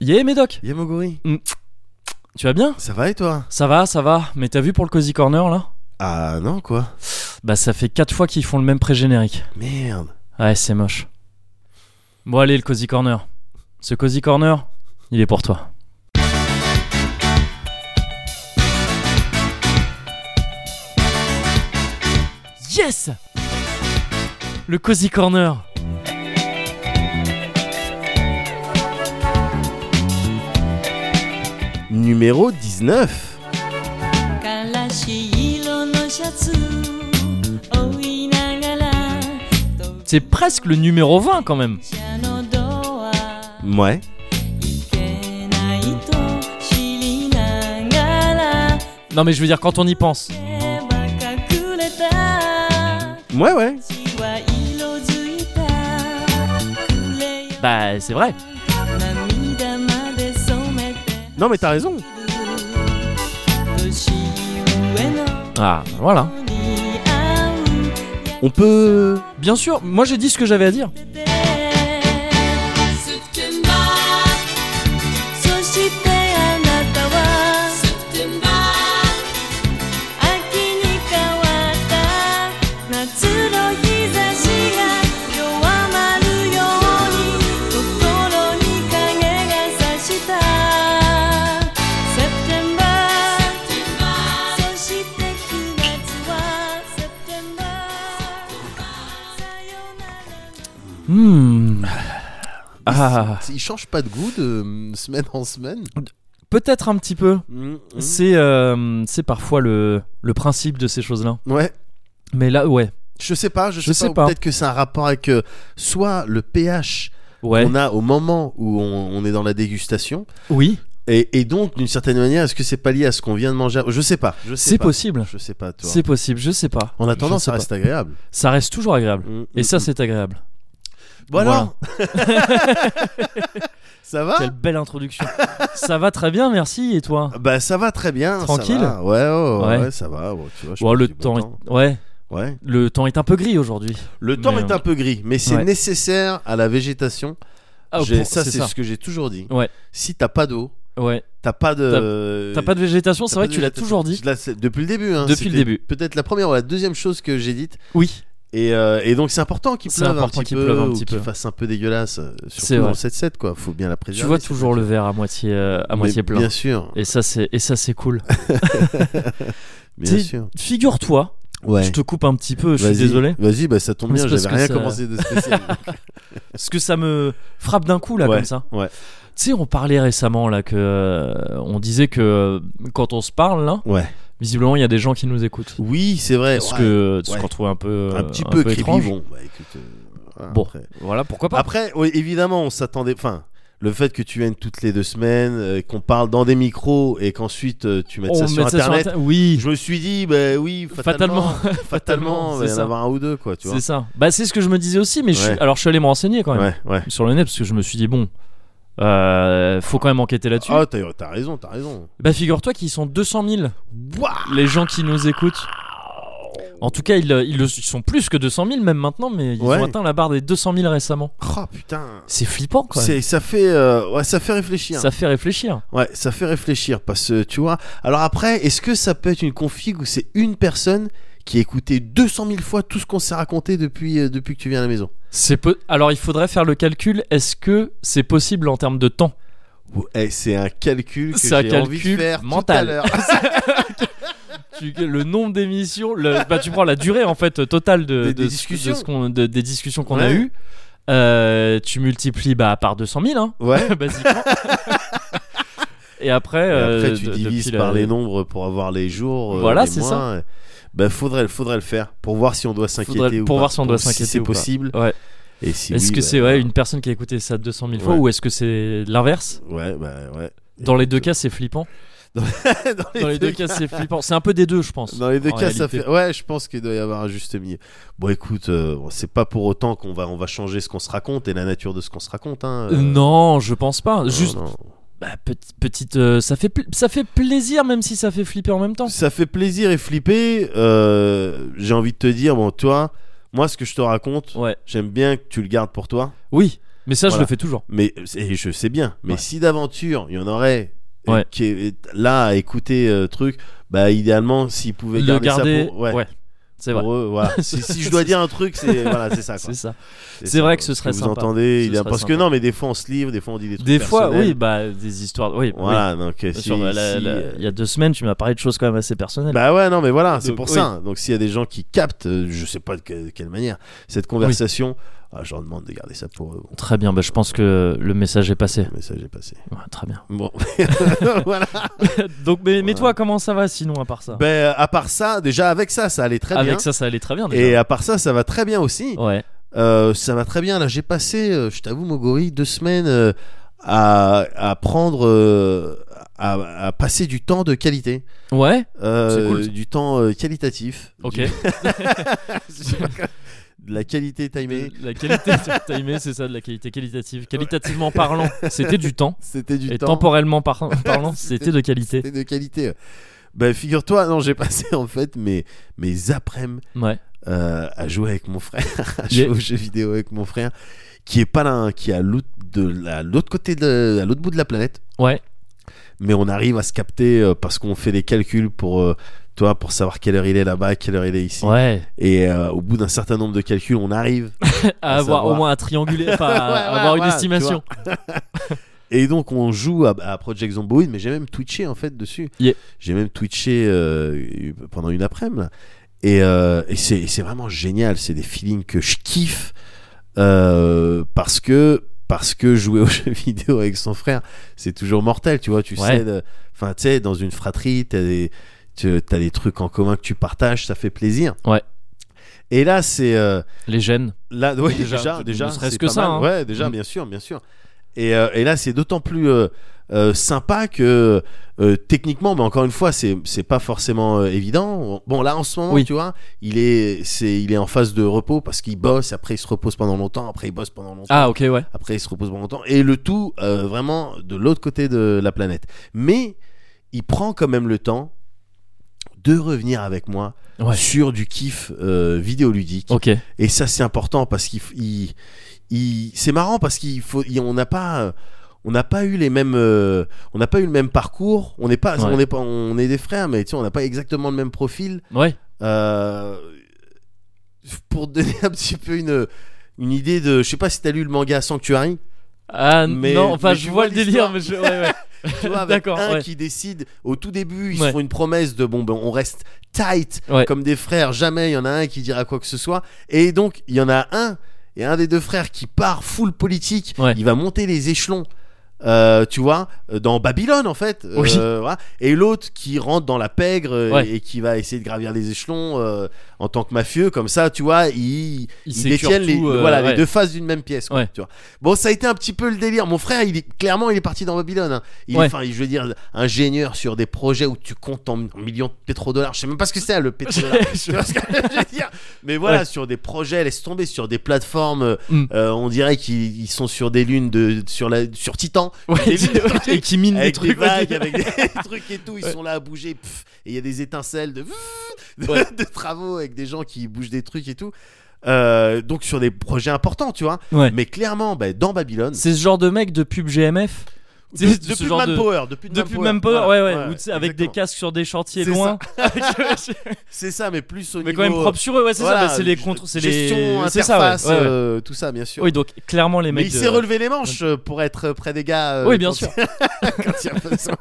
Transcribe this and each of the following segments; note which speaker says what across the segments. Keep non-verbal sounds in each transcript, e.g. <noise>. Speaker 1: Yé Médoc,
Speaker 2: Yamoguri,
Speaker 1: tu vas bien
Speaker 2: ça va et toi
Speaker 1: Ça va, ça va, mais t'as vu pour le Cozy Corner là
Speaker 2: Ah non quoi
Speaker 1: Bah ça fait 4 fois qu'ils font le même pré-générique.
Speaker 2: Merde.
Speaker 1: Ouais, c'est moche. Bon allez, le Cozy Corner. Ce Cozy Corner, il est pour toi. Yes Le Cozy Corner
Speaker 2: Numéro 19.
Speaker 3: 悲しい色のシャツを追いながら
Speaker 1: C'est presque le numéro 20 quand même
Speaker 3: 車のドア
Speaker 2: Ouais.
Speaker 3: いけないと知りながら
Speaker 1: Non mais je veux dire, quand on y pense.
Speaker 3: 手ば隠れた
Speaker 2: Ouais ouais.
Speaker 3: 血は色づいたクレヨン
Speaker 1: Bah c'est vrai
Speaker 3: 涙まで染めて
Speaker 2: Non mais t'as raison.
Speaker 3: 年上の
Speaker 1: Ah, voilà
Speaker 3: 子に会う
Speaker 2: On peut...
Speaker 1: Bien sûr, moi j'ai dit ce que j'avais à dire.
Speaker 3: で「すってんば」「そしてあなたは」「すってんば」「秋に変わった夏の日差しが弱まるように」「心に影がさした」「セプテンバー」「そして9月はセプテンバー」「さよなら」
Speaker 1: Hmm. Ah.
Speaker 2: Il change pas de goût de euh, semaine en semaine.
Speaker 1: Peut-être un petit peu.
Speaker 2: Mm-hmm. Hmm.
Speaker 1: C'est euh, c'est parfois le, le principe de ces choses-là.
Speaker 2: Ouais.
Speaker 1: Mais là, ouais.
Speaker 2: Je sais pas, je sais,
Speaker 1: Je sais
Speaker 2: ou
Speaker 1: pas.
Speaker 2: Peut-être que c'est un rapport avec euh, soit le pH
Speaker 1: Ouais.
Speaker 2: qu'on a au moment où on, on est dans la dégustation.
Speaker 1: Oui,
Speaker 2: Et, et donc, d'une certaine manière, est-ce que c'est pas lié à ce qu'on vient de manger Je sais pas. Je sais
Speaker 1: c'est
Speaker 2: pas.
Speaker 1: possible.
Speaker 2: Je sais pas, toi.
Speaker 1: C'est possible, je sais pas.
Speaker 2: En attendant,
Speaker 1: Je sais
Speaker 2: ça
Speaker 1: pas.
Speaker 2: reste agréable.
Speaker 1: Ça reste toujours agréable.
Speaker 2: Mm,
Speaker 1: Et
Speaker 2: mm,
Speaker 1: ça,
Speaker 2: mm.
Speaker 1: c'est agréable.
Speaker 2: Bon alors <laughs> Ça va
Speaker 1: Quelle belle
Speaker 2: <laughs>
Speaker 1: introduction. ça va très bien, merci. Et toi
Speaker 2: Bah ça va très bien. ça
Speaker 1: Tranquille
Speaker 2: va. Ouais, ouais, ouais,
Speaker 1: Ouais.
Speaker 2: ouais, ça va. Bon, tu vois, je
Speaker 1: Bon,
Speaker 2: pense
Speaker 1: le
Speaker 2: qu'il y a
Speaker 1: temps,
Speaker 2: beau
Speaker 1: est... ouais,
Speaker 2: Ouais.
Speaker 1: le temps est un peu gris aujourd'hui.
Speaker 2: Le temps
Speaker 1: Mais,
Speaker 2: est
Speaker 1: euh,
Speaker 2: un peu gris, mais c'est
Speaker 1: ouais.
Speaker 2: nécessaire à la végétation.
Speaker 1: Ah,
Speaker 2: J'ai-
Speaker 1: pour-
Speaker 2: ça, c'est ce que j'ai toujours dit.
Speaker 1: Ouais.
Speaker 2: Si t'as pas d'eau,
Speaker 1: Ouais.
Speaker 2: t'as pas de.
Speaker 1: T'as pas de végétation, c'est
Speaker 2: Euh,
Speaker 1: vrai
Speaker 2: t'as pas
Speaker 1: que
Speaker 2: de
Speaker 1: tu l'as
Speaker 2: végétation.
Speaker 1: toujours dit.
Speaker 2: Je l'ai- c'est- depuis le début. hein.
Speaker 1: Depuis le
Speaker 2: C'était
Speaker 1: début.
Speaker 2: Peut-être la première ou la deuxième chose que j'ai dite.
Speaker 1: Oui.
Speaker 2: Et, euh, et donc c'est important qu'il
Speaker 1: C'est
Speaker 2: pleuve, un
Speaker 1: important
Speaker 2: petit
Speaker 1: qu'il
Speaker 2: peu,
Speaker 1: pleuve un
Speaker 2: ou
Speaker 1: petit
Speaker 2: qu'il
Speaker 1: peu.
Speaker 2: fasse un peu dégueulasse. euh,
Speaker 1: C'est
Speaker 2: Surtout dans
Speaker 1: vrai.
Speaker 2: le 7-7, quoi. Faut bien la préserver.
Speaker 1: Tu vois
Speaker 2: cette
Speaker 1: toujours le
Speaker 2: nature.
Speaker 1: verre à moitié, euh, à
Speaker 2: Mais
Speaker 1: moitié plein.
Speaker 2: Bien sûr.
Speaker 1: Et ça, c'est et ça, c'est cool.
Speaker 2: Bien
Speaker 1: T'es-
Speaker 2: sûr.
Speaker 1: Figure-toi, je
Speaker 2: Ouais.
Speaker 1: te coupe un petit peu, je suis
Speaker 2: Vas-y.
Speaker 1: désolé.
Speaker 2: Vas-y, bah ça tombe
Speaker 1: Mais
Speaker 2: bien.
Speaker 1: c'est parce
Speaker 2: J'avais
Speaker 1: que
Speaker 2: rien
Speaker 1: ça- euh,
Speaker 2: commencé de
Speaker 1: <laughs>
Speaker 2: spécial.
Speaker 1: Parce que ça me frappe d'un coup là
Speaker 2: Ouais,
Speaker 1: comme ça.
Speaker 2: ouais.
Speaker 1: Tu sais, on parlait récemment là que euh, on disait que euh, quand on se parle là,
Speaker 2: Ouais.
Speaker 1: visiblement il y a des gens qui nous écoutent.
Speaker 2: Oui, c'est vrai.
Speaker 1: Parce
Speaker 2: Ouais.
Speaker 1: que ce
Speaker 2: ouais.
Speaker 1: qu'on trouve un peu
Speaker 2: un petit
Speaker 1: euh,
Speaker 2: peu, creepy.
Speaker 1: étrange.
Speaker 2: Bon, bah, écoute, euh, voilà,
Speaker 1: Bon.
Speaker 2: Après,
Speaker 1: Voilà, pourquoi pas.
Speaker 2: Après, oui, évidemment, on s'attendait. Enfin, le fait que tu viennes toutes les deux semaines, euh, qu'on parle dans des micros et qu'ensuite euh, tu mettes
Speaker 1: on
Speaker 2: ça
Speaker 1: met
Speaker 2: sur
Speaker 1: ça sur
Speaker 2: internet.
Speaker 1: Inter- Oui,
Speaker 2: Je me suis dit, bah oui, fatalement,
Speaker 1: Fatalement.
Speaker 2: <laughs> fatalement,
Speaker 1: Fatalement,
Speaker 2: il va y
Speaker 1: c'est
Speaker 2: en
Speaker 1: ça.
Speaker 2: avoir un ou deux, quoi, tu
Speaker 1: <laughs>
Speaker 2: vois.
Speaker 1: c'est ça. Bah c'est ce que je me disais aussi, mais je suis-
Speaker 2: Ouais.
Speaker 1: alors je suis allé me renseigner quand même
Speaker 2: Ouais, ouais.
Speaker 1: sur le net parce que je me suis dit bon, euh, faut quand même enquêter là-dessus.
Speaker 2: Ah, t'as t'as raison, t'as raison.
Speaker 1: Bah figure-toi qu'ils sont 200 000 les gens qui nous écoutent. En tout cas, ils, euh, ils le- ils sont plus que 200 000 même maintenant, mais ils
Speaker 2: Ouais.
Speaker 1: ont atteint la barre des 200 000 récemment.
Speaker 2: Oh putain.
Speaker 1: C'est flippant quoi.
Speaker 2: C'est, ça fait, euh, ouais, ça fait réfléchir.
Speaker 1: Ça fait réfléchir.
Speaker 2: Ouais, ça fait réfléchir parce que tu vois. Alors après, est-ce que ça peut être une config où c'est une personne qui a écouté 200 000 fois tout ce qu'on s'est raconté depuis, euh, depuis que tu viens à la maison
Speaker 1: C'est peu- Alors il faudrait faire le calcul. Est-ce que c'est possible en termes de temps
Speaker 2: Ou- eh, C'est un calcul que
Speaker 1: C'est un
Speaker 2: j'ai envie de
Speaker 1: calcul
Speaker 2: faire
Speaker 1: mental. <laughs>
Speaker 2: tout à l'heure.
Speaker 1: Tu- Le nombre d'émissions, le- bah, tu prends la durée en fait totale de,
Speaker 2: Des-
Speaker 1: de
Speaker 2: des
Speaker 1: ce-
Speaker 2: discussions.
Speaker 1: de ce qu'on- de- des discussions qu'on a
Speaker 2: Ouais.
Speaker 1: eues. Euh, tu multiplies bah, par 200 000 hein, <laughs>
Speaker 2: ouais. <laughs>
Speaker 1: basiquement. Et après,
Speaker 2: Et après,
Speaker 1: euh,
Speaker 2: tu
Speaker 1: de-
Speaker 2: divises
Speaker 1: depuis la-
Speaker 2: par les nombres pour avoir les jours. euh,
Speaker 1: Voilà,
Speaker 2: les
Speaker 1: c'est
Speaker 2: mois.
Speaker 1: ça.
Speaker 2: Ben, faudrait, faudrait le faire pour voir si on doit s'inquiéter
Speaker 1: Faudrait-
Speaker 2: ou
Speaker 1: pour
Speaker 2: pas.
Speaker 1: voir si on doit s'inquiéter
Speaker 2: c'est
Speaker 1: ou pas.
Speaker 2: possible.
Speaker 1: Ouais.
Speaker 2: Et si
Speaker 1: Est-ce
Speaker 2: oui,
Speaker 1: que
Speaker 2: ben,
Speaker 1: c'est ouais, une personne qui a écouté ça 200 000 fois
Speaker 2: Ouais.
Speaker 1: ou est-ce que c'est l'inverse
Speaker 2: Ouais, ben, ouais. <laughs>
Speaker 1: Dans les deux
Speaker 2: Écoute,
Speaker 1: cas, c'est
Speaker 2: <laughs>
Speaker 1: flippant.
Speaker 2: dans les
Speaker 1: Dans les deux cas, c'est flippant. C'est un peu des deux, je pense.
Speaker 2: Dans les deux
Speaker 1: en
Speaker 2: cas, ça
Speaker 1: réalité.
Speaker 2: fait. Ouais, je pense qu'il doit y avoir un juste milieu. Bon, écoute, euh, bon, c'est pas pour autant qu'on va, on va changer ce qu'on se raconte et la nature de ce qu'on se raconte. Hein,
Speaker 1: Euh, non, je pense pas.
Speaker 2: euh,
Speaker 1: Juste,
Speaker 2: non.
Speaker 1: bah, petit- petite, euh, ça fait, pl- ça fait plaisir même si ça fait flipper en même temps.
Speaker 2: Ça fait plaisir et flipper. euh, J'ai envie de te dire, bon, toi, moi, ce que je te raconte,
Speaker 1: Ouais.
Speaker 2: j'aime bien que tu le gardes pour toi.
Speaker 1: Oui. Mais ça, je
Speaker 2: Voilà.
Speaker 1: le fais toujours.
Speaker 2: Mais et je sais bien. Mais
Speaker 1: Ouais.
Speaker 2: si d'aventure il y en aurait euh,
Speaker 1: Ouais.
Speaker 2: qui est là à écouter euh, truc, bah idéalement s'ils pouvaient
Speaker 1: le
Speaker 2: garder,
Speaker 1: garder,
Speaker 2: ça pour, ouais,
Speaker 1: ouais, c'est vrai.
Speaker 2: pour eux, voilà. si, si
Speaker 1: <laughs>
Speaker 2: je dois dire un truc, c'est voilà, c'est ça. quoi.
Speaker 1: C'est ça.
Speaker 2: C'est
Speaker 1: C'est
Speaker 2: ça,
Speaker 1: vrai que ce
Speaker 2: euh,
Speaker 1: serait
Speaker 2: vous
Speaker 1: sympa.
Speaker 2: entendez,
Speaker 1: Ce
Speaker 2: il y a-
Speaker 1: serait
Speaker 2: parce que
Speaker 1: sympa.
Speaker 2: non, mais des fois on se livre, des fois on dit des trucs.
Speaker 1: Des fois,
Speaker 2: personnels.
Speaker 1: oui, bah, des histoires. Oui,
Speaker 2: Voilà, donc euh,
Speaker 1: oui.
Speaker 2: si,
Speaker 1: Sur la- la-
Speaker 2: si,
Speaker 1: la-
Speaker 2: euh,
Speaker 1: Il y a deux semaines, tu m'as parlé de choses quand même assez personnelles.
Speaker 2: Bah ouais, non, mais voilà, c'est
Speaker 1: Donc,
Speaker 2: pour
Speaker 1: oui.
Speaker 2: ça. Donc s'il y a des gens qui captent, euh, je sais pas de que- quelle manière, cette conversation, ah, je leur demande de garder ça pour eux. Bon,
Speaker 1: Très bien, bah, je pense que le message est passé.
Speaker 2: le message est passé.
Speaker 1: Ouais, très
Speaker 2: <laughs>
Speaker 1: bien. <laughs>
Speaker 2: Bon, voilà.
Speaker 1: Donc, mais, mais
Speaker 2: Voilà.
Speaker 1: toi, comment ça va sinon, à part ça
Speaker 2: Ben, à part ça, déjà avec ça, ça allait très
Speaker 1: Avec
Speaker 2: bien.
Speaker 1: ça, ça allait très bien déjà.
Speaker 2: Et à part ça, ça va très bien aussi.
Speaker 1: Ouais.
Speaker 2: Euh, ça va très bien. Là, j'ai passé, euh, je t'avoue, Mogori, deux semaines euh, à, à prendre, euh, à, à passer du temps de qualité,
Speaker 1: Ouais,
Speaker 2: Euh,
Speaker 1: C'est cool, ça.
Speaker 2: du temps euh, qualitatif,
Speaker 1: ok.
Speaker 2: <laughs> Du-
Speaker 1: <laughs>
Speaker 2: de la qualité timée.
Speaker 1: La qualité timée, c'est ça, de la qualité qualitative. Qualitativement parlant,
Speaker 2: <laughs>
Speaker 1: c'était du temps.
Speaker 2: C'était du
Speaker 1: Et
Speaker 2: temps.
Speaker 1: temporellement par-
Speaker 2: <laughs>
Speaker 1: parlant, c'était de qualité.
Speaker 2: C'était de qualité. Ben, figure-toi, non, j'ai <laughs> passé en fait mes mes après-midi
Speaker 1: Ouais.
Speaker 2: euh, à jouer avec mon frère, <laughs> à
Speaker 1: Yeah.
Speaker 2: jouer aux jeux vidéo avec mon frère, qui est pas là, hein, qui est à l'autre de la- l'autre côté de à l'autre bout de la planète.
Speaker 1: Ouais.
Speaker 2: mais on arrive à se capter euh, parce qu'on fait des calculs pour euh, toi pour savoir quelle heure il est là-bas, quelle heure il est ici.
Speaker 1: Ouais.
Speaker 2: Et euh, au bout d'un certain nombre de calculs, on arrive.
Speaker 1: À avoir au
Speaker 2: savoir.
Speaker 1: moins à trianguler,
Speaker 2: <laughs>
Speaker 1: enfin, à
Speaker 2: Ouais, ouais,
Speaker 1: avoir une
Speaker 2: voilà,
Speaker 1: estimation.
Speaker 2: Et donc on joue à, à Project Zomboid, mais j'ai même twitché en fait dessus.
Speaker 1: Yeah.
Speaker 2: J'ai même twitché euh, pendant une après-midi. là. Et, euh, et c'est et c'est vraiment génial. C'est des feelings que je kiffe euh, parce que parce que jouer <laughs> aux jeux vidéo avec son frère, c'est toujours mortel, tu vois. Tu
Speaker 1: Ouais.
Speaker 2: sais, de- enfin tu sais, dans une fratrie, t'as des tu- t'as des trucs en commun que tu partages, ça fait plaisir.
Speaker 1: Ouais.
Speaker 2: Et là, c'est euh,
Speaker 1: Les gènes.
Speaker 2: Là, oui,
Speaker 1: Déjà,
Speaker 2: déjà,
Speaker 1: ne
Speaker 2: déjà,
Speaker 1: serait-ce
Speaker 2: c'est
Speaker 1: que
Speaker 2: pas
Speaker 1: ça,
Speaker 2: mal.
Speaker 1: hein.
Speaker 2: Ouais, déjà,
Speaker 1: Mm.
Speaker 2: bien sûr, bien sûr. Et, euh, et là, c'est d'autant plus euh, euh, sympa que euh, techniquement, mais encore une fois, c'est c'est pas forcément euh, évident. Bon, là, en ce moment,
Speaker 1: Oui.
Speaker 2: tu vois, il est, c'est il est en phase de repos parce qu'il bosse, après il se repose pendant longtemps, après il bosse pendant longtemps,
Speaker 1: Ah, ok, ouais.
Speaker 2: après il se repose pendant longtemps, et le tout euh, vraiment de l'autre côté de la planète. Mais il prend quand même le temps de revenir avec moi
Speaker 1: Ouais.
Speaker 2: sur du kiff euh, vidéoludique.
Speaker 1: Ok.
Speaker 2: Et ça, c'est important parce qu'il, f- il- il- c'est marrant parce qu'il faut, il- on n'a pas, euh, on n'a pas eu les mêmes, euh, on n'a pas eu le même parcours. On n'est pas,
Speaker 1: Ouais.
Speaker 2: on n'est pas, on est des frères, mais tu sais, on n'a pas exactement le même profil.
Speaker 1: Ouais.
Speaker 2: Euh, pour te <laughs> donner un petit peu une, une idée de, je sais pas si t'as lu le manga Sanctuary,
Speaker 1: Ah,
Speaker 2: Mais-
Speaker 1: non, enfin,
Speaker 2: mais
Speaker 1: je
Speaker 2: tu
Speaker 1: vois
Speaker 2: vois
Speaker 1: le délire,
Speaker 2: l'histoire.
Speaker 1: mais je. Ouais,
Speaker 2: <laughs>
Speaker 1: ouais.
Speaker 2: tu vois, avec
Speaker 1: D'accord,
Speaker 2: un
Speaker 1: ouais.
Speaker 2: qui décide au tout début, ils
Speaker 1: Ouais.
Speaker 2: se font une promesse de bon, ben on reste tight
Speaker 1: Ouais.
Speaker 2: comme des frères, jamais il y en a un qui dira quoi que ce soit, et donc il y en a un et un des deux frères qui part full politique,
Speaker 1: Ouais.
Speaker 2: il va monter les échelons. euh, tu vois, euh, dans Babylone en fait, Euh,
Speaker 1: Oui.
Speaker 2: voilà. et l'autre qui rentre dans la pègre euh,
Speaker 1: Ouais.
Speaker 2: et qui va essayer de gravir les échelons euh, en tant que mafieux, comme ça, tu vois, il,
Speaker 1: Il
Speaker 2: ils
Speaker 1: sécure
Speaker 2: détiennent les,
Speaker 1: tout, euh,
Speaker 2: voilà,
Speaker 1: ouais.
Speaker 2: les
Speaker 1: <laughs>
Speaker 2: deux faces d'une même pièce. quoi,
Speaker 1: Ouais.
Speaker 2: tu vois. Bon, ça a été un petit peu le délire. Mon frère, il est, clairement, il est parti dans Babylone. hein. Il
Speaker 1: Ouais.
Speaker 2: est, enfin, je veux dire, ingénieur sur des projets où tu comptes en millions de pétrodollars. Je sais même pas ce que c'est, hein, le pétrodollar.
Speaker 1: <laughs>
Speaker 2: Tu <laughs> vois ce que je veux dire Mais voilà,
Speaker 1: Ouais.
Speaker 2: sur des projets, laisse tomber, sur des plateformes. euh,
Speaker 1: Mm.
Speaker 2: euh, on dirait qu'ils ils sont sur des lunes de, sur, la, sur Titan.
Speaker 1: Ouais,
Speaker 2: Des lignes de trucs,
Speaker 1: et qui mine des
Speaker 2: avec
Speaker 1: trucs.
Speaker 2: des vagues,
Speaker 1: ouais.
Speaker 2: avec
Speaker 1: <laughs>
Speaker 2: des <laughs> trucs et tout. Ils sont là à bouger. pff, et il y a des étincelles de, <laughs> de,
Speaker 1: Ouais.
Speaker 2: de travaux avec des gens qui bougent des trucs et tout. Euh, donc sur des projets importants, tu vois.
Speaker 1: Ouais.
Speaker 2: Mais clairement, bah, dans Babylone,
Speaker 1: C'est ce genre de mec de pub GMF.
Speaker 2: de-
Speaker 1: C'est ce
Speaker 2: depuis
Speaker 1: genre de-
Speaker 2: Manpower, depuis, de
Speaker 1: Depuis
Speaker 2: Manpower,
Speaker 1: même pas,
Speaker 2: voilà,
Speaker 1: ouais, ouais, ou tu sais, avec des
Speaker 2: exactement.
Speaker 1: casques sur des chantiers
Speaker 2: C'est
Speaker 1: loin, <laughs> euh,
Speaker 2: C'est ça, mais plus <laughs> au
Speaker 1: mais
Speaker 2: niveau.
Speaker 1: quand même propre sur eux, ouais, c'est
Speaker 2: voilà,
Speaker 1: ça, bah, c'est les
Speaker 2: g-
Speaker 1: contre, c'est
Speaker 2: gestion,
Speaker 1: les, c'est ça, ouais,
Speaker 2: interface,
Speaker 1: ouais, ouais.
Speaker 2: euh, tout ça, bien sûr.
Speaker 1: Oui, donc clairement les
Speaker 2: mais
Speaker 1: mecs.
Speaker 2: il
Speaker 1: de- <laughs>
Speaker 2: s'est relevé les manches euh, pour être près des gars. euh,
Speaker 1: Oui, bien
Speaker 2: quand
Speaker 1: sûr.
Speaker 2: il- quand il y a <laughs> besoin.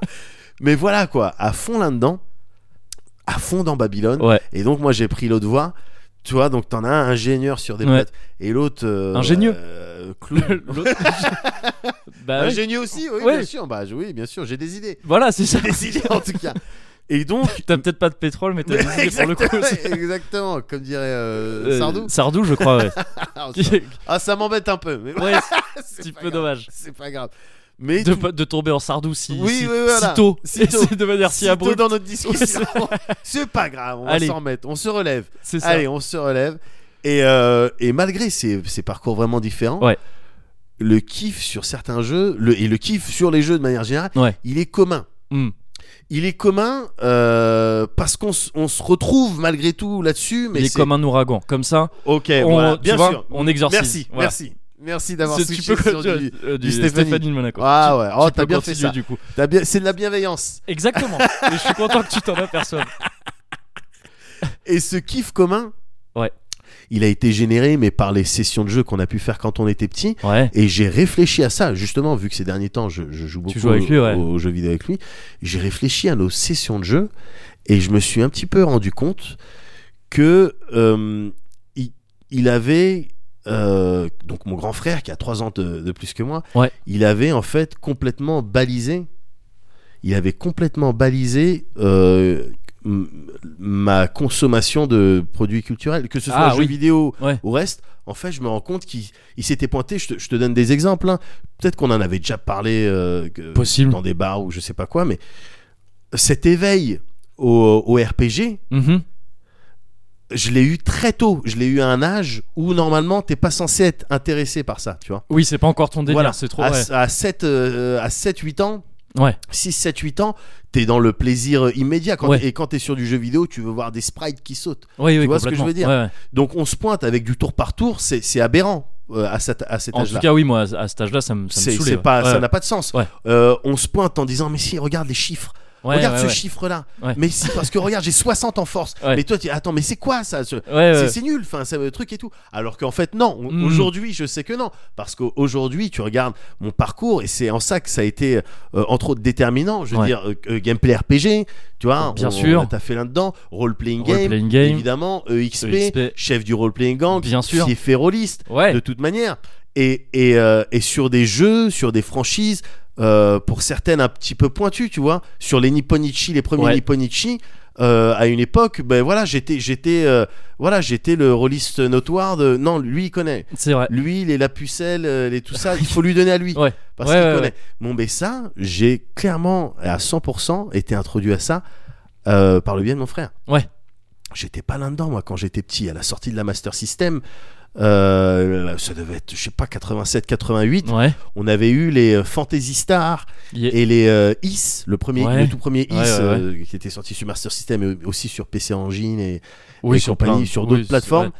Speaker 2: mais voilà quoi, à fond là-dedans, à fond dans Babylone.
Speaker 1: Ouais.
Speaker 2: Et donc moi j'ai pris l'autre voie. Tu vois, donc t'en as un ingénieur sur des
Speaker 1: Ouais.
Speaker 2: plates et l'autre euh,
Speaker 1: Ingénieux.
Speaker 2: euh, clown.
Speaker 1: <laughs> L'autre- bah, oui.
Speaker 2: Ingénieux aussi, oui,
Speaker 1: Ouais.
Speaker 2: bien sûr. Bah oui, bien sûr, j'ai des idées.
Speaker 1: Voilà, c'est
Speaker 2: <laughs>
Speaker 1: ça.
Speaker 2: des idées en tout cas. Et donc,
Speaker 1: T'as peut-être pas de pétrole, mais <laughs> t'as des idées pour le coup.
Speaker 2: exactement, exactement, comme dirait
Speaker 1: <laughs>
Speaker 2: euh,
Speaker 1: Euh,
Speaker 2: Sardou.
Speaker 1: Sardou, je crois,
Speaker 2: <laughs>
Speaker 1: ouais.
Speaker 2: Ah,
Speaker 1: Qui-
Speaker 2: ça- ah, ça m'embête un peu, mais
Speaker 1: ouais,
Speaker 2: <laughs> c'est
Speaker 1: c'est un petit
Speaker 2: pas
Speaker 1: peu
Speaker 2: grave,
Speaker 1: dommage.
Speaker 2: C'est pas grave.
Speaker 1: <laughs>
Speaker 2: Mais
Speaker 1: De,
Speaker 2: tout-
Speaker 1: de tomber en Sardou si,
Speaker 2: Oui,
Speaker 1: si,
Speaker 2: oui, voilà.
Speaker 1: si tôt,
Speaker 2: Si tôt.
Speaker 1: de manière <laughs> si
Speaker 2: sitôt
Speaker 1: abrupte.
Speaker 2: dans notre discussion, <laughs> c'est pas grave, on
Speaker 1: Allez.
Speaker 2: va s'en remettre, on se relève.
Speaker 1: C'est ça.
Speaker 2: Allez, on se relève. Et, euh, et malgré ces, ces parcours vraiment différents,
Speaker 1: Ouais.
Speaker 2: le kiff sur certains jeux, le, et le kiff sur les jeux de manière générale,
Speaker 1: Ouais.
Speaker 2: il est commun.
Speaker 1: Hmm.
Speaker 2: Il est commun euh, parce qu'on s- on se retrouve malgré tout là-dessus. Mais
Speaker 1: Il est
Speaker 2: c'est-
Speaker 1: comme un ouragan, comme ça.
Speaker 2: Ok,
Speaker 1: on,
Speaker 2: voilà,
Speaker 1: tu
Speaker 2: bien
Speaker 1: vois,
Speaker 2: sûr.
Speaker 1: on exorcise.
Speaker 2: Merci,
Speaker 1: Voilà.
Speaker 2: merci. Merci d'avoir
Speaker 1: C'est- tu
Speaker 2: switché
Speaker 1: peux
Speaker 2: sur
Speaker 1: continuer,
Speaker 2: du...
Speaker 1: euh,
Speaker 2: du Stéphanie.
Speaker 1: de Monaco.
Speaker 2: Ah
Speaker 1: Tu-
Speaker 2: ouais, oh,
Speaker 1: tu
Speaker 2: t'as
Speaker 1: peux
Speaker 2: bien fait
Speaker 1: continuer,
Speaker 2: ça.
Speaker 1: du coup.
Speaker 2: T'as bien- C'est de la bienveillance.
Speaker 1: Exactement. <laughs> Et je suis content que tu t'en aperçoives.
Speaker 2: Et ce kiff commun,
Speaker 1: Ouais.
Speaker 2: il a été généré, mais par les sessions de jeu qu'on a pu faire quand on était petit.
Speaker 1: Ouais.
Speaker 2: Et j'ai réfléchi à ça, justement, vu que ces derniers temps, je, je joue beaucoup
Speaker 1: joues avec
Speaker 2: au-
Speaker 1: lui, ouais.
Speaker 2: aux, jeux vidéo avec lui. J'ai réfléchi à nos sessions de jeu et je me suis un petit peu rendu compte que euh, il, il avait. euh, donc mon grand frère qui a 3 ans de, de plus que moi,
Speaker 1: Ouais.
Speaker 2: il avait en fait complètement balisé, il avait complètement balisé euh, m- ma consommation de produits culturels, que ce soit
Speaker 1: Ah,
Speaker 2: jeux
Speaker 1: oui.
Speaker 2: vidéo
Speaker 1: Ouais.
Speaker 2: ou reste. En fait, je me rends compte qu'il il s'était pointé. Je te, je te donne des exemples. hein. Peut-être qu'on en avait déjà parlé euh, que-
Speaker 1: Possible.
Speaker 2: dans des bars ou je sais pas quoi, mais cet éveil au, au RPG,
Speaker 1: Mhm.
Speaker 2: je l'ai eu très tôt. Je l'ai eu à un âge où normalement t'es pas censé être intéressé par ça, tu vois.
Speaker 1: Oui, c'est pas encore ton délire.
Speaker 2: Voilà. Ah,
Speaker 1: C'est trop.
Speaker 2: à,
Speaker 1: ouais.
Speaker 2: à 7, euh, à 7, 8 ans.
Speaker 1: Ouais.
Speaker 2: 6, 7, 8 ans, t'es dans le plaisir euh, immédiat. Quand
Speaker 1: Ouais.
Speaker 2: t'es- Et quand t'es sur du jeu vidéo, tu veux voir des sprites qui sautent.
Speaker 1: Oui, oui,
Speaker 2: vois ce que
Speaker 1: complètement.
Speaker 2: je veux dire
Speaker 1: Ouais, ouais.
Speaker 2: Donc on se pointe avec du tour par tour, c'est c'est aberrant euh, à, cet- à cet
Speaker 1: En tout
Speaker 2: âge-là.
Speaker 1: cas, oui, moi, à à cet âge-là, ça me, ça me
Speaker 2: C'est
Speaker 1: saoulait.
Speaker 2: c'est
Speaker 1: ouais.
Speaker 2: pas,
Speaker 1: Ouais.
Speaker 2: ça n'a pas de sens.
Speaker 1: Ouais.
Speaker 2: Euh, on se pointe en disant mais si regarde les chiffres,
Speaker 1: Ouais,
Speaker 2: regarde
Speaker 1: ouais,
Speaker 2: ce
Speaker 1: ouais.
Speaker 2: chiffre-là.
Speaker 1: Ouais.
Speaker 2: Mais si parce que regarde j'ai 60 en force.
Speaker 1: Ouais.
Speaker 2: Mais toi tu dis, attends mais c'est quoi ça ce-
Speaker 1: Ouais,
Speaker 2: c'est-
Speaker 1: ouais.
Speaker 2: C'est nul, enfin, c'est le truc et tout. Alors qu'en fait, non. On-
Speaker 1: Mm.
Speaker 2: Aujourd'hui, je sais que non. Parce qu'aujourd'hui, tu regardes mon parcours et c'est en ça que ça a été, euh, entre autres, déterminant. Je veux
Speaker 1: Ouais.
Speaker 2: dire, euh, euh, gameplay RPG, tu vois,
Speaker 1: Bien
Speaker 2: on-
Speaker 1: sûr.
Speaker 2: on a taffé là-dedans, role-playing game,
Speaker 1: Role-playing game.
Speaker 2: évidemment, EXP,
Speaker 1: EXP.
Speaker 2: chef du role-playing gang,
Speaker 1: Bien sûr.
Speaker 2: fier rôliste,
Speaker 1: Ouais.
Speaker 2: de toute manière. Et, et, euh, et sur des jeux, sur des franchises, euh, pour certaines un petit peu pointues, tu vois, sur les Nipponichi, les premiers
Speaker 1: Ouais.
Speaker 2: Nipponichi, euh, à une époque, ben voilà, j'étais, j'étais, euh, voilà, j'étais le rôliste notoire de. Non, lui, il connaît.
Speaker 1: C'est vrai.
Speaker 2: Lui, les Lapucelle, euh, les tout ça, il faut lui donner à lui.
Speaker 1: Ouais.
Speaker 2: Parce
Speaker 1: Ouais,
Speaker 2: qu'il
Speaker 1: ouais,
Speaker 2: connaît.
Speaker 1: ouais.
Speaker 2: Bon, ben ça, j'ai clairement, à 100%, été introduit à ça euh, par le biais de mon frère.
Speaker 1: Ouais.
Speaker 2: J'étais pas là-dedans, moi, quand j'étais petit, à la sortie de la Master System. euh, ça devait être, je sais pas, 87, 88.
Speaker 1: Ouais.
Speaker 2: On avait eu les euh, Fantasy Star
Speaker 1: Il est-
Speaker 2: et les euh, Is, le, premier,
Speaker 1: Ouais.
Speaker 2: le tout premier Is
Speaker 1: Ouais, ouais, ouais.
Speaker 2: euh, qui était sorti sur Master System et aussi sur PC Engine et,
Speaker 1: Oui,
Speaker 2: et
Speaker 1: sur
Speaker 2: compagnie,
Speaker 1: plein-
Speaker 2: sur
Speaker 1: oui,
Speaker 2: d'autres
Speaker 1: c'est
Speaker 2: plateformes.
Speaker 1: vrai.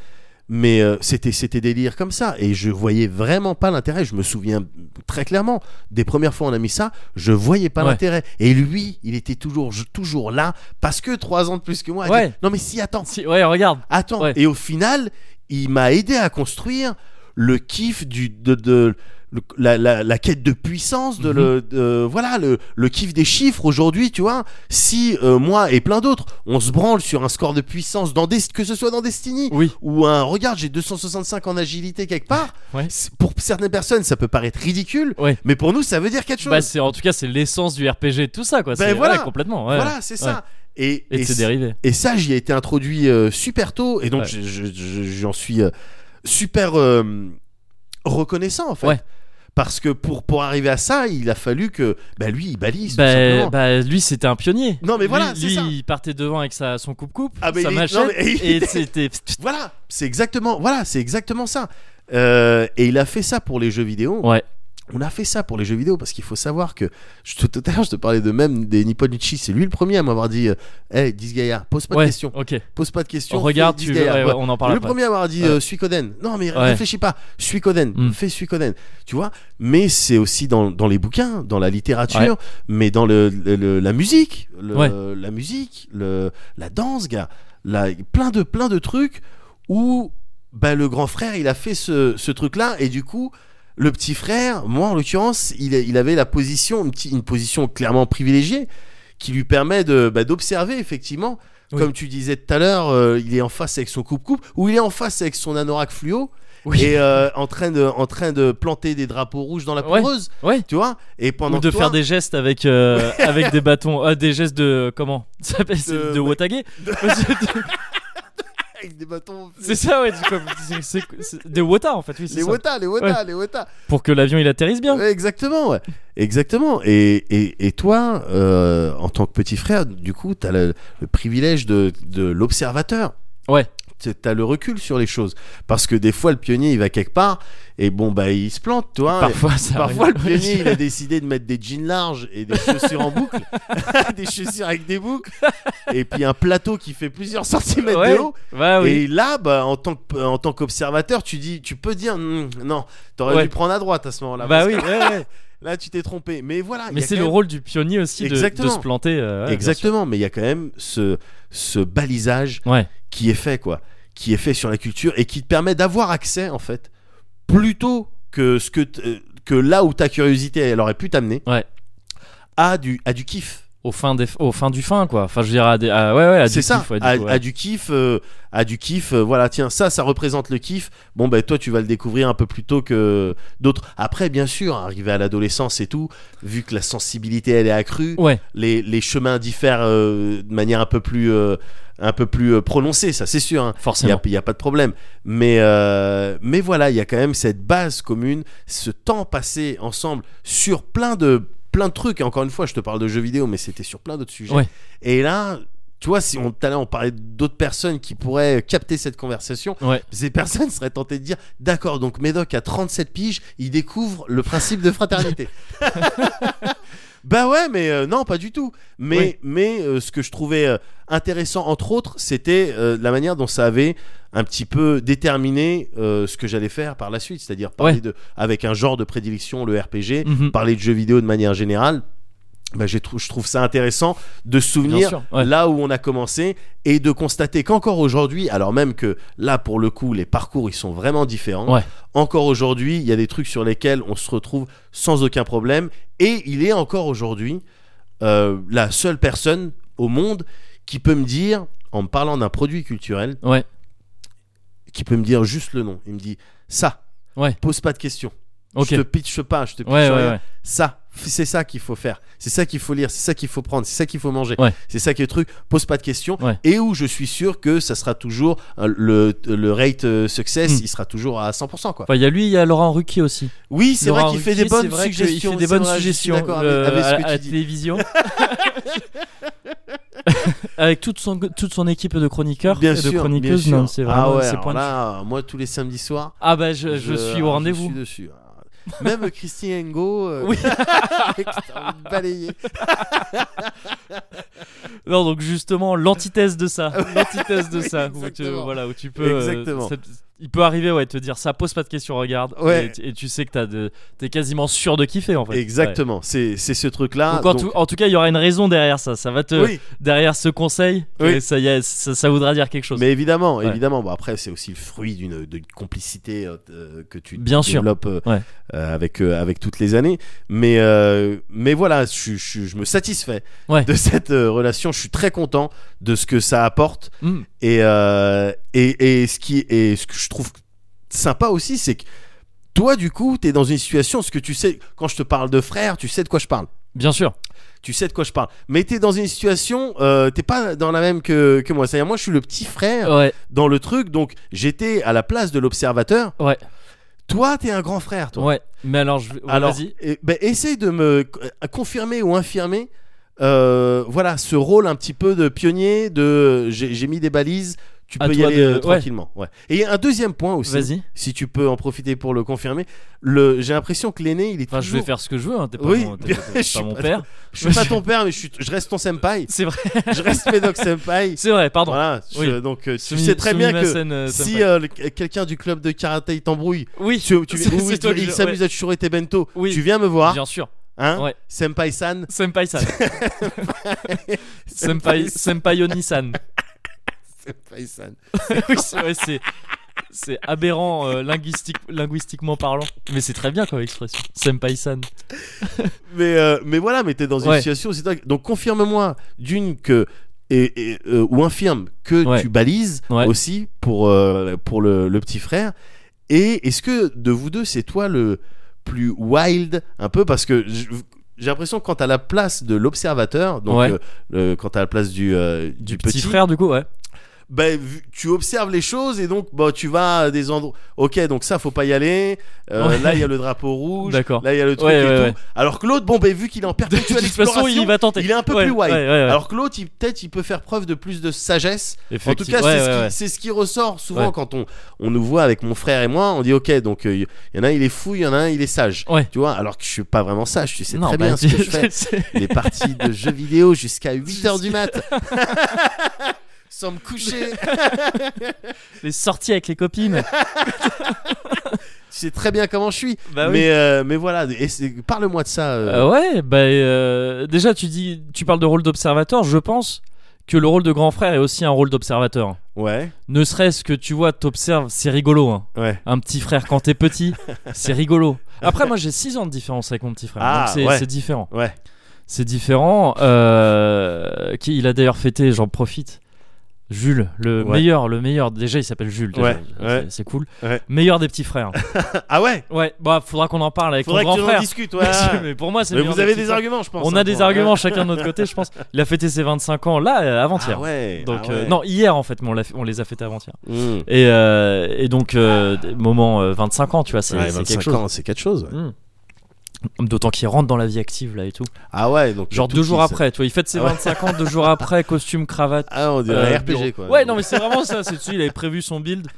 Speaker 2: Mais euh, c'était c'était délire comme ça et je voyais vraiment pas l'intérêt. Je me souviens très clairement des premières fois on a mis ça, je voyais pas
Speaker 1: Ouais.
Speaker 2: l'intérêt. Et lui, il était toujours je- toujours là parce que trois ans de plus que moi. à
Speaker 1: Ouais.
Speaker 2: dire, non mais si attends,
Speaker 1: Si- ouais, regarde.
Speaker 2: attends.
Speaker 1: Ouais.
Speaker 2: Et au final, il m'a aidé à construire le kiff du de, de- le- la, la- la quête de puissance de
Speaker 1: Mhm.
Speaker 2: le de- voilà le, le kiff des chiffres aujourd'hui tu vois si euh, moi et plein d'autres on se branle sur un score de puissance dans Des- que ce soit dans Destiny
Speaker 1: Oui.
Speaker 2: ou un regarde j'ai 265 en agilité quelque part
Speaker 1: Ouais.
Speaker 2: c'est- pour certaines personnes ça peut paraître ridicule
Speaker 1: Ouais.
Speaker 2: mais pour nous ça veut dire quelque chose
Speaker 1: Bah, c'est en tout cas, c'est l'essence du RPG et tout ça, quoi.
Speaker 2: Ben
Speaker 1: C'est-
Speaker 2: voilà.
Speaker 1: ouais, complètement. ouais.
Speaker 2: voilà c'est ça et,
Speaker 1: Et de
Speaker 2: et
Speaker 1: ses
Speaker 2: c-
Speaker 1: dérivés.
Speaker 2: et ça j'y ai été introduit euh, super tôt et donc
Speaker 1: Ouais.
Speaker 2: je- je- je- j'en suis euh, super euh, reconnaissant en fait
Speaker 1: Ouais.
Speaker 2: parce que pour, pour arriver à ça il a fallu que bah, lui il balise tout
Speaker 1: Bah,
Speaker 2: simplement.
Speaker 1: bah, lui, c'était un pionnier.
Speaker 2: Non, mais
Speaker 1: Lui-
Speaker 2: voilà, c'est
Speaker 1: lui,
Speaker 2: ça.
Speaker 1: il partait devant avec sa, son coupe-coupe,
Speaker 2: Ah, mais
Speaker 1: sa
Speaker 2: il est- non,
Speaker 1: machette,
Speaker 2: mais <laughs> il
Speaker 1: et
Speaker 2: était-
Speaker 1: c'était.
Speaker 2: voilà c'est exactement voilà c'est exactement ça Euh, et il a fait ça pour les jeux vidéo
Speaker 1: Ouais.
Speaker 2: on a fait ça pour les jeux vidéo parce qu'il faut savoir que je, tout tout à l'heure je te parlais de même des Nipponichi c'est lui le premier à m'avoir dit euh, hey dis ce gaillard pose pas
Speaker 1: ouais,
Speaker 2: de questions
Speaker 1: Ok.
Speaker 2: pose pas de questions
Speaker 1: Regarde,
Speaker 2: fais
Speaker 1: tu.
Speaker 2: dis ce gaillard.
Speaker 1: ouais,
Speaker 2: Ouais.
Speaker 1: ouais, on en parle
Speaker 2: le
Speaker 1: après.
Speaker 2: premier à avoir dit
Speaker 1: Ouais.
Speaker 2: euh, Suikoden. Non, mais
Speaker 1: Ouais.
Speaker 2: réfléchis pas. Suikoden,
Speaker 1: Mm.
Speaker 2: fais Suikoden. Tu vois Mais c'est aussi dans, dans les bouquins, dans la littérature, mais dans le, le- le- la musique, le-
Speaker 1: Ouais.
Speaker 2: la musique, le, la danse, gars. La, plein, de, plein de trucs où bah, le grand frère, il a fait ce, ce truc-là et du coup. Le petit frère, moi en l'occurrence, il, il avait la position, une, petite- une position clairement privilégiée, qui lui permet de bah, d'observer effectivement
Speaker 1: Oui.
Speaker 2: comme tu disais tout à l'heure euh, il est en face avec son coupe coupe ou il est en face avec son anorak fluo
Speaker 1: Oui.
Speaker 2: et euh, en train de en train de planter des drapeaux rouges dans la
Speaker 1: Ouais.
Speaker 2: poudreuse
Speaker 1: Ouais.
Speaker 2: tu vois et pendant
Speaker 1: Ou de
Speaker 2: que toi,
Speaker 1: faire des gestes avec,
Speaker 2: <laughs>
Speaker 1: euh, avec des bâtons. Ah, des gestes de. Comment <laughs> Ça s'appelle c'est
Speaker 2: De-
Speaker 1: De, Watage
Speaker 2: <laughs> avec des bâtons
Speaker 1: C'est ça, ouais. du coup, c'est- c'est- c'est- Des Wata, en fait, oui. c'est
Speaker 2: les
Speaker 1: ça.
Speaker 2: wota les wota les wota
Speaker 1: Pour que l'avion il atterrisse bien.
Speaker 2: Ouais, exactement ouais. exactement et, et, et toi euh, en tant que petit frère du coup tu as le, le privilège de, de l'observateur
Speaker 1: Ouais.
Speaker 2: t- t'as le recul sur les choses. Parce que des fois, le pionnier, il va quelque part, et bon, bah, il se plante, toi. Et-
Speaker 1: Parfois, ça
Speaker 2: Parfois, le
Speaker 1: arrive.
Speaker 2: pionnier,
Speaker 1: <laughs>
Speaker 2: il a décidé de mettre des jeans larges et des chaussures en boucle, <laughs> des chaussures avec des boucles, et puis un plateau qui fait plusieurs centimètres
Speaker 1: Ouais.
Speaker 2: de haut.
Speaker 1: Ouais, Ah oui.
Speaker 2: Et là, bah, en tant que- en tant qu'observateur, tu dis, tu peux dire, Hmm, non, t'aurais
Speaker 1: Ouais.
Speaker 2: dû prendre à droite à ce moment-là.
Speaker 1: bah
Speaker 2: parce
Speaker 1: oui,
Speaker 2: que
Speaker 1: ouais, ouais.
Speaker 2: <laughs> Là, tu t'es trompé. Mais voilà. il
Speaker 1: mais
Speaker 2: y a
Speaker 1: c'est
Speaker 2: quand
Speaker 1: le
Speaker 2: même-
Speaker 1: rôle du pionnier aussi de, de
Speaker 2: Exactement.
Speaker 1: se planter. euh, ouais, bien
Speaker 2: Exactement. Mais il y a quand même ce ce balisage
Speaker 1: sûr. Ouais.
Speaker 2: qui est fait, quoi, qui est fait sur la culture et qui te permet d'avoir accès, en fait, plutôt que ce que t- euh, que là où ta curiosité elle aurait pu t'amener,
Speaker 1: Ouais.
Speaker 2: à du à du kiff.
Speaker 1: Au fin, des, au fin du fin, quoi. Enfin, je dirais à des. à- ouais, ouais, à
Speaker 2: C'est
Speaker 1: du
Speaker 2: ça,
Speaker 1: kiff, ouais, du
Speaker 2: à,
Speaker 1: coup,
Speaker 2: à
Speaker 1: ouais.
Speaker 2: du kiff, euh, à du kiff. euh, voilà, tiens, ça, ça représente le kiff. Bon, ben toi, tu vas le découvrir un peu plus tôt que d'autres. Après, bien sûr, arrivé à l'adolescence et tout, vu que la sensibilité elle est accrue,
Speaker 1: Ouais.
Speaker 2: les, les chemins diffèrent euh, de manière un peu plus euh, un peu plus euh, prononcée, ça, c'est sûr. hein. Il n'y
Speaker 1: forcément.
Speaker 2: a, il y a pas de problème. Mais, euh, mais voilà, il y a quand même cette base commune, ce temps passé ensemble sur plein de, plein de trucs. Et encore une fois, je te parle de jeux vidéo, mais c'était sur plein d'autres sujets.
Speaker 1: Ouais.
Speaker 2: Et là, tu vois, si on, tout à l'heure, on parlait d'autres personnes qui pourraient euh, capter cette conversation,
Speaker 1: Ouais.
Speaker 2: ces <laughs> personnes seraient tentées de dire D'accord, donc Médoc, à 37 piges, il découvre le principe de fraternité.
Speaker 1: <laughs>
Speaker 2: bah ouais, mais euh, non, pas du tout. Mais,
Speaker 1: Oui.
Speaker 2: mais euh, ce que je trouvais euh, intéressant, entre autres, c'était euh, la manière dont ça avait un petit peu déterminé euh, ce que j'allais faire par la suite, c'est-à-dire parler
Speaker 1: Ouais.
Speaker 2: de, avec un genre de prédilection, le RPG,
Speaker 1: Mhm.
Speaker 2: parler de jeux vidéo de manière générale. Bah, j'ai trou- je trouve ça intéressant de se
Speaker 1: Bien
Speaker 2: souvenir
Speaker 1: sûr. ouais.
Speaker 2: là où on a commencé et de constater qu'encore aujourd'hui, alors même que là pour le coup les parcours ils sont vraiment différents,
Speaker 1: Ouais.
Speaker 2: encore aujourd'hui il y a des trucs sur lesquels on se retrouve sans aucun problème et il est encore aujourd'hui euh, la seule personne au monde qui peut me dire en me parlant d'un produit culturel,
Speaker 1: Ouais.
Speaker 2: qui peut me dire juste le nom, il me dit ça,
Speaker 1: Ouais.
Speaker 2: pose pas de questions,
Speaker 1: Ok.
Speaker 2: je te pitche pas, je te pitche
Speaker 1: Ouais, ouais,
Speaker 2: rien,
Speaker 1: ouais.
Speaker 2: ça c'est ça qu'il faut faire c'est ça qu'il faut lire c'est ça qu'il faut prendre c'est ça qu'il faut manger
Speaker 1: Ouais.
Speaker 2: c'est ça qui est le truc pose pas de questions
Speaker 1: Ouais.
Speaker 2: et où je suis sûr que ça sera toujours euh, le, le rate euh, success
Speaker 1: Mm.
Speaker 2: il sera toujours à 100% quoi
Speaker 1: Enfin, il y a lui, il y a Laurent Ruquier aussi.
Speaker 2: oui c'est vrai
Speaker 1: Laurent
Speaker 2: qu'il fait des
Speaker 1: Ruquier, c'est
Speaker 2: bonnes
Speaker 1: vrai qu'il
Speaker 2: suggestions
Speaker 1: fait des
Speaker 2: c'est
Speaker 1: bonnes
Speaker 2: vrai, je suis
Speaker 1: suggestions
Speaker 2: d'accord
Speaker 1: euh,
Speaker 2: avec,
Speaker 1: à,
Speaker 2: avec
Speaker 1: à
Speaker 2: ce
Speaker 1: la
Speaker 2: que tu
Speaker 1: <laughs>
Speaker 2: dis
Speaker 1: télévision. avec toute son, toute son équipe de chroniqueurs
Speaker 2: bien
Speaker 1: et de
Speaker 2: sûr bien
Speaker 1: chroniqueuses.
Speaker 2: sûr.
Speaker 1: euh, non, c'est
Speaker 2: ah
Speaker 1: vraiment-
Speaker 2: ouais
Speaker 1: c'est
Speaker 2: alors
Speaker 1: pointu.
Speaker 2: là moi tous les samedis soirs
Speaker 1: Ah bah, je, je suis au rendez-vous.
Speaker 2: suis dessus. hein. Même <laughs> Christine Engo. euh, <laughs>
Speaker 1: Oui.
Speaker 2: putain,
Speaker 1: <laughs>
Speaker 2: balayé.
Speaker 1: Non, donc justement, l'antithèse de
Speaker 2: <laughs>
Speaker 1: ça. L'antithèse de ça. Où tu,
Speaker 2: exactement.
Speaker 1: voilà, où tu peux. euh,
Speaker 2: Exactement.
Speaker 1: ça- il peut arriver, ouais, de te dire ça, pose pas de questions, regarde.
Speaker 2: Ouais.
Speaker 1: Et, tu- et tu sais que t'as de- t'es quasiment sûr de kiffer en fait. Ouais.
Speaker 2: Exactement. C'est c'est ce truc-là.
Speaker 1: Donc, en,
Speaker 2: donc-
Speaker 1: tout, en tout cas, il y aura une raison derrière ça. Ça va te
Speaker 2: Oui.
Speaker 1: derrière ce conseil,
Speaker 2: Oui.
Speaker 1: et ça, y est, ça, ça voudra dire quelque chose.
Speaker 2: Mais évidemment,
Speaker 1: Ouais.
Speaker 2: évidemment. Bon, après, c'est aussi le fruit d'une d'une complicité euh, euh, que tu
Speaker 1: Bien sûr.
Speaker 2: développes euh,
Speaker 1: Ouais.
Speaker 2: euh, avec, euh, avec toutes les années. Mais, euh, mais voilà, je, suis- je, suis- je me satisfais
Speaker 1: Ouais.
Speaker 2: de cette euh, relation. Je suis très content de ce que ça apporte.
Speaker 1: Mm.
Speaker 2: Et, euh, et, et, ce qui, et ce que je trouve sympa aussi, c'est que toi, du coup, tu es dans une situation, ce que tu sais, quand je te parle de frère, tu sais de quoi je parle.
Speaker 1: Bien sûr.
Speaker 2: Tu sais de quoi je parle. Mais t'es dans une situation, euh, t'es pas dans la même que, que moi. C'est-à-dire, moi, je suis le petit frère
Speaker 1: Ah Ouais.
Speaker 2: dans le truc. Donc j'étais à la place de l'observateur.
Speaker 1: Ouais.
Speaker 2: Toi, t'es un grand frère, toi.
Speaker 1: Ouais. Mais alors, je... ouais,
Speaker 2: Alors,
Speaker 1: vas-y.
Speaker 2: eh ben, essaye de me euh, confirmer ou infirmer. euh, voilà ce rôle un petit peu de pionnier de j'ai j'ai mis des balises tu
Speaker 1: À
Speaker 2: peux y
Speaker 1: toi
Speaker 2: aller
Speaker 1: de-
Speaker 2: euh,
Speaker 1: ouais.
Speaker 2: tranquillement ouais. et un deuxième point aussi
Speaker 1: Vas-y.
Speaker 2: si tu peux en profiter pour le confirmer le j'ai l'impression que l'aîné il est
Speaker 1: Enfin, je vais
Speaker 2: toujours-
Speaker 1: faire ce que <laughs> je veux. Hein. T'es pas
Speaker 2: Oui,
Speaker 1: mon, t'es
Speaker 2: bien,
Speaker 1: pas- t'es pas
Speaker 2: je suis
Speaker 1: mon
Speaker 2: pas-
Speaker 1: père.
Speaker 2: je
Speaker 1: <laughs>
Speaker 2: suis pas ton père mais je, suis- je reste ton senpai
Speaker 1: C'est vrai.
Speaker 2: je reste Médoc senpai
Speaker 1: C'est vrai. <laughs> Pardon.
Speaker 2: voilà je-
Speaker 1: Oui.
Speaker 2: donc euh, tu
Speaker 1: Sumi-
Speaker 2: sais très bien que
Speaker 1: Sumimasen, euh,
Speaker 2: si
Speaker 1: senpai.
Speaker 2: euh, le- quelqu'un du club de karaté il t'embrouille
Speaker 1: oui.
Speaker 2: tu, tu,
Speaker 1: C'est-
Speaker 2: oui,
Speaker 1: c'est
Speaker 2: tu-
Speaker 1: toi que
Speaker 2: il
Speaker 1: je-
Speaker 2: s'amuse à te chourer tes bento.
Speaker 1: Oui.
Speaker 2: Tu viens me voir,
Speaker 1: Bien sûr.
Speaker 2: hein
Speaker 1: Ouais.
Speaker 2: Senpai San.
Speaker 1: Senpai San. <laughs> Senpai, Senpai Oni-san.
Speaker 2: Senpai San.
Speaker 1: <laughs> oui, c'est ouais, c'est- c'est aberrant euh, linguistique, linguistiquement parlant. Mais c'est très bien comme expression. Senpai San.
Speaker 2: Mais, euh, mais voilà, mais t'es dans une
Speaker 1: Ouais.
Speaker 2: situation. C'est toi- Donc confirme-moi d'une que. Et, et, euh, ou infirme que
Speaker 1: Ouais.
Speaker 2: tu balises
Speaker 1: Ouais.
Speaker 2: aussi pour, euh, pour le, le petit frère. Et est-ce que de vous deux, c'est toi le plus wild un peu Parce que je- j'ai l'impression que quand à la place de l'observateur, donc
Speaker 1: Ouais.
Speaker 2: euh, le- quand à la place du, euh, du,
Speaker 1: Du petit, frère, du coup, ouais.
Speaker 2: bah, vu- tu observes les choses et donc bah, tu vas à des endroits. Ok, donc ça, faut pas y aller. Euh,
Speaker 1: Ouais.
Speaker 2: Là, il y a le drapeau rouge.
Speaker 1: D'accord.
Speaker 2: Là, il y a le truc
Speaker 1: Ouais,
Speaker 2: et
Speaker 1: ouais,
Speaker 2: tout.
Speaker 1: ouais.
Speaker 2: Alors que l'autre, bon, bah, vu qu'il est
Speaker 1: <laughs>
Speaker 2: en
Speaker 1: De
Speaker 2: perpétuelle
Speaker 1: toute façon, il
Speaker 2: exploration,
Speaker 1: va tenter.
Speaker 2: il est un peu
Speaker 1: Ouais,
Speaker 2: plus wide.
Speaker 1: ouais, ouais, ouais.
Speaker 2: Alors que l'autre, il- peut-être, il peut faire preuve de plus de sagesse. En tout
Speaker 1: Effective-
Speaker 2: cas,
Speaker 1: ouais,
Speaker 2: c'est, ce
Speaker 1: ouais,
Speaker 2: qui,
Speaker 1: ouais.
Speaker 2: c'est ce qui ressort souvent
Speaker 1: Ouais.
Speaker 2: quand on, on nous voit avec mon frère et moi. On dit, ok, donc euh, il y en a un, il est fou, il y en a un, il est sage.
Speaker 1: Ouais.
Speaker 2: Tu vois, alors que je suis pas vraiment sage. Tu sais
Speaker 1: Non,
Speaker 2: très
Speaker 1: bah,
Speaker 2: bien
Speaker 1: <laughs>
Speaker 2: ce que je fais.
Speaker 1: c'est-
Speaker 2: Les parties de jeux vidéo jusqu'à 8h
Speaker 1: <laughs>
Speaker 2: du mat. <laughs> Sans me coucher.
Speaker 1: les sorties avec les copines.
Speaker 2: Tu sais très bien comment je suis.
Speaker 1: <laughs> Bah oui.
Speaker 2: mais, euh, mais voilà, et c'est- parle-moi de ça. euh.
Speaker 1: Euh, ouais, bah euh, déjà tu dis, tu parles de rôle d'observateur. Je pense que le rôle de grand frère est aussi un rôle d'observateur.
Speaker 2: Ouais,
Speaker 1: Ne serait-ce que tu vois, t'observes, c'est rigolo. hein.
Speaker 2: ouais.
Speaker 1: Un petit frère quand t'es
Speaker 2: <laughs>
Speaker 1: petit, c'est rigolo. Après, moi j'ai 6 ans de différence avec mon petit frère,
Speaker 2: Ah,
Speaker 1: donc c'est
Speaker 2: ouais.
Speaker 1: c'est différent.
Speaker 2: Ouais. <laughs>
Speaker 1: C'est différent. euh, qui il a d'ailleurs fêté, j'en profite. Jules, le
Speaker 2: Ouais.
Speaker 1: meilleur, le meilleur. Déjà, il s'appelle Jules. déjà,
Speaker 2: Ouais,
Speaker 1: c'est-
Speaker 2: ouais.
Speaker 1: C'est cool.
Speaker 2: Ouais.
Speaker 1: Meilleur des petits
Speaker 2: <laughs>
Speaker 1: frères.
Speaker 2: Ah ouais
Speaker 1: Ouais. Bah, faudra qu'on en parle avec
Speaker 2: Faudrait
Speaker 1: mon grand
Speaker 2: que tu en
Speaker 1: frère.
Speaker 2: discutes. <laughs> ouais.
Speaker 1: Mais mais pour moi, c'est
Speaker 2: Mais
Speaker 1: le meilleur
Speaker 2: vous avez
Speaker 1: petits
Speaker 2: des
Speaker 1: frères.
Speaker 2: arguments, je pense.
Speaker 1: On
Speaker 2: hein,
Speaker 1: a des
Speaker 2: pour-
Speaker 1: arguments chacun de notre côté, je pense. Il a fêté ses 25 ans là, euh, avant-hier.
Speaker 2: Ah ouais.
Speaker 1: Donc
Speaker 2: ah
Speaker 1: euh,
Speaker 2: ouais.
Speaker 1: non, hier en fait, mais on, l'a- on les a fêtés avant-hier.
Speaker 2: Mmh.
Speaker 1: Et, euh, et donc euh, des- moment euh, 25 ans, tu vois, c'est
Speaker 2: Ouais,
Speaker 1: c'est
Speaker 2: 25
Speaker 1: quelque chose.
Speaker 2: ans, c'est quelque chose. Mmh. ouais.
Speaker 1: Mm. D'autant qu'il rentre dans la vie active là et tout.
Speaker 2: Ah ouais, donc.
Speaker 1: Genre
Speaker 2: tout
Speaker 1: deux
Speaker 2: petit,
Speaker 1: jours
Speaker 2: ça.
Speaker 1: après, tu vois, il fête ses
Speaker 2: Ah ouais.
Speaker 1: 25 ans, deux jours après, costume, cravate.
Speaker 2: Ah, on
Speaker 1: euh,
Speaker 2: dirait un
Speaker 1: bureau.
Speaker 2: RPG quoi.
Speaker 1: Ouais, non, mais c'est vraiment ça. C'est dessus, il avait prévu son build.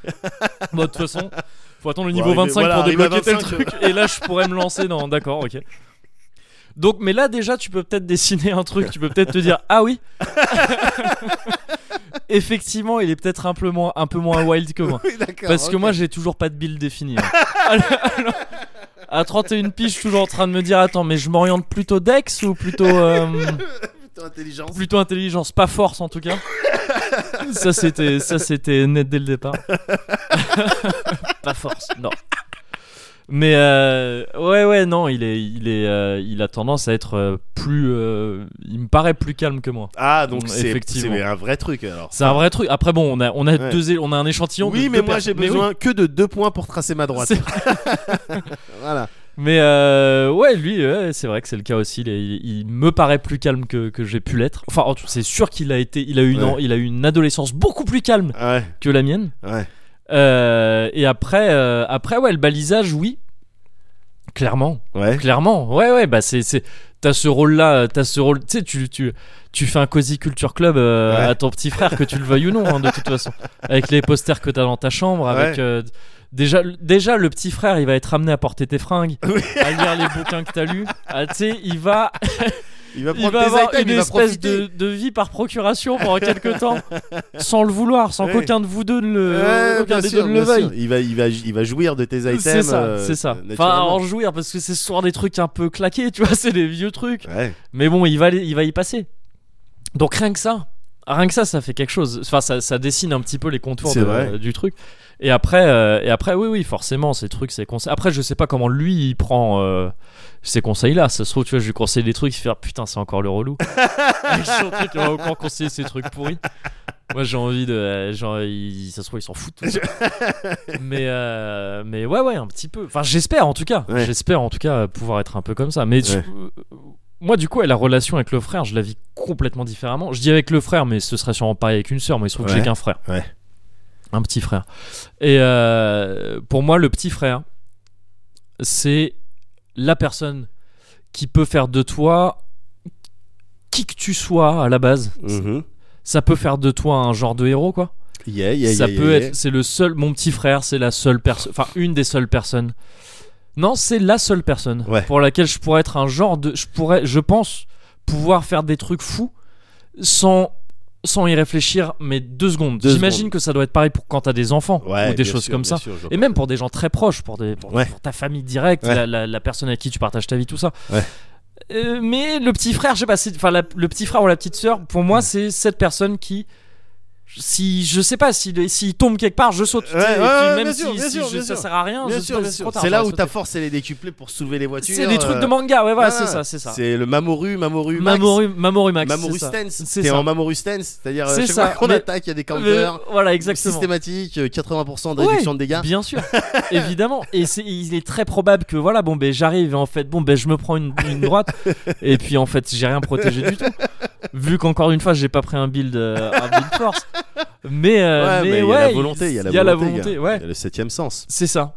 Speaker 1: Bon, de toute façon, faut attendre le niveau
Speaker 2: Bon, arrivé-
Speaker 1: 25
Speaker 2: voilà,
Speaker 1: pour
Speaker 2: arrivé à
Speaker 1: débloquer tel
Speaker 2: 25,
Speaker 1: truc. Et là, je pourrais me lancer dans. D'accord, ok. Donc, mais là, déjà, tu peux peut-être dessiner un truc. Tu peux peut-être te dire, ah oui. <laughs> Effectivement, il est peut-être un peu moins, un peu moins wild que moi.
Speaker 2: <laughs> Oui, d'accord.
Speaker 1: Parce que
Speaker 2: ok.
Speaker 1: moi, j'ai toujours pas de build défini. hein. Alors- alors, à 31 piges, je suis toujours en train de me dire, attends, mais je m'oriente plutôt Dex ou plutôt. euh,
Speaker 2: Putain, intelligence.
Speaker 1: Plutôt intelligence, pas force en tout
Speaker 2: <laughs>
Speaker 1: cas. ça c'était ça c'était net dès le
Speaker 2: <laughs>
Speaker 1: départ. pas force, non. Mais euh, ouais ouais non, il est il est euh, il a tendance à être euh, plus euh, il me paraît plus calme que moi.
Speaker 2: Ah, donc
Speaker 1: Mm,
Speaker 2: c'est
Speaker 1: effectivement.
Speaker 2: c'est un vrai truc alors.
Speaker 1: C'est un vrai truc. Après bon, on a on a
Speaker 2: Ouais.
Speaker 1: deux é- on a un échantillon de
Speaker 2: Oui, mais
Speaker 1: deux
Speaker 2: moi
Speaker 1: pers-
Speaker 2: j'ai
Speaker 1: mais oui,
Speaker 2: besoin que de deux points pour tracer ma droite.
Speaker 1: c'est-
Speaker 2: <laughs> Voilà.
Speaker 1: Mais euh, ouais, lui, ouais, c'est vrai que c'est le cas aussi. Il, est- il- il me paraît plus calme que, que j'ai pu l'être. Enfin, en tout- c'est sûr qu'il a été, il a eu une,
Speaker 2: Ouais.
Speaker 1: en- il a eu une adolescence beaucoup plus calme
Speaker 2: Ouais,
Speaker 1: que la mienne.
Speaker 2: ouais.
Speaker 1: Euh, et après, euh, après ouais, le balisage, oui. Clairement,
Speaker 2: Ouais.
Speaker 1: clairement, ouais, ouais, bah c'est, c'est, t'as ce rôle-là, euh, t'as ce rôle, tu sais, tu, tu, tu fais un cozy culture club euh,
Speaker 2: Ouais.
Speaker 1: à ton petit frère que tu le veuilles ou non, hein, de toute façon, avec les posters que t'as dans ta chambre, avec
Speaker 2: Ouais.
Speaker 1: euh, déjà, déjà le petit frère, il va être amené à porter tes fringues,
Speaker 2: Oui.
Speaker 1: à lire les bouquins que t'as lus, à, tu sais, il va,
Speaker 2: Il va
Speaker 1: il
Speaker 2: prendre
Speaker 1: va
Speaker 2: tes
Speaker 1: avoir
Speaker 2: items,
Speaker 1: une
Speaker 2: il va
Speaker 1: espèce
Speaker 2: profiter.
Speaker 1: de, de vie par procuration pendant quelques temps, sans le vouloir, sans
Speaker 2: Ouais.
Speaker 1: qu'aucun de vous deux ne le,
Speaker 2: Ouais,
Speaker 1: Euh, aucun
Speaker 2: bien
Speaker 1: des
Speaker 2: sûr,
Speaker 1: deux ne le
Speaker 2: bien
Speaker 1: veuille.
Speaker 2: sûr. Il va, il va, il va jouir de tes items.
Speaker 1: C'est ça,
Speaker 2: euh,
Speaker 1: c'est ça. Enfin,
Speaker 2: naturellement.
Speaker 1: en jouir parce que c'est souvent des trucs un peu claqués, tu vois, <laughs> c'est des vieux trucs.
Speaker 2: Ouais.
Speaker 1: Mais bon, il va, les- il va y passer. Donc rien que ça, rien que ça, ça fait quelque chose. Enfin, ça, ça dessine un petit peu les contours
Speaker 2: C'est
Speaker 1: de-
Speaker 2: vrai.
Speaker 1: du truc. Et après, euh, et après, oui, oui, forcément, ces trucs, ces conseils. Après, je sais pas comment lui il prend euh, ces conseils-là. Ça se trouve, tu vois, je lui conseille des trucs, il fait Ah, putain, c'est encore le
Speaker 2: <laughs>
Speaker 1: relou. <laughs> Avec son truc, il va encore conseiller ces trucs pourris. Moi, j'ai envie de, euh, genre, il- ça se trouve, il s'en
Speaker 2: <laughs>
Speaker 1: fout. de tout ça. mais, euh, mais ouais, ouais, un petit peu. Enfin, j'espère en tout cas.
Speaker 2: Ouais.
Speaker 1: J'espère en tout cas euh, pouvoir être un peu comme ça. Mais tu-
Speaker 2: Ouais.
Speaker 1: euh, moi, du coup, la relation avec le frère, je la vis complètement différemment. Je dis avec le frère, mais ce serait sûrement pareil avec une sœur. Moi, il se trouve que j'ai
Speaker 2: Ouais.
Speaker 1: qu'un frère.
Speaker 2: Ouais.
Speaker 1: Un petit frère. Et euh, pour moi, le petit frère, c'est la personne qui peut faire de toi qui que tu sois à la base.
Speaker 2: Mhm.
Speaker 1: Ça peut faire de toi un genre de héros, quoi.
Speaker 2: Yeah, yeah,
Speaker 1: ça
Speaker 2: yeah,
Speaker 1: peut
Speaker 2: yeah,
Speaker 1: être. C'est le seul. Mon petit frère, c'est la seule personne. Enfin, une des seules personnes. Non, c'est la seule personne
Speaker 2: Ouais.
Speaker 1: pour laquelle je pourrais être un genre de. Je pourrais, je pense, pouvoir faire des trucs fous sans sans y réfléchir, mais deux secondes.
Speaker 2: Deux
Speaker 1: J'imagine
Speaker 2: secondes.
Speaker 1: que ça doit être pareil pour quand t'as des enfants
Speaker 2: Yeah. Ouais,
Speaker 1: ou des
Speaker 2: bien
Speaker 1: choses
Speaker 2: sûr,
Speaker 1: comme
Speaker 2: bien
Speaker 1: ça.
Speaker 2: sûr, je vois.
Speaker 1: Et même pour des gens très proches, pour, des, pour,
Speaker 2: Ouais.
Speaker 1: pour ta famille directe,
Speaker 2: Ouais.
Speaker 1: la, la- la personne avec qui tu partages ta vie, tout ça.
Speaker 2: Ouais.
Speaker 1: Euh, mais le petit frère, je sais pas, c'est- enfin la- le petit frère ou la petite sœur, pour
Speaker 2: Mm.
Speaker 1: moi, c'est cette personne qui, si je sais pas, s'il s'il tombe quelque part, je saute. tu sais,
Speaker 2: Ouais,
Speaker 1: et puis
Speaker 2: ouais, ouais,
Speaker 1: même
Speaker 2: bien
Speaker 1: si,
Speaker 2: sûr, bien
Speaker 1: si
Speaker 2: sûr,
Speaker 1: je-
Speaker 2: bien
Speaker 1: ça
Speaker 2: sûr.
Speaker 1: sert à rien,
Speaker 2: Bien
Speaker 1: je sais
Speaker 2: sûr,
Speaker 1: pas,
Speaker 2: bien
Speaker 1: c'est
Speaker 2: sûr.
Speaker 1: trop tard,
Speaker 2: C'est
Speaker 1: j'aurais
Speaker 2: là où
Speaker 1: sauté.
Speaker 2: ta force elle est décuplée pour soulever les voitures.
Speaker 1: C'est des trucs de
Speaker 2: euh,
Speaker 1: manga, ouais, voilà,
Speaker 2: ouais,
Speaker 1: c'est ça, c'est ça.
Speaker 2: C'est le Mamoru, Mamoru, Max.
Speaker 1: Mamoru, Mamoru Max.
Speaker 2: Mamoru
Speaker 1: c'est ça.
Speaker 2: stance.
Speaker 1: C'est
Speaker 2: T'es
Speaker 1: ça.
Speaker 2: en Mamoru stance, c'est-à-dire euh,
Speaker 1: C'est
Speaker 2: chaque
Speaker 1: ça,
Speaker 2: fois qu'on
Speaker 1: mais-
Speaker 2: attaque, il y a des
Speaker 1: Euh,
Speaker 2: counters.
Speaker 1: Voilà, exactement.
Speaker 2: Systématique, euh, 80% de
Speaker 1: Ouais,
Speaker 2: réduction de dégâts.
Speaker 1: Bien sûr, évidemment. Et c'est- il est très probable que voilà, bon ben j'arrive et en fait bon ben je me prends une, une droite et puis en fait j'ai rien protégé du tout. Vu qu'encore une fois j'ai pas pris un build, euh, un build force. Mais, euh,
Speaker 2: Ouais, mais
Speaker 1: mais
Speaker 2: il y
Speaker 1: ouais,
Speaker 2: a la volonté, il y a la volonté, gars.
Speaker 1: ouais.
Speaker 2: Il y a le septième sens.
Speaker 1: C'est ça.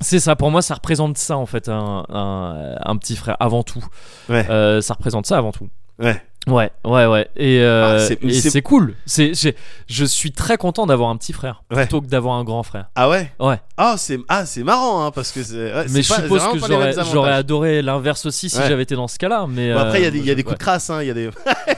Speaker 1: C'est ça, pour moi, ça représente ça en fait, un, un, un petit frère avant tout.
Speaker 2: Ouais.
Speaker 1: Euh, ça représente ça avant tout.
Speaker 2: Ouais.
Speaker 1: Ouais, ouais, ouais. Et, euh,
Speaker 2: Ah, c'est-
Speaker 1: et
Speaker 2: c'est-
Speaker 1: c'est cool. C'est, j'ai- je suis très content d'avoir un petit frère
Speaker 2: Ouais.
Speaker 1: plutôt que d'avoir un grand frère.
Speaker 2: Ah ouais
Speaker 1: Ouais.
Speaker 2: Ah, c'est ah, c'est marrant, hein, parce que c'est. ouais,
Speaker 1: mais
Speaker 2: <laughs> c'est
Speaker 1: je
Speaker 2: pas-
Speaker 1: suppose
Speaker 2: c'est vraiment
Speaker 1: que
Speaker 2: pas les
Speaker 1: j'aurais,
Speaker 2: mêmes avantages.
Speaker 1: j'aurais adoré l'inverse aussi si
Speaker 2: Ouais.
Speaker 1: j'avais été dans ce cas-là. Mais
Speaker 2: Bon, après, il y a des, il y a
Speaker 1: euh,
Speaker 2: des
Speaker 1: ouais.
Speaker 2: coups de crasse, hein, il y a des.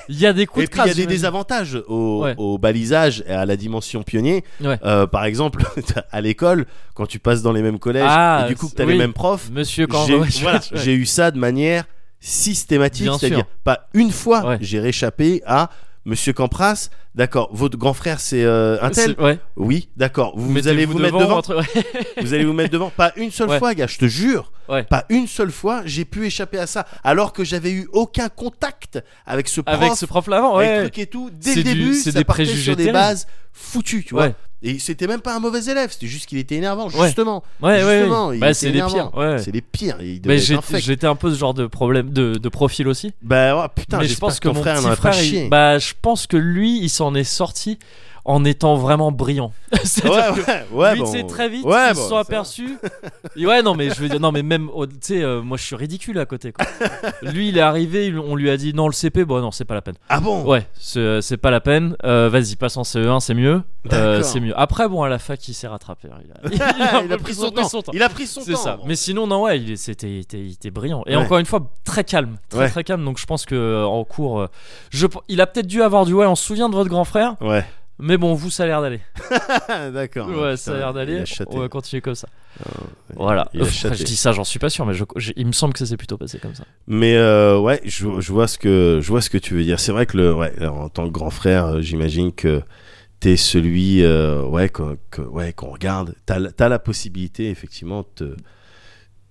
Speaker 1: Il y a des coups
Speaker 2: Et
Speaker 1: de
Speaker 2: puis il y a
Speaker 1: crasse.
Speaker 2: des
Speaker 1: j'imagine.
Speaker 2: désavantages au,
Speaker 1: Ouais.
Speaker 2: au balisage et à la dimension pionnier.
Speaker 1: Ouais.
Speaker 2: Euh, par exemple, <laughs> à l'école, quand tu passes dans les mêmes collèges
Speaker 1: Ah,
Speaker 2: et du coup que tu as
Speaker 1: oui.
Speaker 2: les mêmes profs,
Speaker 1: Monsieur quand
Speaker 2: j'ai
Speaker 1: <laughs> ouais,
Speaker 2: voilà,
Speaker 1: ouais.
Speaker 2: j'ai eu ça de manière systématique,
Speaker 1: Bien
Speaker 2: c'est-à-dire
Speaker 1: sûr.
Speaker 2: pas une fois
Speaker 1: Ouais.
Speaker 2: j'ai réchappé à Monsieur Campras. D'accord, votre grand frère c'est euh, un tel.
Speaker 1: C'est- ouais.
Speaker 2: Oui, d'accord. Vous, vous
Speaker 1: Mettez-vous
Speaker 2: allez vous mettre
Speaker 1: devant,
Speaker 2: devant.
Speaker 1: entre- ouais.
Speaker 2: vous allez vous mettre devant. Pas une seule
Speaker 1: Ouais.
Speaker 2: fois, gars, je te jure.
Speaker 1: Ouais.
Speaker 2: Pas une seule fois, j'ai pu échapper à ça, alors que j'avais eu aucun contact avec ce prof
Speaker 1: Avec ce prof l'avant,
Speaker 2: avec
Speaker 1: ouais.
Speaker 2: truc et tout. Dès
Speaker 1: C'est
Speaker 2: le
Speaker 1: du-
Speaker 2: début,
Speaker 1: c'est
Speaker 2: ça
Speaker 1: des
Speaker 2: partait
Speaker 1: préjugés
Speaker 2: sur des
Speaker 1: terribles.
Speaker 2: bases foutues, tu vois.
Speaker 1: Ouais.
Speaker 2: Et c'était même pas un mauvais élève, c'était juste qu'il était énervant,
Speaker 1: Ouais.
Speaker 2: justement.
Speaker 1: Ouais, ouais,
Speaker 2: Justement,
Speaker 1: ouais.
Speaker 2: il
Speaker 1: Bah,
Speaker 2: était
Speaker 1: c'est les
Speaker 2: énervant.
Speaker 1: pires. Ouais.
Speaker 2: C'est les pires. Il devait
Speaker 1: Mais
Speaker 2: être
Speaker 1: j'ai-
Speaker 2: infect.
Speaker 1: j'étais un peu ce genre de problème de, de profil aussi.
Speaker 2: Bah ouais, putain,
Speaker 1: mais je
Speaker 2: j'espère
Speaker 1: pense que
Speaker 2: ton
Speaker 1: mon
Speaker 2: frère n'en
Speaker 1: petit
Speaker 2: a pas
Speaker 1: frère, il-
Speaker 2: chié.
Speaker 1: bah je pense que lui, il s'en est sorti en étant vraiment brillant. <laughs>
Speaker 2: ouais,
Speaker 1: C'est-à-dire que
Speaker 2: ouais, ouais,
Speaker 1: lui,
Speaker 2: bon.
Speaker 1: tu sais, très vite,
Speaker 2: Ouais,
Speaker 1: ils
Speaker 2: bon,
Speaker 1: se
Speaker 2: ça
Speaker 1: sont
Speaker 2: va.
Speaker 1: aperçus. <laughs> Et ouais, non, mais je veux dire, non, mais même, oh, tu sais, euh, moi je suis ridicule à côté. Quoi.
Speaker 2: <laughs>
Speaker 1: lui, il est arrivé, il- on lui a dit non, le CP, bon, non, c'est pas la peine.
Speaker 2: Ah bon
Speaker 1: Ouais, c'est c'est pas la peine. Euh, Vas-y, passe en CE1, c'est mieux. Euh,
Speaker 2: D'accord.
Speaker 1: c'est mieux. Après, bon, à la fac, il s'est rattrapé. hein.
Speaker 2: <laughs>
Speaker 1: <laughs> Il a,
Speaker 2: Ah, il a pris son temps. Il a pris son temps.
Speaker 1: C'est ça.
Speaker 2: bon.
Speaker 1: Mais sinon, non, ouais, il, est- c'était, il était, il était brillant. Et
Speaker 2: Ouais.
Speaker 1: encore une fois, très calme. Très,
Speaker 2: Ouais.
Speaker 1: très calme. Donc, je pense que euh, en cours, euh, je, p- il a peut-être dû avoir du ouais, on se souvient de votre grand frère.
Speaker 2: Ouais, <laughs>
Speaker 1: Mais bon, vous, ça a l'air d'aller.
Speaker 2: d'accord.
Speaker 1: ouais, ça a
Speaker 2: putain,
Speaker 1: l'air
Speaker 2: il
Speaker 1: d'aller.
Speaker 2: a châté.
Speaker 1: On va continuer comme ça. voilà.
Speaker 2: il a
Speaker 1: Pff,
Speaker 2: châté.
Speaker 1: je dis ça, j'en suis pas sûr, mais je- j'ai- il me semble que ça s'est plutôt passé comme ça.
Speaker 2: Mais euh, ouais, je, je vois ce que je vois ce que tu veux dire. C'est vrai que le ouais, alors, en tant que grand frère, euh, j'imagine que t'es celui euh, ouais qu'on que- ouais qu'on regarde. T'as la- t'as la possibilité effectivement de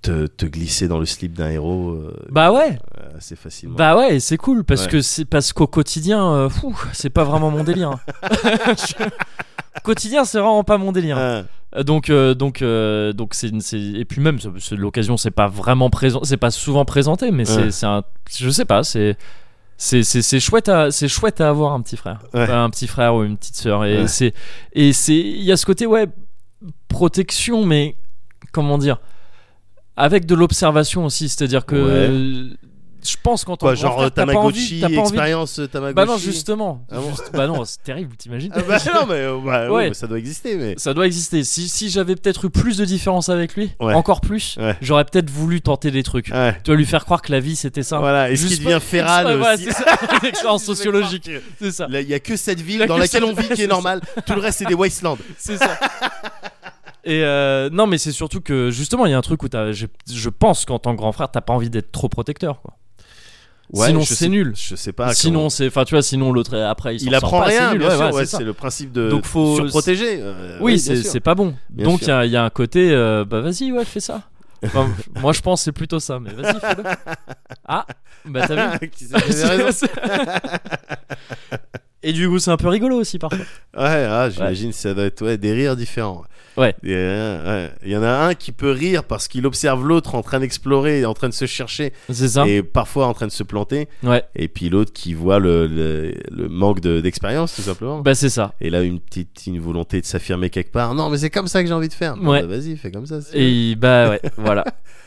Speaker 2: te, te, te glisser dans le slip d'un héros euh,
Speaker 1: Bah ouais,
Speaker 2: euh, assez facilement.
Speaker 1: bah ouais, et c'est cool parce
Speaker 2: Ouais.
Speaker 1: que c'est parce qu'au quotidien, euh, fou, c'est pas vraiment mon
Speaker 2: <laughs>
Speaker 1: délire. <laughs> Je- Quotidien, c'est vraiment pas mon délire.
Speaker 2: Ah,
Speaker 1: Euh, Donc, euh, donc, euh, donc c'est, une- c'est- et puis même c'est- c'est- l'occasion, c'est pas vraiment présent, c'est pas souvent présenté, mais c'est,
Speaker 2: Ouais.
Speaker 1: c'est un, je sais pas, c'est, c'est, c'est, c'est chouette à, c'est chouette à avoir un petit frère,
Speaker 2: Ouais.
Speaker 1: Enfin, un petit frère ou une petite sœur, et
Speaker 2: Ouais.
Speaker 1: c'est, et c'est, il y a ce côté ouais, protection, mais comment dire, avec de l'observation aussi, c'est-à-dire que,
Speaker 2: Ouais.
Speaker 1: euh, je pense quand
Speaker 2: Quoi,
Speaker 1: on
Speaker 2: genre
Speaker 1: frère,
Speaker 2: euh,
Speaker 1: t'as pas envie,
Speaker 2: Tamagotchi,
Speaker 1: t'as pas envie,
Speaker 2: expérience euh, Tamagotchi.
Speaker 1: bah non justement,
Speaker 2: Ah bon
Speaker 1: Juste- bah non, c'est terrible, t'imagines.
Speaker 2: Ah
Speaker 1: <laughs>
Speaker 2: bah non, mais euh, bah, oui,
Speaker 1: Ouais.
Speaker 2: mais ça doit exister, mais
Speaker 1: Ça doit exister. Si, si j'avais peut-être eu plus de différence avec lui,
Speaker 2: Ouais.
Speaker 1: encore plus,
Speaker 2: Ouais. Ah.
Speaker 1: j'aurais peut-être voulu tenter des trucs.
Speaker 2: ouais.
Speaker 1: Tu vas lui faire croire que la vie c'était ça.
Speaker 2: Voilà, et ce qui
Speaker 1: Juste
Speaker 2: devient
Speaker 1: pas- <laughs>
Speaker 2: féral
Speaker 1: Ouais, voilà,
Speaker 2: aussi.
Speaker 1: c'est
Speaker 2: <laughs>
Speaker 1: ça. Une expérience
Speaker 2: Je vais
Speaker 1: sociologique.
Speaker 2: croire
Speaker 1: C'est ça.
Speaker 2: que là, Il y a que cette
Speaker 1: Il y
Speaker 2: ville
Speaker 1: a
Speaker 2: dans
Speaker 1: que
Speaker 2: laquelle
Speaker 1: cette-
Speaker 2: on vit qui
Speaker 1: c'est ça.
Speaker 2: est normale. Tout le reste c'est des wastelands.
Speaker 1: C'est ça. Et euh, non, mais c'est surtout que justement, il y a un truc où t'as- j'ai- je pense qu'en tant que grand frère, t'as pas envie d'être trop protecteur. Quoi.
Speaker 2: Ouais,
Speaker 1: sinon,
Speaker 2: je
Speaker 1: c'est
Speaker 2: sais-
Speaker 1: nul.
Speaker 2: Je sais pas. comment-
Speaker 1: sinon, c'est, enfin, tu vois, sinon l'autre après, il, s'en
Speaker 2: il
Speaker 1: sort
Speaker 2: apprend
Speaker 1: pas,
Speaker 2: rien,
Speaker 1: c'est nul.
Speaker 2: bien
Speaker 1: Ouais,
Speaker 2: sûr,
Speaker 1: voilà,
Speaker 2: ouais,
Speaker 1: c'est ça.
Speaker 2: c'est le principe de
Speaker 1: Donc, faut-
Speaker 2: surprotéger. euh,
Speaker 1: Oui,
Speaker 2: bien
Speaker 1: c'est
Speaker 2: sûr.
Speaker 1: c'est pas bon.
Speaker 2: Bien
Speaker 1: Donc
Speaker 2: sûr.
Speaker 1: il y, a- il y a un côté, euh, bah vas-y, ouais, fais ça.
Speaker 2: <laughs>
Speaker 1: Enfin, moi je pense que c'est plutôt ça, mais vas-y, fais-le. Ah, bah t'as vu.
Speaker 2: <laughs> Qui sait, j'avais
Speaker 1: <laughs>
Speaker 2: raison.
Speaker 1: Et du coup, c'est un peu rigolo aussi parfois.
Speaker 2: Ouais, ah, j'imagine ça doit être ouais, des rires différents.
Speaker 1: Ouais.
Speaker 2: Des rires, ouais. Il y en a un qui peut rire parce qu'il observe l'autre en train d'explorer, en train de se chercher
Speaker 1: C'est ça
Speaker 2: et parfois en train de se planter.
Speaker 1: Ouais,
Speaker 2: Et puis l'autre qui voit le, le, le manque de- d'expérience tout simplement.
Speaker 1: bah c'est ça.
Speaker 2: Et là, une petite une volonté de s'affirmer quelque part. Non, mais c'est comme ça que j'ai envie de faire. Bon,
Speaker 1: Ouais.
Speaker 2: bah, Vas-y, fais comme ça. si tu veux.
Speaker 1: Et bah ouais,
Speaker 2: <laughs>
Speaker 1: voilà.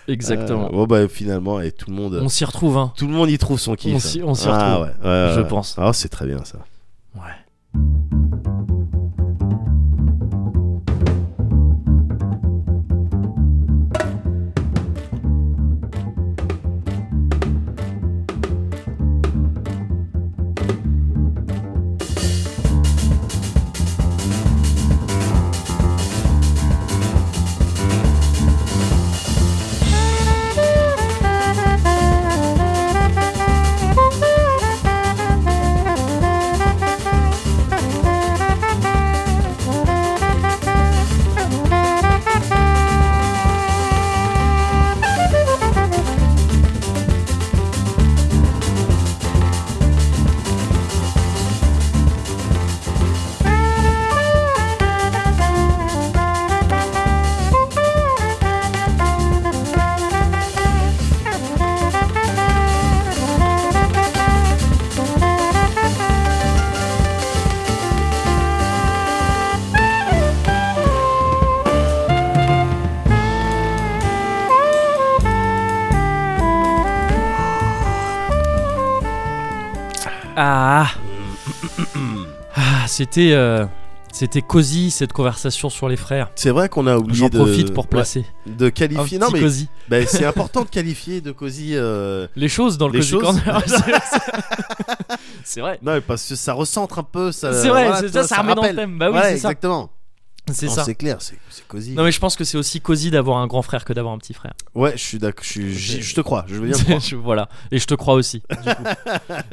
Speaker 1: Exactement.
Speaker 2: Euh, bon, bah finalement, et tout le monde.
Speaker 1: on s'y retrouve, hein.
Speaker 2: Tout le monde y trouve son kiff.
Speaker 1: On s'y- on s'y
Speaker 2: Ah
Speaker 1: retrouve,
Speaker 2: ouais, ouais, ouais,
Speaker 1: je
Speaker 2: ouais.
Speaker 1: pense.
Speaker 2: Ah, c'est très bien ça.
Speaker 1: Ouais.
Speaker 3: Thank
Speaker 1: Ah Ah, C'était. euh, C'était cosy cette conversation sur les frères.
Speaker 2: C'est vrai qu'on a oublié
Speaker 1: J'en
Speaker 2: de,
Speaker 1: profite pour placer
Speaker 2: ouais, de
Speaker 1: un petit
Speaker 2: qualifier. Non mais
Speaker 1: cosy.
Speaker 2: ben,
Speaker 1: <laughs>
Speaker 2: c'est important de qualifier de cosy. euh,
Speaker 1: Les choses dans le
Speaker 2: les
Speaker 1: cosy
Speaker 2: choses.
Speaker 1: corner. <laughs>
Speaker 2: <laughs>
Speaker 1: c'est vrai.
Speaker 2: Non mais parce que ça recentre un peu. ça-
Speaker 1: C'est vrai,
Speaker 2: Euh, voilà,
Speaker 1: c'est
Speaker 2: tu
Speaker 1: ça,
Speaker 2: vois,
Speaker 1: ça remet dans le
Speaker 2: rappelle.
Speaker 1: thème. Bah oui,
Speaker 2: Ouais,
Speaker 1: c'est ça.
Speaker 2: exactement.
Speaker 1: C'est
Speaker 2: Non,
Speaker 1: ça.
Speaker 2: C'est clair, c'est c'est cosy.
Speaker 1: Non mais je pense que c'est aussi cosy d'avoir un grand frère que d'avoir un petit frère.
Speaker 2: Ouais, je suis d'accord. Je, suis- j'y- je te crois.
Speaker 1: <laughs>
Speaker 2: Je veux bien. te croire.
Speaker 1: Je- voilà. Et je te crois aussi. du
Speaker 2: <laughs>
Speaker 1: coup.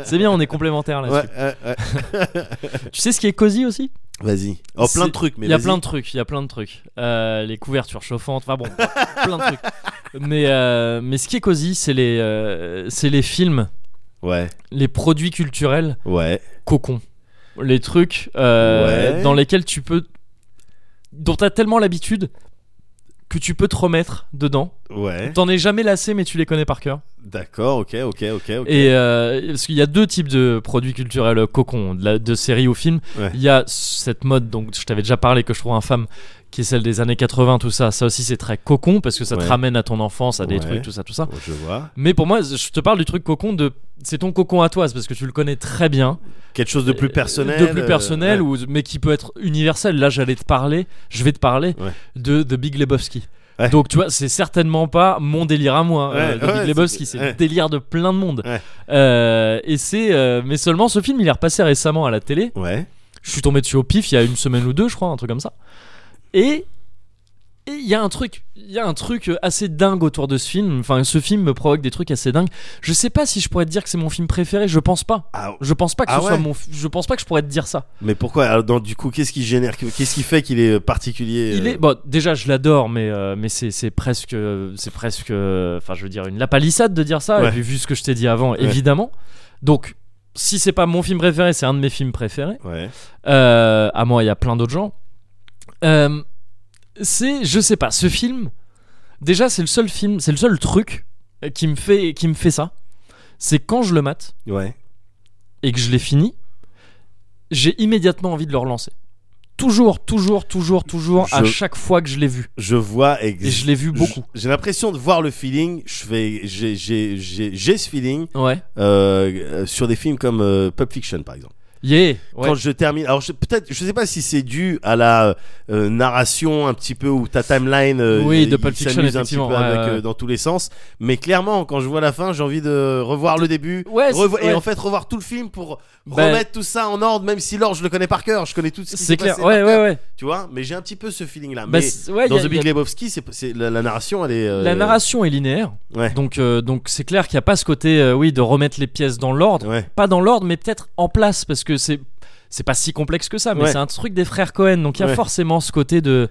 Speaker 1: c'est bien, on est complémentaires là.
Speaker 2: Ouais, ouais, ouais.
Speaker 1: Tu sais ce qui est cosy aussi
Speaker 2: Vas-y. Oh, plein
Speaker 1: C'est-
Speaker 2: de trucs. Mais
Speaker 1: Il y a
Speaker 2: vas-y.
Speaker 1: plein de trucs, il y a plein de trucs. Euh, les couvertures chauffantes, enfin bon, <laughs> plein de trucs. Mais, euh, mais ce qui est cosy, c'est les, euh, c'est les films,
Speaker 2: Ouais,
Speaker 1: les produits culturels
Speaker 2: ouais.
Speaker 1: cocons. Les trucs euh,
Speaker 2: Ouais.
Speaker 1: dans lesquels tu peux. dont t'as tellement l'habitude que tu peux te remettre dedans.
Speaker 2: Ouais,
Speaker 1: T'en es jamais lassé, mais tu les connais par cœur.
Speaker 2: d'accord, ok, ok, ok, ok.
Speaker 1: Et euh, parce qu'il y a deux types de produits culturels cocons, de, la- de séries ou films.
Speaker 2: Ouais.
Speaker 1: Il y a cette mode dont je t'avais déjà parlé que je trouve infâme, qui est celle des années 80, tout ça. Ça aussi c'est très cocon parce que ça te
Speaker 2: Ouais.
Speaker 1: ramène à ton enfance, à des
Speaker 2: Ouais.
Speaker 1: trucs, tout ça, tout ça.
Speaker 2: Bon, je vois.
Speaker 1: Mais pour moi, je te parle du truc cocon de c'est ton cocon à toi, c'est parce que tu le connais très bien,
Speaker 2: Quelque chose de plus personnel.
Speaker 1: de plus
Speaker 2: euh,
Speaker 1: personnel,
Speaker 2: ouais.
Speaker 1: ou, mais qui peut être universel. Là, j'allais te parler, je vais te parler
Speaker 2: Ouais.
Speaker 1: de The Big Lebowski.
Speaker 2: Ouais.
Speaker 1: Donc tu vois, c'est certainement pas mon délire à moi, euh,
Speaker 2: Ouais,
Speaker 1: The Big
Speaker 2: ouais,
Speaker 1: Lebowski, c'est
Speaker 2: c'est-
Speaker 1: le
Speaker 2: ouais.
Speaker 1: délire de plein de monde.
Speaker 2: Ouais.
Speaker 1: Euh, et c'est, euh, mais seulement ce film, il est repassé récemment à la télé.
Speaker 2: Ouais,
Speaker 1: Je suis tombé dessus au pif il y a une semaine ou deux, je crois, un truc comme ça. Et et il y a un truc, il y a un truc euh, assez dingue autour de ce film. Enfin, ce film me provoque des trucs assez dingues. Je sais pas si je pourrais te dire que c'est mon film préféré. Je pense pas.
Speaker 2: Ah,
Speaker 1: Je pense pas que
Speaker 2: Ah
Speaker 1: ce soit
Speaker 2: ouais
Speaker 1: mon. f- Je pense pas que je pourrais te dire ça.
Speaker 2: mais pourquoi alors, dans- Du coup, qu'est-ce qui génère Qu'est-ce qui fait qu'il est particulier
Speaker 1: Il
Speaker 2: euh,
Speaker 1: est bon. Déjà, je l'adore, mais euh, mais c'est c'est presque euh, c'est presque. euh, Enfin, je veux dire une la palissade de dire ça.
Speaker 2: Ouais.
Speaker 1: Et puis vu ce que je t'ai dit avant, évidemment. Donc, si c'est pas mon film préféré, c'est un de mes films préférés.
Speaker 2: Ouais,
Speaker 1: Euh, à moi, il y a plein d'autres gens. Euh, c'est, je sais pas, ce film. Déjà, c'est le seul film, c'est le seul truc qui me fait, qui me fait ça. C'est quand je le mate
Speaker 2: ouais.
Speaker 1: et que je l'ai fini, j'ai immédiatement envie de le relancer. Toujours, toujours, toujours, toujours, à
Speaker 2: Je-
Speaker 1: chaque fois que je l'ai vu.
Speaker 2: Je vois
Speaker 1: Et je l'ai vu beaucoup.
Speaker 2: J'ai l'impression de voir le feeling. Je vais, j'ai, j'ai, j'ai, j'ai ce feeling
Speaker 1: Ouais.
Speaker 2: euh, euh, sur des films comme euh, Pulp Fiction, par exemple.
Speaker 1: Yeah. Ouais.
Speaker 2: Quand je termine, alors je- peut-être, je sais pas si c'est dû à la euh, narration un petit peu ou ta timeline. euh,
Speaker 1: Oui, de
Speaker 2: il
Speaker 1: Pulp Fiction,
Speaker 2: s'amuse un petit
Speaker 1: effectivement,
Speaker 2: peu avec,
Speaker 1: ouais, ouais.
Speaker 2: euh, dans tous les sens. Mais clairement, quand je vois la fin, j'ai envie de revoir le début.
Speaker 1: Ouais, c'est-
Speaker 2: revo-
Speaker 1: ouais.
Speaker 2: Et en fait, revoir tout le film pour
Speaker 1: Ben-
Speaker 2: remettre tout ça en ordre, même si l'ordre, je le connais par cœur, je connais tout ce qui
Speaker 1: c'est
Speaker 2: s'est
Speaker 1: clair.
Speaker 2: passé,
Speaker 1: Ouais, ouais, ouais.
Speaker 2: tu vois. Mais j'ai un petit peu ce feeling-là.
Speaker 1: Bah,
Speaker 2: mais
Speaker 1: c'est- ouais,
Speaker 2: dans
Speaker 1: y a-
Speaker 2: The
Speaker 1: y a-
Speaker 2: Big Lebowski, c'est, c'est la, la narration, elle est. euh,
Speaker 1: La narration est linéaire,
Speaker 2: Ouais.
Speaker 1: donc euh, donc c'est clair qu'il n'y a pas ce côté, euh, oui, de remettre les pièces dans l'ordre.
Speaker 2: euh, Ouais.
Speaker 1: pas dans l'ordre, mais peut-être en place, parce que c'est c'est pas si complexe que ça, mais
Speaker 2: Ouais.
Speaker 1: c'est un truc des frères Cohen, donc il y a
Speaker 2: Ouais.
Speaker 1: forcément ce côté de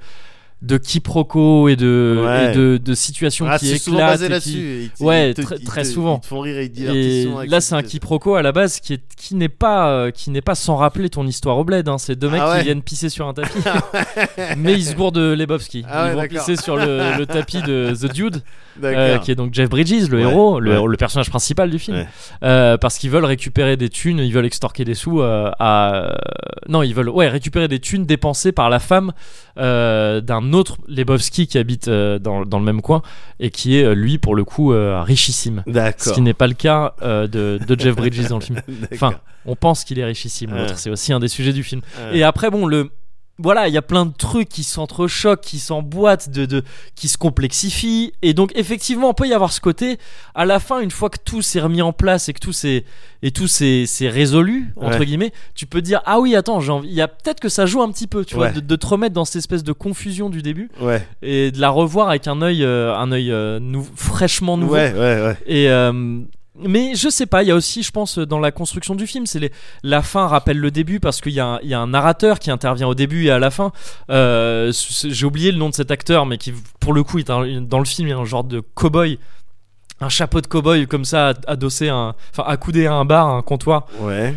Speaker 1: de quiproquo et de
Speaker 2: Ouais.
Speaker 1: et de, de situation
Speaker 2: Ah,
Speaker 1: qui
Speaker 2: c'est
Speaker 1: éclate.
Speaker 2: souvent basé
Speaker 1: et qui-
Speaker 2: là-dessus. Ils te-
Speaker 1: Ouais,
Speaker 2: ils te-
Speaker 1: très-
Speaker 2: ils
Speaker 1: très
Speaker 2: te-
Speaker 1: souvent.
Speaker 2: Ils te font rire et ils te divertissent
Speaker 1: Et
Speaker 2: souvent avec
Speaker 1: là,
Speaker 2: cette-
Speaker 1: c'est un quiproquo à la base qui est qui n'est pas euh, qui n'est pas sans rappeler ton histoire au bled. hein. C'est deux
Speaker 2: Ah
Speaker 1: mecs
Speaker 2: ouais.
Speaker 1: qui viennent pisser sur un
Speaker 2: <laughs>
Speaker 1: tapis, mais ils se gourdent de Lebowski. ils
Speaker 2: Ah ouais,
Speaker 1: vont
Speaker 2: d'accord.
Speaker 1: pisser sur le, le tapis de The Dude,
Speaker 2: D'accord.
Speaker 1: euh, qui est donc Jeff Bridges, le
Speaker 2: Ouais,
Speaker 1: héros, le,
Speaker 2: ouais.
Speaker 1: le personnage principal du film,
Speaker 2: Ouais.
Speaker 1: Euh, parce qu'ils veulent récupérer des thunes, ils veulent extorquer des sous euh, à, non, ils veulent ouais récupérer des thunes dépensées par la femme euh, d'un autre Lebowski qui habite euh, dans, dans le même coin et qui est euh, lui pour le coup euh, richissime, ce
Speaker 2: D'accord.
Speaker 1: qui n'est pas le cas euh, de, de Jeff Bridges dans le
Speaker 2: <laughs>
Speaker 1: film. Enfin,
Speaker 2: D'accord.
Speaker 1: on pense qu'il est richissime, l'autre,
Speaker 2: Ouais.
Speaker 1: c'est aussi un des sujets du film.
Speaker 2: Ouais.
Speaker 1: Et après, bon, le. Voilà, il y a plein de trucs qui s'entrechoquent, qui s'emboîtent, de, de, qui se complexifient. Et donc, effectivement, on peut y avoir ce côté. À la fin, une fois que tout s'est remis en place et que tout s'est, et tout s'est, s'est résolu, entre
Speaker 2: Ouais.
Speaker 1: guillemets, tu peux dire Ah oui, attends, j'ai envie- il y a peut-être que ça joue un petit peu, tu vois,
Speaker 2: Ouais.
Speaker 1: de, de te remettre dans cette espèce de confusion du début
Speaker 2: Ouais.
Speaker 1: et de la revoir avec un œil, euh, un œil euh, nou- fraîchement nouveau.
Speaker 2: Ouais, ouais, ouais.
Speaker 1: Et euh, mais je sais pas, il y a aussi, je pense, dans la construction du film, c'est les- la fin rappelle le début parce qu'il y, a un- il y a un narrateur qui intervient au début et à la fin. Euh, c'est- J'ai oublié le nom de cet acteur, mais qui, pour le coup, est un- dans le film, il y a un genre de cow-boy, un chapeau de cow-boy comme ça, adossé, à un, enfin accoudé à un bar, à un comptoir.
Speaker 2: Ouais.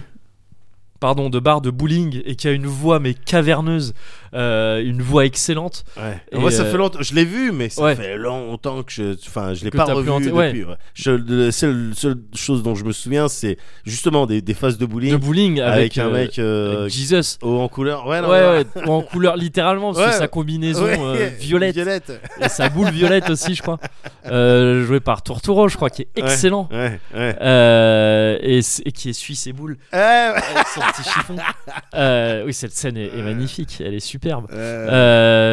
Speaker 1: pardon, de bar de bowling et qui a une voix mais caverneuse, euh, une voix excellente.
Speaker 2: Ouais.
Speaker 1: Et
Speaker 2: Moi, ça
Speaker 1: euh,
Speaker 2: fait longtemps. Je l'ai vu, mais ça
Speaker 1: ouais.
Speaker 2: fait longtemps que je. Enfin, je l'ai
Speaker 1: Que
Speaker 2: pas
Speaker 1: t'as plus
Speaker 2: revu
Speaker 1: en tête,
Speaker 2: depuis.
Speaker 1: ouais.
Speaker 2: ouais. Je- la seule, seule chose dont je me souviens, c'est justement des, des phases de bowling
Speaker 1: de bowling
Speaker 2: avec,
Speaker 1: avec,
Speaker 2: un
Speaker 1: euh,
Speaker 2: mec euh,
Speaker 1: avec Jesus.
Speaker 2: haut en couleur.
Speaker 1: Ouais,
Speaker 2: Ouais, non,
Speaker 1: ouais, ou en couleur littéralement parce
Speaker 2: Ouais.
Speaker 1: que sa combinaison
Speaker 2: ouais.
Speaker 1: euh, violette
Speaker 2: Violette.
Speaker 1: <laughs> et sa boule violette aussi je crois euh, joué par Torturo je crois qui est excellent
Speaker 2: Ouais, ouais.
Speaker 1: Euh, et, c- et qui essuie ses boules
Speaker 2: Ouais, ouais.
Speaker 1: avec son petit
Speaker 2: <laughs>
Speaker 1: chiffon Euh, oui cette scène est, est magnifique elle est superbe
Speaker 2: Euh,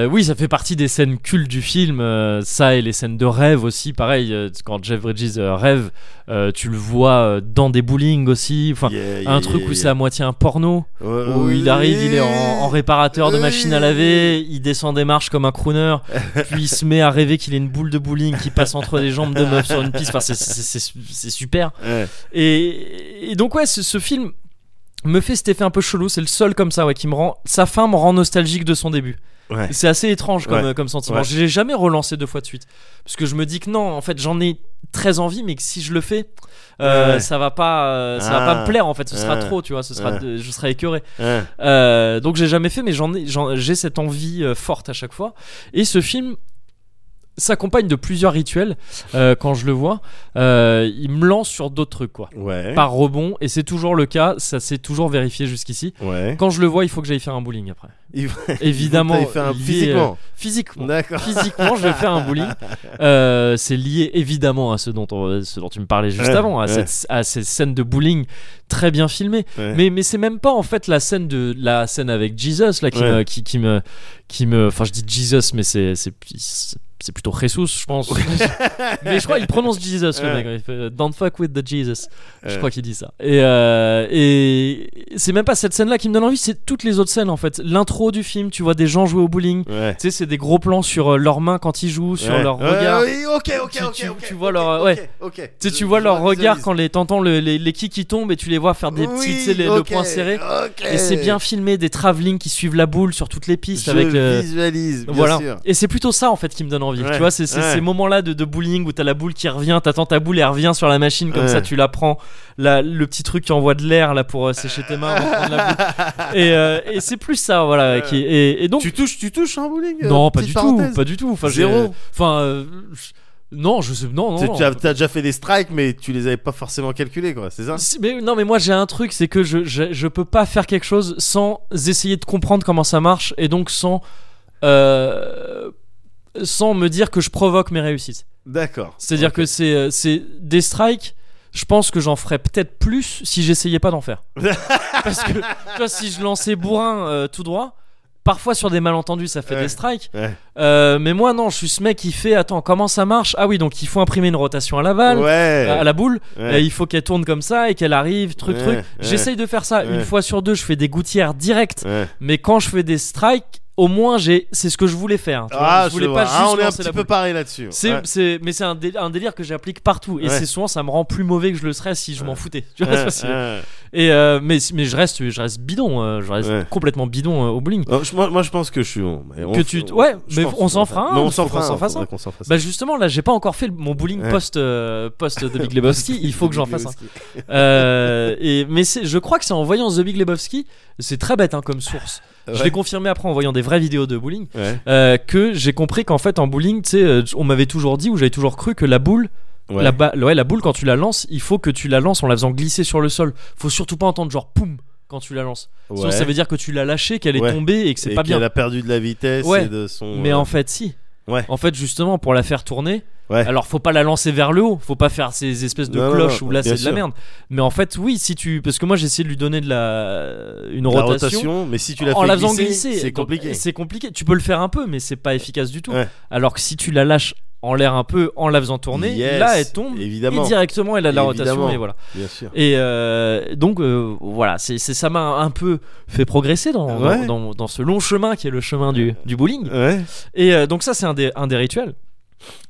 Speaker 1: Euh, oui, ça fait partie des scènes cultes du film. euh, ça et les scènes de rêve aussi. Pareil, euh, quand Jeff Bridges euh, rêve, euh, tu le vois euh, dans des bowling aussi. Enfin,
Speaker 2: yeah,
Speaker 1: un
Speaker 2: yeah,
Speaker 1: truc
Speaker 2: yeah,
Speaker 1: où c'est
Speaker 2: yeah.
Speaker 1: à moitié un porno.
Speaker 2: Ouais,
Speaker 1: Où
Speaker 2: ouais.
Speaker 1: il arrive, il est en, en réparateur de
Speaker 2: Oui.
Speaker 1: machine à laver, il descend des marches comme un crooner, puis il se met à rêver qu'il est une boule de bowling qui passe entre les jambes de meuf sur une piste. Enfin, c'est- c'est c'est- c'est super.
Speaker 2: Ouais.
Speaker 1: Et, et donc ouais, ce, ce film me fait cet effet un peu chelou. C'est le seul comme ça, ouais, qui me rend. Sa fin me rend nostalgique de son début.
Speaker 2: Ouais.
Speaker 1: C'est assez étrange comme,
Speaker 2: Ouais.
Speaker 1: euh, comme sentiment.
Speaker 2: Ouais.
Speaker 1: Je l'ai jamais relancé deux fois de suite parce que je me dis que non, en fait, j'en ai très envie, mais que si je le fais, euh,
Speaker 2: Ouais.
Speaker 1: ça va pas, euh, ça va
Speaker 2: Ah.
Speaker 1: pas me plaire. En fait, ce sera
Speaker 2: Ah.
Speaker 1: trop, tu vois. Ce sera,
Speaker 2: Ah.
Speaker 1: de- je serai écœuré.
Speaker 2: Ouais.
Speaker 1: Euh, donc j'ai jamais fait, mais j'en ai, j'en- j'ai cette envie euh, forte à chaque fois. Et ce film s'accompagne de plusieurs rituels. Euh, quand je le vois, euh, il me lance sur d'autres trucs, quoi
Speaker 2: Ouais.
Speaker 1: par rebond et c'est toujours le cas ça s'est toujours vérifié jusqu'ici
Speaker 2: Ouais.
Speaker 1: quand je le vois il faut que j'aille faire un bowling après
Speaker 2: <laughs> Il-
Speaker 1: évidemment
Speaker 2: Il faut faire un-
Speaker 1: lié, euh,
Speaker 2: physiquement.
Speaker 1: physiquement
Speaker 2: D'accord.
Speaker 1: physiquement je vais faire un bowling Euh, c'est lié évidemment à ce dont, on- ce dont tu me parlais juste
Speaker 2: Ouais,
Speaker 1: avant à,
Speaker 2: ouais.
Speaker 1: cette- à ces scènes de bowling très bien filmées
Speaker 2: Ouais.
Speaker 1: mais, mais c'est même pas en fait la scène de la scène avec Jesus là qui
Speaker 2: Ouais.
Speaker 1: me qui, qui me qui me enfin je dis Jesus mais c'est c'est c'est- c'est plutôt Jesus je pense <laughs> mais je crois il prononce Jesus le
Speaker 2: Ouais.
Speaker 1: mec il fait, don't fuck with the Jesus je
Speaker 2: Ouais.
Speaker 1: crois qu'il dit ça et euh, et c'est même pas cette scène là qui me donne envie c'est toutes les autres scènes en fait l'intro du film tu vois des gens jouer au bowling
Speaker 2: Ouais.
Speaker 1: tu sais c'est des gros plans sur euh, leurs mains quand ils jouent sur
Speaker 2: Ouais.
Speaker 1: leur
Speaker 2: Ouais,
Speaker 1: regard
Speaker 2: oui, ok, ok,
Speaker 1: Tu-
Speaker 2: ok,
Speaker 1: tu-
Speaker 2: ok,
Speaker 1: tu vois
Speaker 2: ok,
Speaker 1: leur-
Speaker 2: ok,
Speaker 1: ouais.
Speaker 2: ok.
Speaker 1: Tu, sais,
Speaker 2: Je-
Speaker 1: tu vois
Speaker 2: je
Speaker 1: leur regard
Speaker 2: visualise.
Speaker 1: quand les t'entends le- les, les kicks qui tombent et tu les vois faire des petits tu sais, les, le
Speaker 2: ok,
Speaker 1: poing serré
Speaker 2: ok.
Speaker 1: et c'est bien filmé, des travelling qui suivent la boule sur toutes les pistes
Speaker 2: Je
Speaker 1: avec le-
Speaker 2: visualise, bien
Speaker 1: Voilà.
Speaker 2: sûr.
Speaker 1: Et c'est plutôt ça en fait qui me donne envie.
Speaker 2: Ouais,
Speaker 1: Tu vois, c'est c'est
Speaker 2: ouais.
Speaker 1: ces moments-là de, de bowling où t'as la boule qui revient, t'attends ta boule et elle revient sur la machine comme
Speaker 2: Ouais.
Speaker 1: ça, tu la prends. La, le petit truc qui envoie de l'air là pour euh, sécher tes mains. avant de prendre la boule. Et, euh, et c'est plus ça, voilà.
Speaker 2: Ouais.
Speaker 1: Qui, et, et donc.
Speaker 2: Tu touches, tu touches en bowling euh,
Speaker 1: non, pas
Speaker 2: petite
Speaker 1: du
Speaker 2: parenthèse
Speaker 1: tout, pas du tout. Enfin, j'ai-
Speaker 2: Zéro.
Speaker 1: Enfin, euh, je- non, je sais, non, non.
Speaker 2: Tu-
Speaker 1: non.
Speaker 2: Tu as, t'as déjà fait des strikes, mais tu les avais pas forcément calculés, quoi, c'est ça
Speaker 1: Si- mais, non mais moi j'ai un truc c'est que je, je, je peux pas faire quelque chose sans essayer de comprendre comment ça marche et donc sans euh, sans me dire que je provoque mes réussites
Speaker 2: D'accord.
Speaker 1: c'est à dire que c'est euh, c'est des strikes je pense que j'en ferais peut-être plus si j'essayais pas d'en
Speaker 2: <laughs>
Speaker 1: faire parce que tu vois, si je lançais bourrin euh, tout droit Parfois sur des malentendus ça fait
Speaker 2: Ouais.
Speaker 1: des strikes,
Speaker 2: Ouais.
Speaker 1: Euh, mais moi non, je suis ce mec qui fait attends comment ça marche Ah oui donc il faut imprimer une rotation à la balle,
Speaker 2: Ouais.
Speaker 1: à Ah, la boule,
Speaker 2: Ouais.
Speaker 1: et il faut qu'elle tourne comme ça et qu'elle arrive, truc,
Speaker 2: Ouais,
Speaker 1: truc.
Speaker 2: ouais.
Speaker 1: J'essaye de faire ça.
Speaker 2: Ouais.
Speaker 1: Une fois sur deux, je fais des gouttières directes.
Speaker 2: Ouais.
Speaker 1: Mais quand je fais des strikes, au moins, j'ai, c'est ce que je voulais faire. hein, tu vois.
Speaker 2: Ah,
Speaker 1: je voulais
Speaker 2: vois.
Speaker 1: pas
Speaker 2: Ah,
Speaker 1: juste
Speaker 2: on est un
Speaker 1: lancer
Speaker 2: petit
Speaker 1: la
Speaker 2: peu
Speaker 1: boule.
Speaker 2: pareil là-dessus.
Speaker 1: C'est,
Speaker 2: Ouais.
Speaker 1: c'est- mais c'est un, dé- un délire que j'applique partout. Et
Speaker 2: Ouais.
Speaker 1: c'est souvent, ça me rend plus mauvais que je le serais si je m'en
Speaker 2: Ouais.
Speaker 1: foutais. Tu vois, <laughs> <laughs>
Speaker 2: Ouais,
Speaker 1: c'est-
Speaker 2: ouais.
Speaker 1: Et, euh, mais, mais je reste, je reste bidon. euh, je reste
Speaker 2: Ouais.
Speaker 1: complètement bidon euh, au bowling.
Speaker 2: Oh, je- moi, moi, je pense que je suis bon. mais on-
Speaker 1: Que tu-
Speaker 2: on-
Speaker 1: ouais,
Speaker 2: je
Speaker 1: mais
Speaker 2: pense
Speaker 1: on s'en fera un,
Speaker 2: Mais on
Speaker 1: faut
Speaker 2: s'en
Speaker 1: qu'on
Speaker 2: fera
Speaker 1: s'en
Speaker 2: un,
Speaker 1: fasse
Speaker 2: faudrait
Speaker 1: un.
Speaker 2: qu'on s'en fasse
Speaker 1: Bah justement, là, j'ai pas encore fait le- mon bowling
Speaker 2: Ouais.
Speaker 1: post, euh, post The Big Lebowski. il faut que j'en fasse un.
Speaker 2: Lebowski.
Speaker 1: Euh, et, mais c'est- je crois que c'est en voyant The Big Lebowski, c'est très bête hein, comme source. Je
Speaker 2: Ouais.
Speaker 1: l'ai confirmé après en voyant des vraies vidéos de bowling,
Speaker 2: Ouais.
Speaker 1: euh, que j'ai compris qu'en fait en bowling, tu sais, euh, on m'avait toujours dit ou j'avais toujours cru que la boule,
Speaker 2: Ouais.
Speaker 1: la, ba- ouais, la boule quand tu la lances, il faut que tu la lances en la faisant glisser sur le sol. Faut surtout pas entendre genre poum quand tu la lances. Sinon,
Speaker 2: Ouais.
Speaker 1: ça veut dire que tu l'as lâchée, qu'elle est
Speaker 2: Ouais.
Speaker 1: tombée et que c'est
Speaker 2: Et
Speaker 1: pas
Speaker 2: qu'elle
Speaker 1: bien.
Speaker 2: a perdu de la vitesse
Speaker 1: Ouais.
Speaker 2: et de son.
Speaker 1: Mais
Speaker 2: euh,
Speaker 1: en fait, si.
Speaker 2: Ouais.
Speaker 1: En fait, justement, pour la faire tourner,
Speaker 2: Ouais.
Speaker 1: alors faut pas la lancer vers le haut, faut pas faire ces espèces de
Speaker 2: Non, non,
Speaker 1: cloches
Speaker 2: non,
Speaker 1: où là
Speaker 2: bien
Speaker 1: c'est de la
Speaker 2: sûr.
Speaker 1: merde. Mais en fait, oui, si tu. Parce que moi j'ai essayé de lui donner de la. Une
Speaker 2: la
Speaker 1: rotation.
Speaker 2: rotation, mais si tu la
Speaker 1: en
Speaker 2: fais
Speaker 1: la faisant
Speaker 2: glisser,
Speaker 1: glisser, donc,
Speaker 2: c'est
Speaker 1: euh,
Speaker 2: compliqué.
Speaker 1: C'est compliqué. Tu peux le faire un peu, mais c'est pas efficace du tout.
Speaker 2: Ouais.
Speaker 1: Alors que si tu la lâches en l'air un peu, en la faisant tourner,
Speaker 2: Yes,
Speaker 1: là elle tombe.
Speaker 2: Évidemment.
Speaker 1: Et directement, elle a la rotation,
Speaker 2: Évidemment.
Speaker 1: et voilà.
Speaker 2: Bien sûr.
Speaker 1: Et euh, donc, euh, voilà, c'est c'est- ça m'a un peu fait progresser dans, dans-
Speaker 2: Ouais.
Speaker 1: dans, dans ce long chemin qui est le chemin du, du bowling.
Speaker 2: Ouais.
Speaker 1: Et euh, donc ça c'est un des, un des rituels.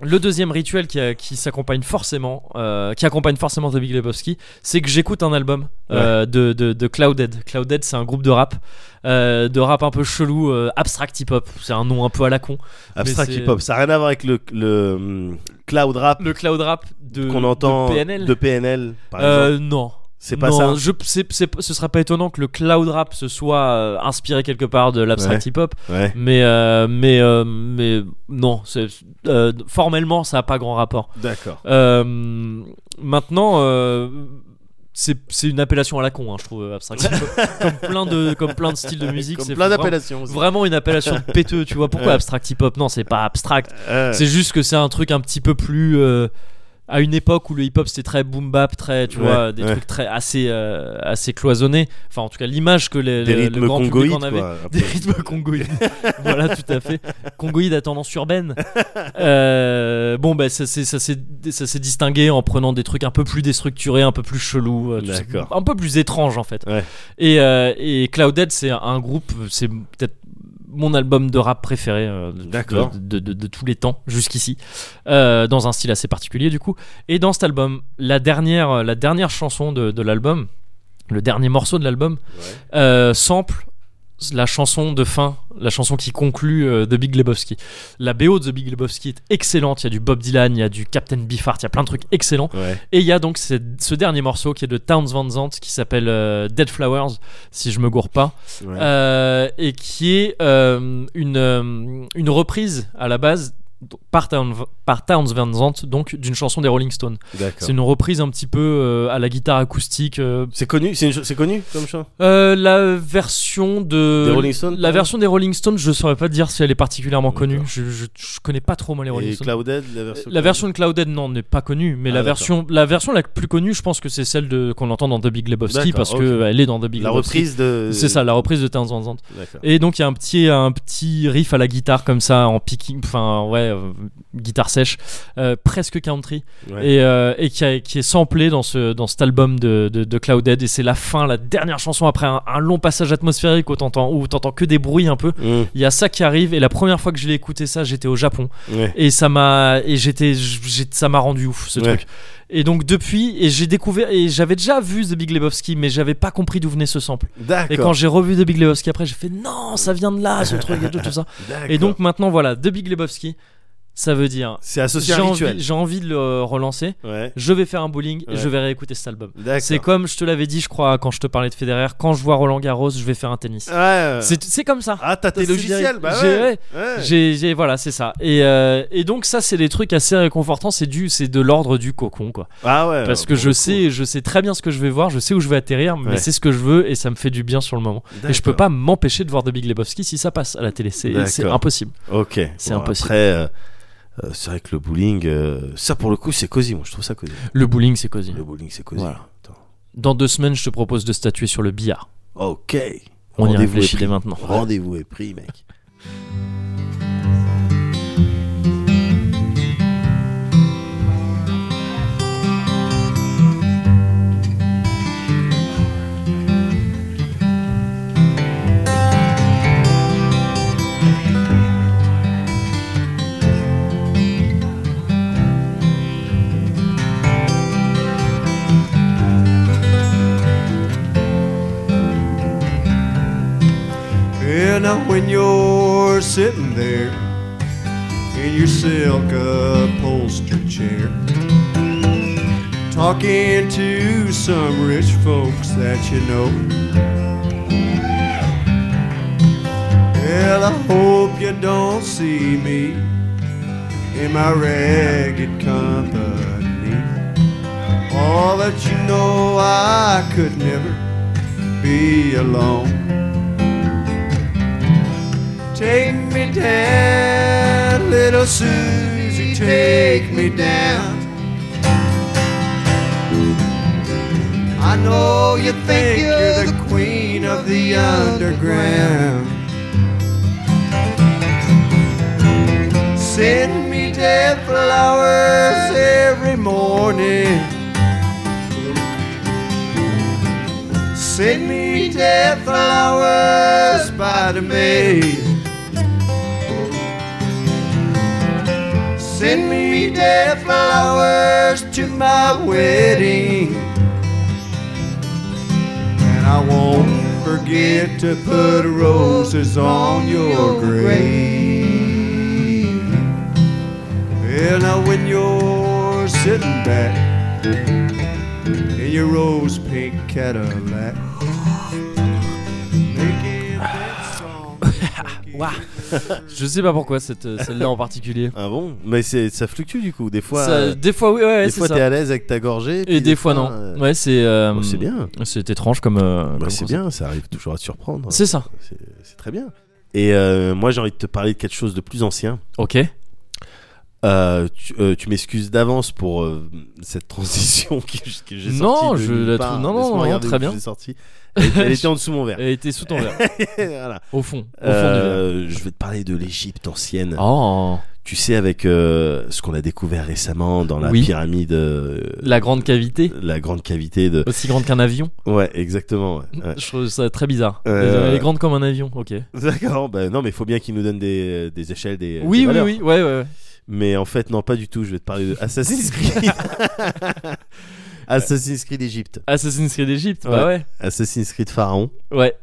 Speaker 1: Le deuxième rituel qui, a- qui s'accompagne forcément, euh, qui accompagne forcément The Big Lebowski, c'est que j'écoute un album euh, de, de, de Clouded. Clouded, c'est un groupe de rap, euh, de rap un peu chelou, euh, abstract hip hop. C'est un nom un peu à la con.
Speaker 2: Abstract
Speaker 1: c'est-
Speaker 2: hip hop, ça n'a rien à voir avec le, le hum, cloud rap
Speaker 1: Le cloud rap de,
Speaker 2: qu'on entend
Speaker 1: de PNL.
Speaker 2: de PNL, par
Speaker 1: Euh,
Speaker 2: exemple.
Speaker 1: non.
Speaker 2: C'est pas
Speaker 1: Non,
Speaker 2: ça.
Speaker 1: je- c'est- c'est- ce sera pas étonnant que le cloud rap se soit euh, inspiré quelque part de l'abstract hip hop,
Speaker 2: Ouais.
Speaker 1: mais euh, mais euh, mais non, c'est- euh, formellement ça a pas grand rapport.
Speaker 2: D'accord.
Speaker 1: Euh, maintenant, euh, c'est c'est une appellation à la con, hein, je trouve,
Speaker 2: <laughs>
Speaker 1: abstract. Comme- comme, plein de, comme plein de styles de musique,
Speaker 2: Comme
Speaker 1: c'est
Speaker 2: plein
Speaker 1: vraiment,
Speaker 2: d'appellations. aussi.
Speaker 1: vraiment une
Speaker 2: <laughs>
Speaker 1: appellation de péteux, tu vois. Pourquoi
Speaker 2: Ouais.
Speaker 1: abstract hip-hop Non, c'est pas abstract.
Speaker 2: Euh,
Speaker 1: C'est juste que c'est un truc un petit peu plus. euh, à une époque où le hip-hop c'était très boom-bap, très, tu
Speaker 2: Ouais,
Speaker 1: vois, des
Speaker 2: ouais.
Speaker 1: trucs très assez, euh, assez cloisonnés. Enfin, en tout cas, l'image que les,
Speaker 2: des
Speaker 1: le-
Speaker 2: rythmes
Speaker 1: le grand public
Speaker 2: congoïdes.
Speaker 1: en avait
Speaker 2: quoi, un peu.
Speaker 1: des rythmes
Speaker 2: <laughs>
Speaker 1: congoïdes. voilà, tout à fait. Congoïdes à tendance urbaine. Euh, bon, bah, ça s'est ça s'est- ça s'est distingué en prenant des trucs un peu plus déstructurés, un peu plus chelous, euh, tout ça.
Speaker 2: D'accord.
Speaker 1: un peu plus étranges en fait.
Speaker 2: Ouais.
Speaker 1: Et, euh, et Clouded, c'est un groupe, c'est peut-être mon album de rap préféré euh, de,
Speaker 2: D'accord.
Speaker 1: de, de- de- de tous les temps jusqu'ici, Euh, dans un style assez particulier du coup. Et dans cet album, la dernière, la dernière chanson de, de l'album, le dernier morceau de l'album, euh, sample la chanson de fin, la chanson qui conclut euh, The Big Lebowski. La BO de The Big Lebowski est excellente, il y a du Bob Dylan, il y a du Captain Beefheart, il y a plein de trucs excellents.
Speaker 2: Ouais.
Speaker 1: Et il y a donc cette- ce dernier morceau qui est de Towns Van Zandt qui s'appelle euh, Dead Flowers, si je me gourre pas,
Speaker 2: Ouais.
Speaker 1: euh, et qui est euh, une, euh, une reprise à la base par, Town- par Towns Van Zandt, donc d'une chanson des Rolling Stones.
Speaker 2: D'accord.
Speaker 1: C'est une reprise un petit peu euh, à la guitare acoustique, euh,
Speaker 2: C'est connu, c'est une cho- c'est connu comme chant.
Speaker 1: euh, la version de
Speaker 2: Des Rolling Stones,
Speaker 1: Euh, la
Speaker 2: peut-être
Speaker 1: version des Rolling Stones, je saurais pas dire si elle est particulièrement connue.
Speaker 2: D'accord.
Speaker 1: Je, je, je connais pas trop moi les Rolling
Speaker 2: Et
Speaker 1: Stones.
Speaker 2: Clouded, la version.
Speaker 1: La version de Clouded non n'est pas connue, mais
Speaker 2: Ah,
Speaker 1: la
Speaker 2: d'accord.
Speaker 1: version la version la plus connue, je pense que c'est celle de qu'on entend dans The Big Lebowski
Speaker 2: D'accord,
Speaker 1: parce
Speaker 2: ok.
Speaker 1: que euh, elle est dans The Big
Speaker 2: La
Speaker 1: Lebowski.
Speaker 2: reprise de.
Speaker 1: C'est ça, la reprise de Towns Van Zandt.
Speaker 2: D'accord.
Speaker 1: Et donc il y a un petit un petit riff à la guitare comme ça en picking, enfin ouais, euh, guitare sèche, euh, presque country
Speaker 2: Ouais.
Speaker 1: et, euh, et qui, a- qui est samplé dans, ce, dans cet album de, de, de Clouded et c'est la fin, la dernière chanson après un, un long passage atmosphérique où t'entends, où t'entends que des bruits un peu.
Speaker 2: Mmh,
Speaker 1: Il y a ça qui arrive et la première fois que je l'ai écouté ça, j'étais au Japon
Speaker 2: ouais.
Speaker 1: et ça m'a et j'étais j'ai- ça m'a rendu ouf ce
Speaker 2: Ouais.
Speaker 1: truc. Et donc depuis et j'ai découvert et j'avais déjà vu The Big Lebowski mais j'avais pas compris d'où venait ce sample. Et quand
Speaker 2: D'accord.
Speaker 1: j'ai revu The Big Lebowski après, j'ai fait non, ça vient de là
Speaker 2: <laughs>
Speaker 1: ce truc et tout, tout ça. Et donc maintenant voilà, The Big Lebowski, ça veut dire
Speaker 2: c'est associé
Speaker 1: j'ai
Speaker 2: à un
Speaker 1: envie,
Speaker 2: rituel.
Speaker 1: j'ai envie de le relancer
Speaker 2: Ouais.
Speaker 1: je vais faire un bowling et
Speaker 2: Ouais.
Speaker 1: je vais réécouter cet album.
Speaker 2: D'accord.
Speaker 1: C'est comme je te l'avais dit, je crois, quand je te parlais de Federer, quand je vois Roland Garros, je vais faire un tennis.
Speaker 2: Ouais.
Speaker 1: C'est c'est comme ça.
Speaker 2: Ah, t'as tes
Speaker 1: C'est
Speaker 2: logiciels,
Speaker 1: direct.
Speaker 2: bah
Speaker 1: J'ai-
Speaker 2: ouais. ouais.
Speaker 1: J'ai, j'ai- voilà, c'est ça. Et, euh, et donc ça, c'est des trucs assez réconfortants. C'est du, c'est de l'ordre du cocon, quoi.
Speaker 2: Ah ouais.
Speaker 1: Parce que
Speaker 2: pour
Speaker 1: je
Speaker 2: le coup.
Speaker 1: sais, je sais très bien ce que je vais voir, je sais où je vais atterrir, mais
Speaker 2: Ouais.
Speaker 1: c'est ce que je veux et ça me fait du bien sur le moment. Et je peux
Speaker 2: D'accord.
Speaker 1: pas m'empêcher de voir The Big Lebowski si ça passe à la télé. C'est,
Speaker 2: D'accord.
Speaker 1: c'est impossible.
Speaker 2: Ok.
Speaker 1: C'est
Speaker 2: Bon,
Speaker 1: impossible.
Speaker 2: Après, euh, euh, c'est vrai que le bowling, euh, ça pour le coup, c'est cosy. Moi, je trouve ça cosy.
Speaker 1: Le bowling, c'est cosy.
Speaker 2: Le bowling, c'est cosy.
Speaker 1: Voilà.
Speaker 2: Attends.
Speaker 1: Dans deux semaines, je te propose de statuer sur le billard. On
Speaker 2: Ok.
Speaker 1: y
Speaker 2: Rendez-vous est
Speaker 1: réfléchit
Speaker 2: pris.
Speaker 1: dès maintenant.
Speaker 2: Rendez-vous est pris,
Speaker 1: <laughs>
Speaker 2: mec.
Speaker 4: And now when you're sitting there in your silk upholstered chair, talking to some rich folks that you know. Well, I hope you don't see me in my ragged company. All that you know, I could never be alone. Take me down, little Susie, take me down. I know you think you're the queen of the underground. Send me dead flowers every morning. Send me dead flowers by the maid. Send me dead flowers to my wedding. And I won't forget to put roses on your grave. And now when you're sitting back in your rose pink Cadillac. Making that song funky.
Speaker 1: Je sais pas pourquoi cette, euh, celle-là en particulier.
Speaker 2: Ah bon Mais c'est ça fluctue du coup. Des fois,
Speaker 1: Ça-
Speaker 2: euh,
Speaker 1: des fois, oui, ouais,
Speaker 2: des
Speaker 1: c'est
Speaker 2: fois
Speaker 1: ça.
Speaker 2: t'es à l'aise avec ta gorgée. puis
Speaker 1: Et des fois, non.
Speaker 2: euh,
Speaker 1: Ouais, c'est. euh,
Speaker 2: oh, c'est bien.
Speaker 1: C'est étrange comme. euh,
Speaker 2: Bah,
Speaker 1: comme
Speaker 2: c'est
Speaker 1: concept.
Speaker 2: bien, ça arrive toujours à te surprendre.
Speaker 1: C'est ça.
Speaker 2: C'est c'est très bien. Et euh, moi, j'ai envie de te parler de quelque chose de plus ancien.
Speaker 1: Ok.
Speaker 2: Euh, tu euh, tu m'excuses d'avance pour euh, cette transition <laughs> que, j- que j'ai
Speaker 1: Non,
Speaker 2: sortie de
Speaker 1: je
Speaker 2: nulle
Speaker 1: la
Speaker 2: part.
Speaker 1: trouve- non, non,
Speaker 2: Laisse-moi
Speaker 1: non,
Speaker 2: regarder
Speaker 1: très
Speaker 2: où
Speaker 1: bien.
Speaker 2: je
Speaker 1: <laughs>
Speaker 2: l'ai sortie. Elle, elle était en dessous de mon verre.
Speaker 1: Et t'es sous ton verre.
Speaker 2: <laughs> Voilà.
Speaker 1: Au fond. Au fond du verre.
Speaker 2: Euh, je vais te parler de l'Égypte ancienne.
Speaker 1: Oh.
Speaker 2: Tu sais, avec euh, ce qu'on a découvert récemment dans la
Speaker 1: Oui.
Speaker 2: pyramide, euh,
Speaker 1: La grande cavité.
Speaker 2: la grande cavité de.
Speaker 1: Aussi grande qu'un avion.
Speaker 2: Ouais, exactement. ouais,
Speaker 1: <laughs>
Speaker 2: ouais.
Speaker 1: Je trouve ça très bizarre.
Speaker 2: Euh,
Speaker 1: Elle est grande comme un avion. Ok.
Speaker 2: D'accord. bah non, mais il faut bien qu'ils nous donnent des, euh, des échelles, des. des
Speaker 1: Oui, oui,
Speaker 2: valeurs.
Speaker 1: oui. Ouais, ouais. ouais.
Speaker 2: Mais en fait, non, pas du tout. Je vais
Speaker 1: <laughs>
Speaker 2: te parler de Assassin's Creed. Assassin's Creed Égypte.
Speaker 1: Assassin's Creed Egypte. Bah ouais.
Speaker 2: Assassin's Creed Pharaon.
Speaker 1: Ouais.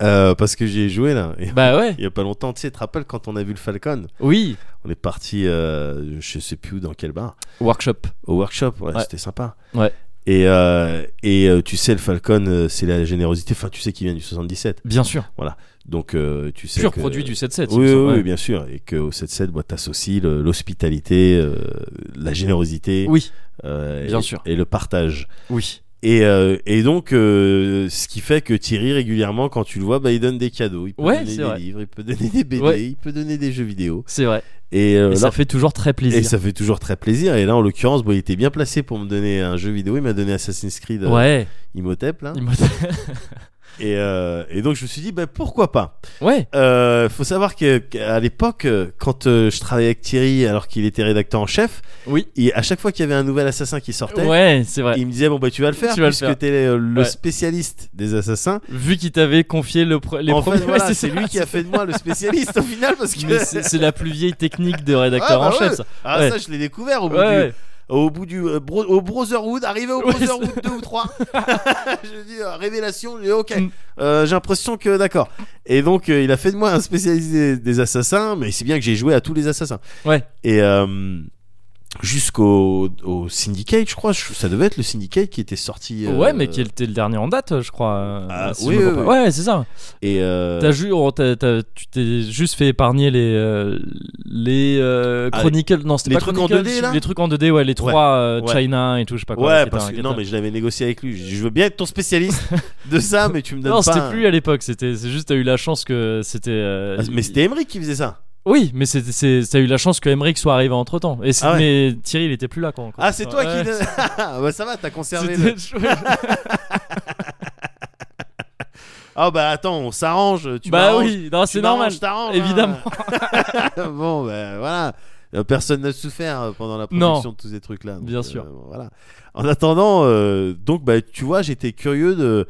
Speaker 2: Euh, parce que j'y ai joué là. Et-
Speaker 1: Bah ouais.
Speaker 2: Il y a pas longtemps, tu sais, tu te rappelles quand on a vu le Falcon
Speaker 1: Oui.
Speaker 2: On est parti, euh, je sais plus où, dans quel bar.
Speaker 1: Workshop.
Speaker 2: au workshop ouais,
Speaker 1: Ouais.
Speaker 2: c'était sympa
Speaker 1: Ouais.
Speaker 2: et euh, et euh, tu sais le Falcon euh, c'est la générosité enfin tu sais qu'il vient du 77
Speaker 1: Bien sûr.
Speaker 2: donc euh, tu sais
Speaker 1: Pur
Speaker 2: que-
Speaker 1: produit du 7-7. il
Speaker 2: oui,
Speaker 1: me
Speaker 2: oui,
Speaker 1: semble,
Speaker 2: oui,
Speaker 1: ouais.
Speaker 2: bien sûr et que au 77 bah, t'associes le- l'hospitalité euh, la générosité
Speaker 1: Oui.
Speaker 2: euh,
Speaker 1: bien
Speaker 2: et,
Speaker 1: sûr.
Speaker 2: et le partage
Speaker 1: Oui.
Speaker 2: et, euh, et donc euh, ce qui fait que Thierry régulièrement quand tu le vois bah, il donne des cadeaux il peut
Speaker 1: Ouais,
Speaker 2: donner
Speaker 1: c'est
Speaker 2: des
Speaker 1: vrai.
Speaker 2: livres il peut donner des BD
Speaker 1: Ouais.
Speaker 2: il peut donner des jeux vidéo
Speaker 1: C'est vrai.
Speaker 2: et, euh,
Speaker 1: Et ça
Speaker 2: là-
Speaker 1: fait toujours très plaisir.
Speaker 2: Et ça fait toujours très plaisir. Et là, en l'occurrence, bon, il était bien placé pour me donner un jeu vidéo. Il m'a donné Assassin's Creed euh,
Speaker 1: Ouais.
Speaker 2: Imhotep. Là.
Speaker 1: Il me-
Speaker 2: Et, euh, et donc, je me suis dit, bah, pourquoi pas
Speaker 1: <laughs> ouais.
Speaker 2: euh, Faut savoir que- qu'à l'époque, euh, quand euh, je travaillais avec Thierry, alors qu'il était rédacteur en chef,
Speaker 1: Oui.
Speaker 2: et à chaque fois qu'il y avait un nouvel assassin qui sortait,
Speaker 1: Ouais, c'est vrai.
Speaker 2: il me disait, bon, bah, tu vas le faire,
Speaker 1: Tu vas le
Speaker 2: puisque
Speaker 1: faire.
Speaker 2: t'es euh, le
Speaker 1: Ouais.
Speaker 2: spécialiste des assassins.
Speaker 1: Vu qu'il t'avait confié le pre- les
Speaker 2: en
Speaker 1: premiers. <laughs>
Speaker 2: fait, voilà,
Speaker 1: ouais,
Speaker 2: c'est
Speaker 1: ça.
Speaker 2: lui qui a fait de moi le spécialiste au final, parce que.
Speaker 1: Mais c'est c'est la plus vieille technique de rédacteur
Speaker 2: Ah, bah
Speaker 1: en chef,
Speaker 2: ouais.
Speaker 1: ça.
Speaker 2: Ah,
Speaker 1: Ouais.
Speaker 2: ça, je l'ai découvert au bout
Speaker 1: Ouais,
Speaker 2: du,
Speaker 1: ouais.
Speaker 2: au bout du euh, bro- au Brotherhood, arrivé au
Speaker 1: Ouais,
Speaker 2: Brotherhood 2 ou 3. <laughs> je dis euh, révélation, je dis, OK.
Speaker 1: Mm.
Speaker 2: Euh, j'ai l'impression que d'accord. Et donc euh, il a fait de moi un spécialiste des, des assassins, mais c'est bien que j'ai joué à tous les assassins.
Speaker 1: Ouais.
Speaker 2: Et euh, jusqu'au au Syndicate, je crois, je- ça devait être le Syndicate qui était sorti euh,
Speaker 1: Ouais, mais qui était le dernier en date, je crois. euh,
Speaker 2: Ah,
Speaker 1: si
Speaker 2: oui,
Speaker 1: je me
Speaker 2: oui,
Speaker 1: trompe
Speaker 2: oui.
Speaker 1: pas. Ouais, c'est ça.
Speaker 2: et euh,
Speaker 1: T'as ju- oh, t'as- t'as- tu t'es juste fait épargner les euh, les euh,
Speaker 2: Ah,
Speaker 1: Chronicles. non, c'était
Speaker 2: les
Speaker 1: pas
Speaker 2: trucs en
Speaker 1: Chronicles,
Speaker 2: 2D, là
Speaker 1: les trucs en 2D, ouais, les trois euh,
Speaker 2: ouais.
Speaker 1: China et tout, je sais pas quoi.
Speaker 2: Ouais,
Speaker 1: etc.,
Speaker 2: parce que
Speaker 1: etc.
Speaker 2: non, mais je l'avais négocié avec lui. J'ai dit, Je veux bien être ton spécialiste
Speaker 1: <laughs>
Speaker 2: de ça, mais tu me donnes
Speaker 1: non,
Speaker 2: pas.
Speaker 1: c'était
Speaker 2: un-
Speaker 1: plus à l'époque. C'était, c'est juste t'as eu la chance que c'était. euh,
Speaker 2: Ah, mais c'était Emery qui faisait ça.
Speaker 1: Oui, mais c'était, c'est, t'as eu la chance que Emmerich soit arrivé entre temps. Et c'est-
Speaker 2: Ah ouais.
Speaker 1: mais Thierry, il était plus là quand. quand-
Speaker 2: Ah, c'est toi
Speaker 1: Ouais.
Speaker 2: qui. <laughs>
Speaker 1: <laughs>
Speaker 2: Ah, bah, ça va, t'as conservé. le-
Speaker 1: C'était bah chouette.
Speaker 2: Ah bah attends, on s'arrange, tu
Speaker 1: bah
Speaker 2: m'arranges,
Speaker 1: oui, non,
Speaker 2: tu
Speaker 1: c'est normal.
Speaker 2: m'arranges, je t'arrange,
Speaker 1: Évidemment.
Speaker 2: hein. <laughs> bon bah voilà. Euh, Personne n'a souffert euh, pendant la
Speaker 1: Non.
Speaker 2: production de tous ces trucs-là. donc,
Speaker 1: Bien
Speaker 2: euh,
Speaker 1: sûr.
Speaker 2: voilà. En attendant, euh, donc bah tu vois, j'étais curieux de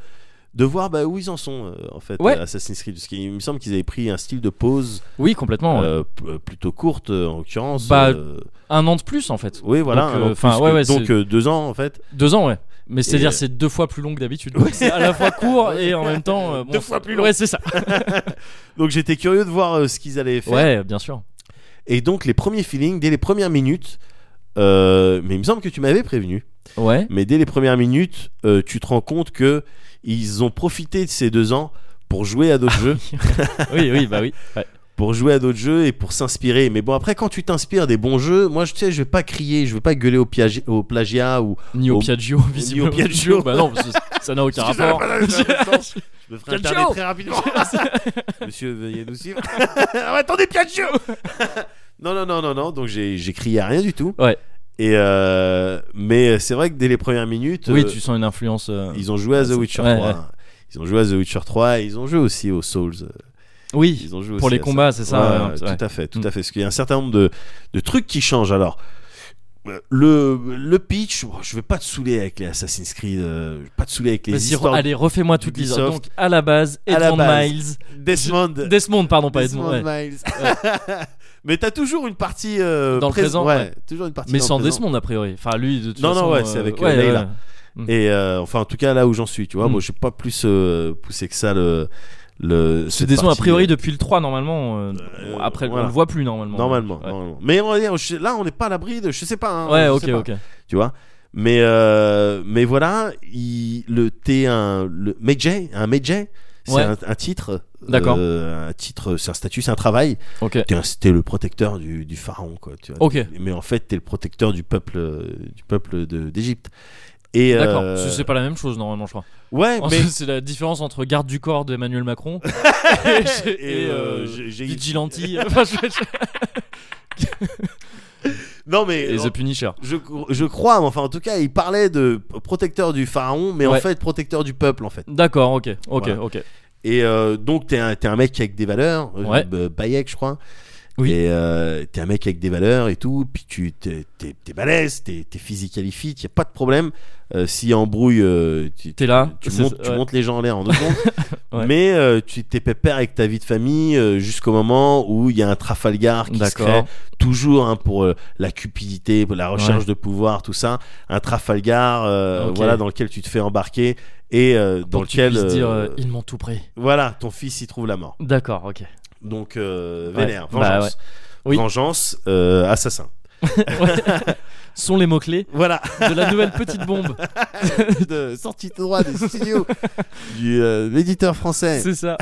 Speaker 2: de voir bah, où ils en sont euh, en fait
Speaker 1: Ouais.
Speaker 2: euh, Assassin's Creed parce qu'il me semble qu'ils avaient pris un style de pause
Speaker 1: Oui, complètement. Oh, ouais.
Speaker 2: euh, p- euh, plutôt courte euh, en l'occurrence
Speaker 1: Bah,
Speaker 2: euh,
Speaker 1: Un an de plus en fait.
Speaker 2: oui voilà
Speaker 1: donc,
Speaker 2: un an
Speaker 1: euh,
Speaker 2: de
Speaker 1: enfin,
Speaker 2: plus
Speaker 1: ouais,
Speaker 2: que-
Speaker 1: ouais,
Speaker 2: donc
Speaker 1: c'est-
Speaker 2: euh, deux ans en fait
Speaker 1: Deux ans, ouais. Mais c'est-à-dire
Speaker 2: euh,
Speaker 1: c'est deux fois plus long que d'habitude. Donc c'est <laughs> à la fois court et en même temps. euh, bon,
Speaker 2: Deux
Speaker 1: c'est-
Speaker 2: fois plus long.
Speaker 1: Ouais,
Speaker 2: <laughs>
Speaker 1: c'est ça.
Speaker 2: donc j'étais curieux de voir euh, ce qu'ils allaient faire
Speaker 1: Ouais, bien sûr.
Speaker 2: Et donc les premiers feelings, dès les premières minutes, euh, mais il me semble que tu m'avais prévenu,
Speaker 1: Ouais.
Speaker 2: mais dès les premières minutes, euh, tu te rends compte que ils ont profité de ces deux ans pour jouer à d'autres jeux,
Speaker 1: Oui, oui, bah oui. Ouais.
Speaker 2: pour jouer à d'autres jeux et pour s'inspirer. Mais bon, après quand tu t'inspires des bons jeux, moi je tu sais, je vais pas crier, je vais pas gueuler au, piagi- au plagiat ou
Speaker 1: Ni au
Speaker 2: Au-
Speaker 1: Piaggio, visiblement.
Speaker 2: Piaggio.
Speaker 1: Bah non, parce que ça n'a aucun
Speaker 2: Excusez-moi,
Speaker 1: rapport.
Speaker 2: madame, j'ai un sens. je me ferai
Speaker 1: Quel
Speaker 2: interner
Speaker 1: show
Speaker 2: très rapidement. Monsieur, veuillez nous suivre. <laughs> Ah, attendez, Piaggio <laughs> Non, non, non, non, non. Donc j'ai j'ai crié à rien du tout.
Speaker 1: Ouais.
Speaker 2: Et euh, mais c'est vrai que dès les premières
Speaker 1: <laughs>
Speaker 2: minutes,
Speaker 1: Oui,
Speaker 2: euh,
Speaker 1: tu sens une influence. euh,
Speaker 2: ils ont joué à The Witcher
Speaker 1: Ouais,
Speaker 2: 3.
Speaker 1: ouais.
Speaker 2: hein. Ils ont joué à The Witcher 3 et ils ont joué aussi aux Souls.
Speaker 1: Oui.
Speaker 2: Ils ont joué
Speaker 1: Pour
Speaker 2: aussi
Speaker 1: les
Speaker 2: à
Speaker 1: combats, c'est ça.
Speaker 2: Ouais,
Speaker 1: ouais, ouais.
Speaker 2: Tout à fait, tout
Speaker 1: Mm.
Speaker 2: à fait. Parce qu'il y a un certain nombre de, de trucs qui changent. Alors, euh, le, le pitch, oh, je vais pas te saouler avec les Assassin's Creed, euh, je vais pas te saouler avec les
Speaker 1: Vas-y,
Speaker 2: histoires.
Speaker 1: allez, refais-moi toute l'histoire.
Speaker 2: d'Ubisoft.
Speaker 1: Donc, à la base,
Speaker 2: À la
Speaker 1: Edmond
Speaker 2: base.
Speaker 1: Miles.
Speaker 2: Desmond,
Speaker 1: Desmond, pardon, pas Edmond.
Speaker 2: Desmond
Speaker 1: ouais.
Speaker 2: Miles. <laughs> Mais t'as toujours une partie euh,
Speaker 1: Dans le
Speaker 2: prés-
Speaker 1: présent,
Speaker 2: ouais,
Speaker 1: ouais.
Speaker 2: toujours une partie.
Speaker 1: Mais
Speaker 2: dans le
Speaker 1: sans
Speaker 2: présent.
Speaker 1: Desmond, a priori. Enfin, lui, de toute
Speaker 2: Non, non,
Speaker 1: façon,
Speaker 2: ouais, c'est
Speaker 1: euh,
Speaker 2: avec, euh, Layla. Et euh, enfin, en tout cas, là où j'en suis, tu vois,
Speaker 1: Mm.
Speaker 2: moi, j'ai pas plus euh, poussé que ça le le.
Speaker 1: C'est
Speaker 2: cette
Speaker 1: Desmond, a
Speaker 2: partie,
Speaker 1: priori,
Speaker 2: euh,
Speaker 1: depuis le 3, normalement. euh,
Speaker 2: Euh,
Speaker 1: après,
Speaker 2: voilà.
Speaker 1: on le voit plus, normalement.
Speaker 2: Normalement,
Speaker 1: Ouais,
Speaker 2: normalement. Mais on va dire, je- là, on n'est pas à l'abri de, je sais pas. hein,
Speaker 1: Ouais,
Speaker 2: je
Speaker 1: ok,
Speaker 2: sais pas,
Speaker 1: ok.
Speaker 2: Tu vois. Mais, euh, mais voilà, il, le T1, le Mayjay, un Mayjay, c'est
Speaker 1: Ouais.
Speaker 2: un, un titre.
Speaker 1: D'accord.
Speaker 2: euh, un titre, c'est un statut, c'est un travail.
Speaker 1: Ok.
Speaker 2: T'es, un- t'es le protecteur du, du pharaon, quoi. Tu vois.
Speaker 1: Ok.
Speaker 2: Mais en fait, t'es le protecteur du peuple, euh, du peuple de, d'Égypte. Et
Speaker 1: D'accord.
Speaker 2: euh,
Speaker 1: Parce que C'est pas la même chose normalement,
Speaker 2: <laughs>
Speaker 1: je crois.
Speaker 2: Ouais,
Speaker 1: En
Speaker 2: mais
Speaker 1: fait, C'est la différence entre garde du corps d'Emmanuel
Speaker 2: <laughs>
Speaker 1: Macron et, et, euh,
Speaker 2: j'ai- j'ai-
Speaker 1: vigilante. <laughs> Enfin, je- je-
Speaker 2: non mais
Speaker 1: et The Punisher.
Speaker 2: Je, je crois, mais enfin en tout cas, il parlait de protecteur du pharaon, mais en
Speaker 1: Ouais.
Speaker 2: fait protecteur du peuple en fait.
Speaker 1: D'accord. Ok. Ok.
Speaker 2: Voilà.
Speaker 1: Ok.
Speaker 2: Et euh, donc t'es un, t'es un mec avec des valeurs, euh,
Speaker 1: Ouais.
Speaker 2: B- Bayek je crois.
Speaker 1: Oui.
Speaker 2: Et euh, t'es un mec avec des valeurs et tout, puis tu t'es, t'es, t'es balèze, t'es, t'es physical fit, y a pas de problème. Euh, si embrouille, euh, tu,
Speaker 1: T'es là,
Speaker 2: tu,
Speaker 1: c'est-
Speaker 2: montes, tu
Speaker 1: ouais.
Speaker 2: montes les gens en l'air en deux secondes.
Speaker 1: <laughs> Ouais.
Speaker 2: Mais euh, tu t'es pépère avec ta vie de famille euh, jusqu'au moment où il y a un Trafalgar qui se crée
Speaker 1: D'accord.
Speaker 2: toujours hein, pour euh, la cupidité, pour la recherche
Speaker 1: Ouais.
Speaker 2: de pouvoir, tout ça. Un Trafalgar, euh,
Speaker 1: Ok.
Speaker 2: voilà, dans lequel tu te fais embarquer et euh, dans
Speaker 1: Pour que tu
Speaker 2: lequel,
Speaker 1: puisses dire,
Speaker 2: euh,
Speaker 1: euh, ils m'ont tout pris.
Speaker 2: voilà, ton fils y trouve la mort.
Speaker 1: D'accord.
Speaker 2: <laughs>
Speaker 1: Ok.
Speaker 2: Donc euh,
Speaker 1: Ouais.
Speaker 2: vénère,
Speaker 1: Bah
Speaker 2: vengeance,
Speaker 1: ouais. Oui.
Speaker 2: vengeance, euh, assassin.
Speaker 1: Sont les mots clés <laughs>
Speaker 2: Voilà,
Speaker 1: de la nouvelle petite
Speaker 2: <laughs>
Speaker 1: bombe.
Speaker 2: de sortie de droit des <laughs> studios du euh, l'éditeur français.
Speaker 1: C'est ça.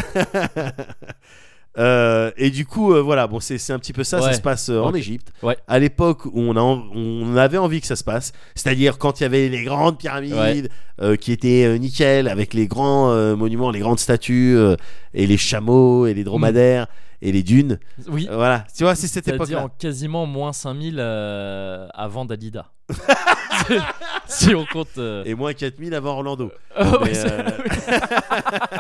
Speaker 2: Euh, et du coup, euh, voilà, bon, c'est c'est un petit peu ça. Ça
Speaker 1: Ouais.
Speaker 2: se passe euh, en
Speaker 1: Ok.
Speaker 2: Égypte.
Speaker 1: Ouais.
Speaker 2: À l'époque où on, a en- on avait envie que ça se passe, c'est-à-dire quand il y avait les grandes pyramides
Speaker 1: Ouais.
Speaker 2: euh, qui étaient euh, nickel, avec les grands euh, monuments, les grandes statues euh, et les chameaux et les dromadaires
Speaker 1: Mm.
Speaker 2: et les dunes.
Speaker 1: Oui.
Speaker 2: Euh, voilà, tu vois, c'est cette
Speaker 1: C'est-à-dire
Speaker 2: époque-là.
Speaker 1: en quasiment moins 5000 euh, avant Dalida. <laughs> si on compte. euh,
Speaker 2: Et moins 4000 avant Orlando.
Speaker 1: <laughs> ah ouais,
Speaker 2: mais,
Speaker 1: c'est-
Speaker 2: euh, <laughs>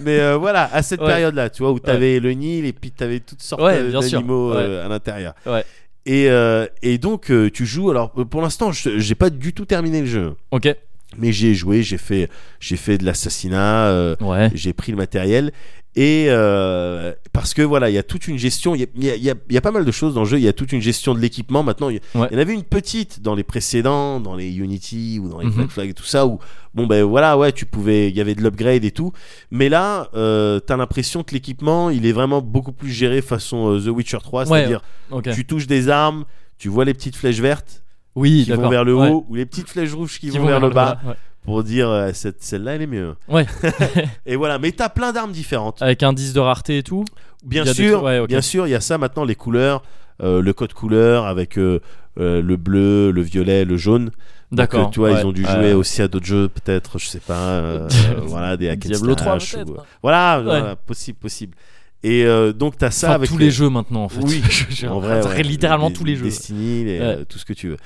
Speaker 2: Mais euh, voilà, à cette
Speaker 1: Ouais.
Speaker 2: période-là, tu vois, où t'avais le Nil et puis t'avais toutes sortes
Speaker 1: Ouais,
Speaker 2: euh,
Speaker 1: bien sûr.
Speaker 2: d'animaux euh, à l'intérieur.
Speaker 1: Ouais.
Speaker 2: Et, euh, et donc, euh, tu joues. Alors, euh, pour l'instant, je- j'ai pas du tout terminé le jeu.
Speaker 1: Ok.
Speaker 2: Mais j'ai joué, j'ai fait, j'ai fait de l'assassinat, euh,
Speaker 1: Ouais.
Speaker 2: j'ai pris le matériel. Et euh, parce que voilà, il y a toute une gestion, il y a, il y a- il y a- il y a pas mal de choses dans le jeu, il y a toute une gestion de l'équipement maintenant. Il y,
Speaker 1: Ouais.
Speaker 2: il y en avait une petite dans les précédents, dans les Unity ou dans les
Speaker 1: Mhm.
Speaker 2: Black Flag et tout ça, où bon ben voilà, ouais, tu pouvais, il y avait de l'upgrade et tout. Mais là, euh, t'as l'impression que l'équipement, il est vraiment beaucoup plus géré façon euh, The Witcher 3,
Speaker 1: Ouais,
Speaker 2: c'est-à-dire
Speaker 1: Ok.
Speaker 2: tu touches des armes, tu vois les petites flèches vertes
Speaker 1: Oui,
Speaker 2: qui vont
Speaker 1: d'accord.
Speaker 2: vers le haut
Speaker 1: Ouais.
Speaker 2: ou les petites flèches rouges qui, vont, vers, le bas pour dire euh, cette celle-là elle est mieux.
Speaker 1: Ouais. Ouais.
Speaker 2: <laughs> Et voilà, mais t'as plein d'armes différentes.
Speaker 1: Avec un 10 de rareté et tout.
Speaker 2: Bien
Speaker 1: il y a des
Speaker 2: sûr,
Speaker 1: trucs- ouais, ok.
Speaker 2: bien sûr, il y a ça maintenant les couleurs, euh, le code couleur avec euh, euh, le bleu, le violet, le jaune. Donc,
Speaker 1: D'accord.
Speaker 2: euh, tu vois,
Speaker 1: ouais.
Speaker 2: ils ont dû
Speaker 1: Ouais.
Speaker 2: jouer aussi à d'autres jeux peut-être, je sais
Speaker 1: <laughs>
Speaker 2: pas, euh, voilà des hack and
Speaker 1: Diablo 3
Speaker 2: slash
Speaker 1: peut-être. hein.
Speaker 2: ou- euh, voilà, voilà, possible, possible. Et euh, donc t'as ça
Speaker 1: Enfin,
Speaker 2: avec
Speaker 1: tous
Speaker 2: les-
Speaker 1: les jeux maintenant en fait.
Speaker 2: Oui.
Speaker 1: <laughs> Je- je-
Speaker 2: en vrai,
Speaker 1: très
Speaker 2: ouais,
Speaker 1: littéralement
Speaker 2: les-
Speaker 1: tous les jeux.
Speaker 2: Destiny, les-
Speaker 1: Ouais.
Speaker 2: euh, tout ce que tu veux.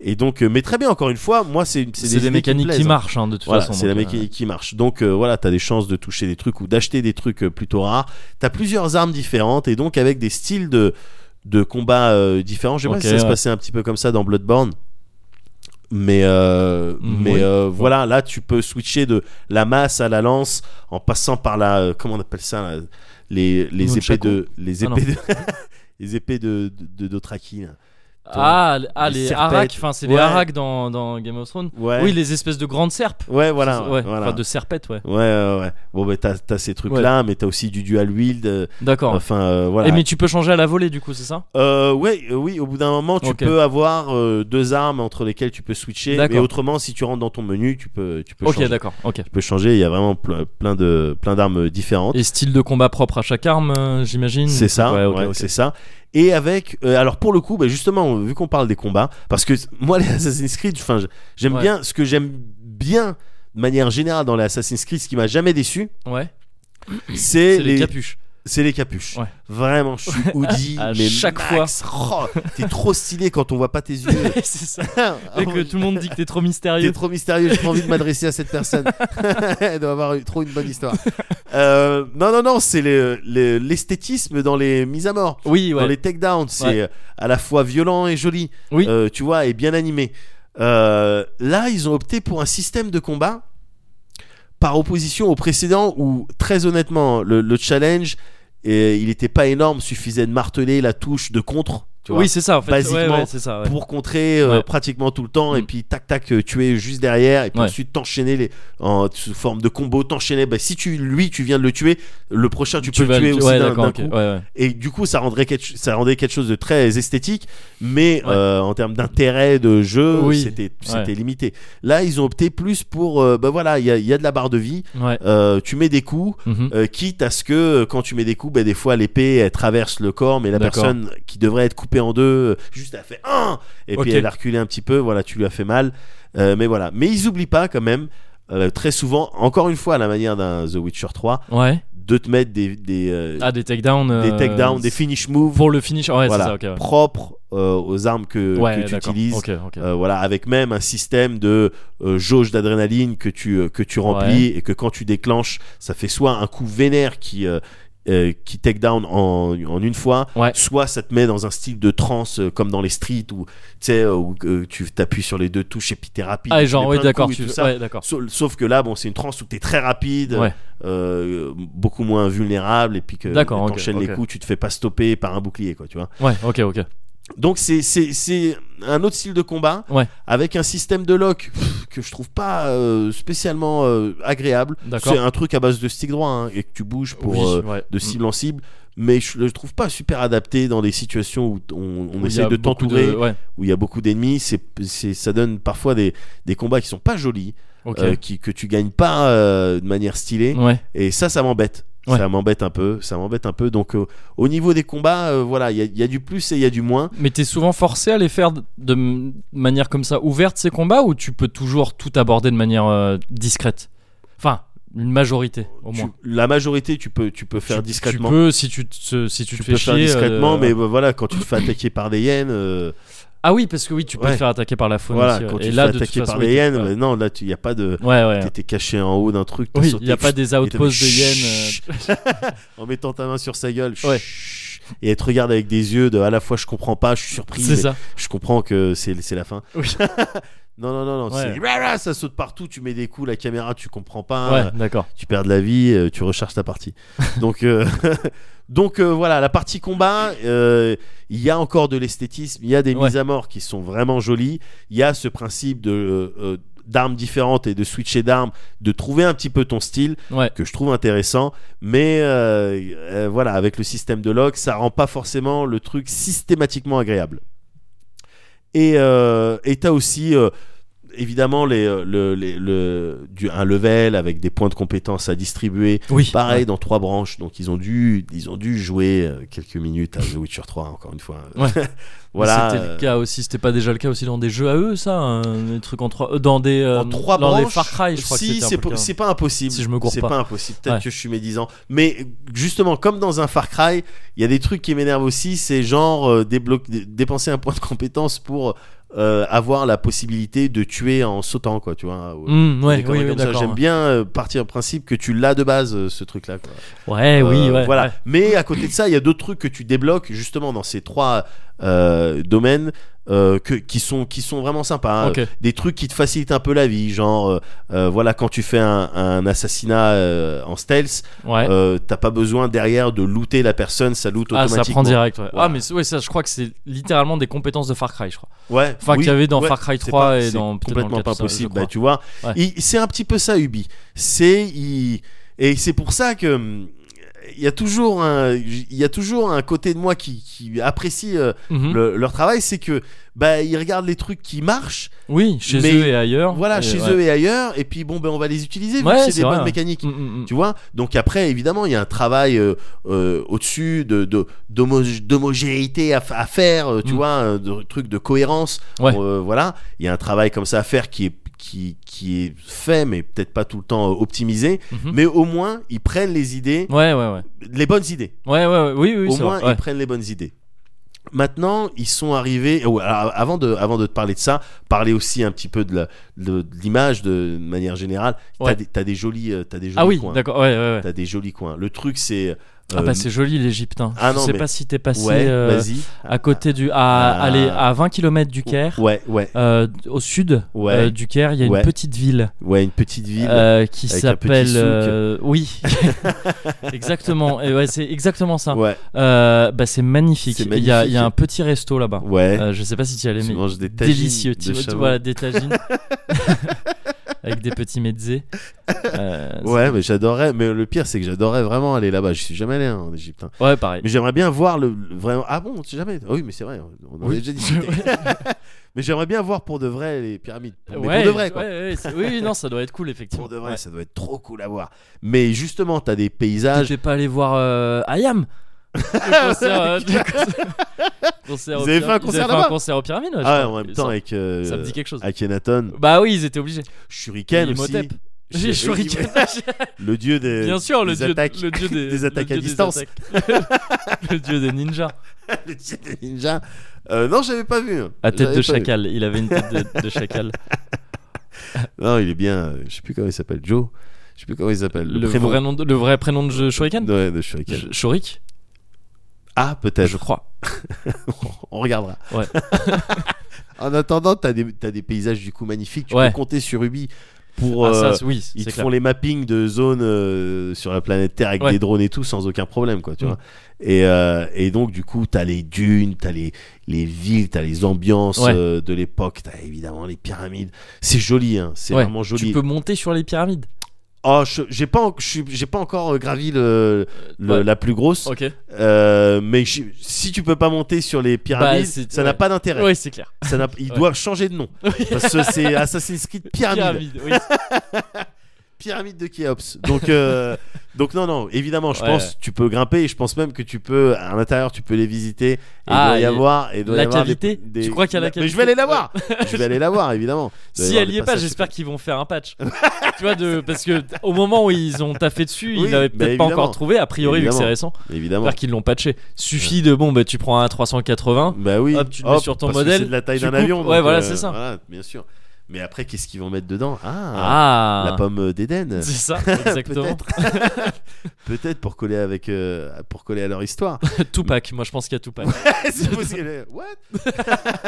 Speaker 2: Et donc, euh, mais très bien, encore une fois, moi, c'est
Speaker 1: C'est des,
Speaker 2: idées me
Speaker 1: mécaniques qui,
Speaker 2: plaisent, hein.
Speaker 1: marchent hein, de toute
Speaker 2: Voilà,
Speaker 1: façon.
Speaker 2: c'est la
Speaker 1: donc, euh,
Speaker 2: mécanique qui marche. Donc euh, voilà, t'as des chances de toucher des trucs ou d'acheter des trucs euh, plutôt rares. T'as plusieurs armes différentes et donc avec des styles de, de combat euh, différents. Je sais pas
Speaker 1: Ok,
Speaker 2: si ça se
Speaker 1: ouais.
Speaker 2: passait un petit peu comme ça dans Bloodborne. Mais, euh,
Speaker 1: Mm,
Speaker 2: mais
Speaker 1: oui.
Speaker 2: euh, voilà, là tu peux switcher de la masse à la lance en passant par la. euh, comment on appelle ça là, les, les épées
Speaker 1: Nunchaku
Speaker 2: de. Les
Speaker 1: Ah, non.
Speaker 2: épées de. <laughs> les épées de, de, de Dothraki, là.
Speaker 1: Ah, ah,
Speaker 2: les
Speaker 1: les
Speaker 2: serpents.
Speaker 1: harak, enfin c'est
Speaker 2: Ouais.
Speaker 1: les harak dans, dans Game of Thrones.
Speaker 2: Ouais,
Speaker 1: Oui, les espèces de grandes serpes.
Speaker 2: ouais, voilà.
Speaker 1: Ouais,
Speaker 2: voilà.
Speaker 1: Enfin de serpettes, ouais.
Speaker 2: Ouais, ouais, ouais. Bon, bah, t'as, t'as ces trucs-là, mais t'as aussi du dual wield. euh,
Speaker 1: D'accord.
Speaker 2: Enfin, euh, voilà.
Speaker 1: Et mais tu peux changer à la volée du coup, c'est ça
Speaker 2: Euh, ouais, euh, oui, au bout d'un moment, tu
Speaker 1: Ok.
Speaker 2: peux avoir euh, deux armes entre lesquelles tu peux switcher.
Speaker 1: D'accord.
Speaker 2: Mais autrement, si tu rentres dans ton menu, tu peux, tu peux
Speaker 1: Ok,
Speaker 2: changer.
Speaker 1: d'accord. Ok.
Speaker 2: Tu peux changer. Il y a vraiment ple- plein de plein d'armes différentes.
Speaker 1: Et style de combat propre à chaque arme, euh, j'imagine.
Speaker 2: C'est ça,
Speaker 1: Ouais, ok,
Speaker 2: ouais,
Speaker 1: ok.
Speaker 2: c'est ça. Et avec, euh, alors pour le coup, bah, justement, vu qu'on parle des combats, parce que <laughs> moi les Assassin's Creed, enfin, je- j'aime
Speaker 1: Ouais.
Speaker 2: bien ce que j'aime bien de manière générale dans les Assassin's Creed, ce qui m'a jamais déçu, <laughs>
Speaker 1: Ouais. <laughs>
Speaker 2: c'est
Speaker 1: C'est les capuches.
Speaker 2: C'est les capuches.
Speaker 1: Ouais. <laughs>
Speaker 2: Vraiment, je suis Woody,
Speaker 1: À
Speaker 2: mais
Speaker 1: chaque
Speaker 2: max. Oh, t'es trop stylé quand on voit pas
Speaker 1: <laughs>
Speaker 2: tes yeux.
Speaker 1: c'est ça.
Speaker 2: Ah,
Speaker 1: Et que
Speaker 2: oui.
Speaker 1: tout le monde dit que t'es
Speaker 2: <laughs>
Speaker 1: trop
Speaker 2: T'es
Speaker 1: mystérieux.
Speaker 2: trop mystérieux, j'ai pas envie de m'adresser à
Speaker 1: <laughs>
Speaker 2: cette personne. <laughs> Elle doit avoir eu trop une bonne histoire. Euh, non, non, non, c'est le- le- l'esthétisme dans les mises à mort.
Speaker 1: Oui, ouais.
Speaker 2: Dans les takedowns, c'est
Speaker 1: Ouais.
Speaker 2: euh, à la fois violent et joli,
Speaker 1: Oui.
Speaker 2: Euh, tu vois, et bien animé. Euh, là, ils ont opté pour un système de combat par opposition au précédent où, très honnêtement, le, le challenge, euh, il n'était pas énorme, suffisait de marteler la touche de contre Tu vois,
Speaker 1: oui, c'est ça, en fait. Ouais,
Speaker 2: basiquement,
Speaker 1: ouais, c'est ça, ouais.
Speaker 2: pour contrer euh,
Speaker 1: Ouais.
Speaker 2: pratiquement tout le temps et
Speaker 1: Mm.
Speaker 2: puis tac tac euh, tuer juste derrière et puis
Speaker 1: Ouais.
Speaker 2: ensuite t'enchaîner les en sous forme de combo t'enchaîner bah, si tu lui tu viens de le tuer le prochain tu, peux
Speaker 1: vas
Speaker 2: le tuer
Speaker 1: tu-
Speaker 2: aussi
Speaker 1: ouais,
Speaker 2: d'un-
Speaker 1: d'accord,
Speaker 2: d'un
Speaker 1: ok, ouais,
Speaker 2: coup.
Speaker 1: ouais.
Speaker 2: et du coup ça rendrait quelque, ch- ça rendait quelque chose de très esthétique mais
Speaker 1: Ouais.
Speaker 2: euh, en termes d'intérêt de jeu
Speaker 1: Oui.
Speaker 2: c'était c'était
Speaker 1: Ouais.
Speaker 2: limité là ils ont opté plus pour euh, bah voilà il y a, il y a de la barre de vie
Speaker 1: Ouais.
Speaker 2: euh, tu mets des coups
Speaker 1: Mhm.
Speaker 2: euh, quitte à ce que euh, quand tu mets des coups, bah, des fois l'épée elle traverse le corps, mais la
Speaker 1: D'accord.
Speaker 2: personne qui devrait être coupée en deux, euh, juste elle a fait un, et
Speaker 1: Ok.
Speaker 2: puis elle a reculé un petit peu. Voilà, tu lui as fait mal, Euh, mais voilà. Mais ils oublient pas quand même euh, très souvent, encore une fois à la manière d'un The Witcher 3,
Speaker 1: Ouais.
Speaker 2: de te mettre des des euh,
Speaker 1: Ah, des takedowns.
Speaker 2: des
Speaker 1: euh,
Speaker 2: takedowns, des finish moves,
Speaker 1: Pour le finish, ouais,
Speaker 2: voilà,
Speaker 1: c'est ça, ok.
Speaker 2: propres euh, aux armes que,
Speaker 1: ouais. Ouais,
Speaker 2: que tu
Speaker 1: d'accord,
Speaker 2: utilises.
Speaker 1: Ok, ok.
Speaker 2: Euh, voilà, avec même un système de euh, jauge d'adrénaline que tu euh, que tu remplis et que quand tu déclenches, ça fait soit un coup vénère qui euh, euh, qui take down en, en une fois,
Speaker 1: Ouais.
Speaker 2: soit ça te met dans un style de trance euh, comme dans les streets où tu sais euh, où euh, tu t'appuies sur les deux touches et puis t'es rapide.
Speaker 1: ah,
Speaker 2: tu
Speaker 1: genre,
Speaker 2: mets
Speaker 1: oui,
Speaker 2: plein de
Speaker 1: d'accord,
Speaker 2: coups et
Speaker 1: tu
Speaker 2: tout
Speaker 1: veux.
Speaker 2: ça.
Speaker 1: Ouais, d'accord.
Speaker 2: Sau- Sauf que là, bon, c'est une trance où t'es très rapide,
Speaker 1: Ouais.
Speaker 2: euh, beaucoup moins vulnérable, et puis que
Speaker 1: D'accord, ok,
Speaker 2: t'enchaînes les
Speaker 1: ok.
Speaker 2: coups, tu te fais pas stopper par un bouclier, quoi, tu vois.
Speaker 1: Ouais, ok, ok.
Speaker 2: Donc c'est c'est c'est un autre style de combat
Speaker 1: Ouais.
Speaker 2: avec un système de lock pff, que je trouve pas euh, spécialement euh, agréable.
Speaker 1: D'accord.
Speaker 2: C'est un truc à base de stick droit hein, et que tu bouges pour
Speaker 1: Oui,
Speaker 2: euh,
Speaker 1: ouais. Mm.
Speaker 2: de cible en cible, mais je le trouve pas super adapté dans des situations où t- on, on
Speaker 1: Où il y
Speaker 2: essaye
Speaker 1: a
Speaker 2: de
Speaker 1: beaucoup
Speaker 2: t'entourer,
Speaker 1: Ouais,
Speaker 2: où il y a beaucoup d'ennemis. C'est c'est ça donne parfois des des combats qui sont pas jolis,
Speaker 1: ok.
Speaker 2: euh, qui que tu gagnes pas euh, de manière stylée.
Speaker 1: Ouais.
Speaker 2: Et ça, ça m'embête.
Speaker 1: Ouais.
Speaker 2: Ça m'embête un peu. Ça m'embête un peu. Donc euh, au niveau des combats, euh, voilà, il y a- il y a du plus et il y a du moins.
Speaker 1: Mais t'es souvent forcé à les faire de- de m- manière comme ça ouverte ces combats ou tu peux toujours tout aborder de manière euh, discrète Enfin, une majorité au
Speaker 2: Tu-
Speaker 1: moins.
Speaker 2: la majorité, tu peux, tu peux faire
Speaker 1: Tu-
Speaker 2: discrèètement.
Speaker 1: Tu peux si tu te, se- si tu
Speaker 2: Tu
Speaker 1: te
Speaker 2: peux
Speaker 1: fais
Speaker 2: faire
Speaker 1: chier,
Speaker 2: discrètement,
Speaker 1: euh,
Speaker 2: mais bah, voilà, quand tu te fais attaquer par des hyènes, euh,
Speaker 1: ah oui parce que oui tu peux
Speaker 2: Ouais.
Speaker 1: te faire attaquer par la faune.
Speaker 2: voilà,
Speaker 1: aussi, ouais.
Speaker 2: quand tu
Speaker 1: Et
Speaker 2: te
Speaker 1: là
Speaker 2: fais
Speaker 1: de toute
Speaker 2: attaquer
Speaker 1: façon,
Speaker 2: par
Speaker 1: oui,
Speaker 2: des
Speaker 1: t'es-
Speaker 2: hyènes, bah, non, là, il n'y a pas de.
Speaker 1: Ouais ouais.
Speaker 2: T'étais caché en haut d'un truc, t'as
Speaker 1: Oui,
Speaker 2: sauté,
Speaker 1: il n'y a pas
Speaker 2: chut,
Speaker 1: des
Speaker 2: et t'as
Speaker 1: outposts
Speaker 2: fait
Speaker 1: de hyènes. euh,
Speaker 2: chut, <laughs> en mettant ta main sur sa gueule,
Speaker 1: Ouais.
Speaker 2: chut, et elle te regarde avec des yeux de à la fois je comprends pas, je suis
Speaker 1: euh,
Speaker 2: surpris,
Speaker 1: C'est
Speaker 2: mais
Speaker 1: ça.
Speaker 2: je comprends que c'est c'est la fin.
Speaker 1: Oui.
Speaker 2: <laughs> Non, non, non, non,
Speaker 1: Ouais.
Speaker 2: c'est- Rara, ça saute partout, tu mets des coups, la caméra, tu comprends pas.
Speaker 1: Ouais d'accord.
Speaker 2: tu perds de la vie, euh, tu recharges
Speaker 1: <laughs>
Speaker 2: ta partie. Donc, euh, <laughs> donc euh, voilà, la partie combat, euh, il y a encore de l'esthétisme, il y a des
Speaker 1: Ouais.
Speaker 2: mises à mort qui sont vraiment jolies, il y a ce principe de euh, euh, d'armes différentes et de switcher d'armes, de trouver un petit peu ton style
Speaker 1: Ouais.
Speaker 2: que je trouve intéressant, mais euh, euh, voilà, avec le système de lock, ça rend pas forcément le truc systématiquement agréable. Et euh, et t'as aussi euh, évidemment les, euh, le, les- le- du, un level avec des points de compétences à distribuer.
Speaker 1: Oui.
Speaker 2: Pareil dans trois branches, donc ils ont dû, ils ont dû jouer euh, quelques minutes à The Witcher 3 encore une fois.
Speaker 1: Ouais.
Speaker 2: <laughs> voilà.
Speaker 1: C'était
Speaker 2: euh,
Speaker 1: le cas aussi, c'était pas déjà le cas aussi dans des jeux à eux, ça un- Des trucs en trois. euh, Dans des. euh,
Speaker 2: en trois
Speaker 1: dans
Speaker 2: branches.
Speaker 1: des Far Cry, je crois
Speaker 2: si,
Speaker 1: que c'était.
Speaker 2: c'est
Speaker 1: un peu
Speaker 2: po-
Speaker 1: le cas.
Speaker 2: c'est pas impossible.
Speaker 1: Si je me gourre
Speaker 2: C'est
Speaker 1: pas.
Speaker 2: pas impossible. Peut-être
Speaker 1: Ouais.
Speaker 2: que je suis médisant. Mais justement, comme dans un Far Cry, il y a des trucs qui m'énervent aussi. C'est genre euh, déblo- dé- dépenser un point de compétence pour euh, avoir la possibilité de tuer en sautant, quoi. Tu vois. ou-
Speaker 1: Hmm,
Speaker 2: Des
Speaker 1: ouais, oui,
Speaker 2: conneries
Speaker 1: oui,
Speaker 2: comme ça.
Speaker 1: d'accord.
Speaker 2: J'aime bien euh, partir du principe que tu l'as de base, euh, ce truc-là. quoi.
Speaker 1: Ouais, Eh oui,
Speaker 2: Euh,
Speaker 1: ouais.
Speaker 2: voilà.
Speaker 1: ouais.
Speaker 2: Mais à côté de ça, il y a d'autres trucs que tu débloques justement dans ces trois euh, domaines euh, que, qui, sont, qui sont vraiment sympas. hein.
Speaker 1: Ok.
Speaker 2: Des trucs qui te facilitent un peu la vie, genre euh, euh, voilà, quand tu fais un, un assassinat euh, en stealth,
Speaker 1: Ouais.
Speaker 2: euh, t'as pas besoin derrière de looter la personne, ça loot
Speaker 1: Ah, ça
Speaker 2: automatiquement.
Speaker 1: prend direct. Ouais.
Speaker 2: Voilà.
Speaker 1: Ah, mais c'est- ouais, ça, je crois que c'est littéralement des compétences de Far Cry, je crois.
Speaker 2: Ouais,
Speaker 1: Enfin,
Speaker 2: oui,
Speaker 1: qu'il y avait dans
Speaker 2: ouais,
Speaker 1: Far Cry
Speaker 2: c'est
Speaker 1: 3
Speaker 2: pas-
Speaker 1: et
Speaker 2: c'est
Speaker 1: dans peut-être dans
Speaker 2: complètement
Speaker 1: le
Speaker 2: pas
Speaker 1: 4, ça, je
Speaker 2: possible.
Speaker 1: crois.
Speaker 2: Bah, tu vois,
Speaker 1: Ouais.
Speaker 2: il- c'est un petit peu ça, Ubi. C'est il- et c'est pour ça que hum, il y a toujours un il y a toujours un côté de moi qui, qui apprécie euh,
Speaker 1: Mhm.
Speaker 2: le- leur travail, c'est que bah ils regardent les trucs qui marchent,
Speaker 1: Oui, chez
Speaker 2: mais-
Speaker 1: eux et ailleurs.
Speaker 2: voilà
Speaker 1: Et
Speaker 2: chez
Speaker 1: ouais.
Speaker 2: eux et ailleurs, et puis bon ben on va les utiliser, vu
Speaker 1: Ouais,
Speaker 2: que c'est
Speaker 1: c'est
Speaker 2: des
Speaker 1: vrai,
Speaker 2: bonnes
Speaker 1: ouais.
Speaker 2: mécaniques.
Speaker 1: Mm, mm, mm.
Speaker 2: Tu vois Donc après, évidemment, il y a un travail euh, euh, au-dessus de, de- d'homo- d'homogénéité à, f- à faire, euh, tu
Speaker 1: Mm.
Speaker 2: vois, euh, de truc de cohérence.
Speaker 1: Ouais.
Speaker 2: Euh, voilà, il y a un travail comme ça à faire qui est qui, qui est fait, mais peut-être pas tout le temps euh, optimisé.
Speaker 1: Mhm.
Speaker 2: Mais au moins, ils prennent les idées,
Speaker 1: Ouais, ouais, ouais.
Speaker 2: les bonnes idées.
Speaker 1: Ouais, ouais, ouais. Oui, oui,
Speaker 2: au
Speaker 1: c'est
Speaker 2: moins,
Speaker 1: vrai.
Speaker 2: ils prennent les bonnes idées. Maintenant, ils sont arrivés. ou, alors, avant de, avant de te parler de ça, parler aussi un petit peu de, la- de- de l'image de, manière générale.
Speaker 1: Ouais.
Speaker 2: T'as des, t'as des jolis, euh, t'as des jolis
Speaker 1: Ah oui,
Speaker 2: coins.
Speaker 1: d'accord. Ouais, ouais, ouais.
Speaker 2: T'as des jolis coins. Le truc, c'est
Speaker 1: Ah
Speaker 2: Euh,
Speaker 1: bah c'est joli l'Égyptin.
Speaker 2: ah
Speaker 1: je
Speaker 2: non,
Speaker 1: sais
Speaker 2: mais-
Speaker 1: pas si t'es passé
Speaker 2: ouais,
Speaker 1: euh,
Speaker 2: vas-y.
Speaker 1: à côté du à
Speaker 2: Ah.
Speaker 1: allez, à 20 km du Caire.
Speaker 2: Ouais, ouais,
Speaker 1: euh, au sud
Speaker 2: Ouais.
Speaker 1: euh, du Caire, il y a
Speaker 2: Ouais.
Speaker 1: une petite ville
Speaker 2: ouais, une petite ville.
Speaker 1: euh, qui
Speaker 2: avec un
Speaker 1: s'appelle.
Speaker 2: petit souk.
Speaker 1: euh,
Speaker 2: <laughs>
Speaker 1: oui, exactement. Et ouais, c'est exactement ça.
Speaker 2: ouais,
Speaker 1: Euh, bah, c'est magnifique.
Speaker 2: C'est
Speaker 1: Il y, a- il y a
Speaker 2: magnifique.
Speaker 1: un petit resto là-bas.
Speaker 2: ouais.
Speaker 1: Euh, je sais pas si tu y allais,
Speaker 2: tu
Speaker 1: mais
Speaker 2: manges des tagines
Speaker 1: délicieux.
Speaker 2: de
Speaker 1: Tu vois, tu
Speaker 2: chameau.
Speaker 1: vois, des
Speaker 2: <laughs>
Speaker 1: tagines <laughs> avec des petits mezzés. Euh,
Speaker 2: Ouais, mais j'adorais. Mais le pire, c'est que j'adorais vraiment aller là-bas. Je suis jamais allé hein, en Égypte. hein.
Speaker 1: c'est- ouais, pareil.
Speaker 2: Mais j'aimerais bien voir le, le- vraiment. Ah bon, tu sais jamais. Ah oui, mais c'est vrai. On en
Speaker 1: Oui.
Speaker 2: a
Speaker 1: <laughs>
Speaker 2: déjà discuté. <laughs> mais j'aimerais bien voir pour de vrai les pyramides. Mais
Speaker 1: Euh, Ouais,
Speaker 2: pour de vrai, quoi.
Speaker 1: ouais, ouais, c'est- oui, oui, non, ça doit être cool effectivement.
Speaker 2: Pour de vrai,
Speaker 1: Ouais.
Speaker 2: ça doit être trop cool à voir. Mais justement, t'as des paysages.
Speaker 1: T'étais pas allé voir euh,
Speaker 2: <laughs>
Speaker 1: Ayam Le concert, euh, le concert- <laughs> concert
Speaker 2: Ils
Speaker 1: aux
Speaker 2: avaient fait un
Speaker 1: pyra-
Speaker 2: concert
Speaker 1: ils avaient fait
Speaker 2: là-bas
Speaker 1: un concert aux pyramides. ouais, je
Speaker 2: Ah,
Speaker 1: crois.
Speaker 2: en même temps
Speaker 1: ça,
Speaker 2: avec euh,
Speaker 1: ça me dit quelque chose.
Speaker 2: Akhenaton,
Speaker 1: Bah oui, ils étaient obligés.
Speaker 2: Shuriken
Speaker 1: Et
Speaker 2: aussi.
Speaker 1: Imhotep. J'ai
Speaker 2: Shuri-
Speaker 1: Shuriken.
Speaker 2: Le dieu
Speaker 1: <laughs>
Speaker 2: des
Speaker 1: Bien sûr, le
Speaker 2: des
Speaker 1: dieu,
Speaker 2: attaques-
Speaker 1: le dieu
Speaker 2: <laughs>
Speaker 1: des,
Speaker 2: des attaques
Speaker 1: le
Speaker 2: à
Speaker 1: dieu des
Speaker 2: distance. <laughs>
Speaker 1: attaques. <laughs> le dieu des ninjas.
Speaker 2: le dieu des ninjas. Euh, non, j'avais pas vu.
Speaker 1: À tête
Speaker 2: J'avais
Speaker 1: de
Speaker 2: pas vu.
Speaker 1: chacal. Il avait une tête de, de chacal.
Speaker 2: Non, il est bien. euh, Je sais plus comment il s'appelle. Joe. Je sais plus comment il s'appelle.
Speaker 1: Le,
Speaker 2: <laughs> Le, prénom
Speaker 1: vrai nom de- le vrai prénom de jeu- Shuriken
Speaker 2: Ouais, de Shuriken.
Speaker 1: Sh- Shorik
Speaker 2: Ah, peut-être.
Speaker 1: Je crois.
Speaker 2: On regardera.
Speaker 1: Ouais.
Speaker 2: <laughs> en attendant, t'as des, t'as des paysages du coup magnifiques. Tu
Speaker 1: Ouais.
Speaker 2: peux compter sur Ubi pour.
Speaker 1: Ah, ça,
Speaker 2: euh,
Speaker 1: c'est- oui,
Speaker 2: ils
Speaker 1: c'est
Speaker 2: te
Speaker 1: clair.
Speaker 2: font les mappings de zones euh, sur la planète Terre avec
Speaker 1: Ouais.
Speaker 2: des drones et tout sans aucun problème, quoi, tu
Speaker 1: Mm.
Speaker 2: vois. Et, euh, et donc, du coup, t'as les dunes, t'as les, les villes, t'as les ambiances
Speaker 1: Ouais.
Speaker 2: euh, de l'époque, t'as évidemment les pyramides. C'est joli, hein, c'est
Speaker 1: Ouais,
Speaker 2: vraiment joli.
Speaker 1: Tu peux monter sur les pyramides.
Speaker 2: Oh, je- j'ai pas, en- je suis- j'ai pas encore euh, gravi le, le-
Speaker 1: ouais.
Speaker 2: la plus grosse,
Speaker 1: Ok.
Speaker 2: euh, mais je- si tu peux pas monter sur les pyramides,
Speaker 1: c'est-
Speaker 2: ça n'a
Speaker 1: Bah, ouais.
Speaker 2: pas d'intérêt.
Speaker 1: Ouais, c'est clair.
Speaker 2: Ça n'a-
Speaker 1: <laughs>
Speaker 2: ils
Speaker 1: Ouais.
Speaker 2: doivent changer de nom parce que c'est Assassin's Creed Pyramide, pyramide,
Speaker 1: oui.
Speaker 2: de Khéops. Donc,
Speaker 1: <laughs>
Speaker 2: euh, donc non, non, évidemment, je
Speaker 1: Ouais.
Speaker 2: pense tu peux grimper et je pense même que tu peux à l'intérieur tu peux les visiter. Et
Speaker 1: Ah,
Speaker 2: il doit y
Speaker 1: et
Speaker 2: avoir, et il doit y
Speaker 1: la
Speaker 2: avoir des-
Speaker 1: cavité
Speaker 2: des-
Speaker 1: Tu crois qu'il y a la
Speaker 2: Mais je
Speaker 1: cavité
Speaker 2: vais aller la voir. je vais aller la
Speaker 1: <laughs>
Speaker 2: voir évidemment. Il doit y
Speaker 1: Si
Speaker 2: avoir
Speaker 1: elle y
Speaker 2: des
Speaker 1: est pas,
Speaker 2: passages
Speaker 1: j'espère qu'ils vont faire un
Speaker 2: <laughs>
Speaker 1: patch. tu vois, de, parce que au moment où ils ont taffé dessus,
Speaker 2: Oui,
Speaker 1: ils l'avaient peut-être
Speaker 2: bah
Speaker 1: pas
Speaker 2: évidemment.
Speaker 1: encore trouvé, a priori, vu que
Speaker 2: Évidemment.
Speaker 1: c'est récent.
Speaker 2: super- évidemment.
Speaker 1: J'espère qu'ils l'ont patché. Suffit de, bon, bah tu prends un 380.
Speaker 2: Bah oui.
Speaker 1: Hop, tu le mets sur ton
Speaker 2: parce que
Speaker 1: modèle,
Speaker 2: C'est de la taille
Speaker 1: tu
Speaker 2: d'un
Speaker 1: coupes.
Speaker 2: avion.
Speaker 1: Ouais,
Speaker 2: donc,
Speaker 1: voilà,
Speaker 2: euh,
Speaker 1: c'est ça.
Speaker 2: Voilà, bien sûr. Mais après, qu'est-ce qu'ils vont mettre dedans Ah,
Speaker 1: Ah,
Speaker 2: la pomme
Speaker 1: <laughs>
Speaker 2: d'Éden.
Speaker 1: C'est
Speaker 2: <laughs>
Speaker 1: ça, exactement.
Speaker 2: Peut-être. Peut-être pour coller avec euh, pour coller à leur histoire.
Speaker 1: <laughs> Tupac, moi je pense qu'il y a Tupac. <laughs>
Speaker 2: c'est possible. What <laughs>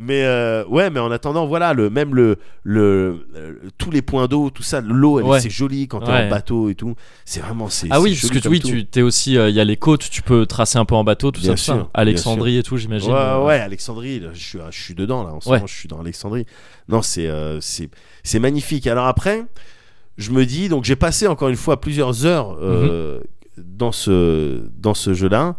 Speaker 2: Mais euh, ouais, mais en attendant, voilà, le même le le euh, tous les points d'eau, tout ça, l'eau, elle,
Speaker 1: Ouais.
Speaker 2: c'est joli quand t'es
Speaker 1: Ouais.
Speaker 2: en bateau et tout. C'est vraiment c'est.
Speaker 1: Ah oui,
Speaker 2: c'est
Speaker 1: parce
Speaker 2: joli
Speaker 1: que tu-
Speaker 2: comme
Speaker 1: oui,
Speaker 2: tout.
Speaker 1: tu t'es aussi, euh, il y a les côtes, tu peux tracer un peu en bateau, tout ça,
Speaker 2: Bien
Speaker 1: tout ça.
Speaker 2: sûr, bien
Speaker 1: Alexandrie et tout, j'imagine.
Speaker 2: Ouais,
Speaker 1: Euh,
Speaker 2: ouais, Alexandrie, là, je suis, je suis dedans là, en ce
Speaker 1: Ouais.
Speaker 2: moment je suis dans Alexandrie. Non, c'est euh, c'est c'est magnifique. Alors après, je me dis, donc j'ai passé encore une fois plusieurs heures euh,
Speaker 1: Mhm.
Speaker 2: dans ce, dans ce jeu-là,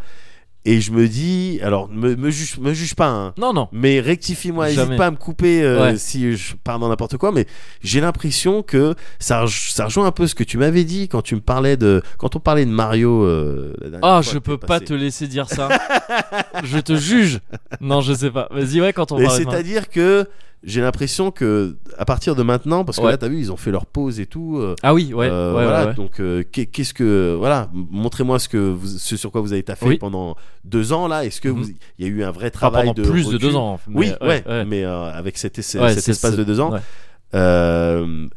Speaker 2: et je me dis, alors me, me, juge, me juge pas, hein,
Speaker 1: Non, non.
Speaker 2: mais rectifie-moi, n'hésite
Speaker 1: Jamais.
Speaker 2: pas à me couper euh,
Speaker 1: Ouais.
Speaker 2: si je pars dans n'importe quoi, mais j'ai l'impression que ça, rej- ça rejoint un peu ce que tu m'avais dit quand tu me parlais de, quand on parlait de Mario. euh, la dernière
Speaker 1: Ah,
Speaker 2: fois
Speaker 1: je
Speaker 2: que t'es
Speaker 1: peux pas
Speaker 2: passé.
Speaker 1: te laisser dire
Speaker 2: <laughs>
Speaker 1: ça. je te juge. Non, je sais pas. Vas-y, ouais, quand on
Speaker 2: Mais
Speaker 1: parle.
Speaker 2: c'est-à-dire que j'ai l'impression que à partir de maintenant, parce que
Speaker 1: Ouais.
Speaker 2: là, t'as vu, ils ont fait leur pause et tout. euh,
Speaker 1: Ah oui, ouais,
Speaker 2: euh,
Speaker 1: ouais, ouais,
Speaker 2: voilà,
Speaker 1: ouais.
Speaker 2: donc euh, qu'est- qu'est-ce que voilà, montrez-moi ce que vous- ce sur quoi vous avez taffé
Speaker 1: Oui.
Speaker 2: pendant deux ans là. Est-ce que
Speaker 1: Mhm.
Speaker 2: vous- il y a eu un vrai
Speaker 1: Enfin,
Speaker 2: travail
Speaker 1: pendant
Speaker 2: de
Speaker 1: plus de
Speaker 2: recul
Speaker 1: deux ans. mais-
Speaker 2: Oui, ouais,
Speaker 1: ouais.
Speaker 2: mais euh, avec cet, essai-
Speaker 1: Ouais,
Speaker 2: cet
Speaker 1: c'est-
Speaker 2: espace
Speaker 1: c'est-
Speaker 2: de deux ans,
Speaker 1: ouais.
Speaker 2: euh,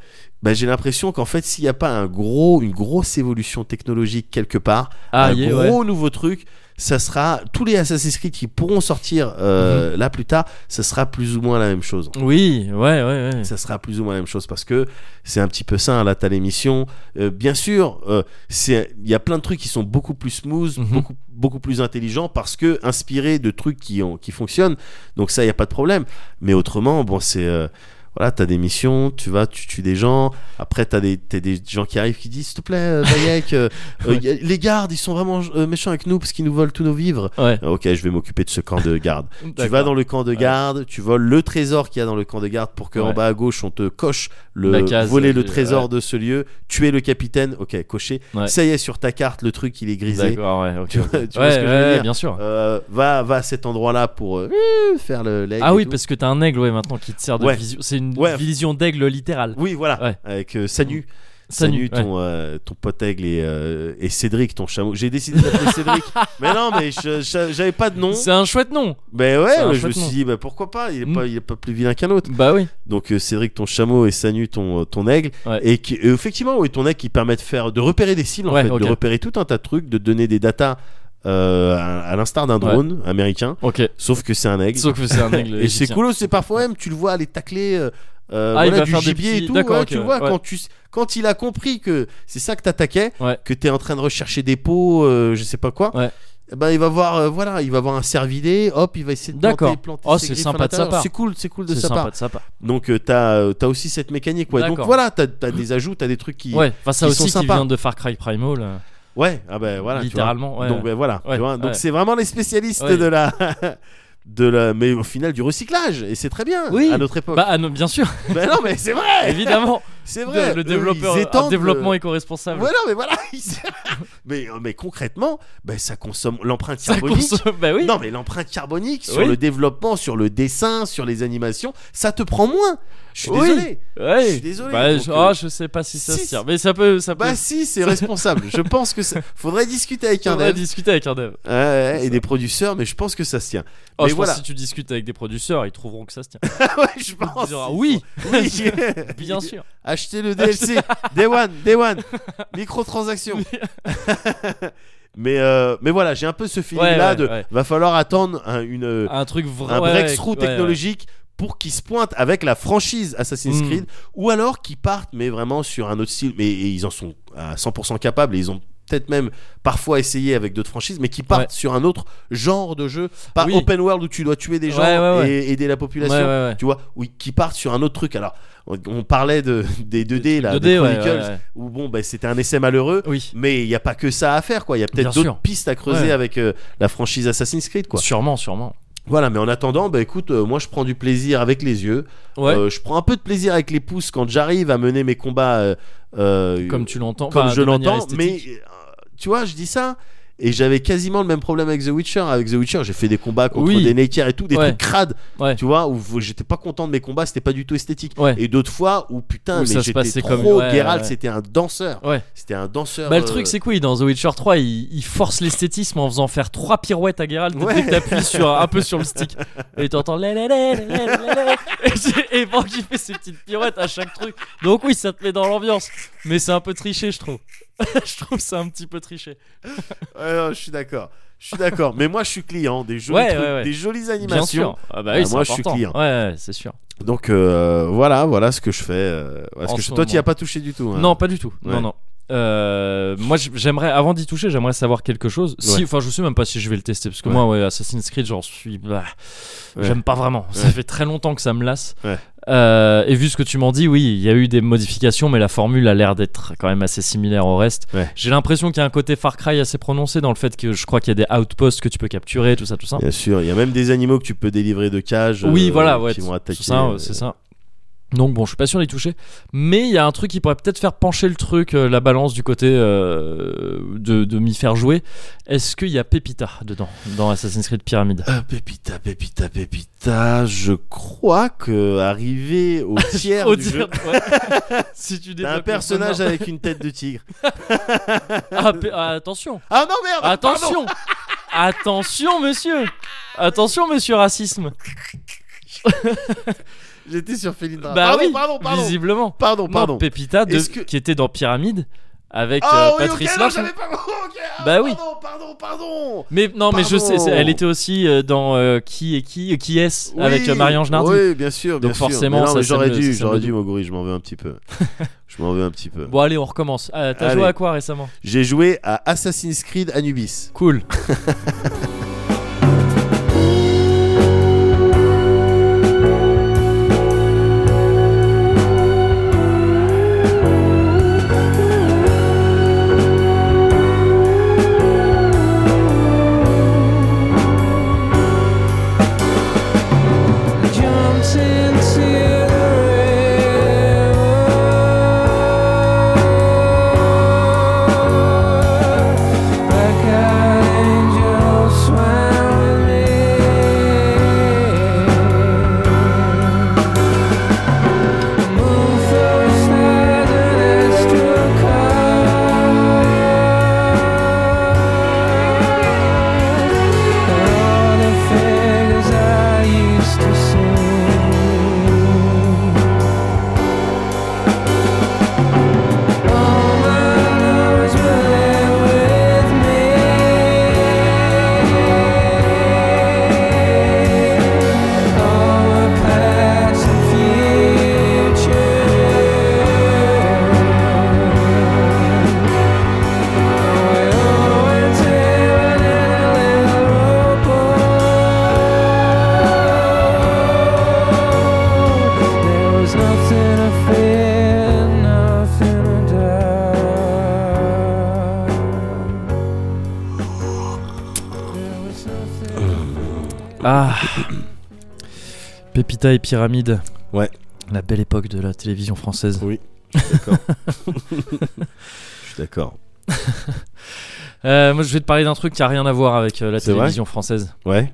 Speaker 2: bah, j'ai l'impression qu'en fait, s'il n'y a pas un gros, une grosse évolution technologique quelque part,
Speaker 1: Ah,
Speaker 2: un
Speaker 1: yeah, ouais.
Speaker 2: gros nouveau truc. Ça sera tous les Assassin's Creed qui pourront sortir euh,
Speaker 1: Mhm.
Speaker 2: là plus tard. Ça sera plus ou moins la même chose.
Speaker 1: Oui, ouais, ouais, ouais.
Speaker 2: Ça sera plus ou moins la même chose parce que c'est un petit peu ça. hein, Là, t'as l'émission. Euh, bien sûr, euh, c'est il y a plein de trucs qui sont beaucoup plus smooth,
Speaker 1: Mhm.
Speaker 2: beaucoup beaucoup plus intelligents parce que inspirés de trucs qui ont qui fonctionnent. Donc ça, il y a pas de problème. Mais autrement, bon, c'est euh, voilà, t'as des missions, tu vas, tu tues des gens. Après, t'as des, t'as des gens qui arrivent qui disent, s'il te plaît, euh, Bayek, euh, euh, y a- les gardes, ils sont vraiment euh, méchants avec nous parce qu'ils nous volent tous nos vivres.
Speaker 1: Ouais.
Speaker 2: Ah, Ok, je vais m'occuper de ce camp de garde. tu vas
Speaker 1: D'accord.
Speaker 2: dans le camp de garde, tu voles le trésor qu'il y a dans le camp de garde pour que en
Speaker 1: Ouais.
Speaker 2: bas à gauche on te coche le
Speaker 1: La case,
Speaker 2: voler
Speaker 1: euh,
Speaker 2: le
Speaker 1: du-
Speaker 2: trésor de ce lieu, tuer le capitaine. Ok, coché.
Speaker 1: Ouais.
Speaker 2: Ça y est, sur ta carte, le truc il est grisé.
Speaker 1: D'accord, ouais, ok.
Speaker 2: <laughs> Tu vois, tu vois
Speaker 1: ouais,
Speaker 2: ce que je veux
Speaker 1: ouais,
Speaker 2: dire
Speaker 1: bien sûr.
Speaker 2: Euh, va, va à cet endroit-là pour euh, faire le. l'aigle
Speaker 1: Ah
Speaker 2: et
Speaker 1: oui,
Speaker 2: tout.
Speaker 1: parce que t'as un aigle, ouais, maintenant qui te sert de
Speaker 2: Ouais.
Speaker 1: vision. C'est une
Speaker 2: Ouais.
Speaker 1: vision d'aigle littérale.
Speaker 2: Oui, voilà,
Speaker 1: Ouais.
Speaker 2: avec euh, Sanu. Salut,
Speaker 1: Salut, ouais.
Speaker 2: ton, euh, ton pote aigle et, euh, et Cédric, ton chameau. J'ai décidé d'appeler
Speaker 1: <laughs>
Speaker 2: Cédric. mais non, mais je- je- j'avais pas de nom.
Speaker 1: C'est un chouette nom.
Speaker 2: Mais ouais,
Speaker 1: c'est un
Speaker 2: ouais, je
Speaker 1: chouette
Speaker 2: me suis
Speaker 1: nom.
Speaker 2: dit, bah, pourquoi pas il, est
Speaker 1: Mm.
Speaker 2: pas il est pas plus vilain qu'un autre.
Speaker 1: Bah oui.
Speaker 2: Donc euh, Cédric, ton chameau et Sanu, ton, euh, ton aigle.
Speaker 1: Ouais.
Speaker 2: Et, qui, et effectivement, oui, ton aigle qui permet de, faire, de repérer des cibles, en
Speaker 1: Ouais,
Speaker 2: fait,
Speaker 1: ok.
Speaker 2: de repérer tout un tas de trucs, de donner des datas euh, à, à l'instar d'un drone américain.
Speaker 1: Ok.
Speaker 2: Sauf que c'est un aigle.
Speaker 1: Sauf que c'est un aigle.
Speaker 2: <laughs> Et c'est
Speaker 1: égyptien.
Speaker 2: cool, c'est parfois même, tu le vois aller tacler euh, euh,
Speaker 1: Ah, il
Speaker 2: voilà,
Speaker 1: va
Speaker 2: du
Speaker 1: faire des
Speaker 2: gibier
Speaker 1: petits-
Speaker 2: et tout.
Speaker 1: d'accord,
Speaker 2: ouais,
Speaker 1: ok,
Speaker 2: tu
Speaker 1: ouais,
Speaker 2: vois,
Speaker 1: ouais.
Speaker 2: Quand, tu, quand il a compris que c'est ça que t'attaquais,
Speaker 1: Ouais.
Speaker 2: que t'es en train de rechercher des pots, euh, je sais pas quoi.
Speaker 1: Ouais.
Speaker 2: eh Ben, il va voir euh, voilà il va voir un cervidé hop il va essayer de
Speaker 1: D'accord.
Speaker 2: planter, planter
Speaker 1: Oh,
Speaker 2: ses
Speaker 1: c'est
Speaker 2: griffes à
Speaker 1: sympa de sa
Speaker 2: l'intérieur.
Speaker 1: part.
Speaker 2: c'est cool c'est cool de
Speaker 1: C'est
Speaker 2: sa
Speaker 1: sympa
Speaker 2: part
Speaker 1: de sa part.
Speaker 2: donc euh, t'as euh, t'as aussi cette mécanique ouais donc
Speaker 1: D'accord.
Speaker 2: voilà t'as as des ajouts t'as des trucs qui
Speaker 1: Ouais, enfin ça
Speaker 2: qui
Speaker 1: aussi
Speaker 2: sont
Speaker 1: qui
Speaker 2: sympas.
Speaker 1: vient de Far Cry Primal. euh,
Speaker 2: Ouais, ah ben voilà tu vois.
Speaker 1: littéralement. ouais.
Speaker 2: donc ben, voilà tu
Speaker 1: Ouais,
Speaker 2: vois. donc
Speaker 1: ouais.
Speaker 2: c'est vraiment les spécialistes
Speaker 1: Ouais.
Speaker 2: de la <laughs> de la mais au final du recyclage et c'est très bien
Speaker 1: Oui.
Speaker 2: à notre époque
Speaker 1: Bah ah non, bien sûr,
Speaker 2: Ben non mais c'est vrai
Speaker 1: <laughs> évidemment.
Speaker 2: c'est
Speaker 1: De-
Speaker 2: vrai Eux,
Speaker 1: le
Speaker 2: ils
Speaker 1: développeur,
Speaker 2: étendent
Speaker 1: un développement
Speaker 2: le-
Speaker 1: éco-responsable.
Speaker 2: voilà mais voilà <laughs> ils- mais mais concrètement ben ça consomme l'empreinte
Speaker 1: ça
Speaker 2: carbonique
Speaker 1: consomme. <laughs> Bah oui.
Speaker 2: Non mais l'empreinte carbonique sur
Speaker 1: Oui.
Speaker 2: le développement, sur le dessin, sur les animations, ça te prend moins. Je suis
Speaker 1: Oui.
Speaker 2: désolé.
Speaker 1: Ouais.
Speaker 2: je suis désolé,
Speaker 1: Bah,
Speaker 2: donc,
Speaker 1: je,
Speaker 2: euh,
Speaker 1: oh, je sais pas si ça
Speaker 2: si,
Speaker 1: se tire, mais ça peut, ça peut.
Speaker 2: <laughs> Bah si, c'est responsable. Je pense que ça... faudrait discuter avec un
Speaker 1: on a
Speaker 2: dev
Speaker 1: discuté avec un dev.
Speaker 2: Ouais, ouais,
Speaker 1: C'est
Speaker 2: et
Speaker 1: ça.
Speaker 2: des producteurs, mais je pense que ça se tient.
Speaker 1: Oh,
Speaker 2: mais
Speaker 1: je
Speaker 2: voilà,
Speaker 1: pense que si tu discutes avec des producteurs, ils trouveront que ça se
Speaker 2: <laughs>
Speaker 1: tient.
Speaker 2: Ah Ouais, je
Speaker 1: Ils
Speaker 2: pense.
Speaker 1: diront,
Speaker 2: <laughs>
Speaker 1: oui,
Speaker 2: Oh, Oui.
Speaker 1: <laughs>
Speaker 2: <laughs>
Speaker 1: bien sûr.
Speaker 2: Achetez le DLC. Day one, day <laughs> one. Microtransaction. <laughs> mais, euh, mais voilà, j'ai un peu ce feeling là
Speaker 1: ouais,
Speaker 2: de.
Speaker 1: ouais.
Speaker 2: Va falloir attendre un, une, euh,
Speaker 1: Un truc vrai.
Speaker 2: un
Speaker 1: ouais,
Speaker 2: breakthrough
Speaker 1: ouais, ouais.
Speaker 2: technologique. Pour qu'ils se pointent avec la franchise Assassin's
Speaker 1: Mm.
Speaker 2: Creed, ou alors qu'ils partent, mais vraiment sur un autre style, mais et ils en sont à 100% capables, et ils ont peut-être même parfois essayé avec d'autres franchises, mais qui partent
Speaker 1: Ouais.
Speaker 2: sur un autre genre de jeu, pas
Speaker 1: Oui.
Speaker 2: open world où tu dois tuer des gens
Speaker 1: Ouais, ouais, ouais.
Speaker 2: et aider la
Speaker 1: Ouais,
Speaker 2: population,
Speaker 1: ouais, ouais.
Speaker 2: tu vois, ou qui partent sur un autre truc. Alors, on, on parlait de, des 2D, là,
Speaker 1: 2D,
Speaker 2: des
Speaker 1: ouais,
Speaker 2: Chronicles,
Speaker 1: ouais, ouais.
Speaker 2: où bon, bah, c'était un essai malheureux,
Speaker 1: Oui.
Speaker 2: mais il n'y a pas que ça à faire, quoi. Il y a
Speaker 1: Bien
Speaker 2: peut-être
Speaker 1: sûr.
Speaker 2: d'autres pistes à creuser
Speaker 1: Ouais.
Speaker 2: avec euh, la franchise Assassin's Creed, quoi.
Speaker 1: Sûrement, sûrement.
Speaker 2: Voilà, mais en attendant, bah écoute, euh, moi je prends du plaisir avec les yeux.
Speaker 1: Ouais.
Speaker 2: Euh, je prends un peu de plaisir avec les pouces quand j'arrive à mener mes combats euh, euh,
Speaker 1: comme tu l'entends.
Speaker 2: comme
Speaker 1: enfin,
Speaker 2: je
Speaker 1: de manière
Speaker 2: l'entends. Mais
Speaker 1: esthétique.
Speaker 2: euh, tu vois, je dis ça. Et j'avais quasiment le même problème avec The Witcher. Avec The Witcher, j'ai fait des combats contre
Speaker 1: Oui.
Speaker 2: des Nakers et tout, des
Speaker 1: Ouais.
Speaker 2: trucs crades,
Speaker 1: Ouais.
Speaker 2: tu vois, où v- j'étais pas content de mes combats, c'était pas du tout esthétique.
Speaker 1: Ouais.
Speaker 2: Et d'autres fois où
Speaker 1: Où
Speaker 2: putain,
Speaker 1: ça
Speaker 2: mais
Speaker 1: se passait
Speaker 2: j'étais trop
Speaker 1: comme- ouais,
Speaker 2: Geralt,
Speaker 1: ouais.
Speaker 2: c'était un danseur.
Speaker 1: Ouais.
Speaker 2: C'était un danseur.
Speaker 1: Bah, le
Speaker 2: euh,
Speaker 1: truc, c'est que oui, dans The Witcher 3, il, il force l'esthétisme en faisant faire trois pirouettes à Geralt
Speaker 2: Ouais.
Speaker 1: dès que t'appuies sur, un peu sur le <laughs> stick. Et t'entends. la, la, la, la, la, la, la. Et c'est- Et pendant qu'il fait ses petites pirouettes à chaque truc. Donc, oui, ça te met dans l'ambiance. Mais c'est un peu triché, je trouve. <laughs> je trouve ça un petit peu triché.
Speaker 2: Ouais, non, je suis d'accord. Je suis d'accord. mais moi, je suis client des jolis
Speaker 1: Ouais,
Speaker 2: trucs,
Speaker 1: ouais, ouais.
Speaker 2: des jolies
Speaker 1: Bien
Speaker 2: animations.
Speaker 1: sûr. Ah bah oui,
Speaker 2: Bah,
Speaker 1: c'est
Speaker 2: moi, je suis
Speaker 1: important.
Speaker 2: client.
Speaker 1: Ouais, ouais, c'est sûr.
Speaker 2: Donc euh, voilà, voilà ce que je fais. euh, voilà ce
Speaker 1: En
Speaker 2: que je-
Speaker 1: ce
Speaker 2: Toi, tu n'y as
Speaker 1: moment.
Speaker 2: pas touché du tout. hein.
Speaker 1: Non, pas du tout.
Speaker 2: Ouais.
Speaker 1: Non, non. Euh, moi, j- j'aimerais, avant d'y toucher, j'aimerais savoir quelque chose.
Speaker 2: Ouais.
Speaker 1: Si, enfin, je sais même pas si je vais le tester parce que
Speaker 2: Ouais.
Speaker 1: moi, ouais, Assassin's Creed, j'en suis, bah,
Speaker 2: Ouais.
Speaker 1: j'aime pas vraiment. Ça
Speaker 2: Ouais.
Speaker 1: fait très longtemps que ça me lasse.
Speaker 2: Ouais.
Speaker 1: Euh, et vu ce que tu m'en dis, oui, il y a eu des modifications, mais la formule a l'air d'être quand même assez similaire au reste.
Speaker 2: Ouais.
Speaker 1: J'ai l'impression qu'il y a un côté Far Cry assez prononcé dans le fait que je crois qu'il y a des outposts que tu peux capturer, tout ça, tout ça.
Speaker 2: Bien sûr, il y a même des animaux que tu peux délivrer de cage.
Speaker 1: Oui,
Speaker 2: euh,
Speaker 1: voilà, ouais,
Speaker 2: qui
Speaker 1: tout-
Speaker 2: vont
Speaker 1: tout
Speaker 2: attaquer.
Speaker 1: ça,
Speaker 2: euh,
Speaker 1: ouais, c'est ça. Donc bon, je suis pas sûr d'y toucher, mais il y a un truc qui pourrait peut-être faire pencher le truc, euh, la balance du côté euh, de, de m'y faire jouer. Est-ce qu'il y a Pépita dedans, dans Assassin's Creed Pyramid
Speaker 2: Ah, Pépita, Pépita, Pépita. Je crois que arrivé
Speaker 1: <laughs>
Speaker 2: au tiers
Speaker 1: Au
Speaker 2: du
Speaker 1: dire-
Speaker 2: jeu, <laughs>
Speaker 1: ouais. si tu
Speaker 2: t'as un
Speaker 1: développes
Speaker 2: personnage
Speaker 1: le
Speaker 2: avec une tête de tigre.
Speaker 1: bonheur- Ah, Pé- ah, attention,
Speaker 2: Ah non merde. pardon.
Speaker 1: attention, attention, monsieur, attention, monsieur racisme.
Speaker 2: J'étais sur Felindra.
Speaker 1: Bah
Speaker 2: Ah, pardon,
Speaker 1: oui,
Speaker 2: pardon, pardon,
Speaker 1: visiblement.
Speaker 2: pardon,
Speaker 1: Non,
Speaker 2: pardon.
Speaker 1: Pépita de-
Speaker 2: Est-ce que-
Speaker 1: qui était dans Pyramide avec euh,
Speaker 2: Ah oui,
Speaker 1: Patrice
Speaker 2: ok, non,
Speaker 1: Laffont.
Speaker 2: j'avais pas. <laughs> ok, ah,
Speaker 1: Bah oui.
Speaker 2: Pardon, pardon, pardon.
Speaker 1: Mais non, mais je sais,
Speaker 2: Pardon.
Speaker 1: c'est- elle était aussi euh, dans euh, qui et qui, euh, qui est-ce avec
Speaker 2: Oui,
Speaker 1: euh, Marie-Ange Nardi.
Speaker 2: Oui, bien sûr, bien
Speaker 1: Donc
Speaker 2: sûr.
Speaker 1: forcément,
Speaker 2: Mais non,
Speaker 1: ça,
Speaker 2: mais
Speaker 1: ça
Speaker 2: j'aurais
Speaker 1: me-
Speaker 2: dû,
Speaker 1: ça me
Speaker 2: j'aurais
Speaker 1: le
Speaker 2: dû, Moguri, je m'en veux un petit peu. je m'en veux un petit peu.
Speaker 1: Bon, allez, on recommence. Euh, T'as joué
Speaker 2: Allez.
Speaker 1: à quoi récemment
Speaker 2: J'ai joué à Assassin's Creed Anubis.
Speaker 1: Cool.
Speaker 5: Jumps into the river, like an angel
Speaker 1: <coughs> Pépita Ah. et Pyramide.
Speaker 2: Ouais.
Speaker 1: La belle époque de la télévision française.
Speaker 2: D'accord. Je suis d'accord.
Speaker 1: Euh, moi, je vais te parler d'un truc qui a rien à voir avec euh, la
Speaker 2: C'est vrai
Speaker 1: télévision française
Speaker 2: Ouais,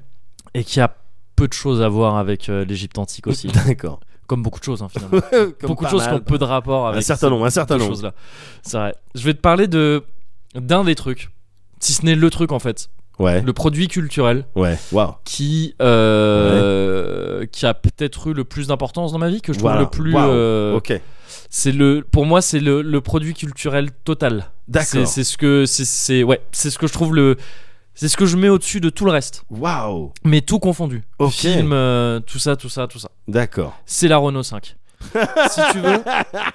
Speaker 1: et qui a peu de choses à voir avec euh, l'Égypte antique
Speaker 2: <laughs>
Speaker 1: aussi,
Speaker 2: d'accord.
Speaker 1: comme beaucoup de choses hein, finalement.
Speaker 2: Comme
Speaker 1: beaucoup de
Speaker 2: pas
Speaker 1: choses qui
Speaker 2: mal. Bah,
Speaker 1: ont peu de rapport avec
Speaker 2: Un certain nombre, un certain
Speaker 1: ces
Speaker 2: nombre.
Speaker 1: choses-là. C'est vrai. Je vais te parler de d'un des trucs, si ce n'est le truc en fait,
Speaker 2: Ouais,
Speaker 1: le produit culturel
Speaker 2: ouais, waouh.
Speaker 1: qui euh, qui a peut-être eu le plus d'importance dans ma vie, que je trouve
Speaker 2: Voilà.
Speaker 1: le plus.
Speaker 2: Waouh.
Speaker 1: euh,
Speaker 2: Ok,
Speaker 1: C'est le, pour moi, c'est le, le produit culturel total. C'est-
Speaker 2: d'accord.
Speaker 1: C'est ce que c'est- c'est ouais, c'est ce que je trouve le, c'est ce que je mets au-dessus de tout le reste,
Speaker 2: Waouh,
Speaker 1: mais tout confondu.
Speaker 2: Ok.
Speaker 1: Film, euh, tout ça, tout ça, tout ça.
Speaker 2: d'accord.
Speaker 1: C'est la Renault
Speaker 2: <laughs>
Speaker 1: 5. si tu veux,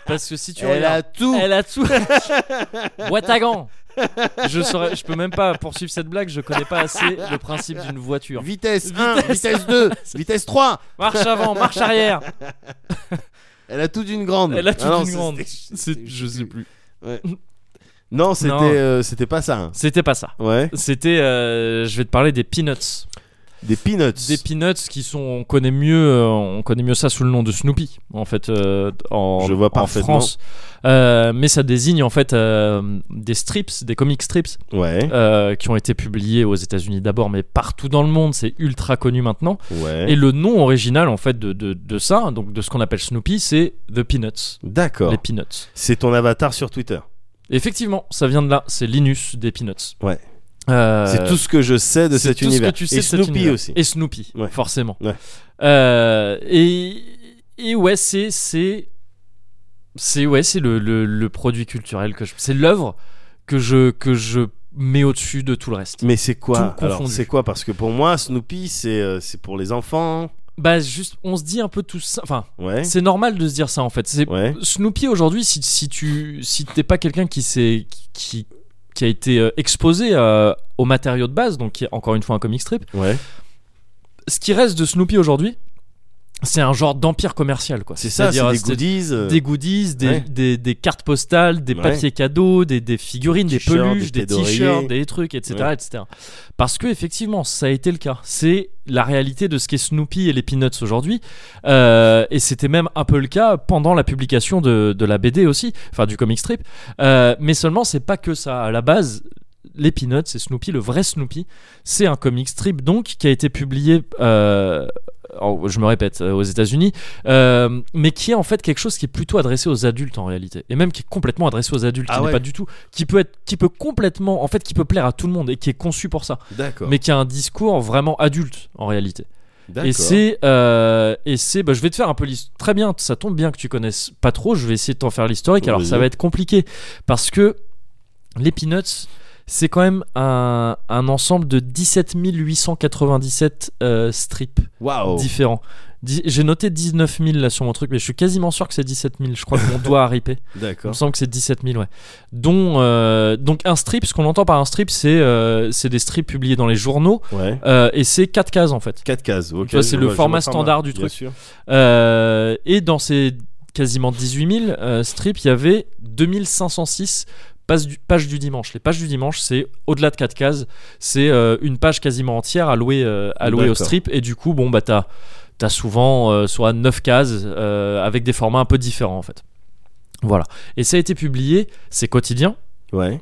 Speaker 1: parce que si tu regardes,
Speaker 2: tout.
Speaker 1: elle a
Speaker 2: <laughs>
Speaker 1: tout. Boîte à gants. Je saurais, je peux même pas poursuivre cette blague. Je connais pas assez le principe d'une voiture.
Speaker 2: Vitesse 1, vitesse 2, vitesse 3.
Speaker 1: Marche avant, marche arrière.
Speaker 2: Elle a tout d'une grande.
Speaker 1: Elle a tout
Speaker 2: Ah non,
Speaker 1: d'une
Speaker 2: c'est-
Speaker 1: grande.
Speaker 2: c'est-
Speaker 1: C'est- Je sais plus.
Speaker 2: Non, c'était
Speaker 1: Non.
Speaker 2: euh, c'était pas ça. hein.
Speaker 1: C'était pas ça.
Speaker 2: Ouais.
Speaker 1: C'était, euh, je vais te parler des peanuts.
Speaker 2: Des peanuts.
Speaker 1: Des peanuts qui sont, on connaît mieux, euh, on connaît mieux ça sous le nom de Snoopy, en fait, euh, en,
Speaker 2: Je vois
Speaker 1: en
Speaker 2: parfaitement.
Speaker 1: France. Euh, mais ça désigne en fait euh, des strips, des comic strips,
Speaker 2: ouais.
Speaker 1: euh, qui ont été publiés aux États-Unis d'abord, mais partout dans le monde, c'est ultra connu maintenant.
Speaker 2: ouais.
Speaker 1: Et le nom original en fait de, de, de ça, donc de ce qu'on appelle Snoopy, c'est The Peanuts,
Speaker 2: D'accord.
Speaker 1: les Peanuts.
Speaker 2: C'est ton avatar sur Twitter.
Speaker 1: Effectivement, ça vient de là, c'est Linus des Peanuts.
Speaker 2: Ouais.
Speaker 1: Euh,
Speaker 2: C'est tout ce que je sais de
Speaker 1: C'est
Speaker 2: cet
Speaker 1: tout
Speaker 2: univers.
Speaker 1: Ce que tu sais
Speaker 2: Et
Speaker 1: de cet
Speaker 2: Snoopy
Speaker 1: univers.
Speaker 2: aussi.
Speaker 1: Et Snoopy,
Speaker 2: Ouais.
Speaker 1: forcément.
Speaker 2: Ouais.
Speaker 1: Euh, et, et ouais, c'est c'est c'est ouais, c'est le, le, le produit culturel que je, c'est l'œuvre que je que je mets au-dessus de tout le reste.
Speaker 2: Mais c'est quoi
Speaker 1: Tout
Speaker 2: Alors,
Speaker 1: confondu.
Speaker 2: c'est quoi Parce que pour moi, Snoopy, c'est euh, c'est pour les enfants.
Speaker 1: Bah juste, on se dit un peu tout ça. Enfin,
Speaker 2: Ouais.
Speaker 1: c'est normal de se dire ça en fait. C'est
Speaker 2: Ouais.
Speaker 1: Snoopy aujourd'hui, si, si tu si t'es pas quelqu'un qui s'est qui qui a été euh, exposé euh, aux matériaux de base, donc qui est encore une fois un comic strip.
Speaker 2: Ouais.
Speaker 1: ce qui reste de Snoopy aujourd'hui, c'est un genre d'empire commercial, quoi.
Speaker 2: C'est ça, c'est
Speaker 1: C'est-à-dire,
Speaker 2: des
Speaker 1: c'était
Speaker 2: goodies. euh,
Speaker 1: des goodies, des,
Speaker 2: Ouais.
Speaker 1: des- des cartes postales, des
Speaker 2: Ouais.
Speaker 1: papiers cadeaux, des, des figurines, des
Speaker 2: T-shirts,
Speaker 1: peluches,
Speaker 2: des
Speaker 1: des
Speaker 2: têtes
Speaker 1: t-shirts,
Speaker 2: d'oreiller.
Speaker 1: des trucs, etc.,
Speaker 2: Ouais.
Speaker 1: etc. Parce que effectivement, ça a été le cas. C'est la réalité de ce qu'est Snoopy et les Peanuts aujourd'hui. Euh, et c'était même un peu le cas pendant la publication de, de la BD aussi, enfin du comic strip. Euh, mais seulement, c'est pas que ça. À la base, les Peanuts, c'est Snoopy, le vrai Snoopy. C'est un comic strip donc qui a été publié. euh, oh, je me répète, euh, aux États-Unis, euh, mais qui est en fait quelque chose qui est plutôt adressé aux adultes en réalité, et même qui est complètement adressé aux adultes,
Speaker 2: Ah
Speaker 1: qui
Speaker 2: ouais.
Speaker 1: n'est pas du tout, qui peut être, qui peut complètement, en fait, qui peut plaire à tout le monde et qui est conçu pour ça,
Speaker 2: D'accord.
Speaker 1: mais qui a un discours vraiment adulte en réalité.
Speaker 2: D'accord.
Speaker 1: Et c'est, euh, et c'est, bah, je vais te faire un peu l'histoire. Très bien, ça tombe bien que tu connaisses pas trop. Je vais essayer de t'en faire l'historique. Alors ça
Speaker 2: Vas-y.
Speaker 1: va être compliqué parce que les Peanuts, c'est quand même un, un ensemble de 17 897 euh, strips
Speaker 2: Waouh.
Speaker 1: différents. Di- J'ai noté 19 000 là sur mon truc, mais je suis quasiment sûr que c'est 17 000. Je crois que mon doigt a
Speaker 2: <laughs>
Speaker 1: ripé. Il me
Speaker 2: D'accord.
Speaker 1: semble que c'est 17 000, ouais. Dont, euh, donc un strip, ce qu'on entend par un strip, c'est euh, c'est des strips publiés dans les journaux
Speaker 2: Ouais.
Speaker 1: euh, et c'est 4 cases en fait.
Speaker 2: 4 cases. ok,
Speaker 1: Tu vois, c'est
Speaker 2: je
Speaker 1: le
Speaker 2: je
Speaker 1: format
Speaker 2: vois
Speaker 1: standard du
Speaker 2: bien
Speaker 1: truc.
Speaker 2: sûr.
Speaker 1: Euh, et dans ces quasiment 18 000 euh, strips, il y avait 2506 pages du, pages du dimanche. Les pages du dimanche, c'est au-delà de 4 cases, c'est euh, une page quasiment entière allouée, euh, allouée au
Speaker 2: D'accord.
Speaker 1: strip. Et du coup, bon, bah, t'as as souvent euh, soit 9 cases euh, avec des formats un peu différents en fait. Voilà. Et ça a été publié, c'est quotidien,
Speaker 2: Ouais.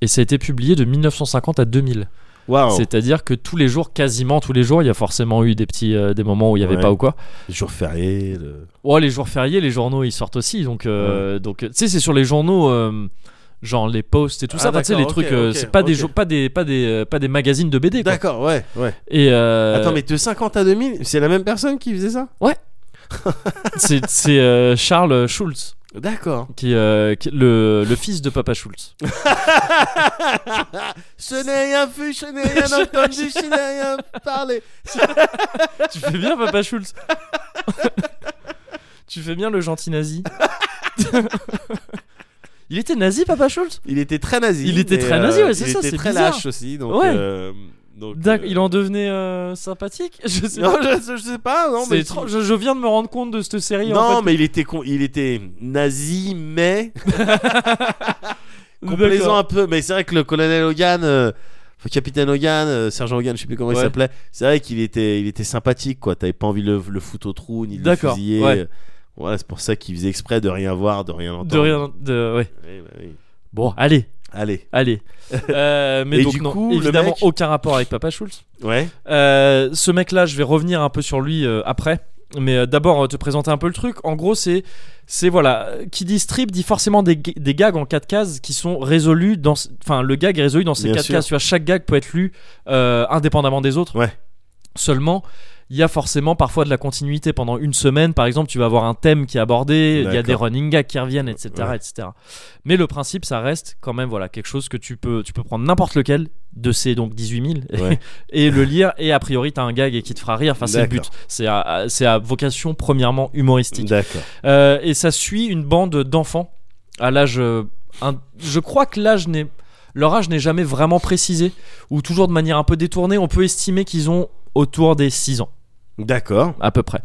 Speaker 1: et ça a été publié de 1950 à 2000.
Speaker 2: Waouh.
Speaker 1: C'est-à-dire que tous les jours, quasiment tous les jours, il y a forcément eu des petits euh, des moments où il n'y avait
Speaker 2: Ouais.
Speaker 1: pas ou quoi.
Speaker 2: Les jours fériés. le-
Speaker 1: Ouais, les jours fériés, les journaux ils sortent aussi. Donc, euh, donc euh, tu sais, c'est sur les journaux, euh, genre les posts et tout
Speaker 2: Ah,
Speaker 1: ça. Enfin, tu sais, les
Speaker 2: d'accord,
Speaker 1: trucs,
Speaker 2: ok,
Speaker 1: euh,
Speaker 2: ok,
Speaker 1: c'est pas, des
Speaker 2: ok.
Speaker 1: jo- pas, des, pas, des, euh, pas des magazines de BD quoi.
Speaker 2: D'accord. Ouais. Ouais.
Speaker 1: Et euh,
Speaker 2: Attends, mais de 50 à 2000, c'est la même personne qui faisait ça
Speaker 1: <laughs> c'est c'est, euh, Charles Schulz,
Speaker 2: D'accord.
Speaker 1: qui, euh, qui- le, le fils de Papa
Speaker 2: <laughs>
Speaker 1: Schulz.
Speaker 2: Ce n'est rien vu, ce n'est
Speaker 1: <laughs>
Speaker 2: rien entendu, ce n'est rien parlé.
Speaker 1: tu fais bien, Papa Schulz. <laughs> tu fais bien le gentil
Speaker 2: <laughs>
Speaker 1: nazi. Il était nazi, Papa Schulz
Speaker 2: Il était très nazi.
Speaker 1: Il était
Speaker 2: mais,
Speaker 1: très nazi, ouais,
Speaker 2: euh,
Speaker 1: c'est
Speaker 2: il
Speaker 1: ça,
Speaker 2: était
Speaker 1: c'est
Speaker 2: très
Speaker 1: bizarre.
Speaker 2: lâche aussi, donc.
Speaker 1: Ouais.
Speaker 2: euh, donc,
Speaker 1: D'ac-
Speaker 2: euh,
Speaker 1: Il en devenait euh, sympathique Je sais
Speaker 2: <laughs> Non,
Speaker 1: pas.
Speaker 2: je, je sais pas, non,
Speaker 1: C'est
Speaker 2: mais.
Speaker 1: étrange, je, je viens de me rendre compte de cette série. en
Speaker 2: Non,
Speaker 1: fait.
Speaker 2: mais il était, con- il était nazi, mais.
Speaker 1: <laughs> D'accord.
Speaker 2: complaisant un peu. Mais c'est vrai que le colonel Hogan. euh, enfin, Capitaine Hogan, euh, Sergent Hogan, je sais plus comment il
Speaker 1: Ouais.
Speaker 2: s'appelait. C'est vrai qu'il était, il était sympathique, quoi. T'avais pas envie de le, le foutre au trou ni de le
Speaker 1: D'accord,
Speaker 2: fusiller. euh,
Speaker 1: ouais.
Speaker 2: Voilà, c'est pour ça qu'il faisait exprès de rien voir, de rien entendre.
Speaker 1: De rien. De, ouais.
Speaker 2: Ouais, bah oui.
Speaker 1: Bon, allez,
Speaker 2: Allez. <laughs>
Speaker 1: allez. Euh, mais
Speaker 2: Et
Speaker 1: donc,
Speaker 2: du
Speaker 1: non,
Speaker 2: coup, le
Speaker 1: évidemment,
Speaker 2: mec-
Speaker 1: aucun rapport avec Papa Schultz. <laughs>
Speaker 2: Ouais.
Speaker 1: Euh, ce mec-là, je vais revenir un peu sur lui euh, après. Mais euh, d'abord, euh, te présenter un peu le truc. En gros, c'est. C'est voilà, euh, qui dit strip dit forcément des, ga- des gags en 4 cases qui sont résolus dans. Enfin, le gag est résolu dans ces
Speaker 2: Bien
Speaker 1: 4
Speaker 2: sûr.
Speaker 1: cases. Tu vois, chaque gag peut être lu euh, indépendamment des autres.
Speaker 2: Ouais.
Speaker 1: Seulement, il y a forcément parfois de la continuité. Pendant une semaine, par exemple, tu vas avoir un thème qui est abordé, il y a
Speaker 2: D'accord.
Speaker 1: des running gags qui reviennent, etc.,
Speaker 2: Ouais.
Speaker 1: etc. Mais le principe, ça reste quand même voilà quelque chose que tu peux, tu peux prendre n'importe lequel de ces donc 18 000
Speaker 2: Ouais.
Speaker 1: et le lire et a priori t'as un gag et qui te fera rire. Enfin, c'est le but.
Speaker 2: D'accord.
Speaker 1: C'est à, à- c'est à vocation premièrement humoristique.
Speaker 2: D'accord.
Speaker 1: Euh, et ça suit une bande d'enfants à l'âge. euh, un- je crois que l'âge n'est. Leur âge n'est jamais vraiment précisé, ou toujours de manière un peu détournée, on peut estimer qu'ils ont autour des 6 ans,
Speaker 2: D'accord.
Speaker 1: à peu près.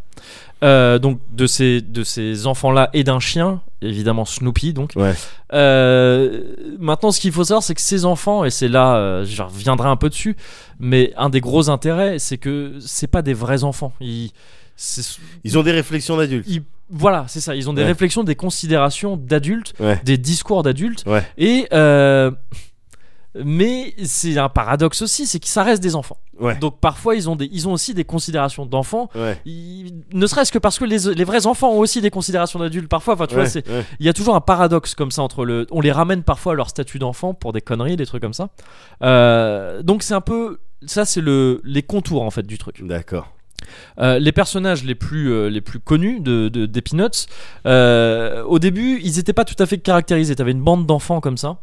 Speaker 1: Euh, donc de ces, de ces enfants-là et d'un chien, évidemment Snoopy, donc.
Speaker 2: Ouais.
Speaker 1: Euh, maintenant, ce qu'il faut savoir, c'est que ces enfants, et c'est là, euh, je reviendrai un peu dessus, mais un des gros intérêts, c'est que c'est pas des vrais enfants. Ils, c'est-
Speaker 2: Ils ont des réflexions d'adultes.
Speaker 1: ils- voilà, c'est ça. Ils ont des
Speaker 2: Ouais.
Speaker 1: réflexions, des considérations d'adultes,
Speaker 2: Ouais.
Speaker 1: des discours d'adultes.
Speaker 2: Ouais.
Speaker 1: Et euh, mais c'est un paradoxe aussi, c'est que ça reste des enfants.
Speaker 2: Ouais.
Speaker 1: Donc parfois ils ont des, ils ont aussi des considérations d'enfants.
Speaker 2: Ouais.
Speaker 1: Ils- Ne serait-ce que parce que les, les vrais enfants ont aussi des considérations d'adultes parfois. Enfin, tu vois,
Speaker 2: Ouais,
Speaker 1: c'est
Speaker 2: ouais.
Speaker 1: il y a toujours un paradoxe comme ça entre le. On les ramène parfois à leur statut d'enfant pour des conneries, des trucs comme ça. Euh, donc c'est un peu. Ça, c'est le, les contours en fait du truc.
Speaker 2: D'accord.
Speaker 1: Euh, les personnages les plus, euh, les plus connus de, de- des Peanuts, euh, au début, ils n'étaient pas tout à fait caractérisés. T'avais une bande d'enfants comme ça.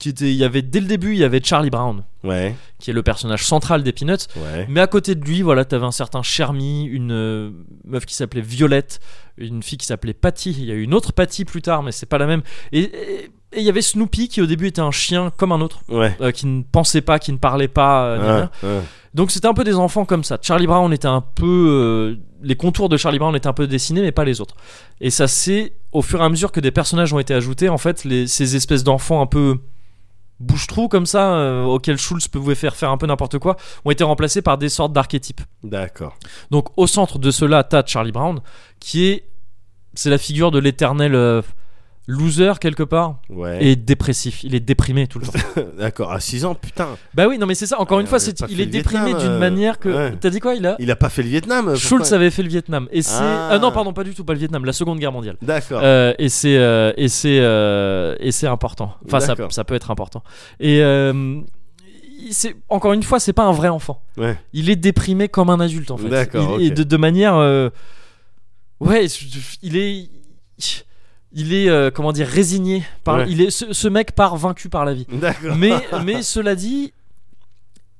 Speaker 1: Qui était, il y avait, dès le début, il y avait Charlie Brown,
Speaker 2: Ouais.
Speaker 1: qui est le personnage central des Peanuts.
Speaker 2: Ouais.
Speaker 1: Mais à côté de lui, voilà, t'avais un certain Chermy, une euh, meuf qui s'appelait Violette, une fille qui s'appelait Patty. Il y a eu une autre Patty plus tard, mais c'est pas la même. Et- Et et il y avait Snoopy qui au début était un chien comme un autre,
Speaker 2: Ouais.
Speaker 1: euh, qui ne pensait pas, qui ne parlait pas. euh, ni rien.
Speaker 2: Ouais. Ouais.
Speaker 1: Donc c'était un peu des enfants comme ça. Charlie Brown était un peu... euh, les contours de Charlie Brown étaient un peu dessinés, mais pas les autres. Et ça c'est au fur et à mesure que des personnages ont été ajoutés, en fait, les- ces espèces d'enfants un peu bouche-trou comme ça, euh, auxquels Schulz pouvait faire faire un peu n'importe quoi, ont été remplacés par des sortes d'archétypes.
Speaker 2: D'accord.
Speaker 1: Donc au centre de cela, t'as Charlie Brown, qui est... C'est la figure de l'éternel euh, loser quelque part,
Speaker 2: Ouais.
Speaker 1: et dépressif. Il est déprimé tout le temps.
Speaker 2: <laughs> D'accord. À 6 ans, putain.
Speaker 1: bah oui, non mais c'est ça, encore
Speaker 2: Ouais,
Speaker 1: une fois,
Speaker 2: on avait
Speaker 1: c'est,
Speaker 2: pas
Speaker 1: il
Speaker 2: fait
Speaker 1: est
Speaker 2: le
Speaker 1: déprimé
Speaker 2: Vietnam,
Speaker 1: d'une
Speaker 2: euh,
Speaker 1: manière que...
Speaker 2: ouais.
Speaker 1: T'as dit quoi, il a...
Speaker 2: Il a pas fait le Vietnam. euh,
Speaker 1: Schultz
Speaker 2: pourquoi
Speaker 1: avait fait le Vietnam et c'est
Speaker 2: Ah.
Speaker 1: ah. non pardon pas du tout pas le Vietnam la Seconde Guerre mondiale
Speaker 2: D'accord.
Speaker 1: Euh, et c'est euh, et c'est euh, et c'est important enfin ça,
Speaker 2: D'accord.
Speaker 1: ça peut être important et euh, il- c'est encore une fois c'est pas un vrai enfant
Speaker 2: Ouais.
Speaker 1: il est déprimé comme un adulte en fait
Speaker 2: D'accord,
Speaker 1: Il- et
Speaker 2: ok.
Speaker 1: de, de manière euh, ouais je- je- il est il est euh, comment dire résigné par
Speaker 2: Ouais.
Speaker 1: il est ce, ce mec part vaincu par la vie
Speaker 2: D'accord. <laughs>
Speaker 1: mais mais cela dit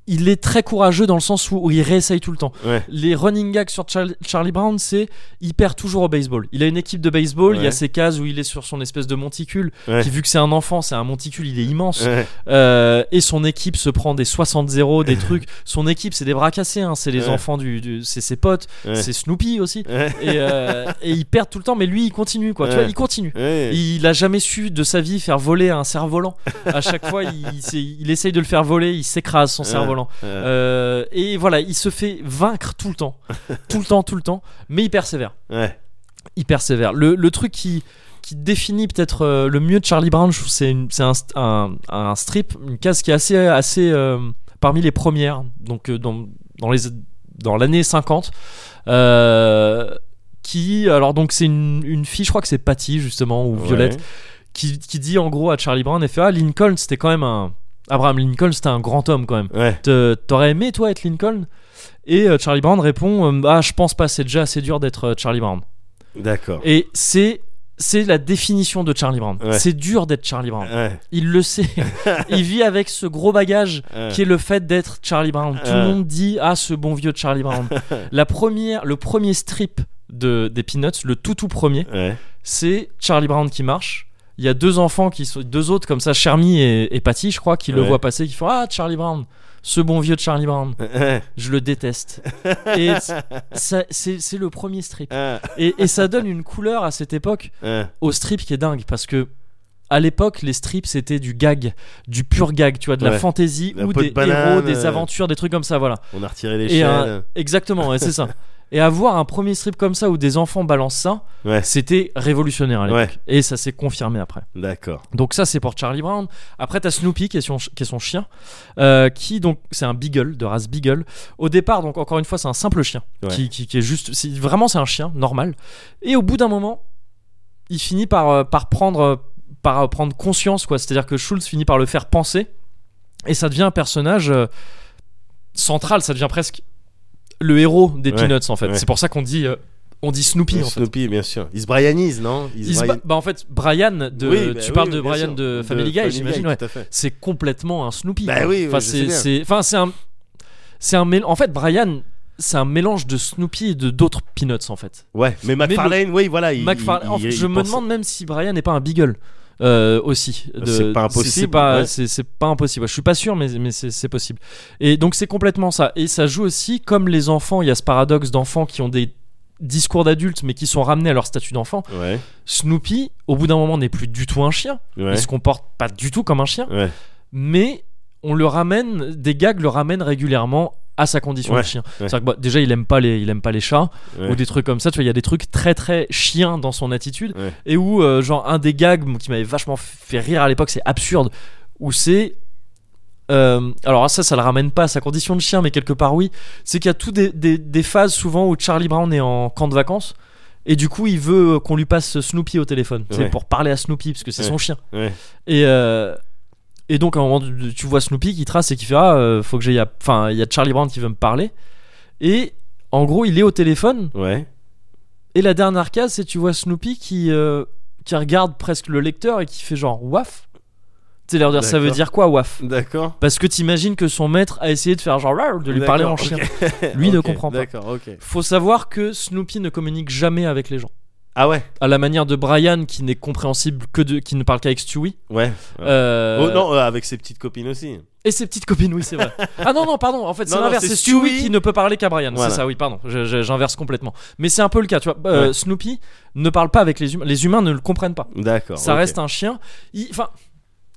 Speaker 1: il est très courageux dans le sens où il réessaye tout le temps
Speaker 2: Ouais.
Speaker 1: les running gags sur Char- Charlie Brown, c'est il perd toujours au baseball. Il a une équipe de baseball, il y
Speaker 2: Ouais.
Speaker 1: a ces cases où il est sur son espèce de monticule,
Speaker 2: Ouais.
Speaker 1: qui vu que c'est un enfant, c'est un monticule, il est immense.
Speaker 2: Ouais.
Speaker 1: Euh, et son équipe se prend des 60-0,
Speaker 2: <laughs>
Speaker 1: des trucs. Son équipe, c'est des bras cassés, hein, c'est les
Speaker 2: Ouais.
Speaker 1: enfants du, du- c'est ses potes,
Speaker 2: Ouais.
Speaker 1: c'est Snoopy aussi.
Speaker 2: Ouais.
Speaker 1: Et,
Speaker 2: <laughs>
Speaker 1: euh, et ils perdent tout le temps, mais lui, il continue quoi. Tu
Speaker 2: Ouais.
Speaker 1: vois, il continue.
Speaker 2: Ouais.
Speaker 1: Il a jamais su de sa vie faire voler un cerf-volant. À chaque fois, il, c'est- il essaye de le faire voler, il s'écrase son
Speaker 2: Ouais.
Speaker 1: cerf-volant. Euh,
Speaker 2: Euh,
Speaker 1: et voilà, il se fait vaincre tout le temps, tout le temps, tout le temps, mais il persévère.
Speaker 2: Ouais.
Speaker 1: Il persévère. Le, le truc qui, qui définit peut-être euh, le mieux de Charlie Brown, je trouve, c'est une- c'est un, st- un- un strip, une case qui est assez, assez euh, parmi les premières, donc euh, dans, dans les dans l'année 50. euh, qui alors donc c'est une, une fille je crois que c'est Patty justement ou Violette qui, qui dit en gros à Charlie Brown et fait ah Lincoln c'était quand même un Abraham Lincoln c'était un grand homme quand même
Speaker 2: Ouais.
Speaker 1: Te- T'aurais aimé, toi, être Lincoln Et euh, Charlie Brown répond euh, Ah, je pense pas, c'est déjà assez dur d'être euh, Charlie Brown.
Speaker 2: D'accord.
Speaker 1: Et c'est. C'est la définition de Charlie Brown.
Speaker 2: Ouais.
Speaker 1: C'est dur d'être Charlie Brown.
Speaker 2: Ouais.
Speaker 1: Il le
Speaker 2: <laughs>
Speaker 1: sait. Il vit avec ce gros bagage
Speaker 2: Ouais.
Speaker 1: qui est le fait d'être Charlie Brown. Tout
Speaker 2: Ouais.
Speaker 1: le monde dit ah ce bon vieux Charlie Brown. la première, le premier strip de des Peanuts, le tout tout premier,
Speaker 2: Ouais.
Speaker 1: c'est Charlie Brown qui marche. Il y a deux enfants qui sont deux autres comme ça, Chermy et, et Patty, je crois, qui le
Speaker 2: Ouais.
Speaker 1: voient passer, qui font ah Charlie Brown, ce bon vieux Charlie Brown
Speaker 2: Ouais.
Speaker 1: je le déteste. Et c- ça- c'est c'est le premier strip.
Speaker 2: <laughs> Ouais.
Speaker 1: Et, et ça donne une couleur à cette époque
Speaker 2: Ouais.
Speaker 1: au strip qui est dingue parce que. à l'époque, les strips c'était du gag, du pur gag, tu vois, de la
Speaker 2: Ouais.
Speaker 1: fantaisie
Speaker 2: Un
Speaker 1: ou
Speaker 2: pot de
Speaker 1: des héros,
Speaker 2: banane,
Speaker 1: des
Speaker 2: euh.
Speaker 1: aventures, des trucs comme ça, voilà.
Speaker 2: On a retiré
Speaker 1: Et
Speaker 2: l'échelle.
Speaker 1: un- exactement, ouais, c'est ça. Et avoir un premier strip comme ça où des enfants balancent ça,
Speaker 2: Ouais,
Speaker 1: c'était révolutionnaire à l'époque.
Speaker 2: Ouais.
Speaker 1: Et ça s'est confirmé après.
Speaker 2: d'accord.
Speaker 1: Donc ça c'est pour Charlie Brown. Après t'as Snoopy qui est son, qui est son chien, euh, qui donc c'est un beagle de race beagle. Au départ donc encore une fois c'est un simple chien
Speaker 2: Ouais.
Speaker 1: qui, qui- qui est juste, c'est- vraiment c'est un chien normal. Et au bout d'un moment, il finit par euh, par prendre euh, par euh, prendre conscience quoi. C'est-à-dire que Schultz finit par le faire penser et ça devient un personnage euh, central. Ça devient presque le héros des
Speaker 2: Ouais.
Speaker 1: Peanuts en fait.
Speaker 2: Ouais.
Speaker 1: C'est pour ça qu'on dit euh, on dit Snoopy en fait.
Speaker 2: Snoopy, bien sûr. Il se brianise, non Il se
Speaker 1: Il se
Speaker 2: Brian-
Speaker 1: ba- bah en fait Brian de
Speaker 2: Oui, bah
Speaker 1: tu
Speaker 2: oui,
Speaker 1: parles
Speaker 2: oui,
Speaker 1: de
Speaker 2: bien
Speaker 1: Brian
Speaker 2: sûr.
Speaker 1: de Family Guy j'imagine
Speaker 2: tout
Speaker 1: ouais
Speaker 2: à fait.
Speaker 1: c'est complètement un Snoopy
Speaker 2: Bah
Speaker 1: quoi.
Speaker 2: oui, oui,
Speaker 1: enfin
Speaker 2: je
Speaker 1: c'est
Speaker 2: sais bien.
Speaker 1: c'est- enfin c'est un c'est un mél- en fait Brian c'est un mélange de Snoopy et de d'autres Peanuts en fait
Speaker 2: Ouais, mais
Speaker 1: le-
Speaker 2: McFarlane, oui, voilà. il-
Speaker 1: McFarl-
Speaker 2: il-
Speaker 1: en fait,
Speaker 2: il-
Speaker 1: je
Speaker 2: il
Speaker 1: me
Speaker 2: pense-
Speaker 1: demande même si Brian n'est pas un Beagle euh, aussi de-
Speaker 2: C'est pas
Speaker 1: c'est- c'est
Speaker 2: impossible,
Speaker 1: pas
Speaker 2: ouais.
Speaker 1: c'est c'est pas impossible Ouais, je suis pas sûr mais mais c'est c'est possible et donc c'est complètement ça et ça joue aussi comme les enfants il y a ce paradoxe d'enfants qui ont des discours d'adultes mais qui sont ramenés à leur statut d'enfant
Speaker 2: Ouais,
Speaker 1: Snoopy au bout d'un moment n'est plus du tout un chien
Speaker 2: ouais.
Speaker 1: il se comporte pas du tout comme un chien,
Speaker 2: Ouais.
Speaker 1: mais on le ramène, des gags le ramènent régulièrement à sa condition
Speaker 2: Ouais,
Speaker 1: de chien.
Speaker 2: ouais.
Speaker 1: C'est-à-dire que, bah, déjà il aime pas les, il aime pas les chats
Speaker 2: Ouais.
Speaker 1: ou des trucs comme ça. Tu vois, il y a des trucs très très chiens dans son attitude
Speaker 2: Ouais.
Speaker 1: et où euh, genre un des gags moi, qui m'avait vachement fait rire à l'époque, c'est absurde, où c'est euh, alors ça, ça le ramène pas à sa condition de chien, mais quelque part oui. C'est qu'il y a tout des, des- des phases souvent où Charlie Brown est en camp de vacances et du coup il veut euh, qu'on lui passe Snoopy au téléphone, c'est
Speaker 2: Ouais.
Speaker 1: pour parler à Snoopy parce que c'est
Speaker 2: Ouais.
Speaker 1: son chien.
Speaker 2: Ouais.
Speaker 1: Et, euh, et donc, à un moment, tu tu vois Snoopy qui trace et qui fait Ah, euh, faut que j'aille. à- Enfin, il y a Charlie Brown qui veut me parler. Et en gros, il est au téléphone.
Speaker 2: Ouais.
Speaker 1: Et la dernière case, c'est tu vois Snoopy qui, euh, qui regarde presque le lecteur et qui fait genre Waf. Tu sais, l'air de dire ça veut
Speaker 2: D'accord.
Speaker 1: dire quoi, Waf
Speaker 2: <laughs> D'accord.
Speaker 1: Parce que t'imagines que son maître a essayé de faire genre Rar de lui
Speaker 2: D'accord,
Speaker 1: parler en
Speaker 2: ok. <laughs>
Speaker 1: chien. Lui ne
Speaker 2: Ok,
Speaker 1: comprend pas.
Speaker 2: D'accord, ok.
Speaker 1: Faut savoir que Snoopy ne communique jamais avec les gens.
Speaker 2: Ah ouais,
Speaker 1: À la manière de Brian qui n'est compréhensible que de. qui ne parle qu'avec Stewie.
Speaker 2: ouais.
Speaker 1: Euh,
Speaker 2: Oh non, euh, avec ses petites copines aussi.
Speaker 1: Et ses petites copines, oui, c'est vrai.
Speaker 2: <laughs>
Speaker 1: Ah non, non, pardon, en fait, c'est
Speaker 2: Non, non,
Speaker 1: l'inverse.
Speaker 2: c'est
Speaker 1: C'est Stewie,
Speaker 2: Stewie.
Speaker 1: qui ne peut parler qu'à Brian.
Speaker 2: Voilà.
Speaker 1: C'est ça, oui, pardon. Je- je- J'inverse complètement. Mais c'est un peu le cas, tu vois. Euh, Snoopy ne parle pas avec les humains. Les humains ne le comprennent pas.
Speaker 2: D'accord.
Speaker 1: ça
Speaker 2: Ah, ok.
Speaker 1: reste un chien. Il- Enfin.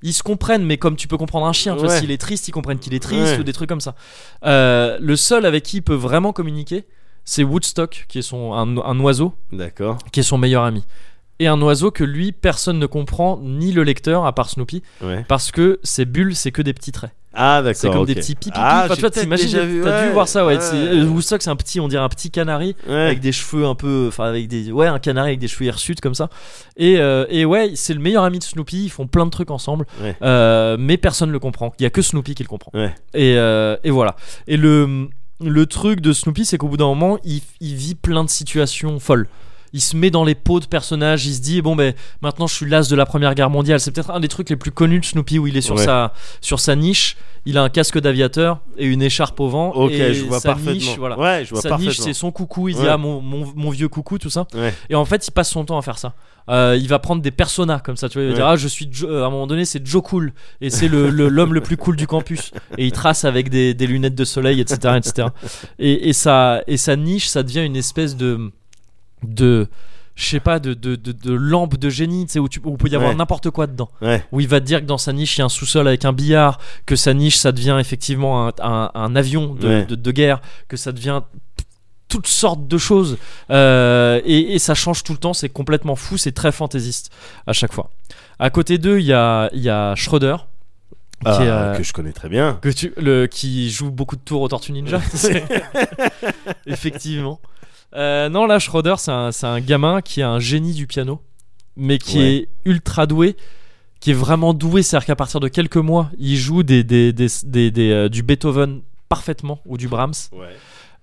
Speaker 1: Ils se comprennent, mais comme tu peux comprendre un chien, tu vois,
Speaker 2: Ouais.
Speaker 1: s'il est triste, ils comprennent qu'il est triste
Speaker 2: Ouais.
Speaker 1: ou des trucs comme ça. Euh, le seul avec qui il peut vraiment communiquer, c'est Woodstock, qui est son un- un oiseau,
Speaker 2: D'accord.
Speaker 1: qui est son meilleur ami, et un oiseau que lui personne ne comprend, ni le lecteur à part Snoopy,
Speaker 2: Ouais.
Speaker 1: parce que ses bulles, c'est que des petits traits.
Speaker 2: Ah d'accord.
Speaker 1: C'est comme
Speaker 2: ok.
Speaker 1: des petits pipi.
Speaker 2: Ah,
Speaker 1: enfin,
Speaker 2: j'ai
Speaker 1: tu vois,
Speaker 2: peut-être
Speaker 1: t'imagines,
Speaker 2: déjà vu,
Speaker 1: t'as dû
Speaker 2: ouais.
Speaker 1: voir ça, ouais.
Speaker 2: Ouais.
Speaker 1: c'est- euh, Woodstock, c'est un petit, on dirait un petit canari
Speaker 2: Ouais.
Speaker 1: avec des cheveux un peu, enfin avec des, ouais, un canari avec des cheveux hirsutes comme ça. Et, euh, et ouais, c'est le meilleur ami de Snoopy. Ils font plein de trucs ensemble,
Speaker 2: Ouais.
Speaker 1: Euh, mais personne le comprend. Il y a que Snoopy qui le comprend.
Speaker 2: Ouais.
Speaker 1: Et, euh, et voilà. Et le le truc de Snoopy, c'est qu'au bout d'un moment, il, il vit plein de situations folles. Il se met dans les peaux de personnages, il se dit bon ben maintenant je suis l'as de la Première Guerre mondiale. C'est peut-être un des trucs les plus connus de Snoopy où il est sur
Speaker 2: Ouais.
Speaker 1: sa sur sa niche, il a un casque d'aviateur et une écharpe au vent.
Speaker 2: Ok,
Speaker 1: et
Speaker 2: je vois
Speaker 1: sa
Speaker 2: parfaitement.
Speaker 1: Niche, voilà.
Speaker 2: Ouais, je vois
Speaker 1: Sa niche,
Speaker 2: parfaitement.
Speaker 1: c'est son coucou. Il dit
Speaker 2: Ouais.
Speaker 1: ah mon, mon, mon vieux coucou, tout ça.
Speaker 2: Ouais.
Speaker 1: Et en fait, il passe son temps à faire ça. Euh, il va prendre des personas comme ça. Tu vois, il va
Speaker 2: Ouais.
Speaker 1: dire ah je suis Jo- euh, à un moment donné c'est Joe Cool et c'est le le- l'homme le plus cool du campus. Et il trace avec des, des lunettes de soleil, etc., etc. Et, et sa et sa niche, ça devient une espèce de de je sais pas de, de, de, de lampe de génie tu sais, où tu où peut y avoir
Speaker 2: Ouais.
Speaker 1: n'importe quoi dedans
Speaker 2: Ouais.
Speaker 1: où il va te dire que dans sa niche il y a un sous-sol avec un billard, que sa niche ça devient effectivement un, un- un avion de,
Speaker 2: Ouais.
Speaker 1: de- de guerre, que ça devient t- toutes sortes de choses Euh, et, et ça change tout le temps, c'est complètement fou, c'est très fantaisiste à chaque fois. À côté d'eux, il y a, il y a Schroeder. Qui,
Speaker 2: Ah,
Speaker 1: est, euh,
Speaker 2: que je connais très bien.
Speaker 1: que tu, le, qui joue beaucoup de tours aux Tortues Ninja.
Speaker 2: <laughs>
Speaker 1: C'est- Effectivement. Euh, non, là, Schroeder, c'est un, c'est un gamin qui est un génie du piano, mais qui
Speaker 2: Ouais.
Speaker 1: est ultra doué, qui est vraiment doué. C'est-à-dire qu'à partir de quelques mois, il joue des, des, des, des- des, euh, du Beethoven parfaitement ou du Brahms.
Speaker 2: Ouais. <laughs>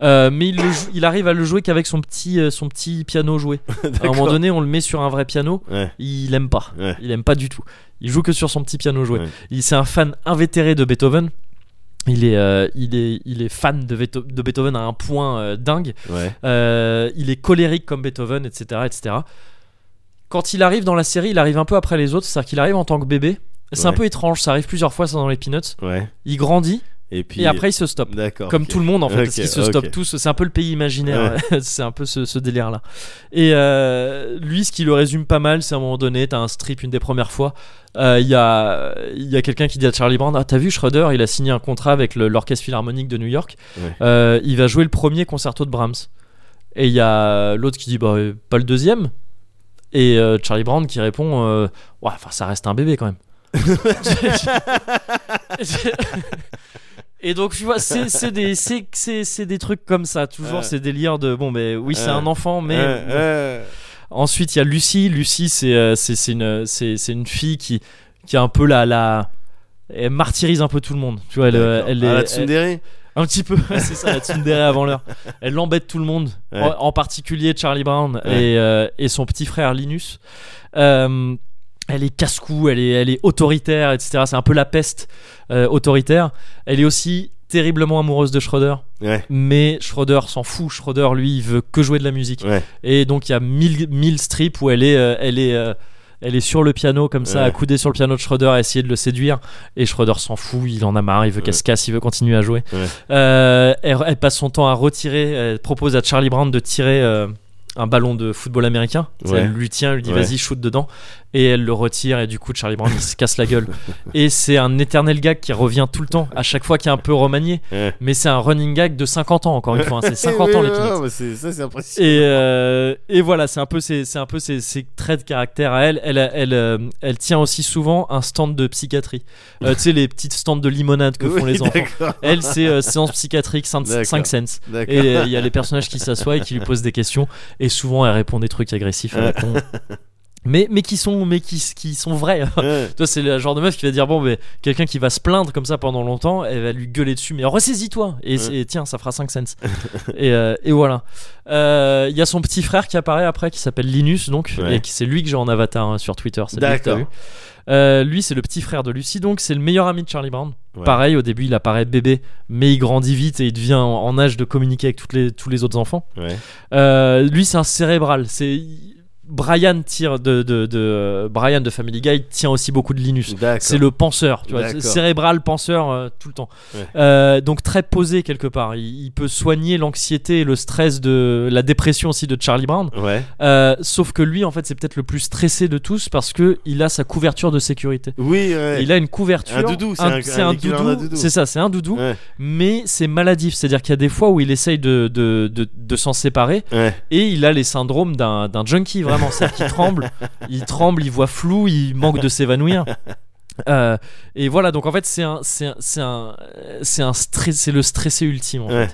Speaker 1: Euh, mais il, le joue- il arrive à le jouer qu'avec son petit, euh, son petit piano joué. à un moment donné, on le met sur un vrai piano,
Speaker 2: Ouais.
Speaker 1: il aime pas.
Speaker 2: Ouais.
Speaker 1: Il aime pas du tout. Il joue que sur son petit piano joué.
Speaker 2: Ouais.
Speaker 1: Il c'est un fan invétéré de Beethoven. Il est, euh, il est, il est fan de, Veto- de Beethoven à un point euh, dingue.
Speaker 2: Ouais.
Speaker 1: Euh, il est colérique comme Beethoven, etc., etc. Quand il arrive dans la série, il arrive un peu après les autres, c'est-à-dire qu'il arrive en tant que bébé. C'est un
Speaker 2: Ouais.
Speaker 1: peu étrange, ça arrive plusieurs fois ça dans les Peanuts.
Speaker 2: Ouais.
Speaker 1: Il grandit,
Speaker 2: Et puis.
Speaker 1: Et après, ils se stoppent.
Speaker 2: D'accord.
Speaker 1: Comme
Speaker 2: ok.
Speaker 1: tout le monde en fait, parce
Speaker 2: Ok,
Speaker 1: qu'ils se
Speaker 2: ok.
Speaker 1: stoppent tous. C'est un peu le pays imaginaire, <laughs> c'est un peu ce, délire là. Et euh, lui, ce qui le résume pas mal, c'est à un moment donné, t'as un strip une des premières fois. euh, Il y a, il y a quelqu'un qui dit à Charlie Brown Ah, t'as vu Schroeder Il a signé un contrat avec le- l'Orchestre Philharmonique de New York.
Speaker 2: Ouais.
Speaker 1: Euh, il va jouer le premier concerto de Brahms. Et il y a l'autre qui dit Bah, euh, pas le deuxième Et euh, Charlie Brown qui répond euh, Ouais, enfin, ça reste un bébé quand même.
Speaker 2: <laughs>
Speaker 1: Et donc, tu vois, c'est c'est des, c'est- c'est- c'est des trucs comme ça, toujours
Speaker 2: Ouais.
Speaker 1: ces délires de bon, mais oui, c'est
Speaker 2: Ouais.
Speaker 1: un enfant, mais. euh,
Speaker 2: Ouais, ouais.
Speaker 1: Ensuite, il y a Lucie. Lucie, c'est euh, c'est- c'est une, c'est- c'est une fille qui, qui a un peu la. la... Elle martyrise un peu tout le monde. Tu vois, elle, euh,
Speaker 2: D'accord.
Speaker 1: elle
Speaker 2: Ah,
Speaker 1: est-
Speaker 2: la
Speaker 1: elle-
Speaker 2: tsundere
Speaker 1: un petit peu, <laughs> ouais, c'est ça, la tsundere avant l'heure. Elle l'embête tout le monde,
Speaker 2: Ouais.
Speaker 1: en, en particulier Charlie Brown
Speaker 2: Ouais.
Speaker 1: et, euh, et son petit frère Linus. Euh, elle est casse-cou, elle est, elle est autoritaire, etc. C'est un peu la peste euh, autoritaire. Elle est aussi terriblement amoureuse de Schroeder,
Speaker 2: Ouais.
Speaker 1: mais Schroeder s'en fout. Schroeder, lui, il veut que jouer de la musique.
Speaker 2: Ouais.
Speaker 1: Et donc il y a mille, mille strips où elle est, euh, elle est, euh, elle est sur le piano comme ça,
Speaker 2: Ouais.
Speaker 1: accoudée sur le piano de Schroeder à essayer de le séduire. Et Schroeder s'en fout, il en a marre, il veut qu'elle
Speaker 2: Ouais.
Speaker 1: se casse, il veut continuer à jouer.
Speaker 2: Ouais.
Speaker 1: Euh, elle, elle passe son temps à retirer, elle propose à Charlie Brown de tirer. euh, un ballon de football américain, Tu sais,
Speaker 2: Ouais.
Speaker 1: elle lui tient, elle lui dit
Speaker 2: Ouais.
Speaker 1: vas-y shoot dedans, et elle le retire et du coup Charlie Brown il se casse la gueule. Et c'est un éternel gag qui revient tout le temps, à chaque fois qui est un peu remanié,
Speaker 2: Ouais.
Speaker 1: mais c'est un running gag de 50 ans encore une fois, hein. c'est 50 ans
Speaker 2: <laughs> Oui,
Speaker 1: les Peanuts.
Speaker 2: non, mais c'est- Ça, c'est impressionnant.
Speaker 1: Et, euh, et voilà, c'est un peu ses, c'est un peu ses, ses traits de caractère à elle. Elle, elle, euh, elle tient aussi souvent un stand de psychiatrie. Euh, tu sais, les petites stands de limonade que font
Speaker 2: Oui,
Speaker 1: les enfants.
Speaker 2: d'accord,
Speaker 1: Elle, c'est euh, séance psychiatrique 5
Speaker 2: D'accord.
Speaker 1: cents. <laughs>
Speaker 2: D'accord.
Speaker 1: Et euh, il y a les personnages qui s'assoient et qui lui posent des questions. Et souvent, elle répond des trucs agressifs. Elle répond- Mais, mais qui sont, mais qui, qui sont vrais.
Speaker 2: Ouais.
Speaker 1: Toi, c'est le genre de meuf qui va dire bon, mais quelqu'un qui va se plaindre comme ça pendant longtemps, elle va lui gueuler dessus, mais ressaisis-toi et, c'est- et tiens, ça fera 5
Speaker 2: <laughs>
Speaker 1: cents. et, euh, et voilà. Euh, Il y a son petit frère qui apparaît après, qui s'appelle Linus, donc,
Speaker 2: Ouais.
Speaker 1: et qui- c'est lui que j'ai en avatar hein, sur Twitter. c'est lui que t'as
Speaker 2: D'accord.
Speaker 1: vu. Euh, lui, c'est le petit frère de Lucie, donc c'est le meilleur ami de Charlie Brown.
Speaker 2: Ouais.
Speaker 1: Pareil, au début, il apparaît bébé, mais il grandit vite et il devient en, en âge de communiquer avec toutes les, tous les autres enfants.
Speaker 2: Ouais.
Speaker 1: Euh, lui, c'est un cérébral. C'est Brian tire de, de, de Brian de Family Guy tient aussi beaucoup de Linus.
Speaker 2: D'accord.
Speaker 1: C'est le penseur, tu vois,
Speaker 2: D'accord.
Speaker 1: cérébral penseur euh, tout le temps.
Speaker 2: Ouais.
Speaker 1: Euh, donc très posé quelque part. Il, il peut soigner l'anxiété et le stress de la dépression aussi de Charlie Brown.
Speaker 2: Ouais.
Speaker 1: Euh, sauf que lui, en fait, c'est peut-être le plus stressé de tous parce que il a sa couverture de sécurité.
Speaker 2: Oui, ouais.
Speaker 1: Il a une couverture.
Speaker 2: Un doudou, c'est un-
Speaker 1: c'est
Speaker 2: un
Speaker 1: un
Speaker 2: équivalent d'un
Speaker 1: doudou.
Speaker 2: doudou.
Speaker 1: C'est ça, c'est un doudou.
Speaker 2: Ouais,
Speaker 1: Mais c'est maladif, c'est-à-dire qu'il y a des fois où il essaye de, de, de, de s'en séparer
Speaker 2: ouais.
Speaker 1: et il a les syndromes d'un d'un junkie vraiment c'est-à-dire qu'il tremble il tremble il voit flou il manque de s'évanouir Euh, et voilà donc en fait c'est un c'est un c'est un c'est un stress c'est le stressé ultime en fait.
Speaker 2: ouais.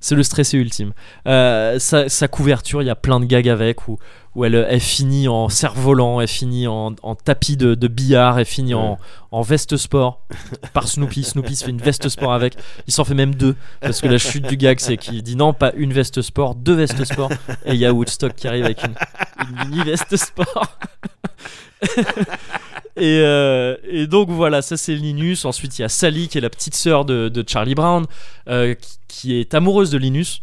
Speaker 1: c'est le stressé ultime Euh, sa, sa couverture il y a plein de gags avec où où elle, elle finit en cerf-volant, elle finit en, en tapis de, de billard, elle finit en,
Speaker 2: Ouais.
Speaker 1: en veste sport par Snoopy. Snoopy se fait une veste sport avec. Il s'en fait même deux parce que la chute du gag, c'est qu'il dit non, pas une veste sport, deux vestes sport. Et il y a Woodstock qui arrive avec une, une mini veste sport. <laughs> et, euh, et donc voilà, ça c'est Linus. Ensuite, il y a Sally qui est la petite sœur de, de Charlie Brown euh, qui, qui est amoureuse de Linus.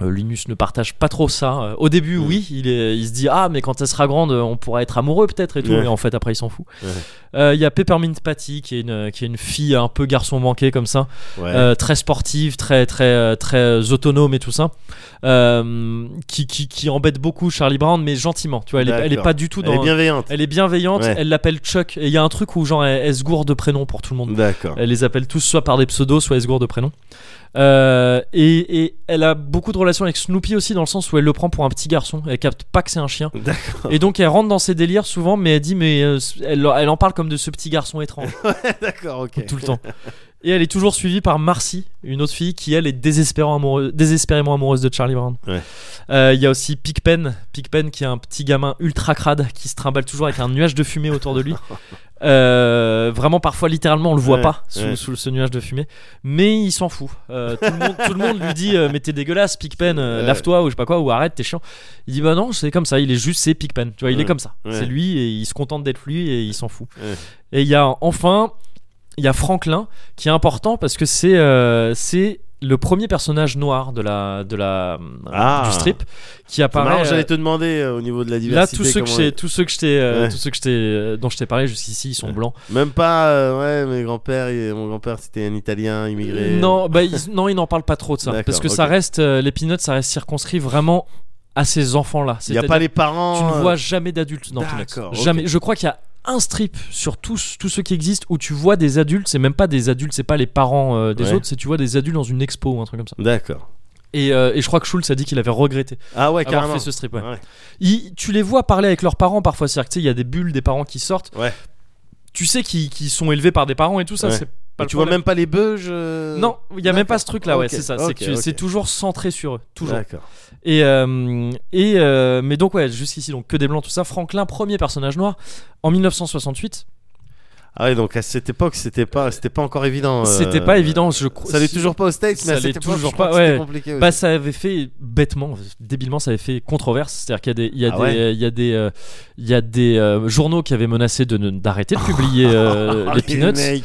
Speaker 1: Euh, Linus ne partage pas trop ça. Euh, Au début,
Speaker 2: Mm.
Speaker 1: oui, il, est- il se dit Ah, mais quand elle sera grande, on pourra être amoureux peut-être et tout.
Speaker 2: Ouais.
Speaker 1: Mais en fait, après, il s'en fout.
Speaker 2: Ouais.
Speaker 1: Euh, Il y a Peppermint Patty qui est, une, qui est une fille un peu garçon manqué comme ça.
Speaker 2: Ouais.
Speaker 1: Euh, très sportive, très très euh, très euh, autonome et tout ça, Euh, qui, qui, qui embête beaucoup Charlie Brown, mais gentiment. Tu vois, elle est,
Speaker 2: D'accord.
Speaker 1: elle est pas du tout dans.
Speaker 2: Elle est bienveillante.
Speaker 1: elle est bienveillante.
Speaker 2: Ouais.
Speaker 1: Elle l'appelle Chuck. Et il y a un truc où genre elle, elle se gourde de prénom pour tout le monde.
Speaker 2: D'accord.
Speaker 1: Elle les appelle tous soit par des pseudos, soit elle se gourde de prénom. Euh, et, et elle a beaucoup de relations avec Snoopy aussi dans le sens où elle le prend pour un petit garçon. Elle capte pas que c'est un chien.
Speaker 2: D'accord.
Speaker 1: Et donc elle rentre dans ses délires souvent, mais elle dit mais euh, elle, elle en parle comme de ce petit garçon étrange
Speaker 2: D'accord, ok.
Speaker 1: tout le temps. Et elle est toujours suivie par Marcy, une autre fille qui elle est désespérément amoureuse, désespérément amoureuse de Charlie Brown. Euh,
Speaker 2: Ouais.
Speaker 1: Il y a aussi Pigpen, Pigpen qui est un petit gamin ultra crade qui se trimballe toujours avec un nuage de fumée autour de
Speaker 2: <laughs>
Speaker 1: lui. Euh, vraiment parfois littéralement on le voit
Speaker 2: Ouais,
Speaker 1: pas sous,
Speaker 2: ouais.
Speaker 1: sous ce nuage de fumée mais il s'en fout Euh, tout, le monde, tout le monde lui dit euh, mais t'es dégueulasse Pigpen euh,
Speaker 2: Ouais.
Speaker 1: lave-toi ou je sais pas quoi ou arrête t'es chiant il dit bah non c'est comme ça il est juste c'est Pigpen tu vois il
Speaker 2: Ouais.
Speaker 1: est comme ça
Speaker 2: Ouais.
Speaker 1: c'est lui et il se contente d'être lui et il s'en fout
Speaker 2: Ouais.
Speaker 1: et il y a enfin il y a Franklin qui est important parce que c'est euh, c'est le premier personnage noir de la de la
Speaker 2: Ah.
Speaker 1: du strip qui
Speaker 2: C'est
Speaker 1: apparaît.
Speaker 2: marrant,
Speaker 1: euh,
Speaker 2: j'allais te demander euh, au niveau de la
Speaker 1: Là,
Speaker 2: diversité.
Speaker 1: tous ceux que
Speaker 2: comment-
Speaker 1: j'ai, tous ceux que je t'ai, euh,
Speaker 2: Ouais.
Speaker 1: tous ceux que je t'ai, euh, dont je t'ai parlé jusqu'ici, ils sont
Speaker 2: Ouais.
Speaker 1: blancs.
Speaker 2: Même pas, euh, ouais, mes grands-pères, il- mon grand-père c'était un Italien immigré.
Speaker 1: Non, bah, ils, non, ils n'en parlent pas trop de ça,
Speaker 2: D'accord,
Speaker 1: parce que ça
Speaker 2: ok.
Speaker 1: reste euh, les peanuts, ça reste circonscrit vraiment à ces enfants-là.
Speaker 2: il n'y a
Speaker 1: C'est-à-dire
Speaker 2: pas les
Speaker 1: que
Speaker 2: parents.
Speaker 1: tu ne
Speaker 2: euh,
Speaker 1: vois jamais d'adultes dans Peanuts.
Speaker 2: D'accord, ok.
Speaker 1: Jamais. Je crois qu'il y a un strip sur tous tous ceux qui existent où tu vois des adultes. C'est même pas des adultes, c'est pas les parents euh, des
Speaker 2: Ouais.
Speaker 1: autres, c'est tu vois des adultes dans une expo ou un truc comme ça.
Speaker 2: D'accord.
Speaker 1: Et, euh, et je crois que Schultz a dit qu'il avait regretté
Speaker 2: Ah ouais,
Speaker 1: avoir
Speaker 2: carrément.
Speaker 1: fait ce strip. ouais.
Speaker 2: Ouais.
Speaker 1: Ils- tu les vois parler avec leurs parents parfois, c'est-à-dire que, tu sais, il y a des bulles des parents qui sortent.
Speaker 2: Ouais.
Speaker 1: Tu sais qu'ils qu'ils sont élevés par des parents et tout ça,
Speaker 2: Ouais.
Speaker 1: c'est pas
Speaker 2: Et
Speaker 1: le
Speaker 2: tu vois
Speaker 1: problème.
Speaker 2: même pas les beuges. euh,
Speaker 1: Non, il y a même pas
Speaker 2: D'accord.
Speaker 1: ce truc-là, ouais,
Speaker 2: Ok,
Speaker 1: c'est ça. c'est
Speaker 2: ok,
Speaker 1: que
Speaker 2: ok.
Speaker 1: c'est toujours centré sur eux, toujours.
Speaker 2: D'accord.
Speaker 1: Et, euh, et euh, mais donc ouais, jusqu'ici donc que des blancs tout ça. Franklin, premier personnage noir en 1968.
Speaker 2: Ah ouais, donc à cette époque, c'était pas, c'était pas encore évident. euh,
Speaker 1: C'était pas évident, je crois.
Speaker 2: Ça l'est toujours pas aux States, mais
Speaker 1: Ça
Speaker 2: à
Speaker 1: l'est
Speaker 2: cette époque,
Speaker 1: toujours
Speaker 2: je crois
Speaker 1: pas,
Speaker 2: que c'était
Speaker 1: ouais.
Speaker 2: compliqué. aussi.
Speaker 1: Bah ça avait fait bêtement, débilement ça avait fait controverse, c'est-à-dire qu'il y a des il y a
Speaker 2: Ah
Speaker 1: des
Speaker 2: ouais
Speaker 1: euh, il y a des euh, il y a des euh, journaux qui avaient menacé de ne- d'arrêter de publier
Speaker 2: <laughs>
Speaker 1: euh,
Speaker 2: Ah,
Speaker 1: les peanuts.
Speaker 2: mecs.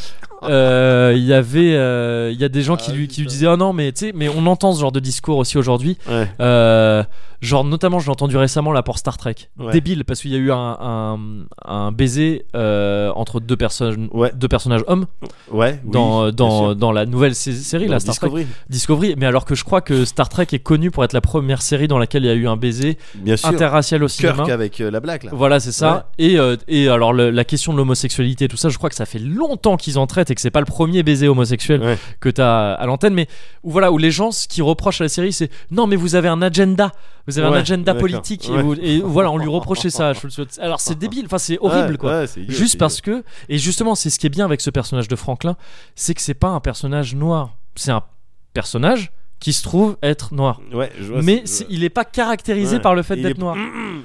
Speaker 1: Euh, Il y avait euh, il y a des gens qui
Speaker 2: Ah,
Speaker 1: lui qui lui
Speaker 2: putain.
Speaker 1: disaient "Oh non, mais tu sais, mais on entend ce genre de discours aussi aujourd'hui."
Speaker 2: Ouais.
Speaker 1: Euh, genre notamment je l'ai entendu récemment là pour Star Trek
Speaker 2: Ouais.
Speaker 1: débile parce qu'il y a eu un, un, un baiser euh, entre deux personnes
Speaker 2: Ouais.
Speaker 1: deux personnages hommes
Speaker 2: Ouais. oui,
Speaker 1: dans,
Speaker 2: bien
Speaker 1: dans,
Speaker 2: sûr.
Speaker 1: dans la nouvelle sé- série
Speaker 2: Dans
Speaker 1: là Star
Speaker 2: Discovery.
Speaker 1: Trek Discovery mais alors que je crois que Star Trek est connu pour être la première série dans laquelle il y a eu un baiser
Speaker 2: Bien sûr.
Speaker 1: interracial au cinéma
Speaker 2: Kirk avec euh, la blague là.
Speaker 1: voilà c'est ça et, euh, et alors le- la question de l'homosexualité et tout ça je crois que ça fait longtemps qu'ils en traitent et que c'est pas le premier baiser homosexuel
Speaker 2: Ouais.
Speaker 1: que t'as à l'antenne mais où voilà où les gens ce qui reprochent à la série c'est non mais vous avez un agenda vous avez un
Speaker 2: Ouais,
Speaker 1: agenda
Speaker 2: d'accord,
Speaker 1: politique et,
Speaker 2: ouais.
Speaker 1: vous- et voilà on lui reprochait ça à Schultz. alors
Speaker 2: <laughs>
Speaker 1: c'est débile enfin c'est horrible
Speaker 2: Ouais,
Speaker 1: quoi
Speaker 2: ouais, c'est idiot,
Speaker 1: Juste
Speaker 2: c'est
Speaker 1: parce que, et justement, c'est ce qui est bien avec ce personnage de Franklin, c'est que c'est pas un personnage noir, c'est un personnage qui se trouve être noir.
Speaker 2: idiot. Ouais, je vois,
Speaker 1: mais
Speaker 2: je
Speaker 1: c'est-
Speaker 2: vois.
Speaker 1: il est pas caractérisé
Speaker 2: Ouais.
Speaker 1: par le fait
Speaker 2: Il
Speaker 1: d'être
Speaker 2: est- <laughs> Mm,
Speaker 1: noir.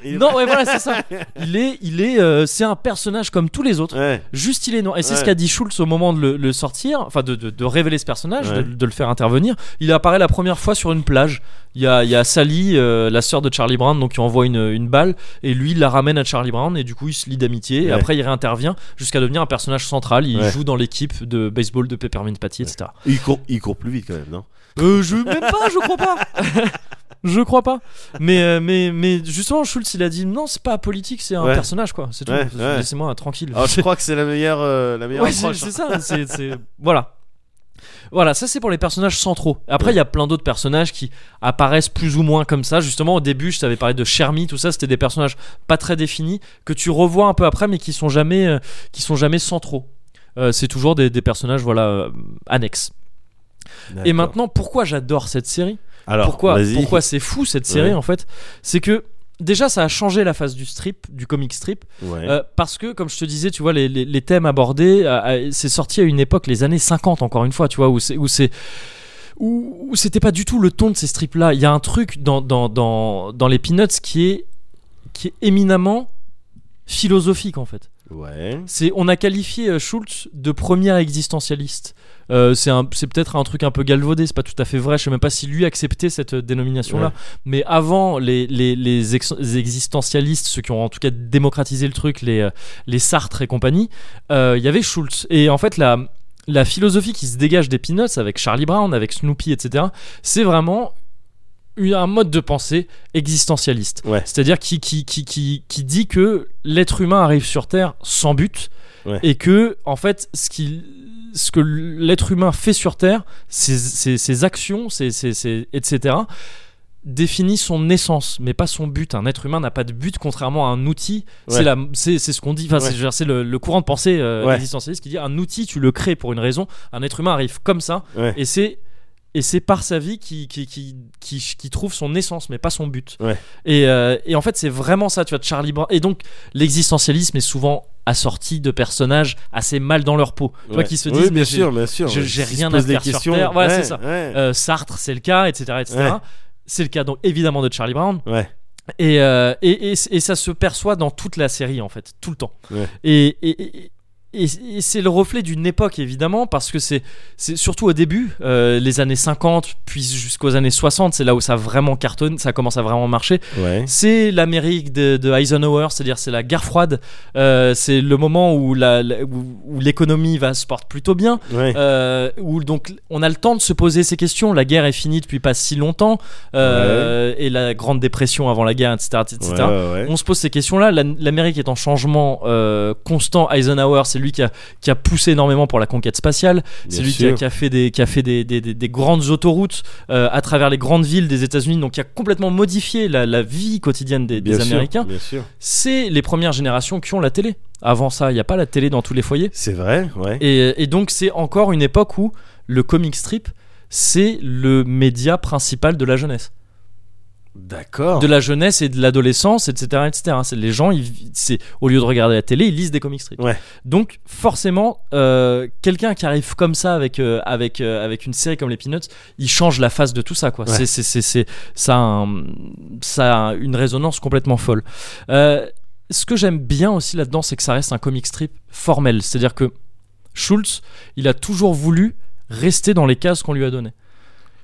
Speaker 2: Il est-
Speaker 1: Non, ouais, voilà, c'est
Speaker 2: <laughs>
Speaker 1: ça. Il est, il est, euh, c'est un personnage comme tous les autres.
Speaker 2: Ouais.
Speaker 1: Juste, il est noir. Et c'est ce
Speaker 2: Ouais.
Speaker 1: qu'a dit Schultz au moment de le, le sortir, enfin de, de- de révéler ce personnage,
Speaker 2: Ouais.
Speaker 1: de, de le faire intervenir. Il apparaît la première fois sur une plage. Il y a, il y a Sally, euh, la sœur de Charlie Brown, donc qui envoie une, une balle, et lui, il la ramène à Charlie Brown, et du coup, il se lie d'amitié. Et
Speaker 2: Ouais.
Speaker 1: après, il réintervient jusqu'à devenir un personnage central. Il
Speaker 2: Ouais.
Speaker 1: joue dans l'équipe de baseball de Peppermint Patty, etc.
Speaker 2: Il court, il court plus vite quand même, non
Speaker 1: Euh, je même pas, je crois pas. <laughs> je crois pas. Mais euh, mais mais justement, Schultz, il a dit non, c'est pas politique, c'est un
Speaker 2: Ouais.
Speaker 1: personnage quoi. C'est tout.
Speaker 2: Ouais, ouais.
Speaker 1: Laissez-moi euh, tranquille.
Speaker 2: Alors, je crois que c'est la meilleure, euh, la meilleure
Speaker 1: Ouais, c'est
Speaker 2: approche.
Speaker 1: c'est ça. c'est- c'est- voilà. Voilà, ça c'est pour les personnages centraux. Après, il y a plein d'autres personnages qui apparaissent plus ou moins comme ça. Justement, au début, je t'avais parlé de Shermie, tout ça, c'était des personnages pas très définis que tu revois un peu après, mais qui sont jamais, euh, qui sont jamais centraux. Euh, c'est toujours des, des personnages voilà euh, annexes.
Speaker 2: D'accord.
Speaker 1: Et maintenant, pourquoi j'adore cette série
Speaker 2: hein. Alors,
Speaker 1: pourquoi
Speaker 2: vas-y.
Speaker 1: pourquoi c'est fou cette série
Speaker 2: Ouais.
Speaker 1: en fait C'est que déjà ça a changé la face du strip, du comic strip,
Speaker 2: Ouais.
Speaker 1: euh, parce que comme je te disais, tu vois les, les- les thèmes abordés, euh, euh, c'est sorti à une époque, les années 50 encore une fois, tu vois où c'est où c'est où, où c'était pas du tout le ton de ces strips là. Il y a un truc dans dans, dans, dans les peanuts qui est qui est éminemment philosophique en fait.
Speaker 2: ouais.
Speaker 1: C'est on a qualifié euh, Schultz de premier existentialiste. Euh, c'est un- c'est peut-être un truc un peu galvaudé, c'est pas tout à fait vrai. Je sais même pas si lui acceptait cette euh, dénomination-là.
Speaker 2: Ouais.
Speaker 1: Mais avant, les, les, les ex- les existentialistes, ceux qui ont en tout cas démocratisé le truc, les, euh, les Sartre et compagnie, euh, il y avait Schultz. Et en fait, la, la philosophie qui se dégage des Peanuts avec Charlie Brown, avec Snoopy, etc., c'est vraiment une- un mode de pensée existentialiste.
Speaker 2: Ouais.
Speaker 1: C'est-à-dire qui, qui, qui, qui, qui dit que l'être humain arrive sur Terre sans but
Speaker 2: Ouais.
Speaker 1: et que, en fait, ce, qu'il- ce que l'être humain fait sur Terre, ses, ses- ses actions, ses- ses- ses- etc., définit son essence, mais pas son but. Un être humain n'a pas de but, contrairement à un outil. C'est
Speaker 2: Ouais.
Speaker 1: la- C'est c'est ce qu'on dit, enfin, c'est-
Speaker 2: Ouais.
Speaker 1: je veux dire, c'est le, le courant de pensée euh,
Speaker 2: Ouais.
Speaker 1: existentialiste qui dit un outil, tu le crées pour une raison, un être humain arrive comme ça,
Speaker 2: Ouais.
Speaker 1: et c'est et c'est par sa vie qui qui, qui, qui qui trouve son essence mais pas son but
Speaker 2: Ouais.
Speaker 1: et, euh, et en fait c'est vraiment ça tu vois Charlie Brown et donc l'existentialisme est souvent assorti de personnages assez mal dans leur peau tu vois
Speaker 2: Ouais.
Speaker 1: qui se
Speaker 2: Oui,
Speaker 1: disent
Speaker 2: bien
Speaker 1: mais j'ai-
Speaker 2: sûr, bien sûr.
Speaker 1: je-
Speaker 2: ouais.
Speaker 1: j'ai
Speaker 2: Qui se
Speaker 1: rien à
Speaker 2: posent des
Speaker 1: faire sur
Speaker 2: questions.
Speaker 1: Terre, voilà,
Speaker 2: Ouais,
Speaker 1: c'est ça.
Speaker 2: ouais.
Speaker 1: euh, Sartre c'est le cas etc etc
Speaker 2: Ouais.
Speaker 1: c'est le cas donc évidemment de Charlie Brown
Speaker 2: Ouais.
Speaker 1: et, euh, et, et- et ça se perçoit dans toute la série en fait tout le temps
Speaker 2: Ouais.
Speaker 1: et, et- et- et, et c'est le reflet d'une époque évidemment parce que c'est c'est surtout au début euh, les années 50 puis jusqu'aux années 60 c'est là où ça vraiment cartonne ça commence à vraiment marcher
Speaker 2: Ouais.
Speaker 1: c'est l'Amérique de, de Eisenhower, c'est-à-dire c'est la guerre froide, euh, c'est le moment où la- la- où- où l'économie va se porte plutôt bien,
Speaker 2: Ouais.
Speaker 1: euh, où donc on a le temps de se poser ces questions. La guerre est finie depuis pas si longtemps, euh, et la Grande Dépression avant la guerre, etc., etc.
Speaker 2: Ouais, ouais, ouais.
Speaker 1: On se pose ces questions-là. La- L'Amérique est en changement euh, constant. Eisenhower, c'est lui qui a, qui a poussé énormément pour la conquête spatiale. C'est
Speaker 2: Bien
Speaker 1: lui qui a,
Speaker 2: sûr.
Speaker 1: qui a fait, des, qui a fait des, des- des- des grandes autoroutes euh, à travers les grandes villes des États-Unis, donc qui a complètement modifié la, la vie quotidienne des, des
Speaker 2: Bien sûr,
Speaker 1: Américains.
Speaker 2: Bien sûr.
Speaker 1: C'est les premières générations qui ont la télé. Avant ça, il n'y a pas la télé dans tous les foyers.
Speaker 2: C'est vrai, ouais.
Speaker 1: Et, et donc c'est encore une époque où le comic strip, c'est le média principal de la jeunesse
Speaker 2: D'accord.
Speaker 1: de la jeunesse et de l'adolescence, etc., etc. C'est les gens, ils, c'est au lieu de regarder la télé, ils lisent des comic strips.
Speaker 2: Ouais.
Speaker 1: Donc forcément, euh, quelqu'un qui arrive comme ça avec euh, avec euh, avec une série comme les Peanuts, il change la face de tout ça, quoi.
Speaker 2: Ouais.
Speaker 1: C'est c'est c'est c'est ça a un- ça a une résonance complètement folle. Euh, ce que j'aime bien aussi là-dedans, c'est que ça reste un comic strip formel, c'est-à-dire que Schultz, il a toujours voulu rester dans les cases qu'on lui a données.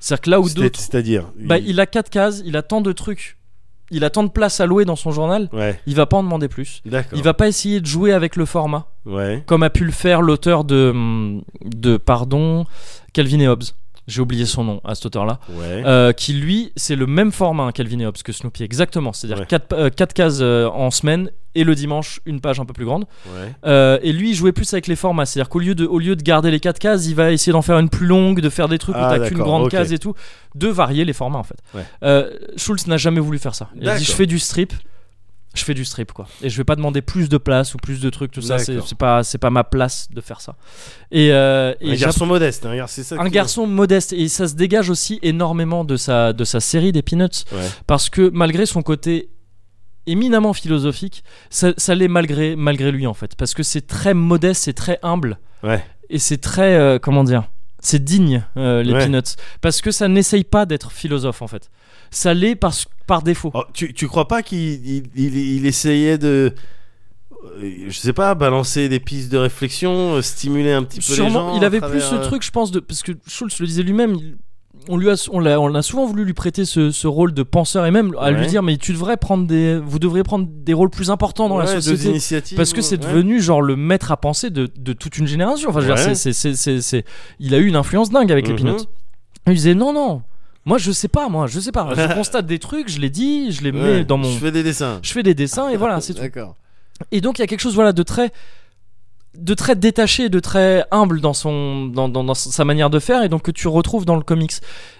Speaker 1: C'est-à-dire que là où
Speaker 2: C'est-
Speaker 1: d'autres
Speaker 2: C'est-à-dire.
Speaker 1: bah, il a quatre cases, il a tant de trucs, il a tant de place à louer dans son journal,
Speaker 2: Ouais.
Speaker 1: il va pas en demander plus.
Speaker 2: D'accord.
Speaker 1: Il va pas essayer de jouer avec le format,
Speaker 2: Ouais.
Speaker 1: comme a pu le faire l'auteur de, hum, de pardon, Calvin et Hobbes. J'ai oublié son nom à cet auteur-là.
Speaker 2: Ouais.
Speaker 1: Euh, qui lui, c'est le même format hein, Calvin et Hobbes que Snoopy, exactement. C'est-à-dire
Speaker 2: Ouais.
Speaker 1: 4 cases euh, en semaine et le dimanche une page un peu plus grande.
Speaker 2: ouais.
Speaker 1: Euh, et lui, il jouait plus avec les formats. C'est-à-dire qu'au lieu de, au lieu de garder les quatre cases, il va essayer d'en faire une plus longue, de faire des trucs
Speaker 2: Ah,
Speaker 1: où t'as qu'une
Speaker 2: d'accord,
Speaker 1: grande
Speaker 2: ok.
Speaker 1: case et tout, de varier les formats en fait.
Speaker 2: Ouais.
Speaker 1: Euh, Schultz n'a jamais voulu faire ça. Il a dit
Speaker 2: D'accord.
Speaker 1: je fais du strip. Je fais du strip quoi, et je vais pas demander plus de place ou plus de trucs, tout ça. C'est
Speaker 2: D'accord.
Speaker 1: c'est pas, c'est pas ma place de faire ça. Et, euh, et
Speaker 2: un
Speaker 1: j'app-
Speaker 2: garçon modeste, hein, regarde, c'est ça.
Speaker 1: un
Speaker 2: qui-
Speaker 1: garçon modeste et ça se dégage aussi énormément de sa de sa série des Peanuts
Speaker 2: Ouais.
Speaker 1: parce que malgré son côté éminemment philosophique, ça, ça l'est malgré malgré lui en fait parce que c'est très modeste, c'est très humble
Speaker 2: Ouais.
Speaker 1: et c'est très euh, comment dire, c'est digne euh, les
Speaker 2: Ouais.
Speaker 1: Peanuts parce que ça n'essaye pas d'être philosophe en fait, ça l'est par par défaut.
Speaker 2: Oh, tu, tu crois pas qu'il il, il- il essayait de. euh, Je sais pas, balancer des pistes de réflexion, euh, stimuler un petit peu les
Speaker 1: Sûrement,
Speaker 2: gens
Speaker 1: il
Speaker 2: à
Speaker 1: avait plus
Speaker 2: travers,
Speaker 1: ce
Speaker 2: euh,
Speaker 1: truc, je pense, de, parce que Schultz le disait lui-même. il- on lui a, on l'a- on a souvent voulu lui prêter ce, ce rôle de penseur et même à lui
Speaker 2: Ouais.
Speaker 1: dire mais tu devrais prendre des, vous devriez prendre des rôles plus importants dans
Speaker 2: ouais,
Speaker 1: la
Speaker 2: d'autres
Speaker 1: société
Speaker 2: initiatives,
Speaker 1: parce que c'est
Speaker 2: ouais.
Speaker 1: devenu genre le maître à penser de, de toute une génération. Enfin, je veux dire,
Speaker 2: Ouais.
Speaker 1: c'est- c'est- c'est- c'est- il a eu une influence dingue avec les
Speaker 2: Mhm.
Speaker 1: Peanuts. Il disait non non, moi je sais pas, moi je sais pas,
Speaker 2: <laughs>
Speaker 1: je constate des trucs, je les dis, je les mets
Speaker 2: Ouais,
Speaker 1: dans mon,
Speaker 2: Je fais
Speaker 1: <laughs>
Speaker 2: des dessins.
Speaker 1: je fais des dessins et voilà c'est tout.
Speaker 2: D'accord.
Speaker 1: Et donc il y a quelque chose voilà de très de très détaché, de très humble dans son dans, dans- dans sa manière de faire et donc que tu retrouves dans le comics.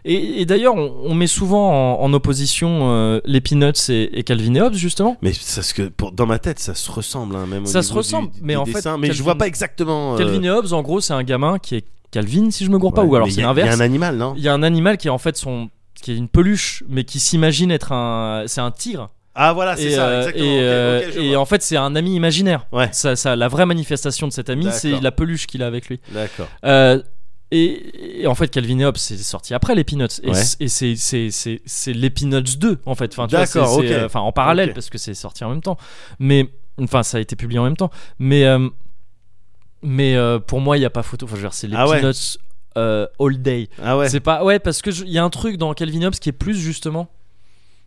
Speaker 1: Et, et d'ailleurs on, on met souvent en, en opposition euh, les Peanuts et, et Calvin et Hobbes justement.
Speaker 2: Mais ça, ce que pour, dans ma tête, ça se ressemble, hein, même. au
Speaker 1: Ça se
Speaker 2: niveau
Speaker 1: ressemble,
Speaker 2: du-
Speaker 1: mais
Speaker 2: des
Speaker 1: en fait,
Speaker 2: dessins, mais je
Speaker 1: Calvin-
Speaker 2: vois pas exactement. euh,
Speaker 1: Calvin et Hobbes en gros c'est un gamin qui est Calvin si je me gourre pas
Speaker 2: ouais,
Speaker 1: ou alors
Speaker 2: mais
Speaker 1: c'est
Speaker 2: y a- Il y a
Speaker 1: l'inverse.
Speaker 2: un animal, non
Speaker 1: Il y a un animal qui est en fait son qui est une peluche mais qui s'imagine être un c'est un tigre
Speaker 2: Ah voilà,
Speaker 1: et,
Speaker 2: c'est ça,
Speaker 1: euh,
Speaker 2: exactement.
Speaker 1: et,
Speaker 2: ok,
Speaker 1: euh,
Speaker 2: ok, je
Speaker 1: et
Speaker 2: vois.
Speaker 1: en fait c'est un ami imaginaire
Speaker 2: Ouais.
Speaker 1: ça, ça la vraie manifestation de cet ami c'est
Speaker 2: D'accord.
Speaker 1: la peluche qu'il a avec lui
Speaker 2: D'accord.
Speaker 1: Euh, et, et en fait, Calvin et Hobbes, c'est sorti après les Peanuts. Et,
Speaker 2: Ouais.
Speaker 1: c- et c'est- c'est- c'est c'est les Peanuts 2, en fait. Enfin, tu vois, c'est-
Speaker 2: D'accord,
Speaker 1: c'est,
Speaker 2: ok.
Speaker 1: euh, Enfin, en parallèle,
Speaker 2: Ok.
Speaker 1: parce que c'est sorti en même temps. Mais, enfin, ça a été publié en même temps. Mais, euh, mais euh, pour moi, il n'y a pas photo. Enfin, je veux dire, c'est les
Speaker 2: Ah ouais.
Speaker 1: Peanuts euh, all day.
Speaker 2: Ah ouais.
Speaker 1: C'est pas. Ouais, parce qu'il y a un truc dans Calvin et Hobbes qui est plus, justement.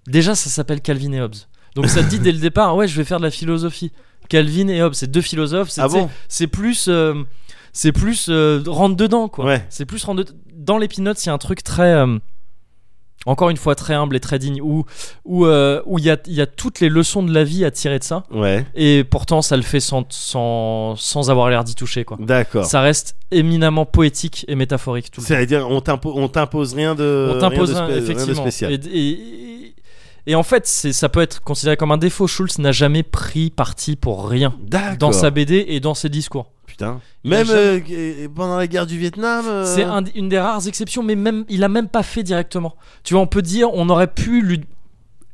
Speaker 1: Déjà, ça s'appelle Calvin et Hobbes. Donc, ça te dit dès le départ, ouais, je vais faire de la philosophie. Calvin et Hobbes, c'est deux philosophes. C'est,
Speaker 2: Ah
Speaker 1: tu sais,
Speaker 2: bon
Speaker 1: c'est plus euh, c'est plus euh, rentre dedans quoi
Speaker 2: Ouais.
Speaker 1: c'est plus rentre dedans. dans les Peanuts il y a un truc très euh, encore une fois très humble et très digne où où euh, où il y a il y a toutes les leçons de la vie à tirer de ça
Speaker 2: Ouais.
Speaker 1: et pourtant ça le fait sans sans sans avoir l'air d'y toucher quoi
Speaker 2: D'accord.
Speaker 1: ça reste éminemment poétique et métaphorique tout le temps
Speaker 2: C'est-à-dire, on t'impo- on t'impose rien de.
Speaker 1: on
Speaker 2: Euh, rien
Speaker 1: t'impose
Speaker 2: de
Speaker 1: un-
Speaker 2: spé- rien de
Speaker 1: effectivement
Speaker 2: spécial.
Speaker 1: et, et- et- et en fait, c'est- ça peut être considéré comme un défaut. Schultz n'a jamais pris parti pour rien
Speaker 2: D'accord.
Speaker 1: dans sa BD et dans ses discours.
Speaker 2: Putain.
Speaker 1: a
Speaker 2: Même
Speaker 1: jamais-
Speaker 2: euh, g- pendant la guerre du Vietnam. euh,
Speaker 1: C'est un- une des rares exceptions, mais même il a même pas fait directement. Tu vois, on peut dire, on aurait pu lui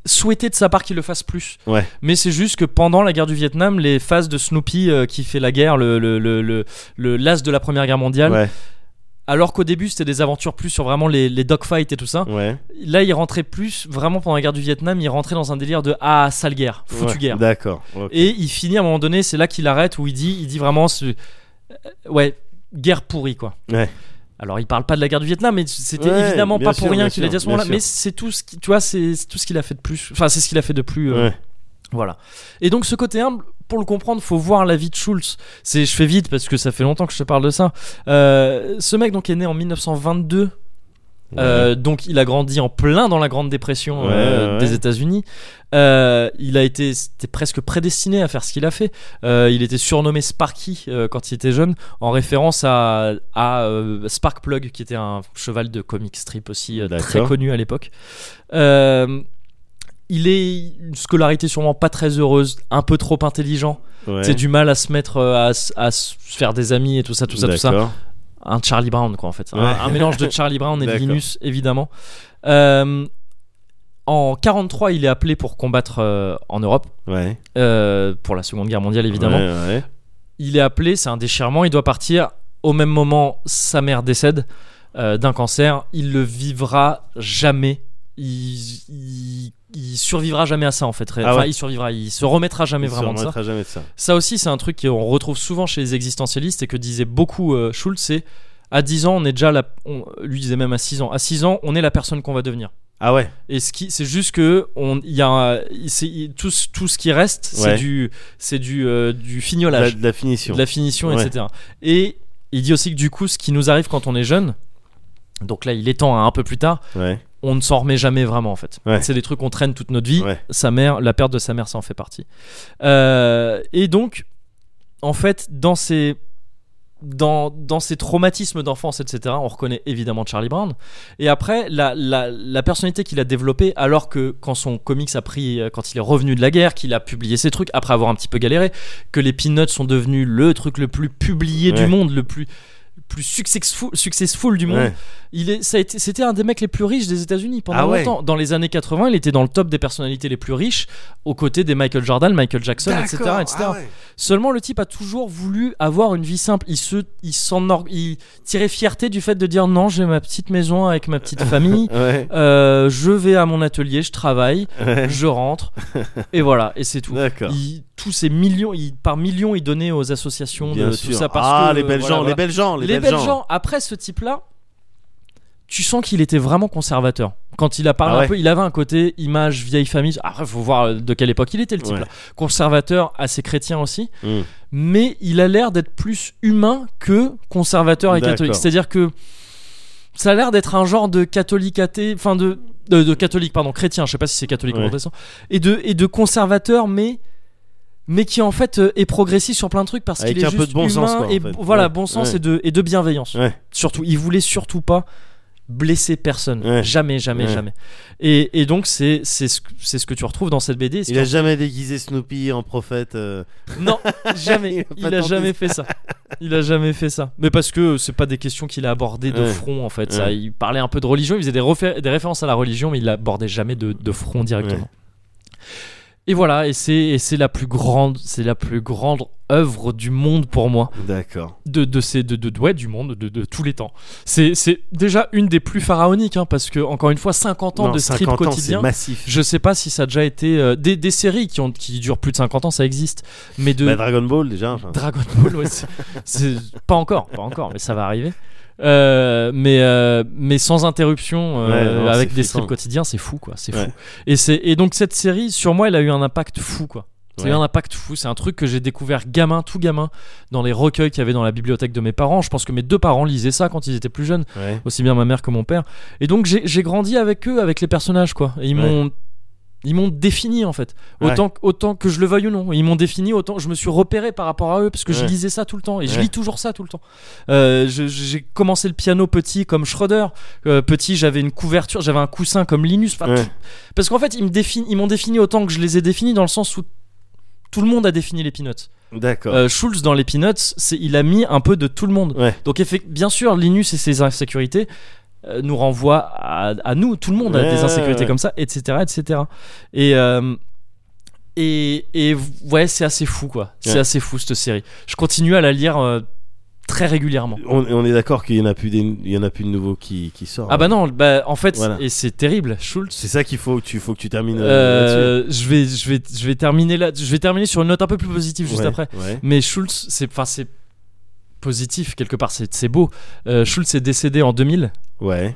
Speaker 1: souhaiter de sa part qu'il le fasse plus.
Speaker 2: Ouais.
Speaker 1: Mais c'est juste que pendant la guerre du Vietnam, les phases de Snoopy euh, qui fait la guerre, le le le le, le- l'as de la Première Guerre mondiale,
Speaker 2: Ouais.
Speaker 1: Alors qu'au début, c'était des aventures plus sur vraiment les, les dogfights et tout ça.
Speaker 2: Ouais.
Speaker 1: Là, il rentrait plus, vraiment pendant la guerre du Vietnam, il rentrait dans un délire de Ah, sale guerre, foutue
Speaker 2: Ouais,
Speaker 1: guerre.
Speaker 2: D'accord. ok.
Speaker 1: Et il finit à un moment donné, c'est là qu'il arrête où il dit, il dit vraiment, ce... euh, ouais, guerre pourrie quoi.
Speaker 2: Ouais.
Speaker 1: Alors il parle pas de la guerre du Vietnam, mais c'était
Speaker 2: Ouais,
Speaker 1: évidemment
Speaker 2: bien
Speaker 1: pas
Speaker 2: sûr,
Speaker 1: pour rien
Speaker 2: bien
Speaker 1: qu'il a dit à ce
Speaker 2: sûr,
Speaker 1: moment-là.
Speaker 2: bien
Speaker 1: Mais c'est tout ce qui, tu vois, c'est c'est tout ce qu'il a fait de plus. Enfin, c'est ce qu'il a fait de plus. euh,
Speaker 2: Ouais.
Speaker 1: Voilà. Et donc ce côté humble, pour le comprendre, faut voir la vie de Schultz. C'est, je fais vite parce que ça fait longtemps que je te parle de ça. Euh, ce mec donc est né en 1922. Euh, donc il a grandi en plein dans la Grande Dépression
Speaker 2: Ouais,
Speaker 1: euh,
Speaker 2: ouais.
Speaker 1: des États-Unis. Euh, il a été, c'était presque prédestiné à faire ce qu'il a fait. Euh, il était surnommé Sparky euh, quand il était jeune, en référence à, à euh, Sparkplug, qui était un cheval de comic strip aussi euh, très
Speaker 2: D'accord.
Speaker 1: connu à l'époque. Euh, il est une scolarité sûrement pas très heureuse, un peu trop intelligent.
Speaker 2: Ouais.
Speaker 1: C'est du mal à se mettre, euh, à, s- à se faire des amis et tout ça, tout ça, tout ça.
Speaker 2: D'accord.
Speaker 1: Un Charlie Brown, quoi, en fait. Un,
Speaker 2: Ouais.
Speaker 1: un mélange de Charlie Brown et de
Speaker 2: D'accord.
Speaker 1: Linus, évidemment. Euh, en 43, il est appelé pour combattre euh, en Europe,
Speaker 2: Ouais.
Speaker 1: euh, pour la Seconde Guerre mondiale, évidemment.
Speaker 2: Ouais, ouais.
Speaker 1: Il est appelé, c'est un déchirement, il doit partir. Au même moment, sa mère décède euh, d'un cancer. Il le vivra jamais. Il, il, il survivra jamais à ça en fait.
Speaker 2: Ah
Speaker 1: enfin,
Speaker 2: ouais.
Speaker 1: il survivra, il se remettra jamais
Speaker 2: On se
Speaker 1: vraiment de ça.
Speaker 2: remettra jamais de ça.
Speaker 1: Ça aussi, c'est un truc qu'on retrouve souvent chez les existentialistes et que disait beaucoup euh, Schultz c'est à 10 ans, on est déjà la. on- lui disait même à 6 ans. À 6 ans, on est la personne qu'on va devenir.
Speaker 2: Ah ouais.
Speaker 1: Et ce qui, c'est juste que on, il y a un- c'est- il- tout, ce- tout ce qui reste, c'est
Speaker 2: Ouais.
Speaker 1: du, c'est du, euh, du
Speaker 2: De la,
Speaker 1: fignolage
Speaker 2: de la finition.
Speaker 1: de la finition,
Speaker 2: Ouais.
Speaker 1: etc. Et il dit aussi que du coup, ce qui nous arrive quand on est jeune, donc là, il étend à un peu plus tard,
Speaker 2: Ouais.
Speaker 1: on ne s'en remet jamais vraiment en fait.
Speaker 2: Ouais.
Speaker 1: C'est des trucs qu'on traîne toute notre vie.
Speaker 2: Ouais.
Speaker 1: Sa mère, la perte de sa mère, ça en fait partie. Euh, et donc, en fait, dans ces dans, dans ces traumatismes d'enfance, etc., on reconnaît évidemment Charlie Brown. Et après, la, la, la personnalité qu'il a développée, alors que quand son comics a pris, euh, quand il est revenu de la guerre, qu'il a publié ses trucs, après avoir un petit peu galéré, que les Peanuts sont devenus le truc le plus publié
Speaker 2: Ouais.
Speaker 1: du monde, le plus, le plus successful, successful du monde,
Speaker 2: Ouais.
Speaker 1: il est, ça a été, c'était un des mecs les plus riches des États-Unis pendant
Speaker 2: Ah ouais.
Speaker 1: longtemps. Dans les années 80, il était dans le top des personnalités les plus riches, aux côtés des Michael Jordan, Michael Jackson, etc.,
Speaker 2: D'accord.
Speaker 1: etc.
Speaker 2: Ah ouais.
Speaker 1: Seulement, le type a toujours voulu avoir une vie simple. Il se, il s'en, or- il tirait fierté du fait de dire non, j'ai ma petite maison avec ma
Speaker 2: <laughs>
Speaker 1: petite famille.
Speaker 2: Ouais.
Speaker 1: euh, je vais à mon atelier, je travaille,
Speaker 2: Ouais.
Speaker 1: je rentre, et voilà, et c'est tout.
Speaker 2: D'accord.
Speaker 1: Il- tous ces millions, il- par millions, il donnait aux associations
Speaker 2: Bien
Speaker 1: de
Speaker 2: sûr.
Speaker 1: tout ça parce
Speaker 2: ah,
Speaker 1: que,
Speaker 2: les
Speaker 1: euh,
Speaker 2: belles
Speaker 1: voilà,
Speaker 2: gens,
Speaker 1: voilà.
Speaker 2: les belles gens,
Speaker 1: Les, belles gens. Après ce type-là, tu sens qu'il était vraiment conservateur. Quand il a parlé
Speaker 2: Ah ouais.
Speaker 1: un peu, il avait un côté image vieille famille. Après, faut voir euh, de quelle époque il était le type-là.
Speaker 2: Ouais.
Speaker 1: Conservateur, assez chrétien aussi,
Speaker 2: Mm.
Speaker 1: mais il a l'air d'être plus humain que conservateur et
Speaker 2: D'accord.
Speaker 1: catholique. C'est-à-dire que ça a l'air d'être un genre de catholique athée, enfin de, euh, de, de catholique, pardon, chrétien. Je sais pas si c'est catholique
Speaker 2: Ouais.
Speaker 1: ou protestant, et de et de conservateur, mais mais qui en fait euh, est progressiste sur plein de trucs parce
Speaker 2: Avec
Speaker 1: qu'il est
Speaker 2: un peu
Speaker 1: juste
Speaker 2: de bon
Speaker 1: humain
Speaker 2: sens, quoi, en
Speaker 1: et
Speaker 2: fait.
Speaker 1: bo- voilà
Speaker 2: Ouais.
Speaker 1: bon sens
Speaker 2: Ouais.
Speaker 1: et de et de bienveillance.
Speaker 2: Ouais.
Speaker 1: Surtout, il voulait surtout pas blesser personne,
Speaker 2: Ouais.
Speaker 1: jamais, jamais,
Speaker 2: Ouais.
Speaker 1: jamais. Et, et donc c'est c'est ce, que- c'est ce que tu retrouves dans cette BD. ce
Speaker 2: Il a jamais déguisé Snoopy en prophète. euh, <laughs>
Speaker 1: non, jamais.
Speaker 2: Il a pas
Speaker 1: Il a
Speaker 2: tenté
Speaker 1: jamais fait ça. Il a jamais fait ça. Mais parce que c'est pas des questions qu'il a abordées de
Speaker 2: Ouais.
Speaker 1: front en fait. Ça,
Speaker 2: Ouais.
Speaker 1: il parlait un peu de religion, il faisait des, refé- des références à la religion, mais il abordait jamais de, de front directement. Et voilà, et c'est et c'est la plus grande, c'est la plus grande œuvre du monde pour moi,
Speaker 2: D'accord.
Speaker 1: de de ces de, de- de- ouais, du monde, de, de tous les temps. C'est c'est déjà une des plus pharaoniques, hein, parce que encore une fois, 50 ans
Speaker 2: Non,
Speaker 1: de strip
Speaker 2: 50 ans,
Speaker 1: quotidien.
Speaker 2: C'est massif.
Speaker 1: Je sais pas si ça a déjà été euh, des, des séries qui ont qui durent plus de 50 ans, ça existe, mais de
Speaker 2: Bah, Dragon Ball déjà. enfin.
Speaker 1: Dragon Ball, ouais, c'est- c'est pas encore, pas encore, mais ça va arriver. Euh, mais euh, mais sans interruption euh,
Speaker 2: Ouais, non,
Speaker 1: avec
Speaker 2: c'est
Speaker 1: des
Speaker 2: flippant.
Speaker 1: strips quotidiens, c'est fou quoi, c'est
Speaker 2: Ouais.
Speaker 1: fou. Et c'est et donc cette série sur moi, elle a eu un impact fou quoi. Ça a eu
Speaker 2: Ouais.
Speaker 1: un impact fou, c'est un truc que j'ai découvert gamin, tout gamin, dans les recueils qu'il y avait dans la bibliothèque de mes parents. Je pense que mes deux parents lisaient ça quand ils étaient plus jeunes
Speaker 2: Ouais.
Speaker 1: aussi bien ma mère que mon père. Et donc j'ai j'ai grandi avec eux, avec les personnages, quoi. Et ils
Speaker 2: Ouais.
Speaker 1: m'ont ils m'ont défini en fait
Speaker 2: Ouais.
Speaker 1: autant que- autant que je le veuille ou non ils m'ont défini autant je me suis repéré par rapport à eux parce que je
Speaker 2: Ouais.
Speaker 1: lisais ça tout le temps et je
Speaker 2: Ouais.
Speaker 1: lis toujours ça tout le temps Euh, je- j'ai commencé le piano petit comme Schroeder Euh, petit j'avais une couverture j'avais un coussin comme Linus Enfin,
Speaker 2: Ouais.
Speaker 1: tout- parce qu'en fait ils me défin- ils m'ont défini autant que je les ai définis dans le sens où tout le monde a défini les peanuts
Speaker 2: D'accord.
Speaker 1: euh, Schulz dans les Peanuts, c'est il a mis un peu de tout le monde.
Speaker 2: Ouais.
Speaker 1: Donc effe- bien sûr, Linus et ses insécurités euh, nous renvoient à, à nous, tout le monde a
Speaker 2: Ouais,
Speaker 1: des insécurités
Speaker 2: ouais, ouais.
Speaker 1: comme ça, etc., etc. Et euh, et, et ouais, c'est assez fou quoi. C'est
Speaker 2: Ouais.
Speaker 1: assez fou cette série. Je continue à la lire euh, très régulièrement.
Speaker 2: On, on est d'accord qu'il y en a plus des, il y en a plus de nouveaux qui, qui sortent.
Speaker 1: Ah bah non, bah, en fait,
Speaker 2: Voilà.
Speaker 1: et c'est terrible, Schultz.
Speaker 2: C'est ça qu'il faut, tu faut que tu termines. euh,
Speaker 1: euh, je vais, je vais, je vais terminer là. Je vais terminer sur une note un peu plus positive juste
Speaker 2: Ouais,
Speaker 1: après.
Speaker 2: ouais.
Speaker 1: Mais Schultz, c'est, enfin, c'est positif quelque part. C'est, c'est beau. Euh, Schultz est décédé en 2000,
Speaker 2: Ouais.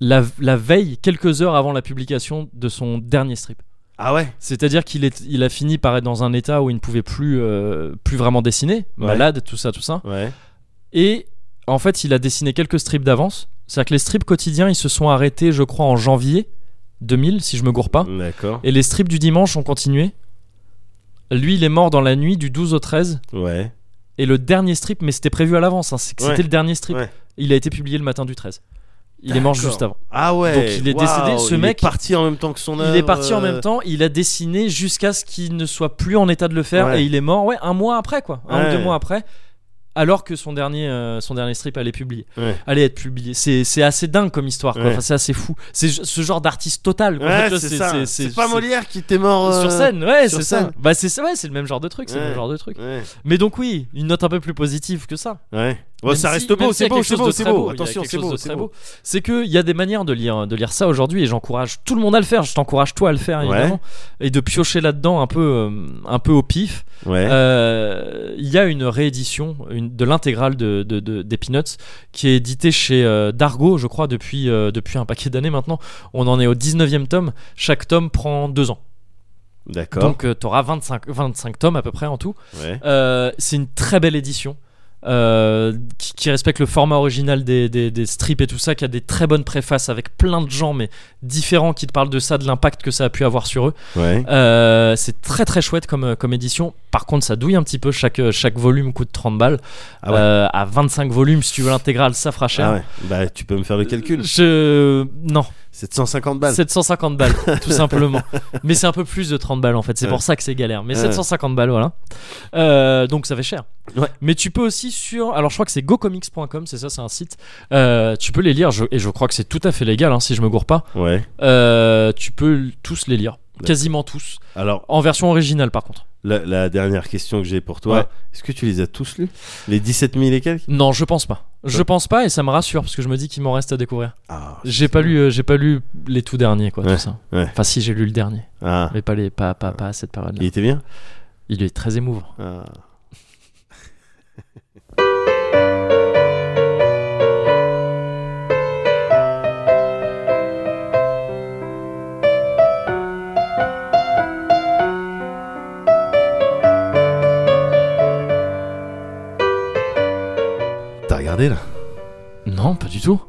Speaker 1: la, la veille, quelques heures avant la publication de son dernier strip.
Speaker 2: Ah ouais.
Speaker 1: C'est-à-dire qu'il est, il a fini par être dans un état où il ne pouvait plus, euh, plus vraiment dessiner,
Speaker 2: Ouais.
Speaker 1: malade, tout ça, tout ça.
Speaker 2: Ouais.
Speaker 1: Et en fait, il a dessiné quelques strips d'avance. C'est-à-dire que les strips quotidiens, ils se sont arrêtés, je crois, en janvier 2000, si je me gourre pas.
Speaker 2: D'accord.
Speaker 1: Et les strips du dimanche ont continué. Lui, il est mort dans la nuit du 12 au 13.
Speaker 2: Ouais.
Speaker 1: Et le dernier strip, mais c'était prévu à l'avance, hein, c'est que c'était
Speaker 2: Ouais.
Speaker 1: le dernier strip.
Speaker 2: Ouais.
Speaker 1: Il a été publié le matin du 13. Il est mort
Speaker 2: D'accord.
Speaker 1: juste avant.
Speaker 2: Ah ouais.
Speaker 1: Donc, il est
Speaker 2: Waouh,
Speaker 1: décédé, ce
Speaker 2: il
Speaker 1: mec-
Speaker 2: est parti en même temps que son œuvre.
Speaker 1: Il est parti en
Speaker 2: euh,
Speaker 1: même temps, il a dessiné jusqu'à ce qu'il ne soit plus en état de le faire
Speaker 2: Ouais.
Speaker 1: et il est mort ouais, un mois après quoi, un
Speaker 2: Ouais.
Speaker 1: ou deux mois après, alors que son dernier, euh, son dernier strip allait, publier,
Speaker 2: Ouais.
Speaker 1: allait être publié. C'est c'est assez dingue comme histoire, quoi.
Speaker 2: Ouais.
Speaker 1: Enfin, c'est assez fou. C'est ju- ce genre d'artiste total. quoi. En
Speaker 2: Ouais,
Speaker 1: fait, là,
Speaker 2: c'est ça. C'est pas
Speaker 1: c'est-
Speaker 2: Molière qui était mort euh,
Speaker 1: Sur scène, ouais,
Speaker 2: sur
Speaker 1: c'est ça.
Speaker 2: scène.
Speaker 1: Bah, c'est ça, ouais, c'est le même genre de truc, c'est le
Speaker 2: Ouais.
Speaker 1: même genre de truc.
Speaker 2: Ouais.
Speaker 1: Mais donc oui, une note un peu plus positive que ça.
Speaker 2: Ouais. Ouais,
Speaker 1: Même
Speaker 2: ça
Speaker 1: si-
Speaker 2: reste
Speaker 1: même
Speaker 2: beau,
Speaker 1: s'il y
Speaker 2: c'est
Speaker 1: a
Speaker 2: beau,
Speaker 1: quelque
Speaker 2: c'est
Speaker 1: chose
Speaker 2: beau,
Speaker 1: de
Speaker 2: c'est
Speaker 1: très
Speaker 2: beau.
Speaker 1: il y a
Speaker 2: Attention,
Speaker 1: quelque
Speaker 2: c'est
Speaker 1: chose
Speaker 2: beau,
Speaker 1: de
Speaker 2: c'est
Speaker 1: très
Speaker 2: beau.
Speaker 1: C'est qu'il y a des manières de lire, de lire ça aujourd'hui et j'encourage tout le monde à le faire. Je t'encourage toi à le faire
Speaker 2: Ouais.
Speaker 1: évidemment et de piocher là-dedans un peu, euh, un peu au pif.
Speaker 2: Ouais.
Speaker 1: Euh, Il y a une réédition une- de l'intégrale de, de- de- des Peanuts qui est éditée chez euh, Dargo, je crois, depuis, euh, depuis un paquet d'années maintenant. On en est au 19e tome. Chaque tome prend deux ans.
Speaker 2: D'accord.
Speaker 1: Donc euh, t'auras 25, 25 tomes à peu près en tout.
Speaker 2: Ouais.
Speaker 1: Euh, c'est une très belle édition euh, qui, qui respecte le format original des, des- des strips et tout ça, qui a des très bonnes préfaces avec plein de gens, mais différents, qui te parlent de ça, de l'impact que ça a pu avoir sur eux.
Speaker 2: Ouais.
Speaker 1: Euh, c'est très très chouette comme, euh, comme édition. Par contre, ça douille un petit peu. Chaque, euh, chaque volume coûte 30 balles.
Speaker 2: Ah ouais.
Speaker 1: Euh, à 25 volumes, si tu veux l'intégrale, ça fera cher.
Speaker 2: Ah ouais. Bah, tu peux me faire le calcul.
Speaker 1: Je. Non,
Speaker 2: 750 balles.
Speaker 1: 750
Speaker 2: <laughs>
Speaker 1: balles, tout simplement. Mais c'est un peu plus de 30 balles en fait, c'est
Speaker 2: Ouais.
Speaker 1: pour ça que c'est galère. Mais
Speaker 2: Ouais.
Speaker 1: 750 balles, voilà. Euh, donc ça fait cher.
Speaker 2: Ouais.
Speaker 1: Mais tu peux aussi sur. Alors je crois que c'est gocomics.com, c'est ça, c'est un site. Euh, tu peux les lire, je- et je crois que c'est tout à fait légal hein, si je me gourre pas.
Speaker 2: Ouais.
Speaker 1: Euh, tu peux tous les lire,
Speaker 2: D'accord.
Speaker 1: quasiment tous.
Speaker 2: Alors,
Speaker 1: En version originale par contre.
Speaker 2: la, la dernière question que j'ai pour toi,
Speaker 1: Ouais.
Speaker 2: est-ce que tu les as tous lus Les 17 000 et quelques
Speaker 1: Non, je pense pas. Je
Speaker 2: Ouais.
Speaker 1: pense pas et ça me rassure parce que je me dis qu'il m'en reste à découvrir.
Speaker 2: Ah.
Speaker 1: J'ai pas lu, euh, j'ai pas lu les tout derniers quoi,
Speaker 2: Ouais,
Speaker 1: tout ça.
Speaker 2: ouais.
Speaker 1: Enfin si j'ai lu le dernier,
Speaker 2: Ah.
Speaker 1: mais pas les, pas, pas, pas à cette période-là.
Speaker 2: Il était bien
Speaker 1: Il est très émouvant.
Speaker 2: Ah. T'as regardé là <laughs>
Speaker 1: Non, pas du tout.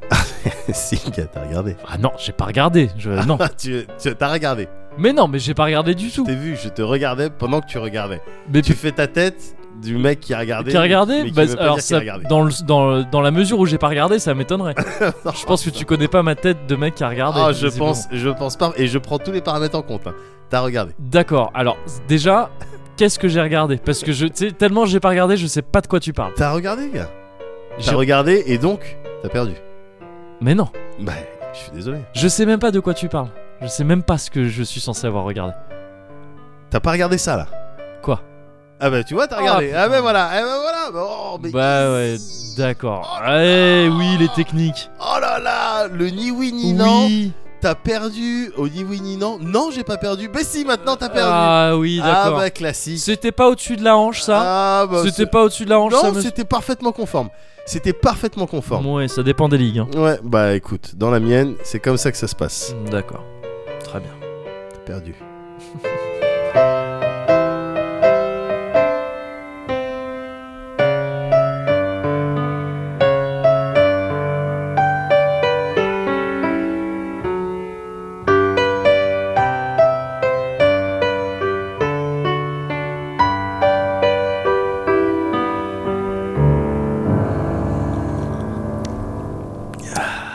Speaker 2: Si, gars, t'as regardé.
Speaker 1: Ah non, j'ai pas regardé.
Speaker 2: <laughs>
Speaker 1: Je... Euh, Non.
Speaker 2: Ah, tu, tu- t'as regardé.
Speaker 1: Mais non, mais j'ai pas regardé du tout.
Speaker 2: T'es vu, je te regardais pendant que tu regardais.
Speaker 1: Mais
Speaker 2: Tu fais ta tête du mec qui a regardé.
Speaker 1: qui a regardé,
Speaker 2: mais qui
Speaker 1: Bah,
Speaker 2: veut pas
Speaker 1: alors
Speaker 2: dire qu'il
Speaker 1: ça-
Speaker 2: a regardé.
Speaker 1: dans, le- dans, le- dans la mesure où j'ai pas regardé, ça m'étonnerait.
Speaker 2: <laughs>
Speaker 1: je pense que tu connais pas ma tête de mec qui a regardé.
Speaker 2: Ah, je
Speaker 1: visiblement.
Speaker 2: pense, je pense pas, et je prends tous les paramètres en compte. hein. T'as regardé.
Speaker 1: D'accord. Alors déjà, qu'est-ce que j'ai regardé Parce que je, tu sais, tellement j'ai pas regardé, je sais pas de quoi tu parles.
Speaker 2: T'as regardé, gars.
Speaker 1: J'ai-
Speaker 2: T'as regardé, et donc, t'as perdu.
Speaker 1: Mais non,
Speaker 2: Bah, je suis désolé.
Speaker 1: je sais même pas de quoi tu parles. Je sais même pas ce que je suis censé avoir regardé.
Speaker 2: T'as pas regardé ça, là
Speaker 1: Quoi
Speaker 2: Ah, bah, tu vois, t'as
Speaker 1: Ah,
Speaker 2: regardé.
Speaker 1: putain.
Speaker 2: Ah, ben voilà, eh ben voilà. Oh, mais.
Speaker 1: bah ouais, d'accord. Ouais, oui, les techniques.
Speaker 2: Oh là là, le ni oui ni non.
Speaker 1: oui.
Speaker 2: T'as perdu au ni oui ni non. Non, j'ai pas perdu. Bah, si, maintenant, t'as perdu.
Speaker 1: Ah oui,
Speaker 2: ah,
Speaker 1: d'accord.
Speaker 2: bah, classique.
Speaker 1: C'était pas au-dessus de la hanche, ça.
Speaker 2: Ah, bah,
Speaker 1: C'était
Speaker 2: c'est-
Speaker 1: pas au-dessus de la hanche, ça.
Speaker 2: Non,
Speaker 1: me-
Speaker 2: c'était parfaitement conforme. C'était parfaitement conforme.
Speaker 1: Ouais, ça dépend des ligues. hein.
Speaker 2: Ouais, bah écoute, dans la mienne, c'est comme ça que ça se passe.
Speaker 1: Hmm, D'accord. Très bien.
Speaker 2: T'as perdu.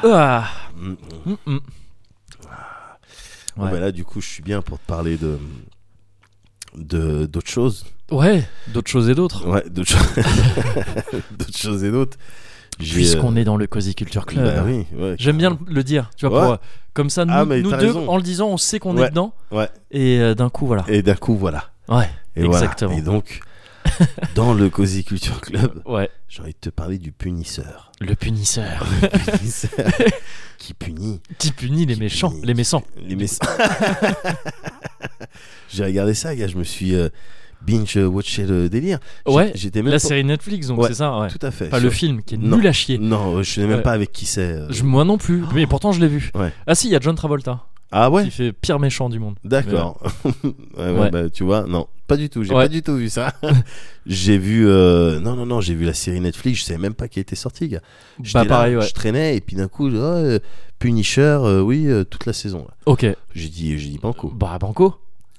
Speaker 1: Ah.
Speaker 2: Mm.
Speaker 1: Mm, mm.
Speaker 2: Bon,
Speaker 1: Ouais.
Speaker 2: bah là, du coup, je suis bien pour te parler de de- d'autres choses.
Speaker 1: Ouais, d'autres choses et d'autres.
Speaker 2: Ouais, d'autres choses. <laughs> d'autres choses et d'autres. J'ai,
Speaker 1: Puisqu'on
Speaker 2: euh,
Speaker 1: est dans le Cozy Culture Club.
Speaker 2: bah oui, ouais.
Speaker 1: J'aime bien le, le dire, tu vois,
Speaker 2: Ouais.
Speaker 1: pour, euh, comme ça, nous,
Speaker 2: Ah, mais
Speaker 1: nous deux,
Speaker 2: t'as raison.
Speaker 1: en le disant, on sait qu'on est
Speaker 2: Ouais,
Speaker 1: dedans.
Speaker 2: ouais.
Speaker 1: Et euh, d'un coup, voilà.
Speaker 2: Et d'un coup, voilà.
Speaker 1: Ouais,
Speaker 2: Et voilà.
Speaker 1: <laughs> exactement.
Speaker 2: Et donc, dans le Cozy Culture Club,
Speaker 1: Ouais,
Speaker 2: j'ai envie de te parler du
Speaker 1: <laughs>
Speaker 2: punisseur.
Speaker 1: le punisseur.
Speaker 2: Le punisseur qui punit.
Speaker 1: Qui punit les
Speaker 2: Qui
Speaker 1: méchants,
Speaker 2: punit,
Speaker 1: les méchants. <laughs>
Speaker 2: Les mess- J'ai regardé ça, gars, je me suis euh, binge-watché le délire. J'ai-
Speaker 1: Ouais,
Speaker 2: j'étais même
Speaker 1: La
Speaker 2: pas-
Speaker 1: série Netflix, donc
Speaker 2: Ouais,
Speaker 1: c'est ça, ouais.
Speaker 2: Tout à fait.
Speaker 1: Pas
Speaker 2: Sur-
Speaker 1: le film qui est
Speaker 2: Non.
Speaker 1: nul à chier.
Speaker 2: Non, euh, je sais même
Speaker 1: Ouais.
Speaker 2: pas avec qui c'est. euh.
Speaker 1: Je- moi non plus, mais pourtant je l'ai vu.
Speaker 2: Ouais.
Speaker 1: Ah si, il y a John Travolta
Speaker 2: Ah ouais
Speaker 1: qui fait pire méchant du monde.
Speaker 2: D'accord. <laughs> Ouais, ouais,
Speaker 1: Ouais.
Speaker 2: bah, tu vois, non, pas du tout. J'ai
Speaker 1: Ouais.
Speaker 2: pas du tout
Speaker 1: <laughs>
Speaker 2: vu ça. <laughs> j'ai vu. euh, Non, non, non, j'ai vu la série Netflix. Je savais même pas qui était sortie, gars. J'étais
Speaker 1: Bah
Speaker 2: là,
Speaker 1: pareil, ouais.
Speaker 2: Je traînais et puis d'un coup, je- oh, euh, Punisher, euh, oui, euh, toute la saison. là.
Speaker 1: Ok.
Speaker 2: J'ai dit, j'ai dit Banco.
Speaker 1: Bah Banco,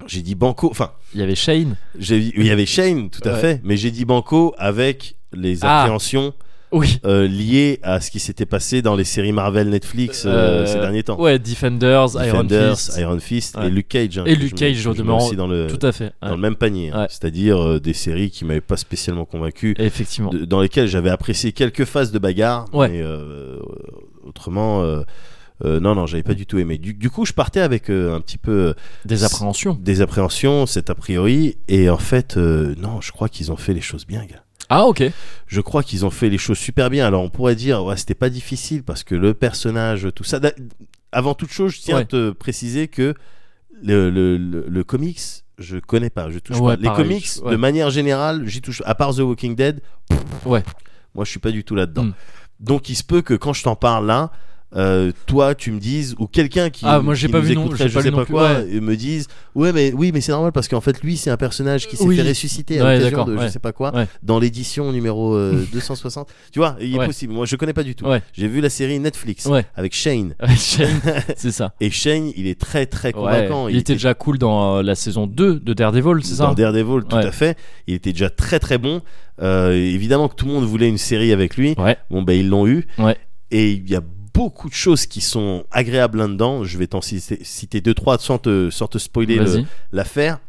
Speaker 2: J'ai dit Banco. Enfin,
Speaker 1: il y avait Shane.
Speaker 2: j'ai- il y avait Shane, tout à
Speaker 1: Ouais.
Speaker 2: fait, mais j'ai dit Banco avec les
Speaker 1: Ah.
Speaker 2: appréhensions
Speaker 1: Oui.
Speaker 2: euh, liées à ce qui s'était passé dans les séries Marvel Netflix euh,
Speaker 1: Euh,
Speaker 2: ces derniers temps.
Speaker 1: Ouais, Defenders, Iron
Speaker 2: Defenders,
Speaker 1: Fist.
Speaker 2: Iron Fist
Speaker 1: Ouais.
Speaker 2: et Luke Cage. hein,
Speaker 1: Et
Speaker 2: que
Speaker 1: Luke
Speaker 2: je mets-
Speaker 1: Cage,
Speaker 2: que
Speaker 1: au
Speaker 2: je mets
Speaker 1: demeurant,
Speaker 2: aussi dans le,
Speaker 1: Tout à fait.
Speaker 2: dans
Speaker 1: ouais.
Speaker 2: le même panier. hein.
Speaker 1: Ouais.
Speaker 2: C'est-à-dire euh, des séries qui m'avaient pas spécialement convaincu,
Speaker 1: Effectivement.
Speaker 2: de- dans lesquelles j'avais apprécié quelques phases de bagarre,
Speaker 1: Ouais.
Speaker 2: mais euh, autrement. euh, euh, non, non, j'avais pas du tout aimé. Du, du coup, je partais avec euh, un petit peu euh,
Speaker 1: Des appréhensions.
Speaker 2: des appréhensions, cet a priori, et en fait, euh, non, je crois qu'ils ont fait les choses bien, gars.
Speaker 1: Ah
Speaker 2: <laughs>
Speaker 1: ok.
Speaker 2: Je crois qu'ils ont fait les choses super bien. Alors, on pourrait dire, ouais, c'était pas difficile parce que le personnage, tout ça. D'a- Avant toute chose, je tiens
Speaker 1: Ouais.
Speaker 2: à te préciser que le, le, le- le comics, je connais pas, je touche
Speaker 1: Ouais,
Speaker 2: pas. Les
Speaker 1: pareil,
Speaker 2: comics,
Speaker 1: je- ouais.
Speaker 2: de manière générale, j'y touche. À part The Walking Dead,
Speaker 1: Ouais.
Speaker 2: moi, je suis pas du tout là-dedans.
Speaker 1: Mm.
Speaker 2: Donc, il se peut que quand je t'en parle là. euh, toi, tu me dises ou quelqu'un qui
Speaker 1: Ah, moi, j'ai
Speaker 2: qui
Speaker 1: pas
Speaker 2: nous
Speaker 1: vu non-
Speaker 2: écouterait,
Speaker 1: j'ai
Speaker 2: je
Speaker 1: pas vu
Speaker 2: sais
Speaker 1: non
Speaker 2: pas
Speaker 1: plus,
Speaker 2: quoi,
Speaker 1: ouais.
Speaker 2: et me dise ouais mais oui mais c'est normal parce qu'en fait lui c'est un personnage qui s'est
Speaker 1: Oui.
Speaker 2: fait ressusciter à
Speaker 1: Ouais,
Speaker 2: l'occasion
Speaker 1: d'accord,
Speaker 2: de je
Speaker 1: ouais.
Speaker 2: sais pas quoi
Speaker 1: Ouais.
Speaker 2: dans l'édition
Speaker 1: <laughs>
Speaker 2: numéro euh, 260 tu vois il est
Speaker 1: Ouais.
Speaker 2: possible moi je connais pas du tout
Speaker 1: Ouais.
Speaker 2: j'ai vu la série Netflix
Speaker 1: Ouais.
Speaker 2: avec Shane
Speaker 1: Shane, c'est ça.
Speaker 2: et Shane il est très très
Speaker 1: Ouais.
Speaker 2: convaincant
Speaker 1: Il était déjà cool dans euh, la saison 2 de Daredevil, c'est ça
Speaker 2: dans Daredevil tout
Speaker 1: Ouais.
Speaker 2: à fait il était déjà très très bon Euh, évidemment que tout le monde voulait une série avec lui
Speaker 1: Ouais.
Speaker 2: bon ben ils l'ont eu
Speaker 1: Ouais.
Speaker 2: et il y a beaucoup de choses qui sont agréables là-dedans je vais t'en citer, citer deux trois sans te, sans te spoiler le-
Speaker 1: Vas-y.
Speaker 2: l'affaire.